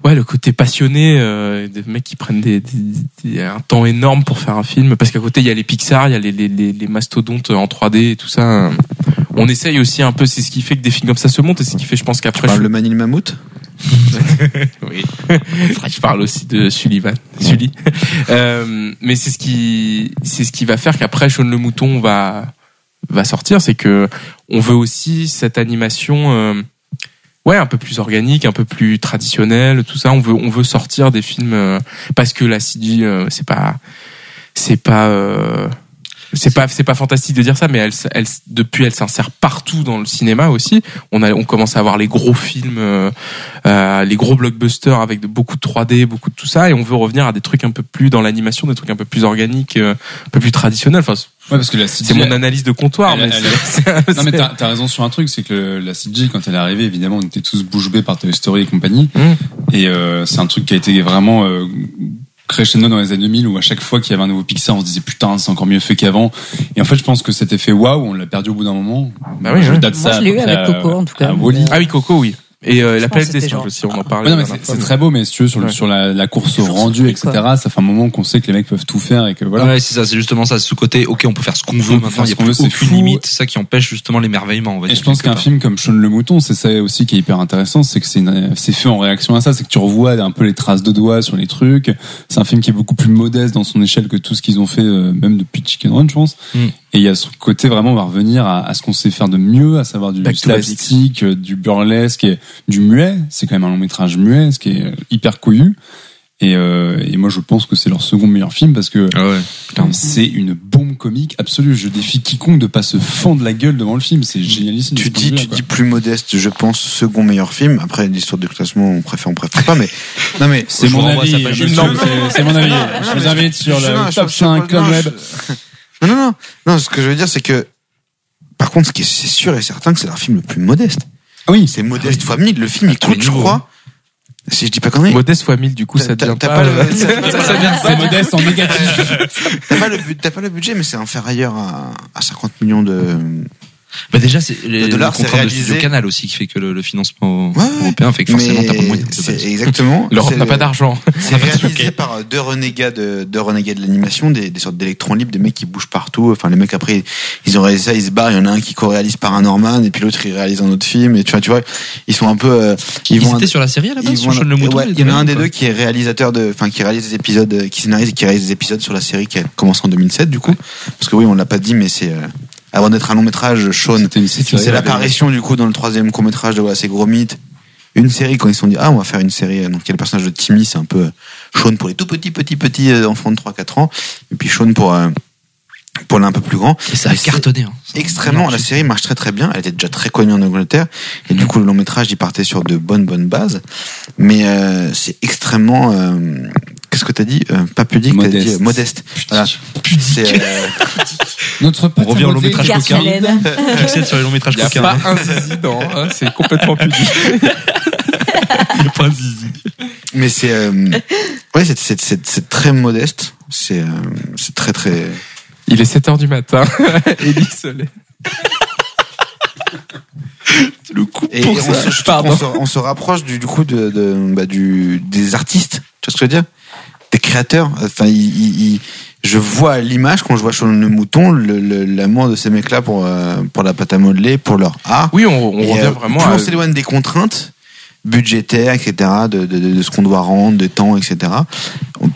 S6: ouais le côté passionné euh, des mecs qui prennent des, des- des- un temps énorme pour faire un film parce qu'à côté il y a les Pixar, il y a les, les, les, les mastodontes en 3D et tout ça. Euh, On essaye aussi un peu, c'est ce qui fait que des films comme ça se montent et c'est ce qui fait je pense
S9: Bah,
S6: qu'après
S8: Parle
S6: je,
S8: le Manil Mammouth.
S6: oui. Je parle aussi de Sullivan, Sully. Euh, mais c'est ce qui, c'est ce qui va faire qu'après Shaun le mouton va va sortir, c'est que on veut aussi cette animation, euh, ouais, un peu plus organique, un peu plus traditionnelle, tout ça. On veut, on veut sortir des films euh, parce que la CG, euh, c'est pas, c'est pas. euh, c'est pas c'est pas fantastique de dire ça mais elle, elle depuis elle s'insère partout dans le cinéma aussi on a on commence à avoir les gros films euh, euh, les gros blockbusters avec de, beaucoup de 3D beaucoup de tout ça et on veut revenir à des trucs un peu plus dans l'animation des trucs un peu plus organiques euh, un peu plus traditionnels enfin c'est-
S9: Ouais, parce que la
S6: c'est mon analyse de comptoir
S9: Elle-
S6: mais
S9: elle-
S6: c'est- c'est-
S9: Non mais t'as t'as raison sur un truc, c'est que le- la CG quand elle est arrivée, évidemment, on était tous bouche bée par Toy Story et compagnie.
S6: Mmh.
S9: Et euh, c'est un truc qui a été vraiment euh, crescendo dans les années 2000 où à chaque fois qu'il y avait un nouveau Pixar, on se disait putain, c'est encore mieux fait qu'avant. Et en fait, je pense que cet effet waouh, on l'a perdu au bout d'un moment.
S6: Bah oui,
S9: je
S6: ouais.
S9: date
S6: Moi,
S9: ça
S6: je l'ai eu
S9: à peu près
S6: avec
S9: à-
S6: Coco, en tout cas.
S10: euh,
S9: à Wall-E.
S6: Ah oui, Coco, oui. Et euh, la
S9: pense
S6: planète
S9: que
S6: des
S9: c'était
S6: singes
S9: genre-
S6: aussi, on en parlait.
S9: Ouais, non, mais
S6: la
S9: c'est
S6: dernière fois,
S9: c'est
S6: mais-
S9: très beau, mais si tu veux, sur, le- sur la, la course au rendu, etc., ça fait un moment qu'on sait que les mecs peuvent tout faire et que voilà.
S7: Ouais, c'est ça, c'est justement ça, sous côté. Ok, on peut faire ce qu'on veut
S9: On peut
S7: maintenant.
S9: faire
S7: Il
S9: ce
S7: y a
S9: qu'on
S7: plus
S9: veut, c'est
S7: aucune
S9: fou.
S7: limite. C'est ça qui empêche justement l'émerveillement. On va
S9: Et
S7: dire,
S9: je pense
S7: quelque
S9: qu'un
S7: part.
S9: film comme Sean le Mouton, c'est ça aussi qui est hyper intéressant, c'est que c'est une- c'est fait en réaction à ça, c'est que tu revois un peu les traces de doigts sur les trucs. C'est un film qui est beaucoup plus modeste dans son échelle que tout ce qu'ils ont fait, euh, même depuis Chicken Run, je pense.
S7: Mm.
S9: Et il y a ce côté vraiment, on va revenir à, à ce qu'on sait faire de mieux, à savoir du
S6: Back to
S9: slapstick, euh, du burlesque, et du muet. C'est quand même un long métrage muet, ce qui est euh, hyper couillu. Et, euh, et moi, je pense que c'est leur second meilleur film parce que putain, c'est une bombe comique absolue. Je défie quiconque de pas se fendre la gueule devant le film. C'est génialissime.
S8: Tu dis, tu dis plus modeste, je pense, second meilleur film. Après, l'histoire de classement, on préfère, on préfère pas, mais. Non, mais.
S9: C'est mon avis, monsieur, c'est- c'est mon avis. Je vous invite sur le top 5
S8: comme
S9: Conweb.
S8: Non, non, non. Non, ce que je veux dire, c'est que. Par contre, ce qui est c'est sûr et certain, que c'est leur film le plus modeste.
S9: Ah Oui.
S8: C'est
S7: Ah
S8: modeste fois 1000. Le film, il coûte, je crois. Si je dis pas conneries.
S6: Modeste fois 1000, du coup, ça devient
S8: T'as
S6: pas,
S8: pas le-
S6: euh, ça- ça devient pas-
S9: C'est modeste en négatif.
S8: T'as pas, le but- t'as pas le budget, mais c'est inférieur à, à 50 millions de.
S7: Bah déjà, c'est les,
S8: de dollars,
S7: le contrat
S8: c'est
S7: de Studio
S8: réalisé.
S7: Canal aussi qui fait que le, le financement
S8: Ouais,
S7: européen fait que forcément
S8: mais
S7: t'as pas de moyens. de
S8: C'est
S7: base.
S8: exactement.
S6: L'Europe
S8: c'est-
S6: n'a pas d'argent.
S8: C'est réalisé par deux renégats de, deux renégats de l'animation, des, des sortes d'électrons libres, des mecs qui bougent partout. Enfin, les mecs après, ils ont réalisé ça, ils se barrent. Il y en a un qui co-réalise Paranorman, et puis l'autre il réalise un autre film. Et tu vois, tu vois, ils sont un peu. euh,
S7: Ils
S8: vont
S7: étaient
S8: un-
S7: sur la série, à la base,
S8: ils
S7: sur
S8: vont-
S7: Sean le Mouton,
S8: ouais,
S7: les
S8: Il y en a
S7: deux,
S8: un des
S7: ou pas
S8: deux qui est réalisateur de, enfin, qui réalise des épisodes, euh, qui scénarise et qui réalise des épisodes sur la série qui a commencé en 2007 du coup. Parce que oui, on l'a pas dit, mais c'est. euh, avant d'être un long métrage, Sean,
S9: C'était une série,
S8: c'est
S9: ouais.
S8: l'apparition du coup dans le troisième court métrage de Wallace et Gromit. Une série quand ils se sont dit ah on va faire une série euh, donc il y a le personnage de Timmy c'est un peu euh, Sean pour les tout petits petits petits euh, enfants de 3-4 ans et puis Sean pour euh, pour les un peu plus grand
S7: Et ça a cartonné. hein.
S8: extrêmement la série marche très très bien elle était déjà très connue en Angleterre et du coup le long métrage il partait sur de bonnes bonnes bases mais euh, c'est extrêmement euh, qu'est-ce que t'as dit Euh, pas pudique t'as
S9: Modeste.
S8: dit euh, modeste voilà. c'est euh,
S9: Notre
S7: On revient au long métrage
S10: Garce
S7: coquin.
S10: Hélène.
S7: Fixette sur les longs métrages
S6: Il n'y a
S7: coquins.
S6: pas un zizi dans, hein, c'est complètement pudique.
S8: mais c'est euh, ouais c'est- c'est c'est- c'est très modeste c'est euh, c'est très très
S6: Il est 7h du matin, Elie Soleil. Le coup
S8: Et
S6: pour
S8: on,
S6: ça,
S8: se,
S6: je
S8: je trouve qu'on se- on se rapproche du, du coup de, de- bah, du, des artistes, tu vois ce que je veux dire Des créateurs. Enfin, ils- ils- ils- je vois à l'image quand je vois Sean le mouton le- le- l'amour de ces mecs-là pour, euh, pour la pâte à modeler, pour leur art.
S6: Oui, on, on
S8: Et,
S6: revient
S8: euh,
S6: vraiment
S8: plus
S6: à...
S8: on s'éloigne des contraintes budgétaires, etc., de, de- de- de ce qu'on doit rendre, des temps, etc.,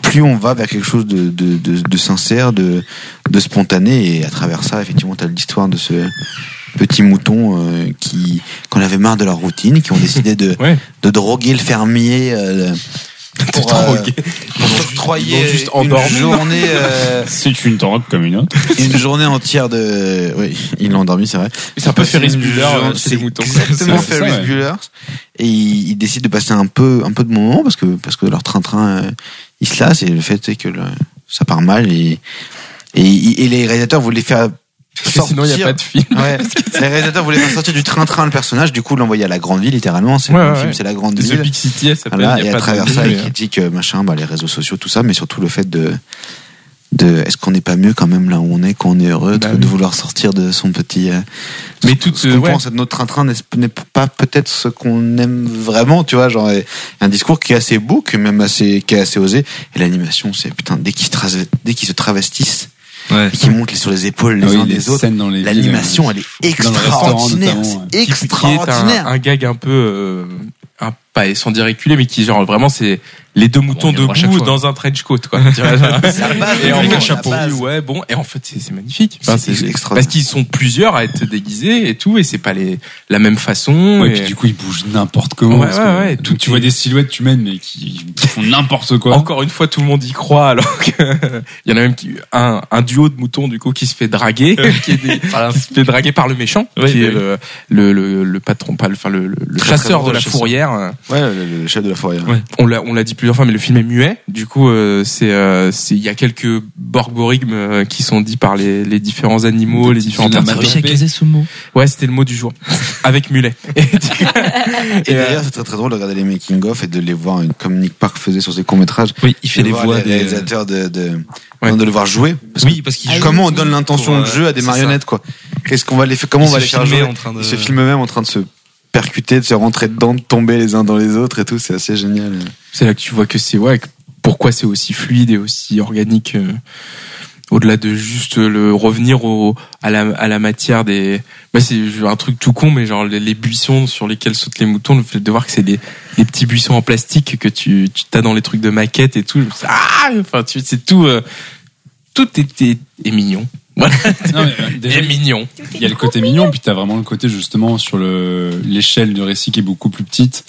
S8: plus on va vers quelque chose de, de- de- de sincère, de, de spontané, et à travers ça, effectivement, tu as l'histoire de ce petit mouton euh, qui, qu'on avait marre de leur routine, qui ont décidé de,
S6: Ouais.
S8: de droguer le fermier. euh, pour, euh, pour s'octroyer
S6: Ils l'ont juste
S8: une
S6: endormi.
S8: journée euh,
S9: C'est une drogue comme une autre.
S8: une journée entière de oui il l'a endormi c'est vrai
S6: C'est un peu Ferris
S8: une
S6: Bueller
S8: journée-
S6: euh, chez les moutons.
S8: exactement
S9: C'est ça,
S8: Ferris
S9: ouais.
S8: Bueller et ils ils décident de passer un peu un peu de moment parce que parce que leur train-train euh, il se lasse et le fait est que le- ça part mal et et, et les réalisateurs voulaient faire
S6: Parce que
S8: sortir
S6: Sinon, il n'y a pas de film.
S8: Ouais. les réalisateurs voulaient faire sortir du train-train le personnage du coup l'envoyer à la grande ville littéralement c'est
S6: Ouais,
S8: le
S6: ouais,
S8: film
S6: ouais.
S8: c'est la grande
S6: The
S8: ville
S6: Big City, elle s'appelle.
S8: voilà,
S6: il y
S8: et
S6: a
S8: à
S6: pas de
S8: travers
S6: film,
S8: ça,
S6: mais,
S8: il critique euh, machin, bah, les réseaux sociaux, tout ça, mais surtout le fait de. de Est-ce qu'on n'est pas mieux quand même là où on est, qu'on est heureux
S6: Bah
S8: de,
S6: oui.
S8: de vouloir sortir de son petit. euh,
S6: Mais
S8: ce-
S6: tout,
S8: ce
S6: euh,
S8: qu'on
S6: ouais.
S8: pense de notre train-train n'est n'est pas peut-être ce qu'on aime vraiment, tu vois. Genre, et- un discours qui est assez beau, qui est même assez, qui est assez osé. Et l'animation, c'est putain, dès qu'ils se, tras- dès qu'ils se travestissent
S7: Ouais.
S8: et qu'ils montent sur les épaules les
S9: Ah oui,
S8: uns
S9: les
S8: des autres,
S9: scènes dans les villes,
S8: l'animation, elle est
S9: Dans le restaurant,
S8: extraordinaire.
S9: notamment,
S8: c'est
S9: ouais.
S6: Qui- qui est un-
S8: extraordinaire.
S6: un, gag un peu euh, un pas sans dire éculé, mais qui genre vraiment c'est les deux moutons de
S14: reviendra chaque
S6: bout
S14: fois.
S6: dans un trench coat quoi. Tu vois, genre, et en
S14: avec
S6: fait,
S14: un chapeau.
S6: on dit, ouais bon et en fait c'est c'est magnifique. Enfin,
S8: Ah, C'est extraordinaire.
S6: Parce qu'ils sont plusieurs à être déguisés et tout et c'est pas les la même façon.
S9: Ouais,
S6: et-
S9: et puis du coup, ils bougent n'importe comment.
S6: Ouais,
S9: parce
S6: ouais,
S9: que-
S6: ouais,
S9: donc
S6: tout
S9: tu vois des silhouettes humaines, mais qui qui font n'importe quoi.
S6: Encore une fois, tout le monde y croit, alors que il y en a même qui, un, un duo de moutons du coup qui se fait draguer, qui, est des- qui se fait draguer par le méchant,
S7: Oui,
S6: qui
S7: oui.
S6: est le, le, le, le patron, pas le, enfin le, le- le
S8: Très, très
S6: chasseur
S8: drôle,
S6: de la
S8: chasseur.
S6: fourrière.
S8: Ouais, le, le chef de la hein. fourrière.
S6: Ouais. On l'a on l'a dit plusieurs fois, mais le film est muet. Du coup, euh, c'est euh, c'est il y a quelques borborigmes euh, qui sont dits par les, les différents animaux,
S7: Oh,
S6: les différents
S9: films
S6: personnages.
S9: amateurs.
S7: J'ai casé ce mot.
S6: Ouais, c'était le mot du jour avec mulet. Et du-
S8: Et,
S6: Et, euh,
S8: d'ailleurs, c'est très très drôle de regarder les making-of et de les voir, une- comme Nick Park faisait sur ses courts-métrages.
S7: Oui, il fait
S8: de
S7: les
S8: voir
S7: voix
S8: les
S7: des.
S8: réalisateurs de, de,
S6: Ouais.
S8: de le voir jouer. Parce
S7: Oui, parce qu'il
S8: que
S7: joue.
S8: comment on donne l'intention
S7: Pour,
S8: de jeu à des
S7: c'est
S8: marionnettes, quoi? Qu'est-ce qu'on va les faire, comment
S7: Ils
S8: on va
S7: se
S8: les faire
S7: filmaient
S8: jouer?
S7: en euh, train de-
S8: Ils se filment eux-mêmes en train de se percuter, de se rentrer dedans, de tomber les uns dans les autres et tout. C'est assez génial.
S6: C'est là que tu vois que c'est ouais, que- pourquoi c'est aussi fluide et aussi organique euh, au-delà de juste le revenir au à la à la matière des bah c'est un truc tout con mais genre les, les buissons sur lesquels sautent les moutons le fait de voir que c'est des des petits buissons en plastique que tu tu t'as dans les trucs de maquette et tout je me suis dit, ah enfin tu c'est tout euh, tout est, est- est mignon voilà
S9: Non, mais, euh, déjà,
S6: est mignon
S9: Il y a le côté mignon, puis t'as vraiment le côté justement sur le l'échelle du récit qui est beaucoup plus petite.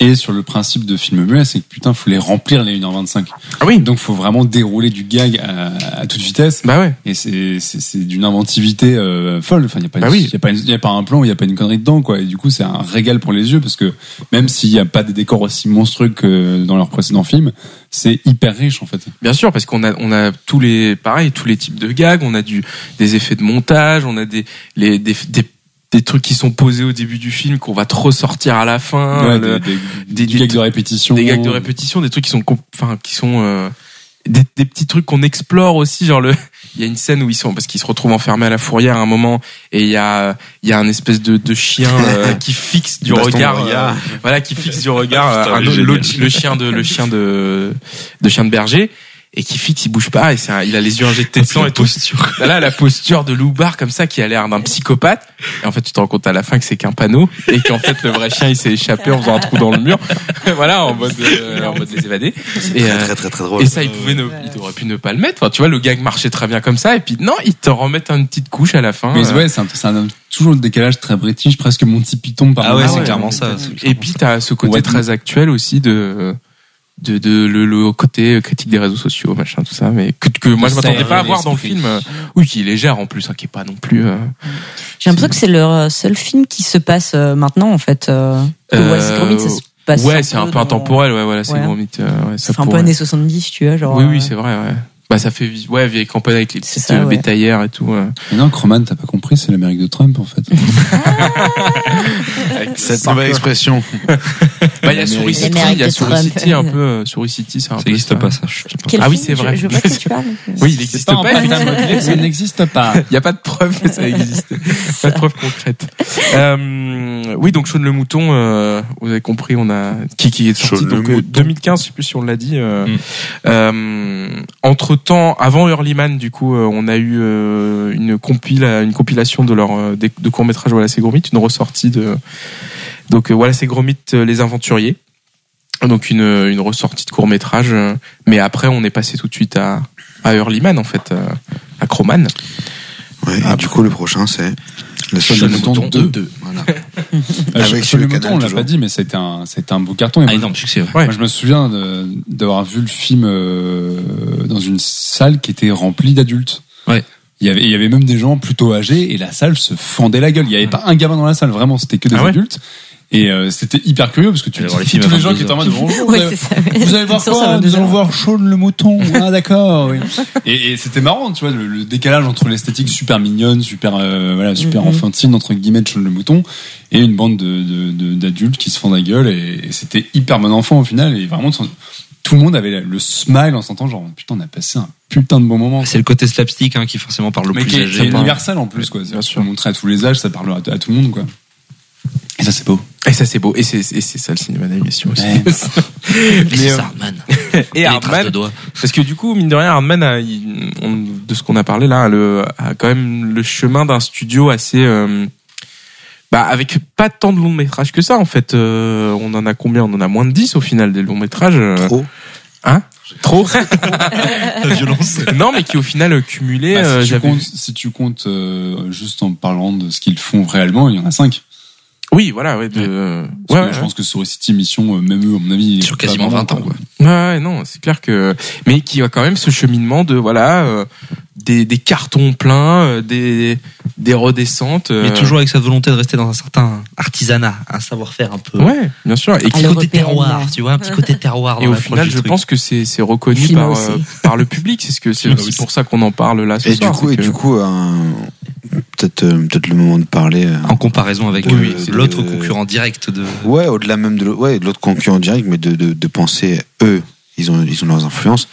S9: Et sur le principe de film muet, c'est que putain, faut les remplir les 1h25.
S6: ah oui
S9: Donc faut vraiment dérouler du gag à, à toute vitesse.
S6: bah ouais
S9: Et c'est c'est- c'est d'une inventivité euh, folle. Enfin, il n'y a, pas
S6: Bah
S9: une-
S6: oui.
S9: y a, pas une- y a pas un plan où il n'y a pas une connerie dedans, quoi. Et du coup, c'est un régal pour les yeux parce que même s'il n'y a pas des décors aussi monstrueux que dans leurs précédents films, c'est hyper riche en fait.
S6: Bien sûr, parce qu'on a, on a tous les, pareil, tous les types de gags, on a du, des effets de montage, on a des, les, des, des, des trucs qui sont posés au début du film qu'on va te ressortir à la fin,
S9: Ouais,
S6: Ah, le-
S9: des, des-
S6: des-
S9: du
S6: des-
S9: gag de répétition.
S6: des gags de répétition, des trucs qui sont, com- enfin, qui sont, euh, des, des petits trucs qu'on explore aussi, genre le, il y a une scène où ils sont, parce qu'ils se retrouvent enfermés à la fourrière à un moment, et il y a, il y a un espèce de, de chien euh, qui fixe du
S8: Baston de
S6: regard,
S8: regard.
S7: ah,
S6: euh, voilà, qui fixe du regard euh,
S8: Ah, Putain,
S6: un
S8: il est
S6: autre-
S8: génial.
S6: l'autre- le chien de, le chien de, de chien de berger, et qui fixe, il bouge pas, et c'est un- il a les yeux injectés de sang et tout. Là, la posture de Loubar comme ça, qui a l'air d'un psychopathe. Et en fait, tu te rends compte à la fin que c'est qu'un panneau, et qu'en fait, le vrai chien, il s'est échappé en faisant un trou dans le mur. voilà, en mode, euh, en mode les évadés. Et, euh,
S8: Très très très, très drôle.
S6: et ça, il pouvait ne, il aurait pu ne pas le mettre. Enfin, tu vois, le gag marchait très bien comme ça. Et puis, non, ils te remettent une petite couche à la fin.
S9: Mais
S6: Euh,
S9: ouais, c'est un- c'est un- toujours le décalage très british, presque Monty Python par
S7: Ah ouais,
S9: moment.
S7: c'est clairement ça. c'est
S6: Et
S7: clairement
S6: puis, t'as ce côté
S9: Ouais.
S6: très actuel aussi de, de, de- le, le côté critique des réseaux sociaux, machin, tout ça. Mais que, que moi, je m'attendais pas à voir dans le film. Oui, qui est légère en plus, hein, qui est pas non plus. euh,
S10: J'ai l'impression que c'est leur euh, seul film qui se passe euh, maintenant, en fait. euh, que
S6: Euh,
S10: Wallace et Gromit, ça se passe
S6: ouais, c'est un peu
S10: dans-
S6: intemporel. Ouais, voilà, c'est
S10: Voilà.
S6: gros mythe. euh, ouais, ça
S10: C'est un peu
S6: pourrait-
S10: années 70, tu vois, genre.
S6: Oui,
S10: euh,
S6: oui, c'est vrai. Ouais. Bah, ça fait vi- ouais vieille campagne avec les
S10: C'est
S6: petites
S10: ça,
S6: euh,
S10: ouais.
S6: bétaillères et tout. euh,
S9: Mais non, Croman, t'as pas compris, c'est l'Amérique de Trump en fait.
S6: avec-
S8: Cette nouvelle expression.
S6: Bah, il y a Souris
S10: L'Amérique
S6: City, il y a
S10: de
S6: Souris
S10: Trump.
S6: City un peu. euh, Souris City, c'est un
S7: ça
S6: peu
S7: n'existe pas, ça. je sais pas.
S10: quel
S6: Ah oui,
S10: film
S6: c'est vrai.
S10: Je, je vois de quoi tu parles.
S6: Oui, il n'existe pas. il existe-
S9: ça n'existe pas.
S6: Il n'y a pas de preuve que ça existe. pas de preuve concrète. Euh, oui, donc Shaun le Mouton, euh, vous avez compris, on a qui, qui est sorti
S8: Shaun le
S6: donc euh,
S8: Mouton.
S6: 2015, je sais plus si on l'a dit. euh,
S7: Mm.
S6: euh, entre temps, avant Earlyman, du coup, euh, on a eu euh, une compile, une compilation de leur euh, des- de court métrage Wallace et Gromit, une ressortie de donc euh, Wallace et Gromit, euh, les aventuriers. Donc une, une ressortie de court métrage, euh, mais après on est passé tout de suite à à Earlyman en fait, euh, à Croman.
S8: Ouais, et du coup, le prochain, c'est la
S9: Shaun
S8: Shaun
S9: le Mouton
S8: Mouton
S9: deux.
S8: 2. Voilà.
S9: Avec
S8: Shaun
S9: Ah, le
S8: le
S9: mouton,
S8: Canal,
S9: on l'a
S8: toujours.
S9: pas dit, mais c'était un, c'était un beau carton. Et
S7: Ah,
S9: moi,
S7: énorme succès, ouais.
S6: Ouais.
S9: Moi, je me souviens de- d'avoir vu le film euh, dans une salle qui était remplie d'adultes.
S7: Ouais.
S9: Il y, avait, il y avait même des gens plutôt âgés et la salle se fendait la gueule. Il n'y avait pas un gamin dans la salle, vraiment, c'était que des
S6: Ah ouais
S9: adultes. Et euh, c'était hyper curieux parce que tu
S7: Aller voir les
S9: tous
S7: films à
S9: les gens qui
S7: 22
S9: étaient en mode bonjour. euh, vous
S10: Ouais,
S9: avez-
S10: c'est ça.
S9: vous allez voir
S10: Sur ça,
S9: quoi Nous
S10: 22
S9: allons
S10: heures.
S9: voir Shaun le mouton. Ah d'accord. oui. Et, et c'était marrant, tu vois, le, le décalage entre l'esthétique super mignonne, super euh, voilà, super
S10: Mhm.
S9: enfantine entre guillemets de Shaun le mouton et une bande de- de- de- d'adultes qui se font la gueule et, et c'était hyper bon enfant au final et vraiment tout le monde avait le smile en s'entendant genre putain on a passé un putain de bon moment.
S7: C'est le côté slapstick hein, qui forcément parle le
S9: Mais
S7: Ah, plus
S9: qui est, qui est
S7: âgé. hein.
S9: universel en plus quoi. Bien
S6: sûr.
S9: sûr. Montrer à tous les âges, ça parle à, à tout le monde quoi. Et ça c'est beau.
S6: Et ça, c'est beau. Et c'est, et c'est ça le cinéma d'animation aussi.
S9: Ouais.
S17: Et
S6: Mais,
S17: c'est
S6: euh,
S17: Sarman.
S6: et
S17: les traces de
S6: Hardman,
S17: doigts.
S6: parce que du coup, mine de rien, Hardman, a, il- on- de ce qu'on a parlé là, a, le, a quand même le chemin d'un studio assez. euh, Bah, avec pas tant de longs métrages que ça, en fait. Euh, on en a combien On en a moins de 10 au final des longs métrages. euh.
S8: Trop.
S6: Hein Trop
S7: La violence.
S6: Non, mais qui au final cumulé.
S9: Bah,
S6: euh,
S9: si, tu
S6: j'avais-
S9: comptes, si tu comptes euh, juste en parlant de ce qu'ils font réellement, il y en a 5.
S6: Oui, voilà, ouais. De... euh, Ouais, ouais,
S9: je
S6: ouais.
S9: pense que sur City Mission, euh, même eux, à mon avis.
S7: Sur
S9: ils font
S7: quasiment
S9: pas
S7: 20 ans,
S9: vraiment,
S6: Ouais,
S7: quoi.
S6: ouais, non, c'est clair que. Mais qui a quand même ce cheminement de, voilà, euh, des, des cartons pleins, euh, des, des redescentes. euh,
S7: Mais toujours avec cette volonté de rester dans un certain artisanat, un savoir-faire un peu.
S6: Ouais, bien sûr. Et,
S7: Un
S6: qui-
S10: À
S7: petit côté
S10: l'européenne.
S7: terroir, tu vois, un petit côté terroir.
S6: et
S7: dans
S6: au
S7: l'approche
S6: final,
S7: du
S6: je
S7: truc.
S6: pense que c'est c'est reconnu par,
S10: Financé.
S6: euh, par le public. C'est ce que c'est aussi pour ça qu'on en parle là ce
S8: Et du
S6: soir,
S8: coup,
S6: c'est
S8: et
S6: que-
S8: du coup, un- peut-être euh, peut-être le moment de parler. euh,
S7: En comparaison avec
S8: Oui,
S7: euh,
S8: c'est
S7: l'autre
S8: le-
S7: concurrent direct de.
S8: Ouais, au-delà même de l'au- ouais, de l'autre concurrent direct, mais de, de, de penser, eux, ils ont, ils ont leurs influences,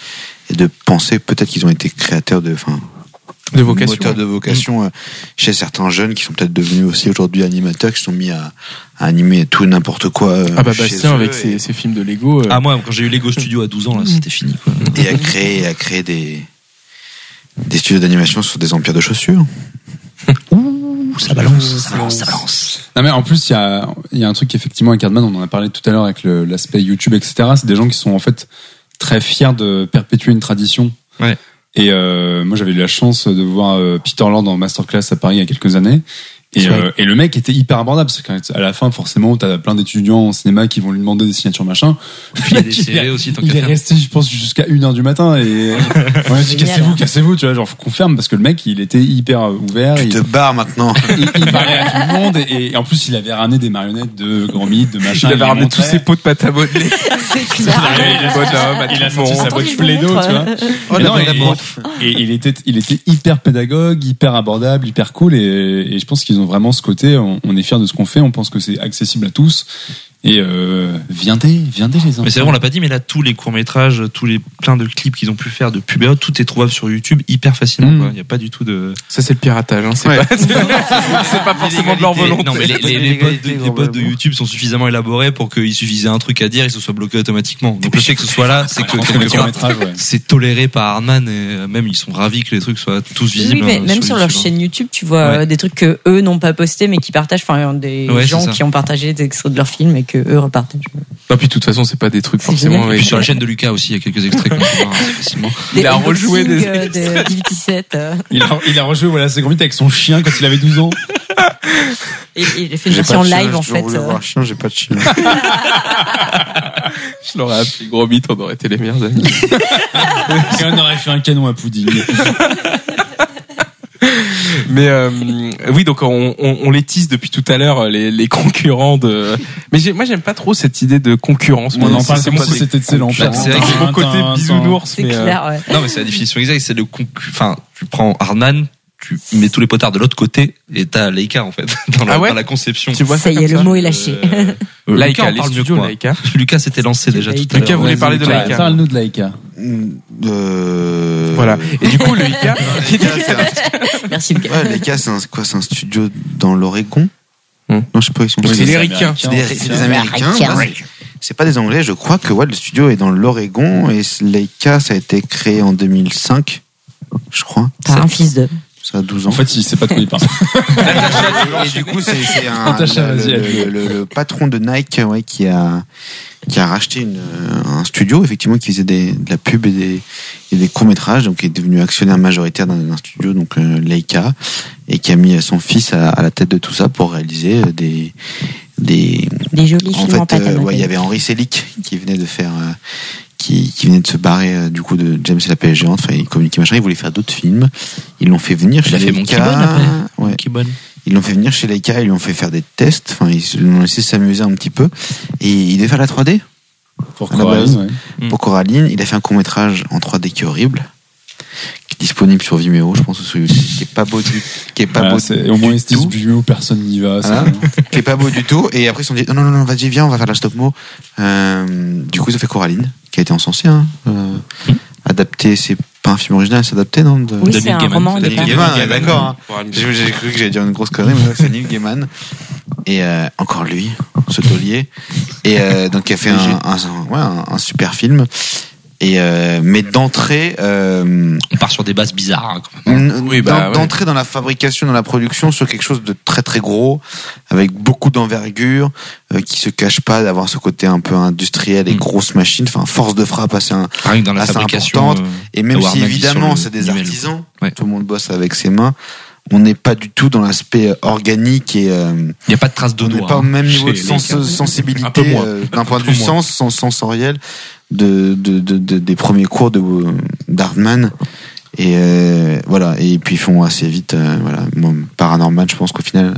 S8: et de penser peut-être qu'ils ont été créateurs de. Enfin,
S6: de vocation.
S8: moteurs de vocation euh, chez certains jeunes qui sont peut-être devenus aussi aujourd'hui animateurs, qui se sont mis à, à animer tout et n'importe quoi. euh,
S6: Ah bah
S8: chez
S6: Bastien
S8: eux,
S6: avec ses, ses films de Lego. euh,
S7: Ah, moi, quand j'ai eu Lego Studio à 12 ans, là, c'était fini, quoi.
S8: Et à créer, à créer des, des studios d'animation sur des empires de chaussures.
S7: Ouh, ça balance, ça balance, ça balance.
S9: Non mais en plus il y a, il y a un truc effectivement avec Hardman, on en a parlé tout à l'heure avec le- l'aspect YouTube, etc. C'est des gens qui sont en fait très fiers de perpétuer une tradition.
S7: Ouais.
S9: Et euh, moi j'avais eu la chance de voir euh, Peter Land en masterclass à Paris il y a quelques années. Et,
S7: Ouais.
S9: euh, et le mec était hyper abordable parce qu'à la fin forcément t'as plein d'étudiants en cinéma qui vont lui demander des signatures machin.
S7: Puis il y a des CV aussi, tant qu'à
S9: Il est
S7: faire.
S9: resté je pense jusqu'à 1h du matin et on a dit
S7: hein.
S9: cassez-vous cassez-vous tu vois genre faut qu'on ferme parce que le mec il était hyper euh, ouvert.
S6: Ah,
S8: Tu
S9: il-
S8: te barres maintenant.
S9: il, il parlait à tout le monde et, et en plus il avait ramené des marionnettes de Grand Mythe, de machin.
S6: il avait
S9: les
S6: ramené
S9: montrait.
S6: tous ses pots de pâte à modeler.
S10: C'est
S7: Ah,
S10: clair.
S6: les bonhommes à tout
S9: Il a
S6: le
S9: sorti
S6: monde.
S9: sa
S10: Attends,
S9: boîte
S10: je vais
S9: Play-Doh,
S10: mettre,
S9: tu vois.
S10: euh,
S6: Oh,
S9: Mais non, et- Et il était, il était hyper pédagogue, hyper abordable, hyper cool. Et, et je pense qu'ils ont vraiment ce côté. On, on est fiers de ce qu'on fait. On pense que c'est accessible à tous. Et euh, viendez, viendez les enfants.
S7: Mais c'est vrai, on l'a pas dit, mais là, tous les courts-métrages, tous les plein de clips qu'ils ont pu faire de pub et autres, tout est trouvable sur YouTube hyper facilement,
S9: Mm.
S7: quoi. Il n'y a pas du tout de.
S6: Ça c'est le piratage. Hein, c'est
S8: Ouais.
S6: pas, c'est pas forcément de leur volonté.
S7: Non, mais les, les- les potes, de, les potes de YouTube sont suffisamment élaborés pour qu'il suffisait un truc à dire et que ce soit bloqué automatiquement. Donc le fait que ce soit là, c'est que
S9: Quand Ah, on
S7: quelque
S9: fait
S7: part,
S9: un métrage, ouais.
S7: c'est toléré par Hardman et euh, même ils sont ravis que les trucs soient tous
S10: Oui,
S7: visibles.
S10: mais
S7: euh,
S10: même sur leur
S7: YouTube, hein.
S10: chaîne YouTube, tu vois euh, des trucs que eux n'ont pas postés, mais qui partagent, enfin, euh, des
S7: Ouais, c'est
S10: gens
S7: ça.
S10: qui ont partagé des extraits de leurs films et que eux repartagent.
S6: Non puis de toute façon c'est pas des trucs
S10: C'est
S6: forcément.
S10: génial.
S7: Et
S6: ouais.
S7: puis sur la chaîne de Lucas aussi, il y a quelques extraits qu'on peut voir assez facilement.
S6: Il a
S10: unboxings,
S6: rejoué des
S10: euh, de Divinity 7, euh,
S9: Il a, il a rejoué voilà, c'est Grand Mythe avec son chien quand il avait 12 ans.
S10: et et il a fait une
S8: J'ai
S10: version
S8: pas de chien,
S10: live
S8: j'ai
S10: en
S8: toujours
S10: fait.
S8: voulu
S10: euh,
S8: avoir un chien, j'ai pas de chien.
S6: Je l'aurais appelé gros mythe, on aurait été les meilleurs amis.
S9: Et on aurait fait un canon à pudding.
S6: Mais euh, oui, donc on, on, on les tisse depuis tout à l'heure les, les concurrents de. Mais j'ai- moi j'aime pas trop cette idée de concurrence.
S9: On en
S6: C'est-
S9: parle
S6: c'est
S9: comme
S6: mon-
S9: si c'était de ses lampes.
S7: Bah, c'est vrai que
S6: c'est mon côté bisounours.
S10: C'est
S6: mais, euh,
S10: clair, ouais.
S7: Non, mais c'est la définition exacte, c'est le concu. Enfin, tu prends Hardman, tu mets tous les potards de l'autre côté et t'as Leica en fait dans la,
S6: Ah ouais
S7: dans la conception.
S6: Tu vois
S10: Ça
S6: ça
S10: y
S6: comme
S10: est, le
S6: ça
S10: mot est lâché.
S7: Euh, Lucas
S6: Laïka,
S7: en
S6: les
S7: parle mieux que
S6: studios
S7: moi.
S6: Laïka.
S7: Lucas s'était lancé déjà tout à l'heure.
S6: Lucas voulait parler de
S9: Laika.
S6: Laika.
S9: Parle-nous de Laika.
S8: Euh...
S6: Voilà. Et du coup, le Ika,
S8: Les gars, c'est un-
S10: Merci Lucas.
S8: ouais, les gars, c'est un, quoi, c'est un studio dans l'Oregon
S6: Hmm.
S8: Non, je sais pas où ils sont.
S6: c'est
S8: basés.
S6: les Ricains.
S8: C'est des, c'est des Américains.
S10: Américains.
S8: ouais. C'est pas des Anglais, je crois que ouais, le studio est dans l'Oregon et Leica, ça a été créé en 2005, je crois.
S10: T'as un fils de.
S8: Ça a 12 ans.
S9: En fait, il sait pas de quoi il parle.
S8: et du coup, c'est c'est un-
S9: Attaché à
S8: le,
S9: Asie,
S8: le- le- le patron de Nike ouais, qui, a, qui a racheté une, euh, un studio, effectivement, qui faisait des, de la pub et des, et des courts-métrages, donc qui est devenu actionnaire majoritaire d'un d'un studio, donc euh, Leica, et qui a mis son fils à, à la tête de tout ça pour réaliser euh, des. des
S10: Des
S8: en
S10: jolis films en
S8: fait,
S10: pâte à
S8: euh, ouais, il y
S10: modeler.
S8: avait Henri Selick qui venait de faire. euh, qui, qui venait de se barrer euh, du coup de James et la pêche géante, enfin, il communiquait machin, il voulait faire d'autres films. Ils l'ont fait venir chez
S7: a fait Monkey
S8: Leica.
S7: Bone, après.
S8: Ouais.
S7: Qui est bonne.
S8: Ils l'ont fait venir chez Leica, ils lui ont fait faire des tests, enfin ils l'ont laissé s'amuser un petit peu. Et il devait faire la 3D
S9: Pour
S8: À la base.
S9: Coraline, ouais.
S8: pour Coraline. Il a fait un court métrage en 3D qui est horrible, qui est disponible sur Vimeo, je pense, ou sur YouTube, qui est pas beau du, qui est pas
S9: Voilà,
S8: beau,
S9: c'est-
S8: du-
S9: au moins,
S8: du
S9: ils se disent
S8: tout. Ah.
S9: Vimeo, personne n'y va. c'est
S8: Voilà.
S9: bon.
S8: Hein qui est pas beau du tout. Et après ils se sont dit non non non, non, vas-y viens, on va faire de la stop mo. Euh, du coup ils ont fait Coraline, qui a été encensé, hein, euh, adapté. C'est pas un film original, c'est adapté non de-
S10: Oui,
S7: Daniel
S10: c'est un
S7: Gaiman,
S10: roman au
S7: c'est
S8: Daniel
S10: départ.
S8: Gaiman, ouais, d'accord. hein. J'ai j'ai cru que j'allais dire une grosse connerie, mais ouais, c'est Neil Gaiman. Et euh, encore lui, ce taulier. Et euh, donc, il a fait un, un- un- ouais, un- un super film. Et euh, mais d'entrée, euh,
S7: on part sur des bases bizarres. hein, quand même.
S8: n-
S7: Oui, bah,
S8: d'en-
S7: ouais.
S8: d'entrer dans la fabrication, dans la production sur quelque chose de très très gros, avec beaucoup d'envergure, euh, qui se cache pas d'avoir ce côté un peu industriel
S7: Mm.
S8: et grosse machine, enfin force de frappe assez, un-
S7: Rien que dans la
S8: assez
S7: fabrication.
S8: importante.
S7: euh,
S8: et même
S7: d'avoir
S8: si
S7: un avis
S8: évidemment c'est
S7: sur le
S8: des
S7: numéro.
S8: artisans,
S7: Ouais.
S8: tout le monde bosse avec ses mains. On n'est pas du tout dans l'aspect euh, organique et euh,
S7: Il n'y a pas de trace de
S8: on
S7: doigts.
S8: n'est pas au
S7: hein,
S8: même
S7: chez
S8: niveau de
S7: les
S8: sens-
S7: gars.
S8: sensibilité
S7: Un peu moins.
S8: euh, d'un point de
S7: peu
S8: vue
S7: moins.
S8: sens, sens sensoriel de, de, de- de- des premiers cours de d'Hardman et euh, voilà et puis ils font assez vite euh, voilà Moi, paranormal je pense qu'au final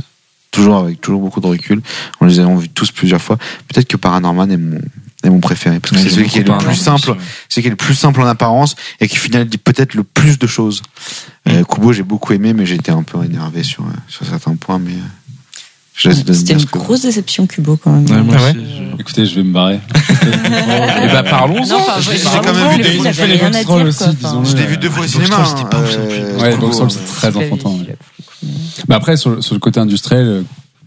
S8: toujours avec toujours beaucoup de recul on les a vus tous plusieurs fois peut-être que paranormal est mon est mon préféré parce que
S7: Ouais,
S8: c'est
S7: j'aime
S8: celui qui est
S7: beaucoup
S8: le plus
S7: Paranorman
S8: simple c'est qui est le plus simple en apparence et qui au final dit peut-être le plus de choses
S9: Mm.
S8: Euh, Kubo j'ai beaucoup aimé mais j'étais un peu énervé sur euh, sur certains points mais euh, je laisse donner
S10: C'était une
S8: ce que-
S10: grosse déception, Cubo, quand même.
S9: Ouais, moi
S14: Ah ouais
S9: aussi, je- Écoutez, je vais me barrer.
S14: Eh ben,
S15: bah,
S14: parlons-en.
S10: Ah Non, enfin,
S8: Je l'ai- j'ai
S10: vraiment,
S8: quand même vu
S10: le
S8: des-
S10: film
S9: j'ai
S10: avait
S9: fait les
S10: rien à
S9: Voxtrolls
S10: dire,
S9: aussi,
S10: quoi.
S9: disons.
S10: Enfin,
S8: Je l'ai
S9: Ouais.
S8: vu deux fois au
S7: Les
S8: cinéma.
S7: Boxstars, c'était
S8: hein,
S7: pas ouf,
S8: euh,
S9: Ouais,
S8: Kubo,
S9: donc ça,
S8: hein.
S9: c'est très
S10: je l'avais
S9: enfantin.
S10: dit,
S9: ouais.
S10: là.
S9: Bah après, sur, le- sur le côté industriel euh,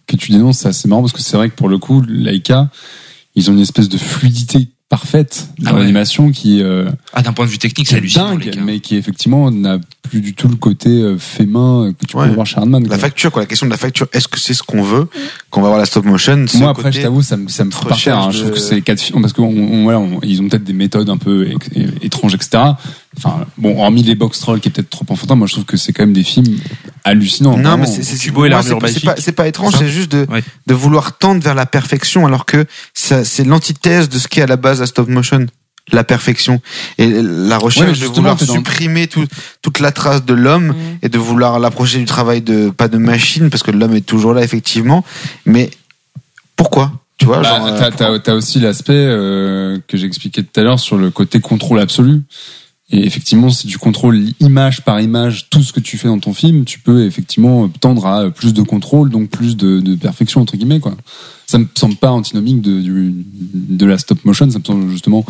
S9: que tu dénonces, c'est assez marrant parce que c'est vrai que pour le coup, Laika, ils ont une espèce de fluidité parfaite dans
S7: Ah ouais.
S9: l'animation qui, euh,
S7: Ah, d'un point de vue technique,
S9: qui
S7: c'est
S9: est
S7: hallucinant. les
S9: dingue,
S7: gars.
S9: mais qui effectivement n'a plus du tout le côté euh, fait main euh, que tu
S8: Ouais.
S9: peux voir chez Hardman.
S8: La
S9: quoi.
S8: facture, quoi. La question de la facture. Est-ce que c'est ce qu'on
S10: Mm.
S8: veut Qu'on va voir la stop motion ce
S9: Moi, après,
S8: côté-
S9: je t'avoue, ça me, ça me fout par terre. hein.
S8: recherche
S9: Je
S8: de-
S9: trouve que c'est les quatre films, parce qu'ils voilà, on- ils ont peut-être des méthodes un peu ex- é- étranges, etc. Enfin, bon, hormis les box trolls qui est peut-être trop enfantin, moi, je trouve que c'est quand même des films hallucinants.
S8: Non,
S9: vraiment.
S8: mais c'est c'est- c'est-
S14: Kubo et
S8: moi,
S14: l'armure
S8: c'est pas- c'est
S14: magique.
S8: pas, c'est pas étrange,
S7: C'est ça
S8: c'est juste de,
S7: Ouais.
S8: de vouloir tendre vers la perfection, alors que ça- c'est l'antithèse de ce qui est à la base la stop motion, la perfection et la
S9: Ouais, mais
S8: recherche de
S9: justement,
S8: vouloir
S9: t'es dans- Mm.
S8: supprimer tout- toute la trace de l'homme et de vouloir l'approcher du travail de pas de machine, parce que l'homme est toujours là effectivement, mais pourquoi Tu vois,
S9: Bah,
S8: genre, euh,
S9: t'as, t'as- t'as aussi l'aspect euh, que j'expliquais tout à l'heure sur le côté contrôle absolu. Et effectivement, si tu contrôles image par image tout ce que tu fais dans ton film, tu peux effectivement tendre à plus de contrôle, donc plus de, de perfection entre guillemets. Quoi. Ça me semble pas antinomique de, du- de la stop motion. Ça me semble justement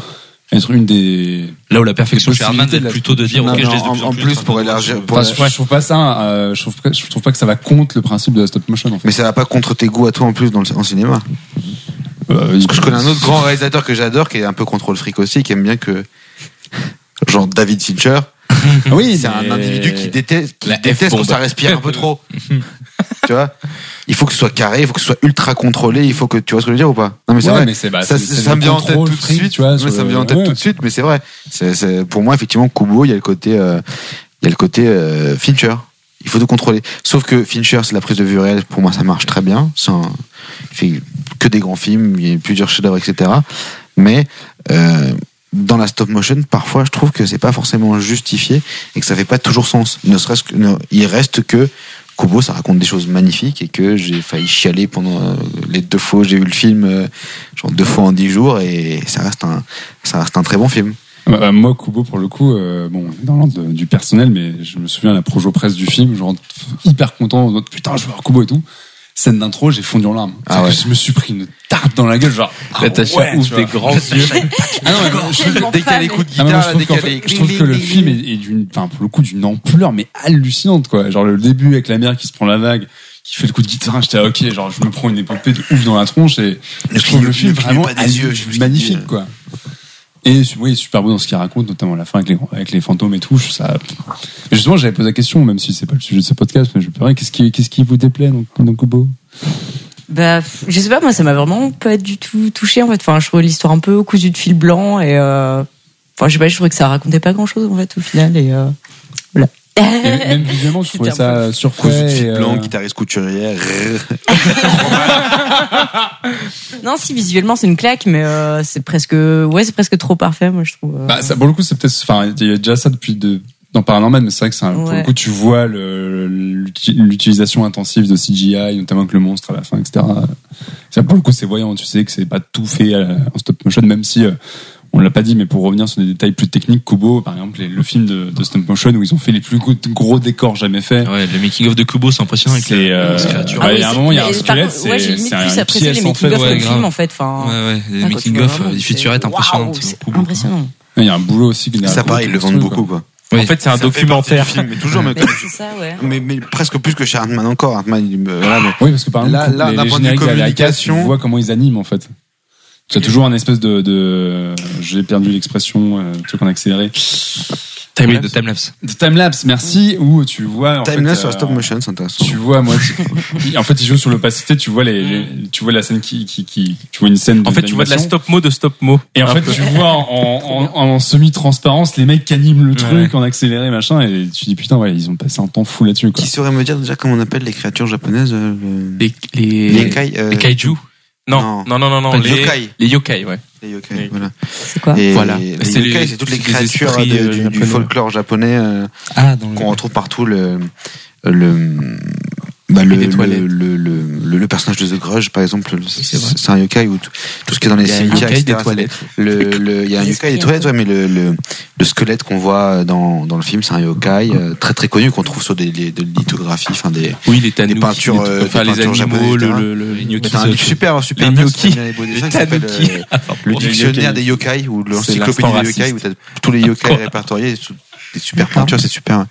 S9: être une des.
S7: Là où la perfection chez Armand,
S9: possibilité de
S7: c'est
S9: la-
S7: plutôt de dire,
S8: Non,
S7: ok,
S8: mais
S7: je laisse de
S8: en-
S7: plus
S8: en
S7: en
S8: plus,
S7: plus. hein.
S8: pour élargir- pour-
S9: Enfin, je, je trouve pas ça. euh, je, trouve, pas- je trouve pas que ça va contre le principe de la stop motion en fait.
S8: Mais ça va pas contre tes goûts à toi en plus dans le, en cinéma.
S9: Euh,
S8: Parce que je connais un autre grand réalisateur que j'adore, qui est un peu contre le fric aussi, qui aime bien que. Genre David Fincher.
S9: Oui,
S8: C'est un
S9: mais-
S8: individu qui déteste, qui
S7: La
S8: déteste quand
S7: F-bombe.
S8: ça respire un peu trop. tu vois Il faut que ce soit carré, il faut que ce soit ultra contrôlé, il faut que. Tu vois ce que je veux dire ou pas Non, mais c'est
S9: Ouais,
S8: vrai.
S9: mais c'est- bah,
S8: ça
S9: c'est-
S8: ça-
S9: c'est
S8: ça
S9: le
S8: me vient en tête tout
S9: contrôle
S8: de
S9: fric,
S8: suite,
S9: tu vois,
S8: Ouais,
S9: sur
S8: ça me
S9: le-
S8: vient en tête
S9: ouais.
S8: tout de suite, mais c'est vrai. C'est- c'est- pour moi, effectivement, Kubo, il y a le côté, euh, il y a le côté euh, Fincher. Il faut tout contrôler. Sauf que Fincher, c'est la prise de vue réelle. Pour moi, ça marche très bien. C'est un- il fait que des grands films, il y a plusieurs chefs-d'œuvre, etc. Mais euh, dans la stop motion, parfois, je trouve que c'est pas forcément justifié et que ça fait pas toujours sens. Ne serait-ce que, ne- il reste que Kubo, ça raconte des choses magnifiques et que j'ai failli chialer pendant euh, les deux fois où j'ai vu le film, euh, genre deux fois en dix jours, et ça reste un, ça reste un très bon film.
S9: Bah, bah, moi, Kubo, pour le coup, euh, bon, on est dans l'ordre de- du personnel, mais je me souviens la projo presse du film, genre hyper content, en mode, putain, je vais voir Kubo et tout. Scène d'intro, j'ai fondu en larmes.
S8: Ah
S9: C'est-à-dire
S8: ouais.
S9: que Je me suis pris une tarte dans la gueule, genre. ah
S14: Natacha
S9: ouais,
S14: ouvre
S9: tu
S14: des
S9: vois.
S14: grands yeux.
S9: Ah non, mais je trouve que-
S10: Tellement fan.
S9: ah, mais moi, je trouve, qu'en fait, je trouve que le film est, est d'une, enfin, pour le coup, d'une ampleur, mais hallucinante, quoi. Genre, le début avec la mère qui se prend la vague, qui fait le coup de guitare, j'étais, ah, ok, genre, je me prends une épopée de ouf dans la tronche et je trouve le film vraiment magnifique, quoi. Et su- oui, super beau dans ce qu'il raconte, notamment à la fin avec les, avec les fantômes et tout. je trouve Ça... Mais Justement, j'avais posé la question, même si c'est pas le sujet de ce podcast, mais je peux rien. Qu'est-ce qui, qu'est-ce qui vous déplaît dans, dans Kubo
S10: Bah, je sais pas, moi, ça m'a vraiment pas du tout touché, en fait. Enfin, je trouvais l'histoire un peu cousue de fil blanc et, euh, enfin, je sais pas, je trouvais que ça racontait pas grand chose, en fait, au final, et, euh, voilà.
S9: Et Même visuellement, je
S10: C'était
S9: trouvais
S10: un
S9: ça
S8: Cause
S9: surfait.
S8: de
S9: et,
S8: fil
S9: euh,
S8: blanc, guitariste couturier. rrr.
S10: Non, si, visuellement, c'est une claque, mais, euh, c'est presque, ouais, c'est presque trop parfait, moi, je trouve. euh.
S9: Bah, ça, pour le coup, c'est peut-être. Enfin, il y a déjà ça depuis de, dans Paranormal, mais c'est vrai que c'est un- pour
S10: Ouais.
S9: le coup, tu vois le- l'uti- l'utilisation intensive de CGI, notamment avec le monstre à la fin, etc. Ça, pour le coup, c'est voyant. Tu sais que c'est pas tout fait à la- en stop motion, même si. euh, on l'a pas dit, mais pour revenir sur des détails plus techniques, Kubo, par exemple, les- le film de, de stop motion où ils ont fait les plus gros, gros décors jamais faits.
S7: Ouais, le making of de Kubo, c'est impressionnant avec
S9: C'est,
S7: les
S9: euh,
S7: les créatures.
S9: ouais,
S10: Ah oui,
S9: il y a un
S10: c'est-
S9: moment, il y a
S10: mais
S9: un
S10: par contre,
S9: squelette,
S10: Ouais,
S9: c'est-
S10: j'ai limite
S9: c'est un
S10: plus apprécié
S9: pièce,
S10: les
S9: en fait,
S10: making of
S9: ouais,
S10: que le
S7: grave.
S10: film, en fait, enfin.
S7: Ouais, ouais, les
S10: Enfin, quand tu
S7: making
S10: vois
S7: of,
S10: vraiment,
S7: euh, des
S10: c'est-
S7: featurettes
S10: Waouh,
S7: impressionnantes.
S10: c'est
S7: Kubo.
S10: impressionnant.
S9: Il y a un boulot aussi. qui n'a-
S8: Ça, pareil, ils le vendent
S9: quoi.
S8: beaucoup, quoi.
S14: En fait, c'est un documentaire.
S8: Film, mais toujours, mais,
S10: Mais c'est ça, ouais.
S8: mais, mais presque plus que chez Hartman encore. Hartman, il- euh, voilà, mais
S9: Oui, parce que par exemple,
S8: Là- là,
S9: les,
S8: d'un
S9: les
S8: point de vue
S9: génériques de la
S8: communication-
S9: tu vois comment ils animent en fait. T'as toujours un espèce de, de- j'ai perdu l'expression, euh, truc en accéléré.
S7: Time- de timelapse.
S9: De timelapse, merci. Où tu vois. en fait,
S8: Timelapse sur
S9: euh,
S8: la stop motion, c'est intéressant.
S9: Tu vois, moi, tu- en fait, il joue sur l'opacité. Tu vois les, les- tu vois la scène qui, qui, qui, tu vois une scène.
S6: En fait, tu vois de la
S9: d'animation.
S6: stop mo de stop mo.
S9: Et en
S6: Un
S9: fait,
S6: peu.
S9: tu vois en, en, en- en semi-transparence les mecs qui animent le truc en accéléré, machin, et tu dis putain, ouais, ils ont passé un temps fou là-dessus, quoi.
S8: Qui saurait me dire déjà comment on appelle les créatures japonaises euh, le-
S6: les,
S8: les yokai euh,
S6: Les kaiju Non, non, non, non, non,
S8: Pas
S6: les
S8: les yokai.
S6: Les yokai, ouais.
S8: Les yokai, voilà.
S10: Ah, C'est quoi
S8: Et
S6: Voilà.
S8: Les,
S6: C'est
S8: yokai,
S6: les-
S8: c'est toutes les
S6: c'est des
S8: créatures
S6: esprits,
S8: de-
S6: euh,
S8: du, du
S6: japonais.
S8: folklore japonais euh,
S6: Mhm.
S8: qu'on retrouve partout. Le, le, bah, le,
S6: Des
S8: le,
S6: toilettes.
S8: le, le- le- le personnage de The Grudge, par exemple, c'est c'est un yokai ou tout, tout ce qui est dans les
S6: Il y a un
S8: cimetières,
S6: yokai des
S8: etc.,
S6: toilettes.
S8: c'est- le- le- Il y a un yokai des toilettes, ouais, mais le, le, le squelette qu'on voit dans, dans le film, c'est un yokai
S6: Mhm.
S8: euh, très très connu qu'on trouve sur des, des- des lithographies, enfin des,
S6: Oui, les tanouki,
S8: des peintures,
S6: des trucs
S8: euh,
S6: comme ça,
S8: des
S6: les
S8: peintures
S6: animaux,
S8: japonaises,
S6: le,
S8: etc.
S6: le, le, les gnocchis,
S8: T'as un
S6: euh,
S8: livre super, super
S6: les
S8: bien,
S6: gnocchis.
S8: c'est bien, il y a des
S6: Les
S8: gens qui s'appellent,
S6: tanouki.
S8: euh, le
S6: Ah, Pardon.
S8: dictionnaire des yokai ou l'encyclopédie
S9: l'instant
S8: des yokai
S9: raciste.
S8: où t'as tous les yokai répertoriés, sous- des super peintures, c'est super,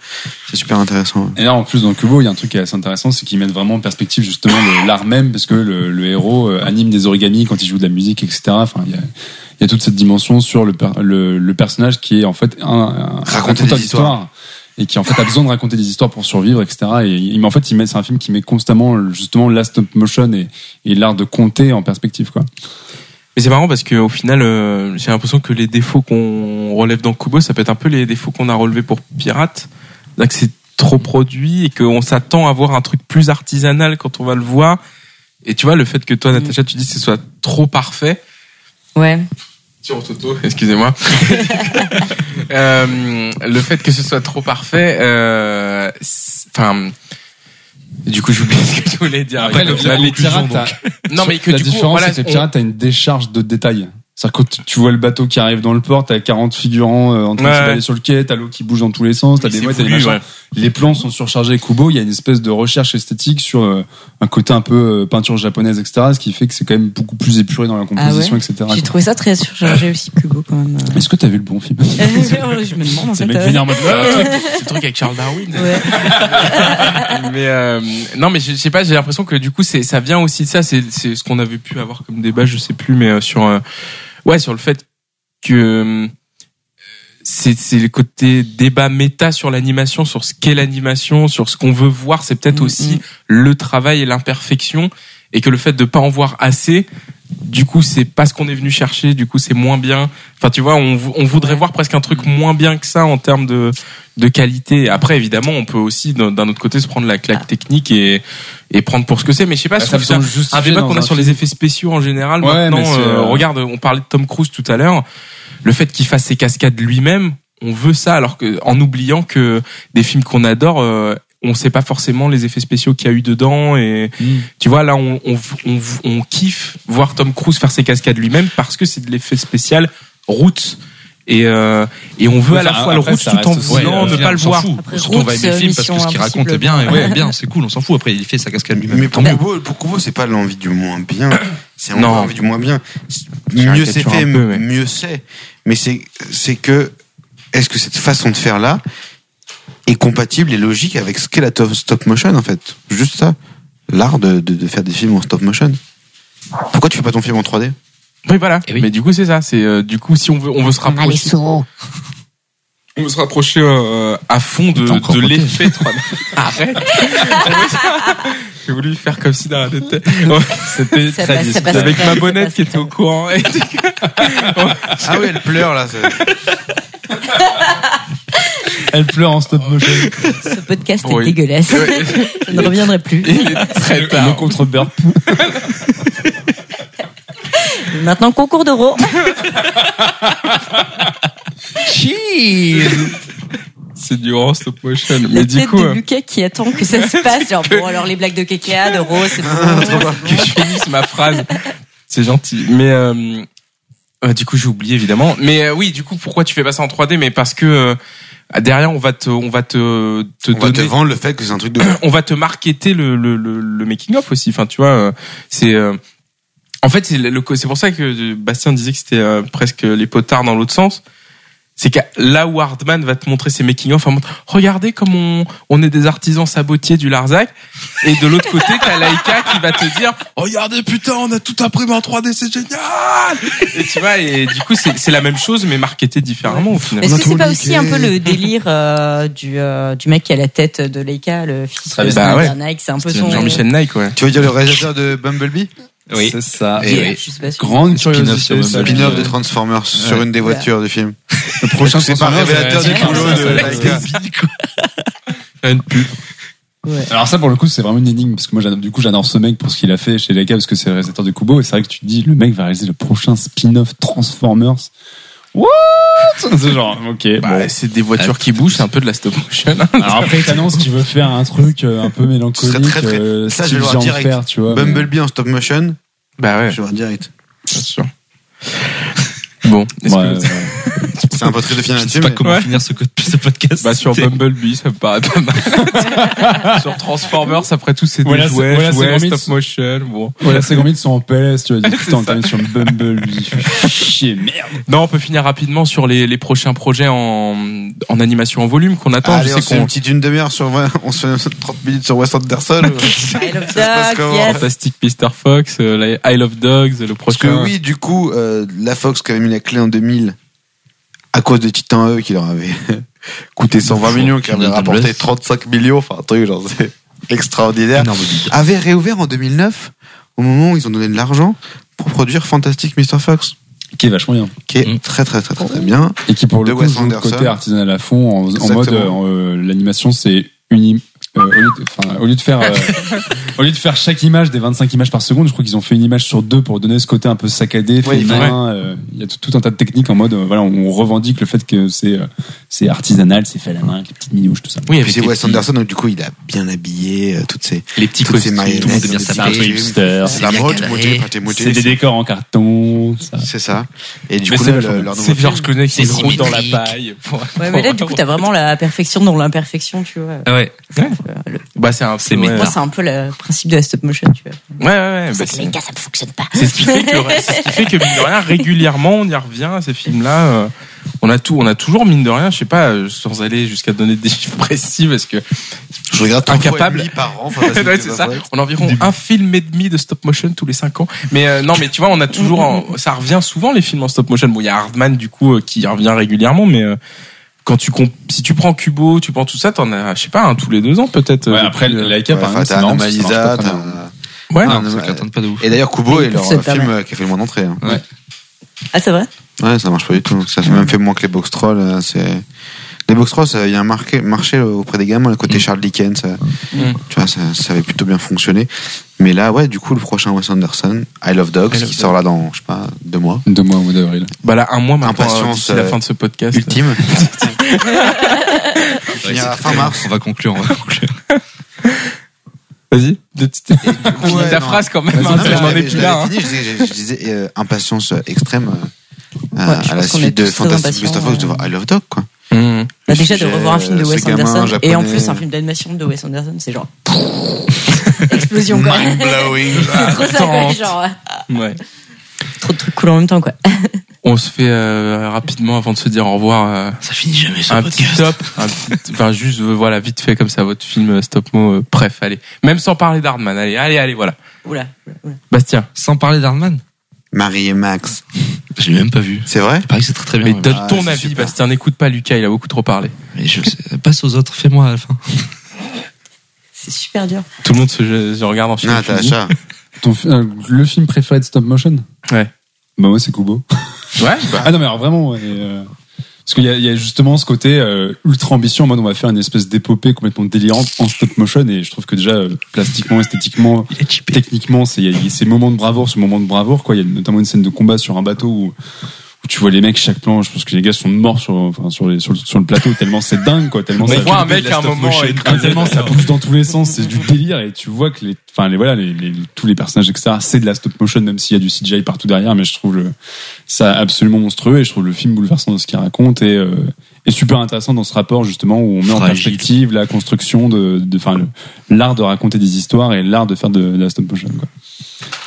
S8: c'est super intéressant.
S9: Et là, en plus, dans Kubo, il y a un truc qui est assez intéressant, c'est qu'ils mettent vraiment en perspective justement le- l'art même, parce que le, le héros euh, anime des origamis quand il joue de la musique, etc. Enfin, il y a, il y a toute cette dimension sur le, per- le, le personnage qui est en fait un, un
S8: Raconter
S9: raconteur
S8: des histoires.
S9: et qui en fait a besoin de raconter des histoires pour survivre, etc. Et il, en fait, il met, c'est un film qui met constamment justement la stop motion et, et l'art de compter en perspective, quoi.
S6: Mais c'est marrant parce que au final, euh, j'ai l'impression que les défauts qu'on relève dans Kubo, ça peut être un peu les défauts qu'on a relevés pour Pirate, là que c'est trop produit et qu'on s'attend à voir un truc plus artisanal quand on va le voir. Et tu vois, le fait que
S9: Mm.
S6: toi, Natacha, tu dis que ce soit trop parfait.
S10: Ouais.
S6: Tire au toto, excusez-moi. Euh, le fait que ce soit trop parfait, euh, c'est- enfin. du coup, j'oublie ce que je voulais dire.
S9: Après,
S6: Avec
S9: la-
S6: la
S9: les
S6: conclusion,
S9: pirates,
S6: donc.
S9: t'as-
S6: Non, mais que
S9: la
S6: du coup,
S9: différence,
S6: voilà,
S9: c'est que les
S6: on-
S9: pirates, t'as une décharge de détails. C'est-à-dire que tu- tu vois le bateau qui arrive dans le port, t'as 40 figurants euh, en train de
S6: Ouais.
S9: se balader sur le quai, t'as l'eau qui bouge dans tous les sens, t'as
S6: Oui,
S9: des
S6: c'est
S9: mouettes, t'as des
S6: voulu,
S9: machins.
S6: ouais.
S9: Les plans sont surchargés. Kubo, il y a une espèce de recherche esthétique sur euh, un côté un peu euh, peinture japonaise, etc. Ce qui fait que c'est quand même beaucoup plus épuré dans la composition, etc.
S10: J'ai
S9: quoi.
S10: trouvé ça très surchargé aussi, Kubo, quand même.
S9: Est-ce que t'as vu le bon film
S10: je me demande en
S9: C'est
S10: fait.
S9: le mec
S10: euh,
S9: vénère Ah, en mode, Ah,
S6: C'est le truc avec Charles Darwin.
S10: Ouais.
S6: mais euh, non, mais je, je sais pas. J'ai l'impression que du coup, c'est ça vient aussi de ça. C'est c'est ce qu'on avait pu avoir comme débat, je sais plus, mais euh, sur euh, ouais, sur le fait que euh, c'est c'est le côté débat méta sur l'animation, sur ce qu'est l'animation, sur ce qu'on veut voir. C'est peut-être aussi le travail et l'imperfection, et que le fait de pas en voir assez. Du coup, c'est pas ce qu'on est venu chercher. Du coup, c'est moins bien. Enfin, tu vois, on, vou- on voudrait voir presque un truc moins bien que ça en termes de de qualité. Après, évidemment, on peut aussi d'un d'un autre côté se prendre la claque technique et et prendre pour ce que c'est. Mais je sais pas.
S9: Bah,
S6: je
S9: ça
S6: trouve
S9: me semble justifié
S6: un débat
S9: dans
S6: qu'on
S9: un
S6: a sur les effets spéciaux en général.
S9: Ouais, mais
S6: maintenant,
S9: c'est,
S6: euh,
S9: euh,
S6: regarde, on parlait de Tom Cruise tout à l'heure. Le fait qu'il fasse ses cascades lui-même, on veut ça, alors que en oubliant que des films qu'on adore. euh, on sait pas forcément les effets spéciaux qu'il y a eu dedans et tu vois là on, on, on, on kiffe voir Tom Cruise faire ses cascades lui-même parce que c'est de l'effet spécial route et euh, et on veut à la
S18: Enfin,
S6: fois le
S18: après,
S6: route
S18: ça
S6: tout en
S18: reste- ouais,
S6: voulant
S18: euh,
S6: ne
S18: au final,
S6: pas le
S18: on s'en
S6: voir
S18: fout.
S10: Après,
S7: Surtout, on va
S10: Roots,
S7: aimer le film parce
S10: Mission
S7: que ce qu'il raconte est
S10: Impossible,
S7: bien et on
S10: ouais.
S7: aime bien, c'est cool, on s'en fout. Après, il fait sa cascade lui-même.
S8: Mais pour
S10: Ben-
S8: Kubo, pour Kubo, c'est pas l'envie du moins bien. C'est
S6: Non.
S8: encore l'envie du moins bien. C'est-
S6: J'ai
S8: Mieux
S6: arrêté
S8: c'est
S6: de faire
S8: fait,
S6: un peu, mais-
S8: mieux c'est. Mais c'est, c'est que, est-ce que cette façon de faire là est compatible et logique avec ce qu'est la to- stop motion en fait Juste ça. L'art de, de, de faire des films en stop motion. Pourquoi tu fais pas ton film en 3D
S6: Oui, voilà.
S18: Eh
S6: Mais du coup, c'est ça. C'est euh, du coup, si on veut, on veut se
S10: On a les
S6: rapprocher,
S10: sauts.
S6: on veut se rapprocher euh, à fond de,
S7: T'as encore
S6: de
S7: poté.
S6: l'effet 3D. Arrête. J'ai voulu faire comme si d'arrêter. C'était
S10: Ça
S6: très
S10: passe, ça
S6: discret.
S10: passe
S6: avec
S10: très
S6: ma
S10: vite, ça
S6: bonnette
S10: passe
S6: qui était au courant. Et du coup,
S8: Ah oui, elle pleure là. c'est-
S9: Elle pleure en stop motion.
S10: Ce podcast
S6: Oui.
S10: est dégueulasse.
S6: Ouais.
S10: Je ne reviendrai plus.
S6: il est très
S9: Le
S6: tard.
S9: contre burp
S10: Maintenant, concours d'euros.
S6: C'est du raw stop motion.
S10: La
S6: Mais
S10: tête
S6: du coup,
S10: de
S6: euh,
S10: Lucas qui attend que ça se passe. Genre, bon, alors les blagues de caca, d'euros, c'est
S6: Ah,
S10: bon.
S6: que je finisse ma phrase. C'est gentil. Mais euh, euh, du coup, j'ai oublié évidemment. Mais euh, oui, du coup, pourquoi tu fais pas ça en 3D Mais parce que euh, derrière, on va te, on va te, te
S8: On va te
S6: donner
S8: vendre le fait que c'est un truc de.
S6: on va te marketer le, le, le, le making of aussi. Enfin, tu vois, euh, c'est euh, euh, en fait c'est le- le- c'est pour ça que Bastien disait que c'était euh, presque les potards dans l'autre sens. c'est que là où Hardman va te montrer ses making-of, en mode, regardez comme on, on est des artisans sabotiers du Larzac, et de l'autre côté, t'as Laika qui va te dire, regardez putain, on a tout imprimé en 3D, c'est génial! Et tu vois, et du coup, c'est c'est la même chose, mais marketé différemment au final.
S10: Est-ce que c'est pas aussi un peu le délire euh, du, euh, du mec qui a la tête de Leica, le fils de
S6: Bah
S10: Snyder
S6: ouais.
S10: Nike, c'est un peu
S6: C'est
S10: son. euh,
S6: Jean-Michel Nike, ouais.
S8: Tu veux dire le réalisateur de Bumblebee
S6: Euh,
S7: Oui.
S9: C'est ça.
S8: Et
S10: Je
S8: oui.
S10: suis pas sûre.
S9: Grande
S7: Spin-off sur
S9: curiosité. ça.
S8: Spin-off de Transformers sur une des voitures du film.
S9: Le prochain, euh,
S8: C'est
S6: Ah,
S8: pas
S9: Transformers,
S8: révélateur
S9: c'est-
S8: du boulot de Laika.
S6: Une pub.
S9: Alors ça pour le coup c'est vraiment une énigme parce que moi j'adore- du coup j'adore ce mec pour ce qu'il a fait chez Leica parce que c'est le réalisateur de Kubo et c'est vrai que tu te dis le mec va réaliser le prochain spin-off Transformers. What C'est genre ok.
S6: Bah, c'est des voitures qui bougent, c'est un peu de la stop motion. hein.
S9: Alors après il t'annonce qu'il veut faire un truc euh, un peu
S8: Ce serait
S9: mélancolique,
S8: très, très-
S9: euh,
S8: ça, je
S9: style
S8: vais le voir
S9: Jean
S8: direct.
S9: Fer, tu vois. mais-
S8: Bumblebee en stop motion,
S6: Bah ouais,
S8: je vais voir direct.
S6: bien sûr. Bon, est-ce
S9: Ouais,
S6: que-
S9: ouais.
S8: C'est un peu très de film
S7: Je
S8: là-dessus.
S7: sais pas
S8: mais-
S7: comment finir ce, co- ce podcast.
S6: Bah sur
S7: C'est-
S6: Bumblebee, ça me paraît pas mal. sur Transformers, après tout, c'est des
S9: Voilà, c'est-
S6: jouets,
S9: voilà, c'est
S6: jouets,
S9: Gomez.
S6: stop motion. Bon.
S9: Voilà, ces grands ils sont en PLS, tu vois. ils disent, Putain, on termine sur Bumblebee. fais Chier, merde.
S6: Non, on peut finir rapidement sur les, les prochains projets en, en animation en volume qu'on attend.
S8: Allez,
S6: je
S8: on se
S6: sais
S8: fait une
S6: qu'on
S8: petite une demi-heure sur, on se fait 30 minutes sur Wes Anderson. ou-
S10: I love
S8: Ça se passe
S10: Doc,
S8: comment
S10: yes.
S6: Fantastic Mr. Fox, euh, la- Isle of Dogs, le
S8: Parce que
S6: prochain.
S8: oui, du coup, euh, la Fox qui avait mis la clé en 2000 à cause de Titan E qui leur avait coûté 120 millions, qui avait
S19: Titan
S8: rapporté
S19: Blast.
S8: 35 millions, enfin un truc genre c'est extraordinaire, avait réouvert en 2009 au moment où ils ont donné de l'argent pour produire Fantastic Mr. Fox,
S9: Qui est vachement bien.
S8: qui est
S7: Mm.
S8: très très très très, très bien.
S9: Et qui pour
S8: De
S9: le coup
S8: Wes
S9: joue le
S8: Anderson.
S9: côté artisanal à fond en, en
S8: Exactement.
S9: mode euh, euh, l'animation c'est une euh, au, lieu de, enfin, au lieu de faire euh, au lieu de faire chaque image des 25 images par seconde je crois qu'ils ont fait une image sur deux pour donner ce côté un peu saccadé fait
S8: Ouais,
S9: main, euh, il y a tout, tout un tas de techniques en mode euh, voilà on revendique le fait que c'est euh, c'est artisanal c'est fait à la main avec les petites minouches tout ça
S6: Oui,
S8: Et
S6: avec
S8: puis c'est
S6: les
S8: Wes
S6: petits-
S8: Anderson, donc du coup il a bien habillé euh, toutes ces
S7: Les petits
S8: toutes ces
S7: costumes,
S8: marionnettes,
S7: tout le monde est bien
S8: toutes ces
S7: sapé.
S8: costumes.
S9: hipster
S8: C'est la
S7: bien
S8: mode,
S7: cadré.
S8: moitié, moitié, moitié,
S9: c'est des
S8: c'est-
S9: décors en carton ça.
S8: C'est ça. Et du
S9: Mais
S8: coup,
S9: c'est
S8: là,
S9: vachement
S8: le-
S9: bien.
S8: leur nouveau
S6: C'est George Clooney qui
S7: C'est
S6: se roule dans la
S7: symétrique.
S6: paille. pour-
S10: Ouais, mais là, du coup, t'as vraiment la perfection dans l'imperfection, tu vois.
S7: Ah ouais.
S6: Bah, c'est un,
S7: C'est
S6: ouais.
S10: Moi, c'est un peu euh, le principe de la stop motion, tu vois.
S6: Ouais, ouais, ouais. bah,
S10: C'est que
S6: c'est-
S10: les gars, ça ne fonctionne pas.
S6: C'est ce qui fait que, c'est ce qui fait que mine de rien, régulièrement, on y revient à ces films-là. euh, on a tout, on a toujours mine de rien, je sais pas, euh, sans aller jusqu'à donner des chiffres précis, parce que
S8: Je regarde trois fois
S6: Incapable.
S8: et demi par an.
S6: Ouais, c'est ça. On a environ un film et demi de stop motion tous les cinq ans. Mais euh, non, mais tu vois, on a toujours, en- ça revient souvent les films en stop motion. Bon, il y a Hardman du coup euh, qui revient régulièrement, mais euh, quand tu comp- si tu prends Kubo, tu prends tout ça, t'en as, je sais pas, un tous les deux ans peut-être.
S9: Ouais,
S6: euh,
S9: après
S6: depuis, euh,
S9: Laika par exemple
S8: t'as
S9: c'est marrant, parce que ça marche
S8: Anomalisa,
S9: pas très bien.
S8: t'as-
S6: ouais.
S8: Ah,
S7: Non,
S8: non,
S7: ça
S8: mais-
S7: attendent pas de ouf.
S8: Et d'ailleurs, Kubo est leur
S10: C'est pas
S8: film euh, qui a fait le moins d'entrées. hein.
S10: Ah, c'est vrai
S8: Ouais, ça marche pas du tout. Ça fait même fait moins que les box trolls. euh, C'est les box trolls, ça- il y a un marqué- marché euh, auprès des gamins, le côté Charles Dickens. ça-
S6: Mm.
S8: Tu vois, ça, ça avait plutôt bien fonctionné. Mais là, ouais, du coup, le prochain Wes Anderson, I Love Dogs,
S6: I Love
S8: qui sort là dans, je sais pas, deux mois.
S9: deux mois au mois d'avril
S6: Bah là, un mois maintenant, euh,
S8: Impatience,
S6: d'ici la
S8: euh,
S6: fin de ce podcast.
S8: Ultime.
S7: Ouais,
S8: Il y a
S7: c'est
S8: fin
S7: très-
S8: mars.
S7: On va conclure, on va conclure.
S6: Vas-y. Deux petites- Finis
S8: Ouais,
S6: ta
S8: non.
S6: phrase quand même.
S8: Non,
S6: hein,
S8: mais je
S6: on en est
S8: l'avais-
S6: plus
S8: je
S6: là.
S8: l'avais
S6: hein.
S8: fini, je disais- je- je disais euh, impatience extrême euh, à-
S10: Ouais, je
S8: à la
S10: pense qu'on est
S8: suite de
S10: tous très
S8: Fantastic
S10: impatients, euh.
S8: Mr. Fox
S10: ouais.
S8: de voir I Love Dog, quoi.
S6: Mmh.
S10: Bah,
S8: Le
S10: déjà de
S8: sujet,
S10: revoir un film de
S8: ce
S10: Wes
S8: gamin
S10: Anderson et en
S8: japonais.
S10: plus un film d'animation de Wes Anderson, c'est genre explosion quoi.
S8: blowing.
S10: c'est trop ça quoi, genre euh,
S6: Ouais.
S10: trop de trucs cool en même temps quoi.
S6: On se fait euh, rapidement avant de se dire au revoir. euh,
S19: Ça finit jamais ce
S6: un
S19: podcast.
S6: petit top, un petit- enfin juste euh, voilà vite fait comme ça votre film euh, stop mo, euh, bref allez, même sans parler d'Hardman, allez allez allez voilà.
S10: Oula. oula.
S6: Bastien,
S7: Sans parler d'Hardman.
S8: Marie et Max.
S19: Je l'ai même pas vu.
S8: C'est vrai?
S19: Pareil, c'est très très bien.
S6: mais bah,
S19: ouais.
S6: donne
S8: Ah,
S6: ton
S8: c'est
S6: avis
S8: super.
S6: Bastien, n'écoute pas Lucas, il a beaucoup trop parlé.
S19: Mais je sais.
S7: Passe aux autres, fais-moi à la fin.
S10: C'est super dur.
S6: Tout le monde se, se regarde en chien.
S8: Non, t'as ça.
S9: Ton fi- euh, le film préféré de stop motion
S6: Ouais.
S9: Bah moi c'est Kubo.
S6: Ouais. bah,
S9: Ah non mais alors vraiment ouais, et, euh, parce qu'il y, a- il y a justement ce côté euh, ultra ambition en mode on va faire une espèce d'épopée complètement délirante en stop motion et je trouve que déjà euh, plastiquement, esthétiquement,
S19: Il est cheapé.
S9: techniquement c'est il y a- il y a ces moments de bravoure, ce moment de bravoure quoi. Il y a notamment une scène de combat sur un bateau où, où tu vois les mecs chaque plan. Je pense que les gars sont morts sur enfin, sur, les- sur, le- sur le plateau tellement c'est dingue quoi. Tellement
S6: on
S9: ça-
S6: voit un mec à un moment écrasé.
S9: Tellement ça bouge dans tous les sens, c'est du délire et tu vois que les, enfin les voilà, les, les- tous les personnages etc. C'est de la stop motion même s'il y a du CGI partout derrière, mais je trouve le, ça absolument monstrueux et je trouve le film bouleversant de ce qu'il raconte et, euh, et super intéressant dans ce rapport justement où on met en
S19: Fragile.
S9: perspective la construction de, de- enfin le- l'art de raconter des histoires et l'art de faire de, de la stop motion. Quoi.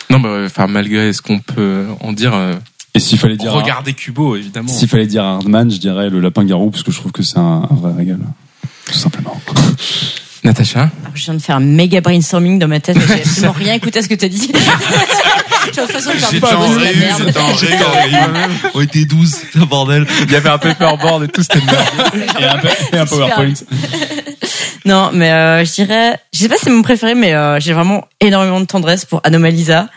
S6: Non, bah, ouais, enfin malgré ce qu'on peut en dire, euh,
S9: Et s'il fallait dire.
S6: Regardez Kubo, évidemment.
S9: S'il fallait dire Hardman, je dirais le lapin garou, parce que je trouve que c'est un, un vrai régal. Tout simplement.
S6: Natacha
S10: Alors, Je viens de faire un méga brainstorming dans ma tête. J'ai absolument rien écouté à ce que t'as dit. J'ai l'impression de faire
S6: J'étais
S10: pas
S6: en
S10: de la
S6: réu,
S10: merde.
S6: j'étais en réu.
S7: On était 12, c'est un bordel.
S6: Il y avait un paperboard et tout, c'était
S9: Et un, peu- et un PowerPoint.
S10: Non, mais euh, je dirais, je sais pas si c'est mon préféré, mais euh, j'ai vraiment énormément de tendresse pour Anomalisa,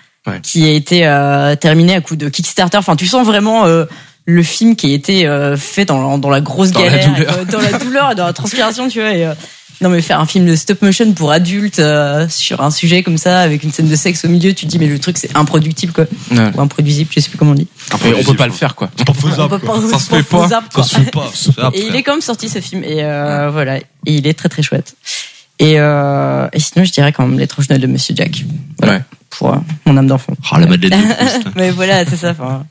S10: qui a été euh, terminé à coup de Kickstarter. Enfin, tu sens vraiment euh, le film qui a été euh, fait dans la, dans la grosse
S6: Dans la
S10: galère,
S6: douleur.
S10: euh, dans la douleur, et dans la transpiration, tu vois. Et, euh, non, mais faire un film de stop motion pour adultes euh, sur un sujet comme ça, avec une scène de sexe au milieu, tu te dis mais le truc c'est improductible quoi,
S6: Ouais.
S10: ou improduisible, je sais plus comment on dit.
S6: Et on peut pas le faire, quoi.
S10: On peut pas-
S7: Ça se fait
S10: pas
S7: pas.
S10: faisable,
S7: Ça se fait pas. C'est un
S10: Et il
S7: frère.
S10: est quand même sorti ce film et euh, voilà, et il est très très chouette. Et, euh, et sinon, je dirais quand même l'étrange Noël de Monsieur Jack. Voilà.
S6: Ouais.
S10: Pour euh, mon âme d'enfant.
S20: Oh, la Madeleine de Proust.
S10: Mais voilà, c'est ça. enfin,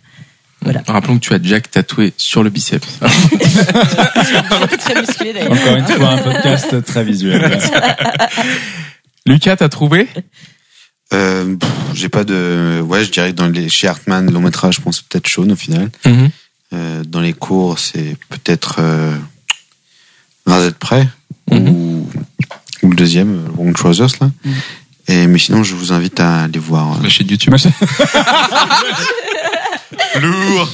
S6: Rappelons que tu as Jack tatoué sur le biceps.
S10: c'est très musclé d'ailleurs.
S9: Encore une fois, un podcast très visuel.
S6: Lucas, t'as trouvé
S8: Euh, pff, j'ai pas de. Ouais, je dirais que dans les... chez Hartman, long métrage, je pense c'est peut-être Sean au final.
S6: Mhm.
S8: Euh, dans les cours, c'est peut-être euh, Razette Près
S10: Mhm.
S8: ou... ou le deuxième, euh, Wrong Trousers. Là. Et, mais sinon, je vous invite à aller voir. euh.
S20: Ma chaîne YouTube.
S8: Lourd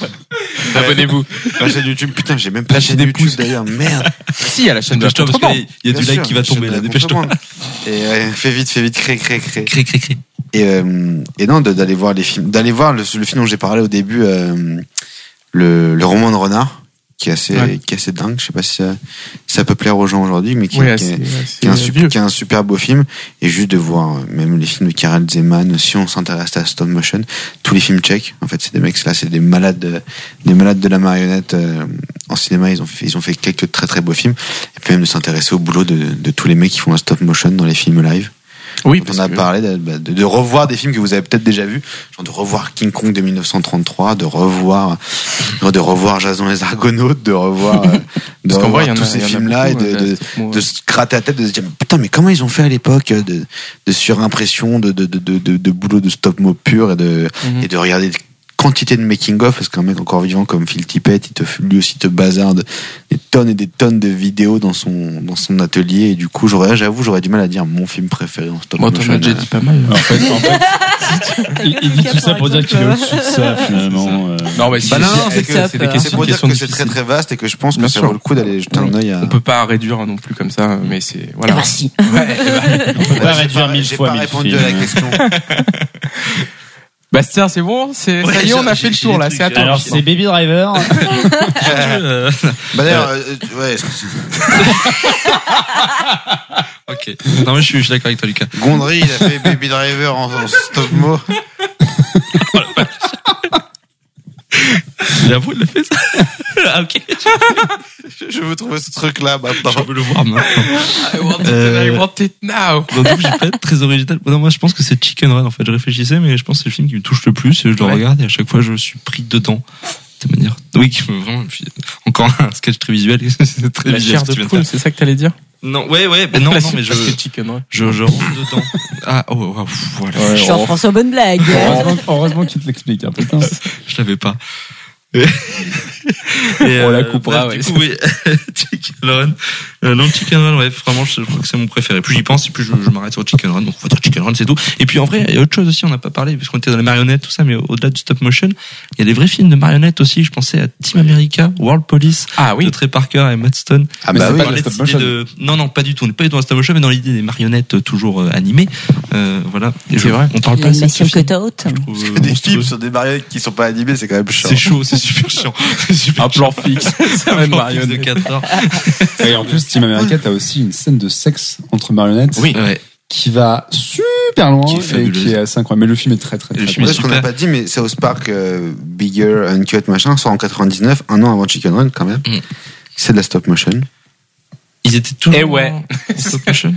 S6: Abonnez-vous.
S8: Ma chaîne YouTube, putain, j'ai même pas de chaîne YouTube d'ailleurs, merde
S6: Si, il y a la chaîne de
S7: Dépêche-toi parce
S6: Contrebande.
S7: qu'il y a du
S8: Bien
S7: like
S8: sûr,
S7: qui va
S8: la chaîne
S7: tomber
S8: de
S7: là,
S8: la
S7: dépêche-toi.
S8: contrebande. Et ouais, fais vite, fais vite, crée, crée, crée.
S7: Cré, cré, cré.
S8: Et, euh, et non, de- d'aller voir les films, d'aller voir le, le film dont j'ai parlé au début, euh, le, le roman de Renard, qui est assez,
S6: Ouais.
S8: qui est assez dingue. Je sais pas si ça, ça peut plaire aux gens aujourd'hui, mais qui,
S6: Oui,
S8: qui
S6: assez-
S8: est,
S6: assez
S8: qui est un,
S6: vieux.
S8: sup- qui est un super beau film. Et juste de voir euh, même les films de Karel Zeman, si on s'intéresse à stop motion, tous les films tchèques. En fait, c'est des mecs là, c'est des malades, euh, des malades de la marionnette. euh, en cinéma, ils ont, fait, ils ont fait quelques très très beaux films. Et puis même de s'intéresser au boulot de, de tous les mecs qui font un stop motion dans les films live.
S6: Oui,
S8: On
S6: parce
S8: a
S6: que-
S8: parlé de, bah, de- de revoir des films que vous avez peut-être déjà vus, genre de revoir King Kong de 1933, de revoir, de revoir Jason et les Argonautes, de revoir, euh, de
S6: Parce qu'en
S8: revoir
S6: vrai, il y en a-
S8: tous ces
S6: il y en a
S8: films-là et
S6: beaucoup,
S8: de,
S6: euh,
S8: de-
S6: stop-mo,
S8: de
S6: ouais.
S8: se gratter la tête, de se dire putain, mais comment ils ont fait à l'époque euh, de, de surimpression, de, de, de, de, de- de boulot de stop-mo pur et de,
S6: Mhm.
S8: et de regarder des quantités de making-of parce qu'un mec encore vivant comme Phil Tippett, il te, lui aussi te bazarde des tonnes et des tonnes de vidéos dans son, dans son atelier et du coup, j'aurais, j'avoue, j'aurais du mal à dire mon film préféré en stop
S6: Moi, t'en
S8: motion.
S6: as déjà dit pas mal.
S9: En fait, en fait, il, il dit tout ça pour dire qu'il est
S10: hein, quoi.
S9: au-dessus de ça, finalement. euh.
S6: Non, mais si,
S8: Bah non,
S6: si,
S8: non, c'est
S6: que c'est des
S10: que- c'est
S8: C'est
S6: questions,
S8: pour
S6: des
S8: dire
S6: questions
S8: que c'est très
S6: difficiles.
S8: très vaste et que je pense que
S6: Bien
S8: ça
S6: sûr.
S8: vaut le coup d'aller jeter un œil à.
S6: On peut pas réduire non plus comme ça, mais c'est
S10: Ah
S6: voilà.
S10: bah si.
S6: Ouais, bah,
S9: On peut
S8: J'ai
S9: pas réduire
S8: pas-
S9: mille
S8: j'ai
S9: fois
S8: pas
S9: mille
S8: répondu à
S9: films.
S8: la question.
S6: Bastien, c'est bon, c'est ça y est, on a fait le tour là. C'est à toi.
S9: Alors, c'est Baby Driver.
S7: Euh,
S8: Bah d'ailleurs, euh, euh, ouais,
S7: ok. Non, mais je suis, je suis d'accord avec toi, Lucas.
S8: Gondry, il a fait Baby Driver en, en stop mo.
S7: J'avoue, il l'a fait ça. ah, ok.
S8: Je veux trouver ce truc là maintenant.
S7: Je veux le voir maintenant.
S6: I want it,
S7: Euh,
S6: I want it now.
S7: Non, donc, j'ai pas être très original. Non, moi, je pense que c'est Chicken Run, en fait. Je réfléchissais, mais je pense que c'est le film qui me touche le plus et je le
S6: Ouais.
S7: regarde et à chaque fois, je suis pris dedans. De manière. Oui, qui me- vraiment, je suis- encore un sketch très visuel. c'est très
S6: La
S7: visuel.
S6: chair
S7: ce que tu
S6: de
S7: viens de
S6: poule,
S7: faire.
S6: c'est ça que t'allais dire
S7: Non, ouais, ouais, mais non,
S6: La
S7: non, mais je,
S6: parce que chicken, ouais.
S7: je, je rentre dedans. Ah, oh, oh, oh, pff, voilà.
S10: Je suis en France aux bonnes blagues.
S9: Heureusement, heureusement qu'il te l'explique. hein, putain.
S7: Je l'avais pas. Et- Et,
S6: On la coupera,
S7: bref,
S6: ouais.
S7: Du coup, oui. Chicken Run. Euh, non, Chicken Run, ouais, vraiment, je, je crois que c'est mon préféré. Plus j'y pense, et plus je, je m'arrête sur Chicken Run. Donc, faut dire Chicken Run, c'est tout. Et puis, en vrai, il y a autre chose aussi, on n'a pas parlé, parce qu'on était dans les marionnettes, tout ça, mais au-delà du stop motion, il y a des vrais films de marionnettes aussi. Je pensais à Team America, World Police,
S6: Ah
S7: de
S6: oui.
S7: Trey Parker et Matt Stone.
S8: Ah
S9: Mais
S8: bah
S9: c'est
S8: oui.
S9: pas
S7: Dans
S9: le
S7: l'idée
S9: stop motion.
S7: de- Non, non, pas du tout. On n'est pas du tout dans le stop motion, mais dans l'idée des marionnettes euh, toujours euh, animées. Euh, voilà. Et
S6: C'est
S7: je-
S6: vrai.
S7: On parle pas assez de ce
S10: L'animation
S7: film.
S10: côte haute.
S7: Euh,
S8: Des
S7: monstrueux.
S8: films sur des marionnettes qui sont pas animés, c'est quand même chiant.
S7: C'est chaud, c'est super chiant. C'est super
S6: Un plan fixe.
S7: chiant.
S6: ça va être
S7: Plan fixe de
S6: marionnette.
S7: 4 heures.
S9: Et en plus, Team America, t'as aussi une scène de sexe entre marionnettes
S6: Oui.
S7: Ah Ouais.
S9: qui va super loin
S7: Qui est
S9: et
S7: fabuleuse.
S9: qui est assez incroyable. Mais le film est très très
S7: Le
S9: très
S7: film
S9: bon.
S7: est
S8: Ouais, ce qu'on n'a
S7: super.
S8: pas dit, mais South Park, euh, Bigger, Uncut, machin, sort en 99, un an avant Chicken Run quand même.
S7: Mm.
S8: C'est de la stop motion.
S7: Ils étaient toujours.
S6: Eh ouais.
S7: en stop motion.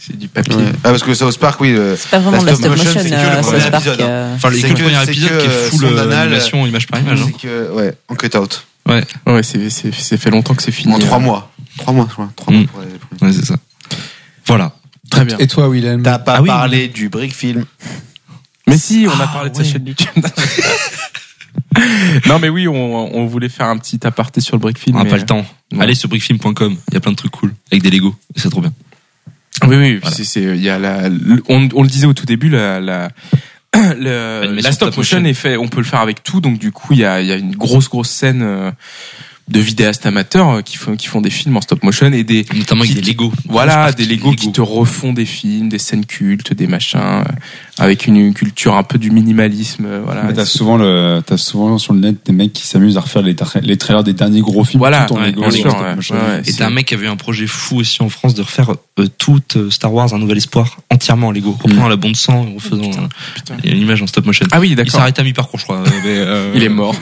S6: C'est du papier.
S8: Ouais. Ah, parce que South Park, oui, euh,
S10: C'est pas vraiment de la stop motion,
S8: c'est que
S10: euh,
S8: le
S10: South
S8: premier
S10: Park,
S8: épisode. hein.
S10: euh,
S7: Enfin, les
S8: C'est
S7: le
S8: que-
S7: premier
S8: c'est
S7: épisode
S8: que,
S7: qui est
S8: euh,
S7: full
S8: son
S7: euh,
S8: anal,
S7: animation, image par image. hein.
S8: C'est que, ouais, en cut out.
S6: Ouais, c'est c'est c'est fait longtemps que c'est fini.
S8: En trois mois. Trois mois, je crois. Trois
S7: Mm.
S8: mois pour les- pour les-
S7: Ouais, c'est ça. Voilà.
S6: Très bien.
S9: Et toi, Willem
S8: T'as pas
S7: Ah oui,
S8: parlé du brick film.
S6: Mais si, on a parlé de sa chaîne YouTube. non, mais oui, on, on voulait faire un petit aparté sur le brick film.
S7: On n'a
S6: mais-
S7: pas le temps.
S6: Ouais.
S7: Allez sur brickfilm.com, il y a plein de trucs cool avec des Lego, c'est trop bien.
S6: Oui, oui, c'est- c'est- il y a la, le- on, on le disait au tout début, la, la, le-
S7: L'animation
S6: la stop
S7: stop
S6: motion
S7: motion.
S6: est fait, on peut le faire avec tout, donc du coup, il y a, il y a une grosse, grosse scène euh, de vidéastes amateurs euh, qui font, qui font des films en stop motion et des.
S7: Notamment avec
S6: qui
S7: des
S6: te-
S7: Lego.
S6: Voilà,
S7: Grosse
S6: des
S7: partie
S6: Lego qui te refont des films, des scènes cultes, des machins, euh, avec une, une culture un peu du minimalisme, euh, voilà.
S9: Mais t'as
S6: C'est-
S9: souvent le, t'as souvent sur le net des mecs qui s'amusent à refaire les, tra- les trailers des derniers gros films.
S6: Voilà,
S9: tout en
S6: ouais,
S9: Lego,
S6: bien
S9: en
S6: sûr,
S9: stop
S6: ouais,
S9: motion.
S6: ouais, ouais.
S7: Et t'as un mec qui avait un projet fou aussi en France de refaire euh, toute euh, Star Wars, un nouvel espoir, entièrement en Lego, reprenant la bombe sang et refaisant euh, une image en stop motion.
S6: Ah oui,
S7: Il
S6: d'accord.
S7: s'arrête à mi-parcours, je crois. mais, euh,
S6: Il est mort.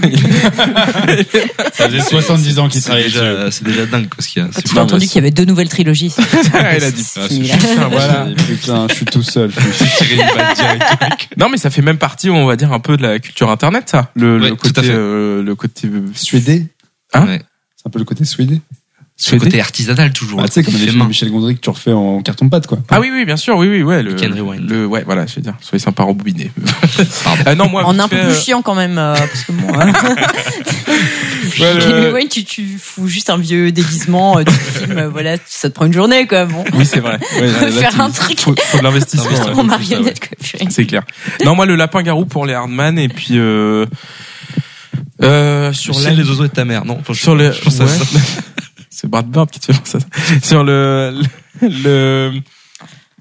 S7: Ça faisait
S9: 70 ans qu'il
S7: C'est Ah, déjà, Ah, c'est déjà dingue quoi, ce qu'il y a. C'est
S10: Tu
S7: fou.
S10: as entendu qu'il y avait deux nouvelles trilogies.
S6: Elle Ah, a dit
S7: Ah,
S10: C'est fini, là.
S9: Putain, voilà. Putain, je suis tout seul. Je me suis tiré une balle directe.
S6: Non, mais ça fait même partie, on va dire, un peu de la culture internet, ça. Le,
S7: Ouais,
S6: le
S7: tout à
S6: côté,
S7: fait.
S6: euh, le côté
S9: Suédé.
S6: Hein
S7: Ouais.
S9: C'est un peu le côté suédé.
S7: Ce côté artisanal toujours.
S9: Ah, tu sais, comme les
S7: fait
S9: films de
S7: main.
S9: Michel Gondry que tu refais en carton-pâte, quoi.
S6: Ah oui, oui, bien sûr, oui, oui, ouais. Le,
S7: Weekend Rewind.
S6: le- ouais, voilà, je veux dire, soyez sympa, rembobiner. Euh, non, moi,
S10: en
S6: vite
S10: un peu
S6: fait,
S10: plus
S6: euh,
S10: chiant quand même, euh, parce que bon, hein.
S6: Ouais, le-
S10: Kevin Wayne, tu, tu fous juste un vieux déguisement euh, du film, euh, voilà, ça te prend une journée quoi. Bon,
S6: Oui, c'est vrai. Ouais, là, là,
S10: Faire
S6: tu-
S10: un truc.
S6: Faut, faut de l'investissement.
S10: juste
S6: ouais.
S10: en marionnette quoi. purée.
S6: C'est clair. Non, moi, le lapin garou pour les Hardman et puis euh, euh,
S7: Sur
S6: sur
S7: le
S6: la
S7: ciel des oiseaux et de ta mère, non. enfin, je-
S6: sur le
S7: je pense à
S6: ouais.
S7: ça.
S6: c'est Bart Bird qui te fait penser à ça. sur le le, le-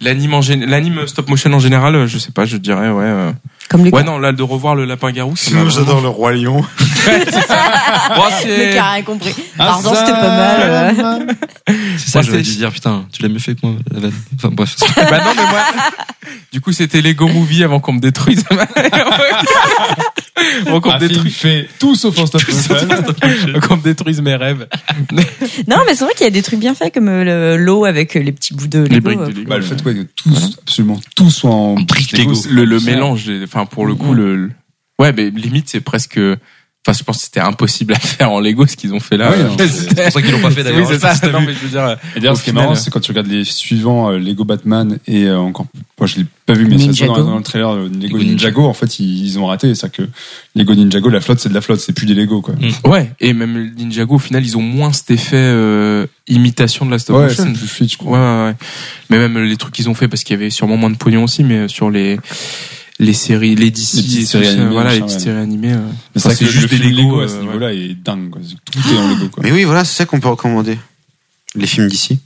S6: l'anime en gén- l'anime stop motion en général euh, je sais pas je dirais ouais euh.
S10: Comme les
S6: ouais non là de revoir le lapin garou c'est
S8: le roi lion.
S6: oh,
S10: Le mec a rien compris.
S6: Ah,
S10: Pardon, c'était pas mal. euh. ouais.
S7: C'est ça,
S6: Moi,
S7: j'aurais
S6: c'est-
S7: dû dire, putain, tu l'as mieux fait que moi, la vanne. Enfin, bref.
S6: bah non mais moi du coup c'était Lego Movie avant qu'on me détruise avant qu'on
S9: Un
S6: me
S9: film
S6: détruise
S9: fait tout sauf en stop motion.
S6: avant qu'on me détruise mes rêves
S10: Non, mais c'est vrai qu'il y a des trucs bien faits comme euh, le- l'eau avec euh, les petits bouts de Lego.
S6: briques de
S10: euh,
S6: Lego.
S9: Bah, le fait, quoi, que tous, absolument tous soient en
S7: brique
S9: Lego.
S7: Lego.
S6: le, le mélange enfin pour le coup le le- ouais mais limite c'est presque enfin je pense que c'était impossible à faire en Lego ce qu'ils ont fait là
S9: Ouais, non,
S7: C'est pour ça qu'ils l'ont pas fait
S6: oui
S7: d'ailleurs.
S6: c'est ça non mais je veux dire
S9: Et d'ailleurs,
S6: Au
S9: ce qui est
S6: final,
S9: marrant,
S6: euh,
S9: c'est quand tu regardes les suivants, euh, Lego Batman et euh, encore. Moi, je l'ai pas vu, mais ça se voit dans,
S10: Ninjago.
S9: dans le trailer, euh, Lego
S7: Lego Ninjago.
S9: Ninjago. En fait, ils, ils ont raté. C'est-à-dire que Lego Ninjago, la flotte, c'est de la flotte, c'est plus des Lego, quoi.
S6: Ouais, et même le Ninjago, au final, ils ont moins cet effet euh, imitation de la stop
S9: Ouais, c'est
S6: motion.
S9: plus fluide, je
S6: Ouais,
S9: crois.
S6: ouais, ouais. Mais même les trucs qu'ils ont fait, parce qu'il y avait sûrement moins de pognon aussi, mais euh, sur les les séries, les DC,
S9: Les petites
S6: et tout
S9: séries
S6: ça,
S9: animées,
S6: voilà, les
S9: machin,
S6: petites
S9: ouais.
S6: séries animées. ouais.
S9: Mais
S6: Enfin,
S9: c'est vrai que juste le film Lego, à ce
S6: euh, ouais.
S9: niveau-là est dingue, quoi. Tout est en Lego, quoi.
S8: Mais oui, voilà, c'est ça qu'on peut recommander. Les films d'ici.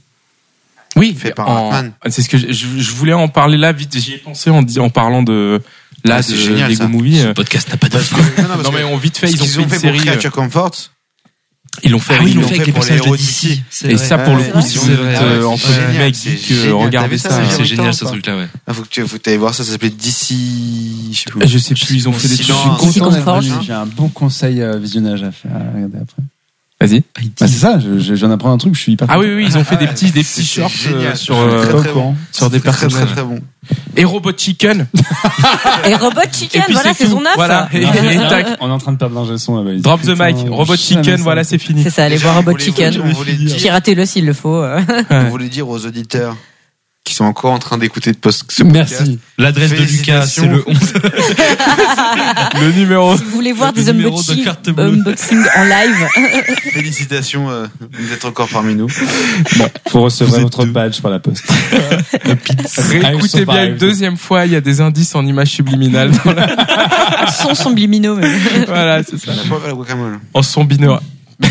S6: Oui,
S8: Fait par
S6: en-
S8: Hartman.
S6: Ah, C'est ce que je, je voulais en parler là vite. J'y ai pensé en, dis- en parlant de là
S8: Ah,
S6: de
S8: c'est génial,
S6: Lego
S8: ça.
S6: Movie. euh.
S7: Le podcast n'a pas de fin.
S6: Non mais on vite fait,
S8: ils
S6: ils ont fait
S8: qu'ils ont
S6: une
S8: fait pour
S6: série. euh,
S8: Creature Comfort.
S6: Ils l'ont fait.
S8: Ah oui,
S6: ils l'ont
S8: fait
S6: fait.
S8: avec les personnages de DC.
S6: Et
S7: Ah,
S6: ça, pour le
S8: Ouais,
S6: coup,
S8: c'est
S6: ils
S7: vrai.
S6: ont
S7: Ah ouais,
S6: euh,
S7: c'est
S6: entre
S8: génial,
S6: guillemets
S8: c'est
S6: geeks, euh,
S8: génial.
S6: regardez
S8: T'as
S6: ça.
S8: vu ça,
S7: hein, C'est
S8: J'ai
S7: génial
S8: autant,
S7: ce
S8: quoi.
S7: truc-là, ouais.
S8: Ah, faut que tu faut que t'ailles voir ça, ça s'appelait DC. Je sais plus.
S6: Je sais plus, ils ont fait des
S8: Si,
S6: trucs.
S8: non,
S10: suis content d'être venu.
S8: hein.
S9: J'ai un bon conseil euh, visionnage à faire. à regarder après.
S6: Vas-y.
S9: Bah, c'est ça, je, je viens d'apprendre un truc, je suis hyper.
S6: Ah oui, oui, oui, ils ont fait des
S8: ouais,
S6: petits, des
S8: c'est-
S6: petits
S8: c'est
S6: shorts
S8: génial.
S6: euh, sur
S8: C'est
S6: euh,
S8: très,
S9: Pas au
S8: très
S9: courant.
S6: sur des
S8: C'est très,
S6: personnages.
S8: très, très bon.
S6: Et Robot Chicken.
S10: Et Robot Chicken,
S6: Et puis
S10: voilà,
S6: c'est
S10: saison
S6: tout.
S10: 9.
S6: Voilà. Et- et tac.
S9: On est en train de perdre l'ingé son là-bas.
S6: Drop the mic.
S9: Putain,
S6: Robot
S9: jamais
S6: Chicken,
S9: ça.
S6: voilà, c'est fini.
S10: C'est ça, allez voir Robot
S8: On voulait-
S10: Chicken.
S8: On voulait dire-
S10: Piratez-le s'il le faut. euh.
S8: on voulait dire aux auditeurs qui sont encore en train d'écouter de post- ce podcast.
S9: Merci.
S7: L'adresse de Lucas, c'est le 11.
S6: Le Oh, numéro.
S10: Si vous voulez voir
S7: Le
S10: des
S7: numéro
S10: unboxing,
S7: de carte bleue.
S10: unboxing en live,
S8: Félicitations euh, d'être encore parmi nous.
S9: Bon, vous recevrez votre badge par la poste.
S6: Réécoutez bien une deuxième fois, il y a des indices en images subliminales. dans la-
S10: son sont bliminaux.
S6: voilà, c'est ça.
S8: La poivre à la guacamole.
S6: En son binaural.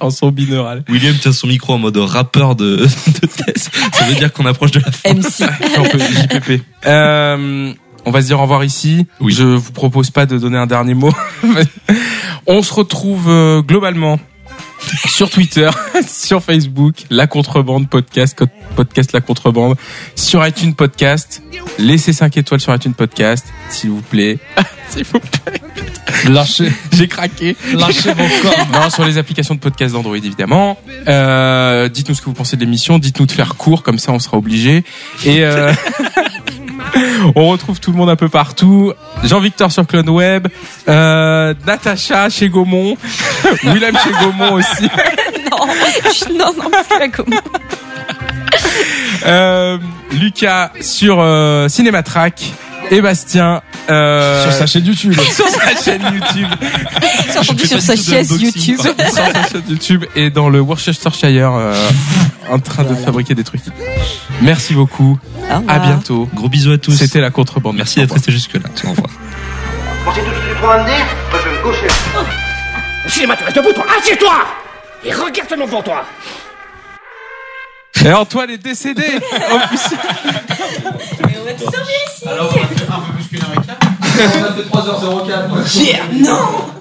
S6: en son binaural.
S7: William tient son micro en mode rappeur de, de thèse. Ça veut dire qu'on approche de la fin.
S10: MC.
S6: Un peu JPP. Euh, on va se dire au revoir ici.
S7: Oui.
S6: Je vous propose pas de donner un dernier mot. on se retrouve euh, globalement sur Twitter, sur Facebook, La Contrebande Podcast, co- Podcast La Contrebande, sur iTunes Podcast. Laissez 5 étoiles sur iTunes Podcast, s'il vous plaît. s'il vous plaît.
S9: Lâchez,
S6: J'ai craqué.
S9: lâchez vos corps.
S6: Non, sur les applications de podcast d'Android, évidemment. Euh, dites-nous ce que vous pensez de l'émission. Dites-nous de faire court, comme ça on sera obligé. Et euh, on retrouve tout le monde un peu partout. Jean-Victor sur Clone Web, euh, Natacha chez Gaumont, Willem chez Gaumont aussi.
S10: non, je- non, non, plus la commande.
S6: Euh, Lucas sur euh, Cinématrack Et Bastien. euh,
S21: Sur sa chaîne YouTube.
S6: sur sa chaîne YouTube.
S10: Surtout
S6: Je fais
S10: sur
S6: pas
S10: sa
S6: du tout
S10: chaise
S6: d'unboxing,
S10: YouTube.
S6: par contre, sur sa chaîne YouTube et dans le Worcestershire euh, en train de fabriquer des trucs. Merci beaucoup.
S10: Au
S6: À
S10: revoir.
S6: bientôt.
S7: Gros bisous à tous.
S6: C'était la contrebande.
S7: Merci d'être resté jusque-là. Au revoir.
S2: Pensez tout de suite prendre un air Moi, je vais me gaucher. Cinéma, tu restes debout, toi Assieds-toi Et regarde seulement devant toi
S6: Et Antoine est décédé. Oh, putain.
S10: Yeah, non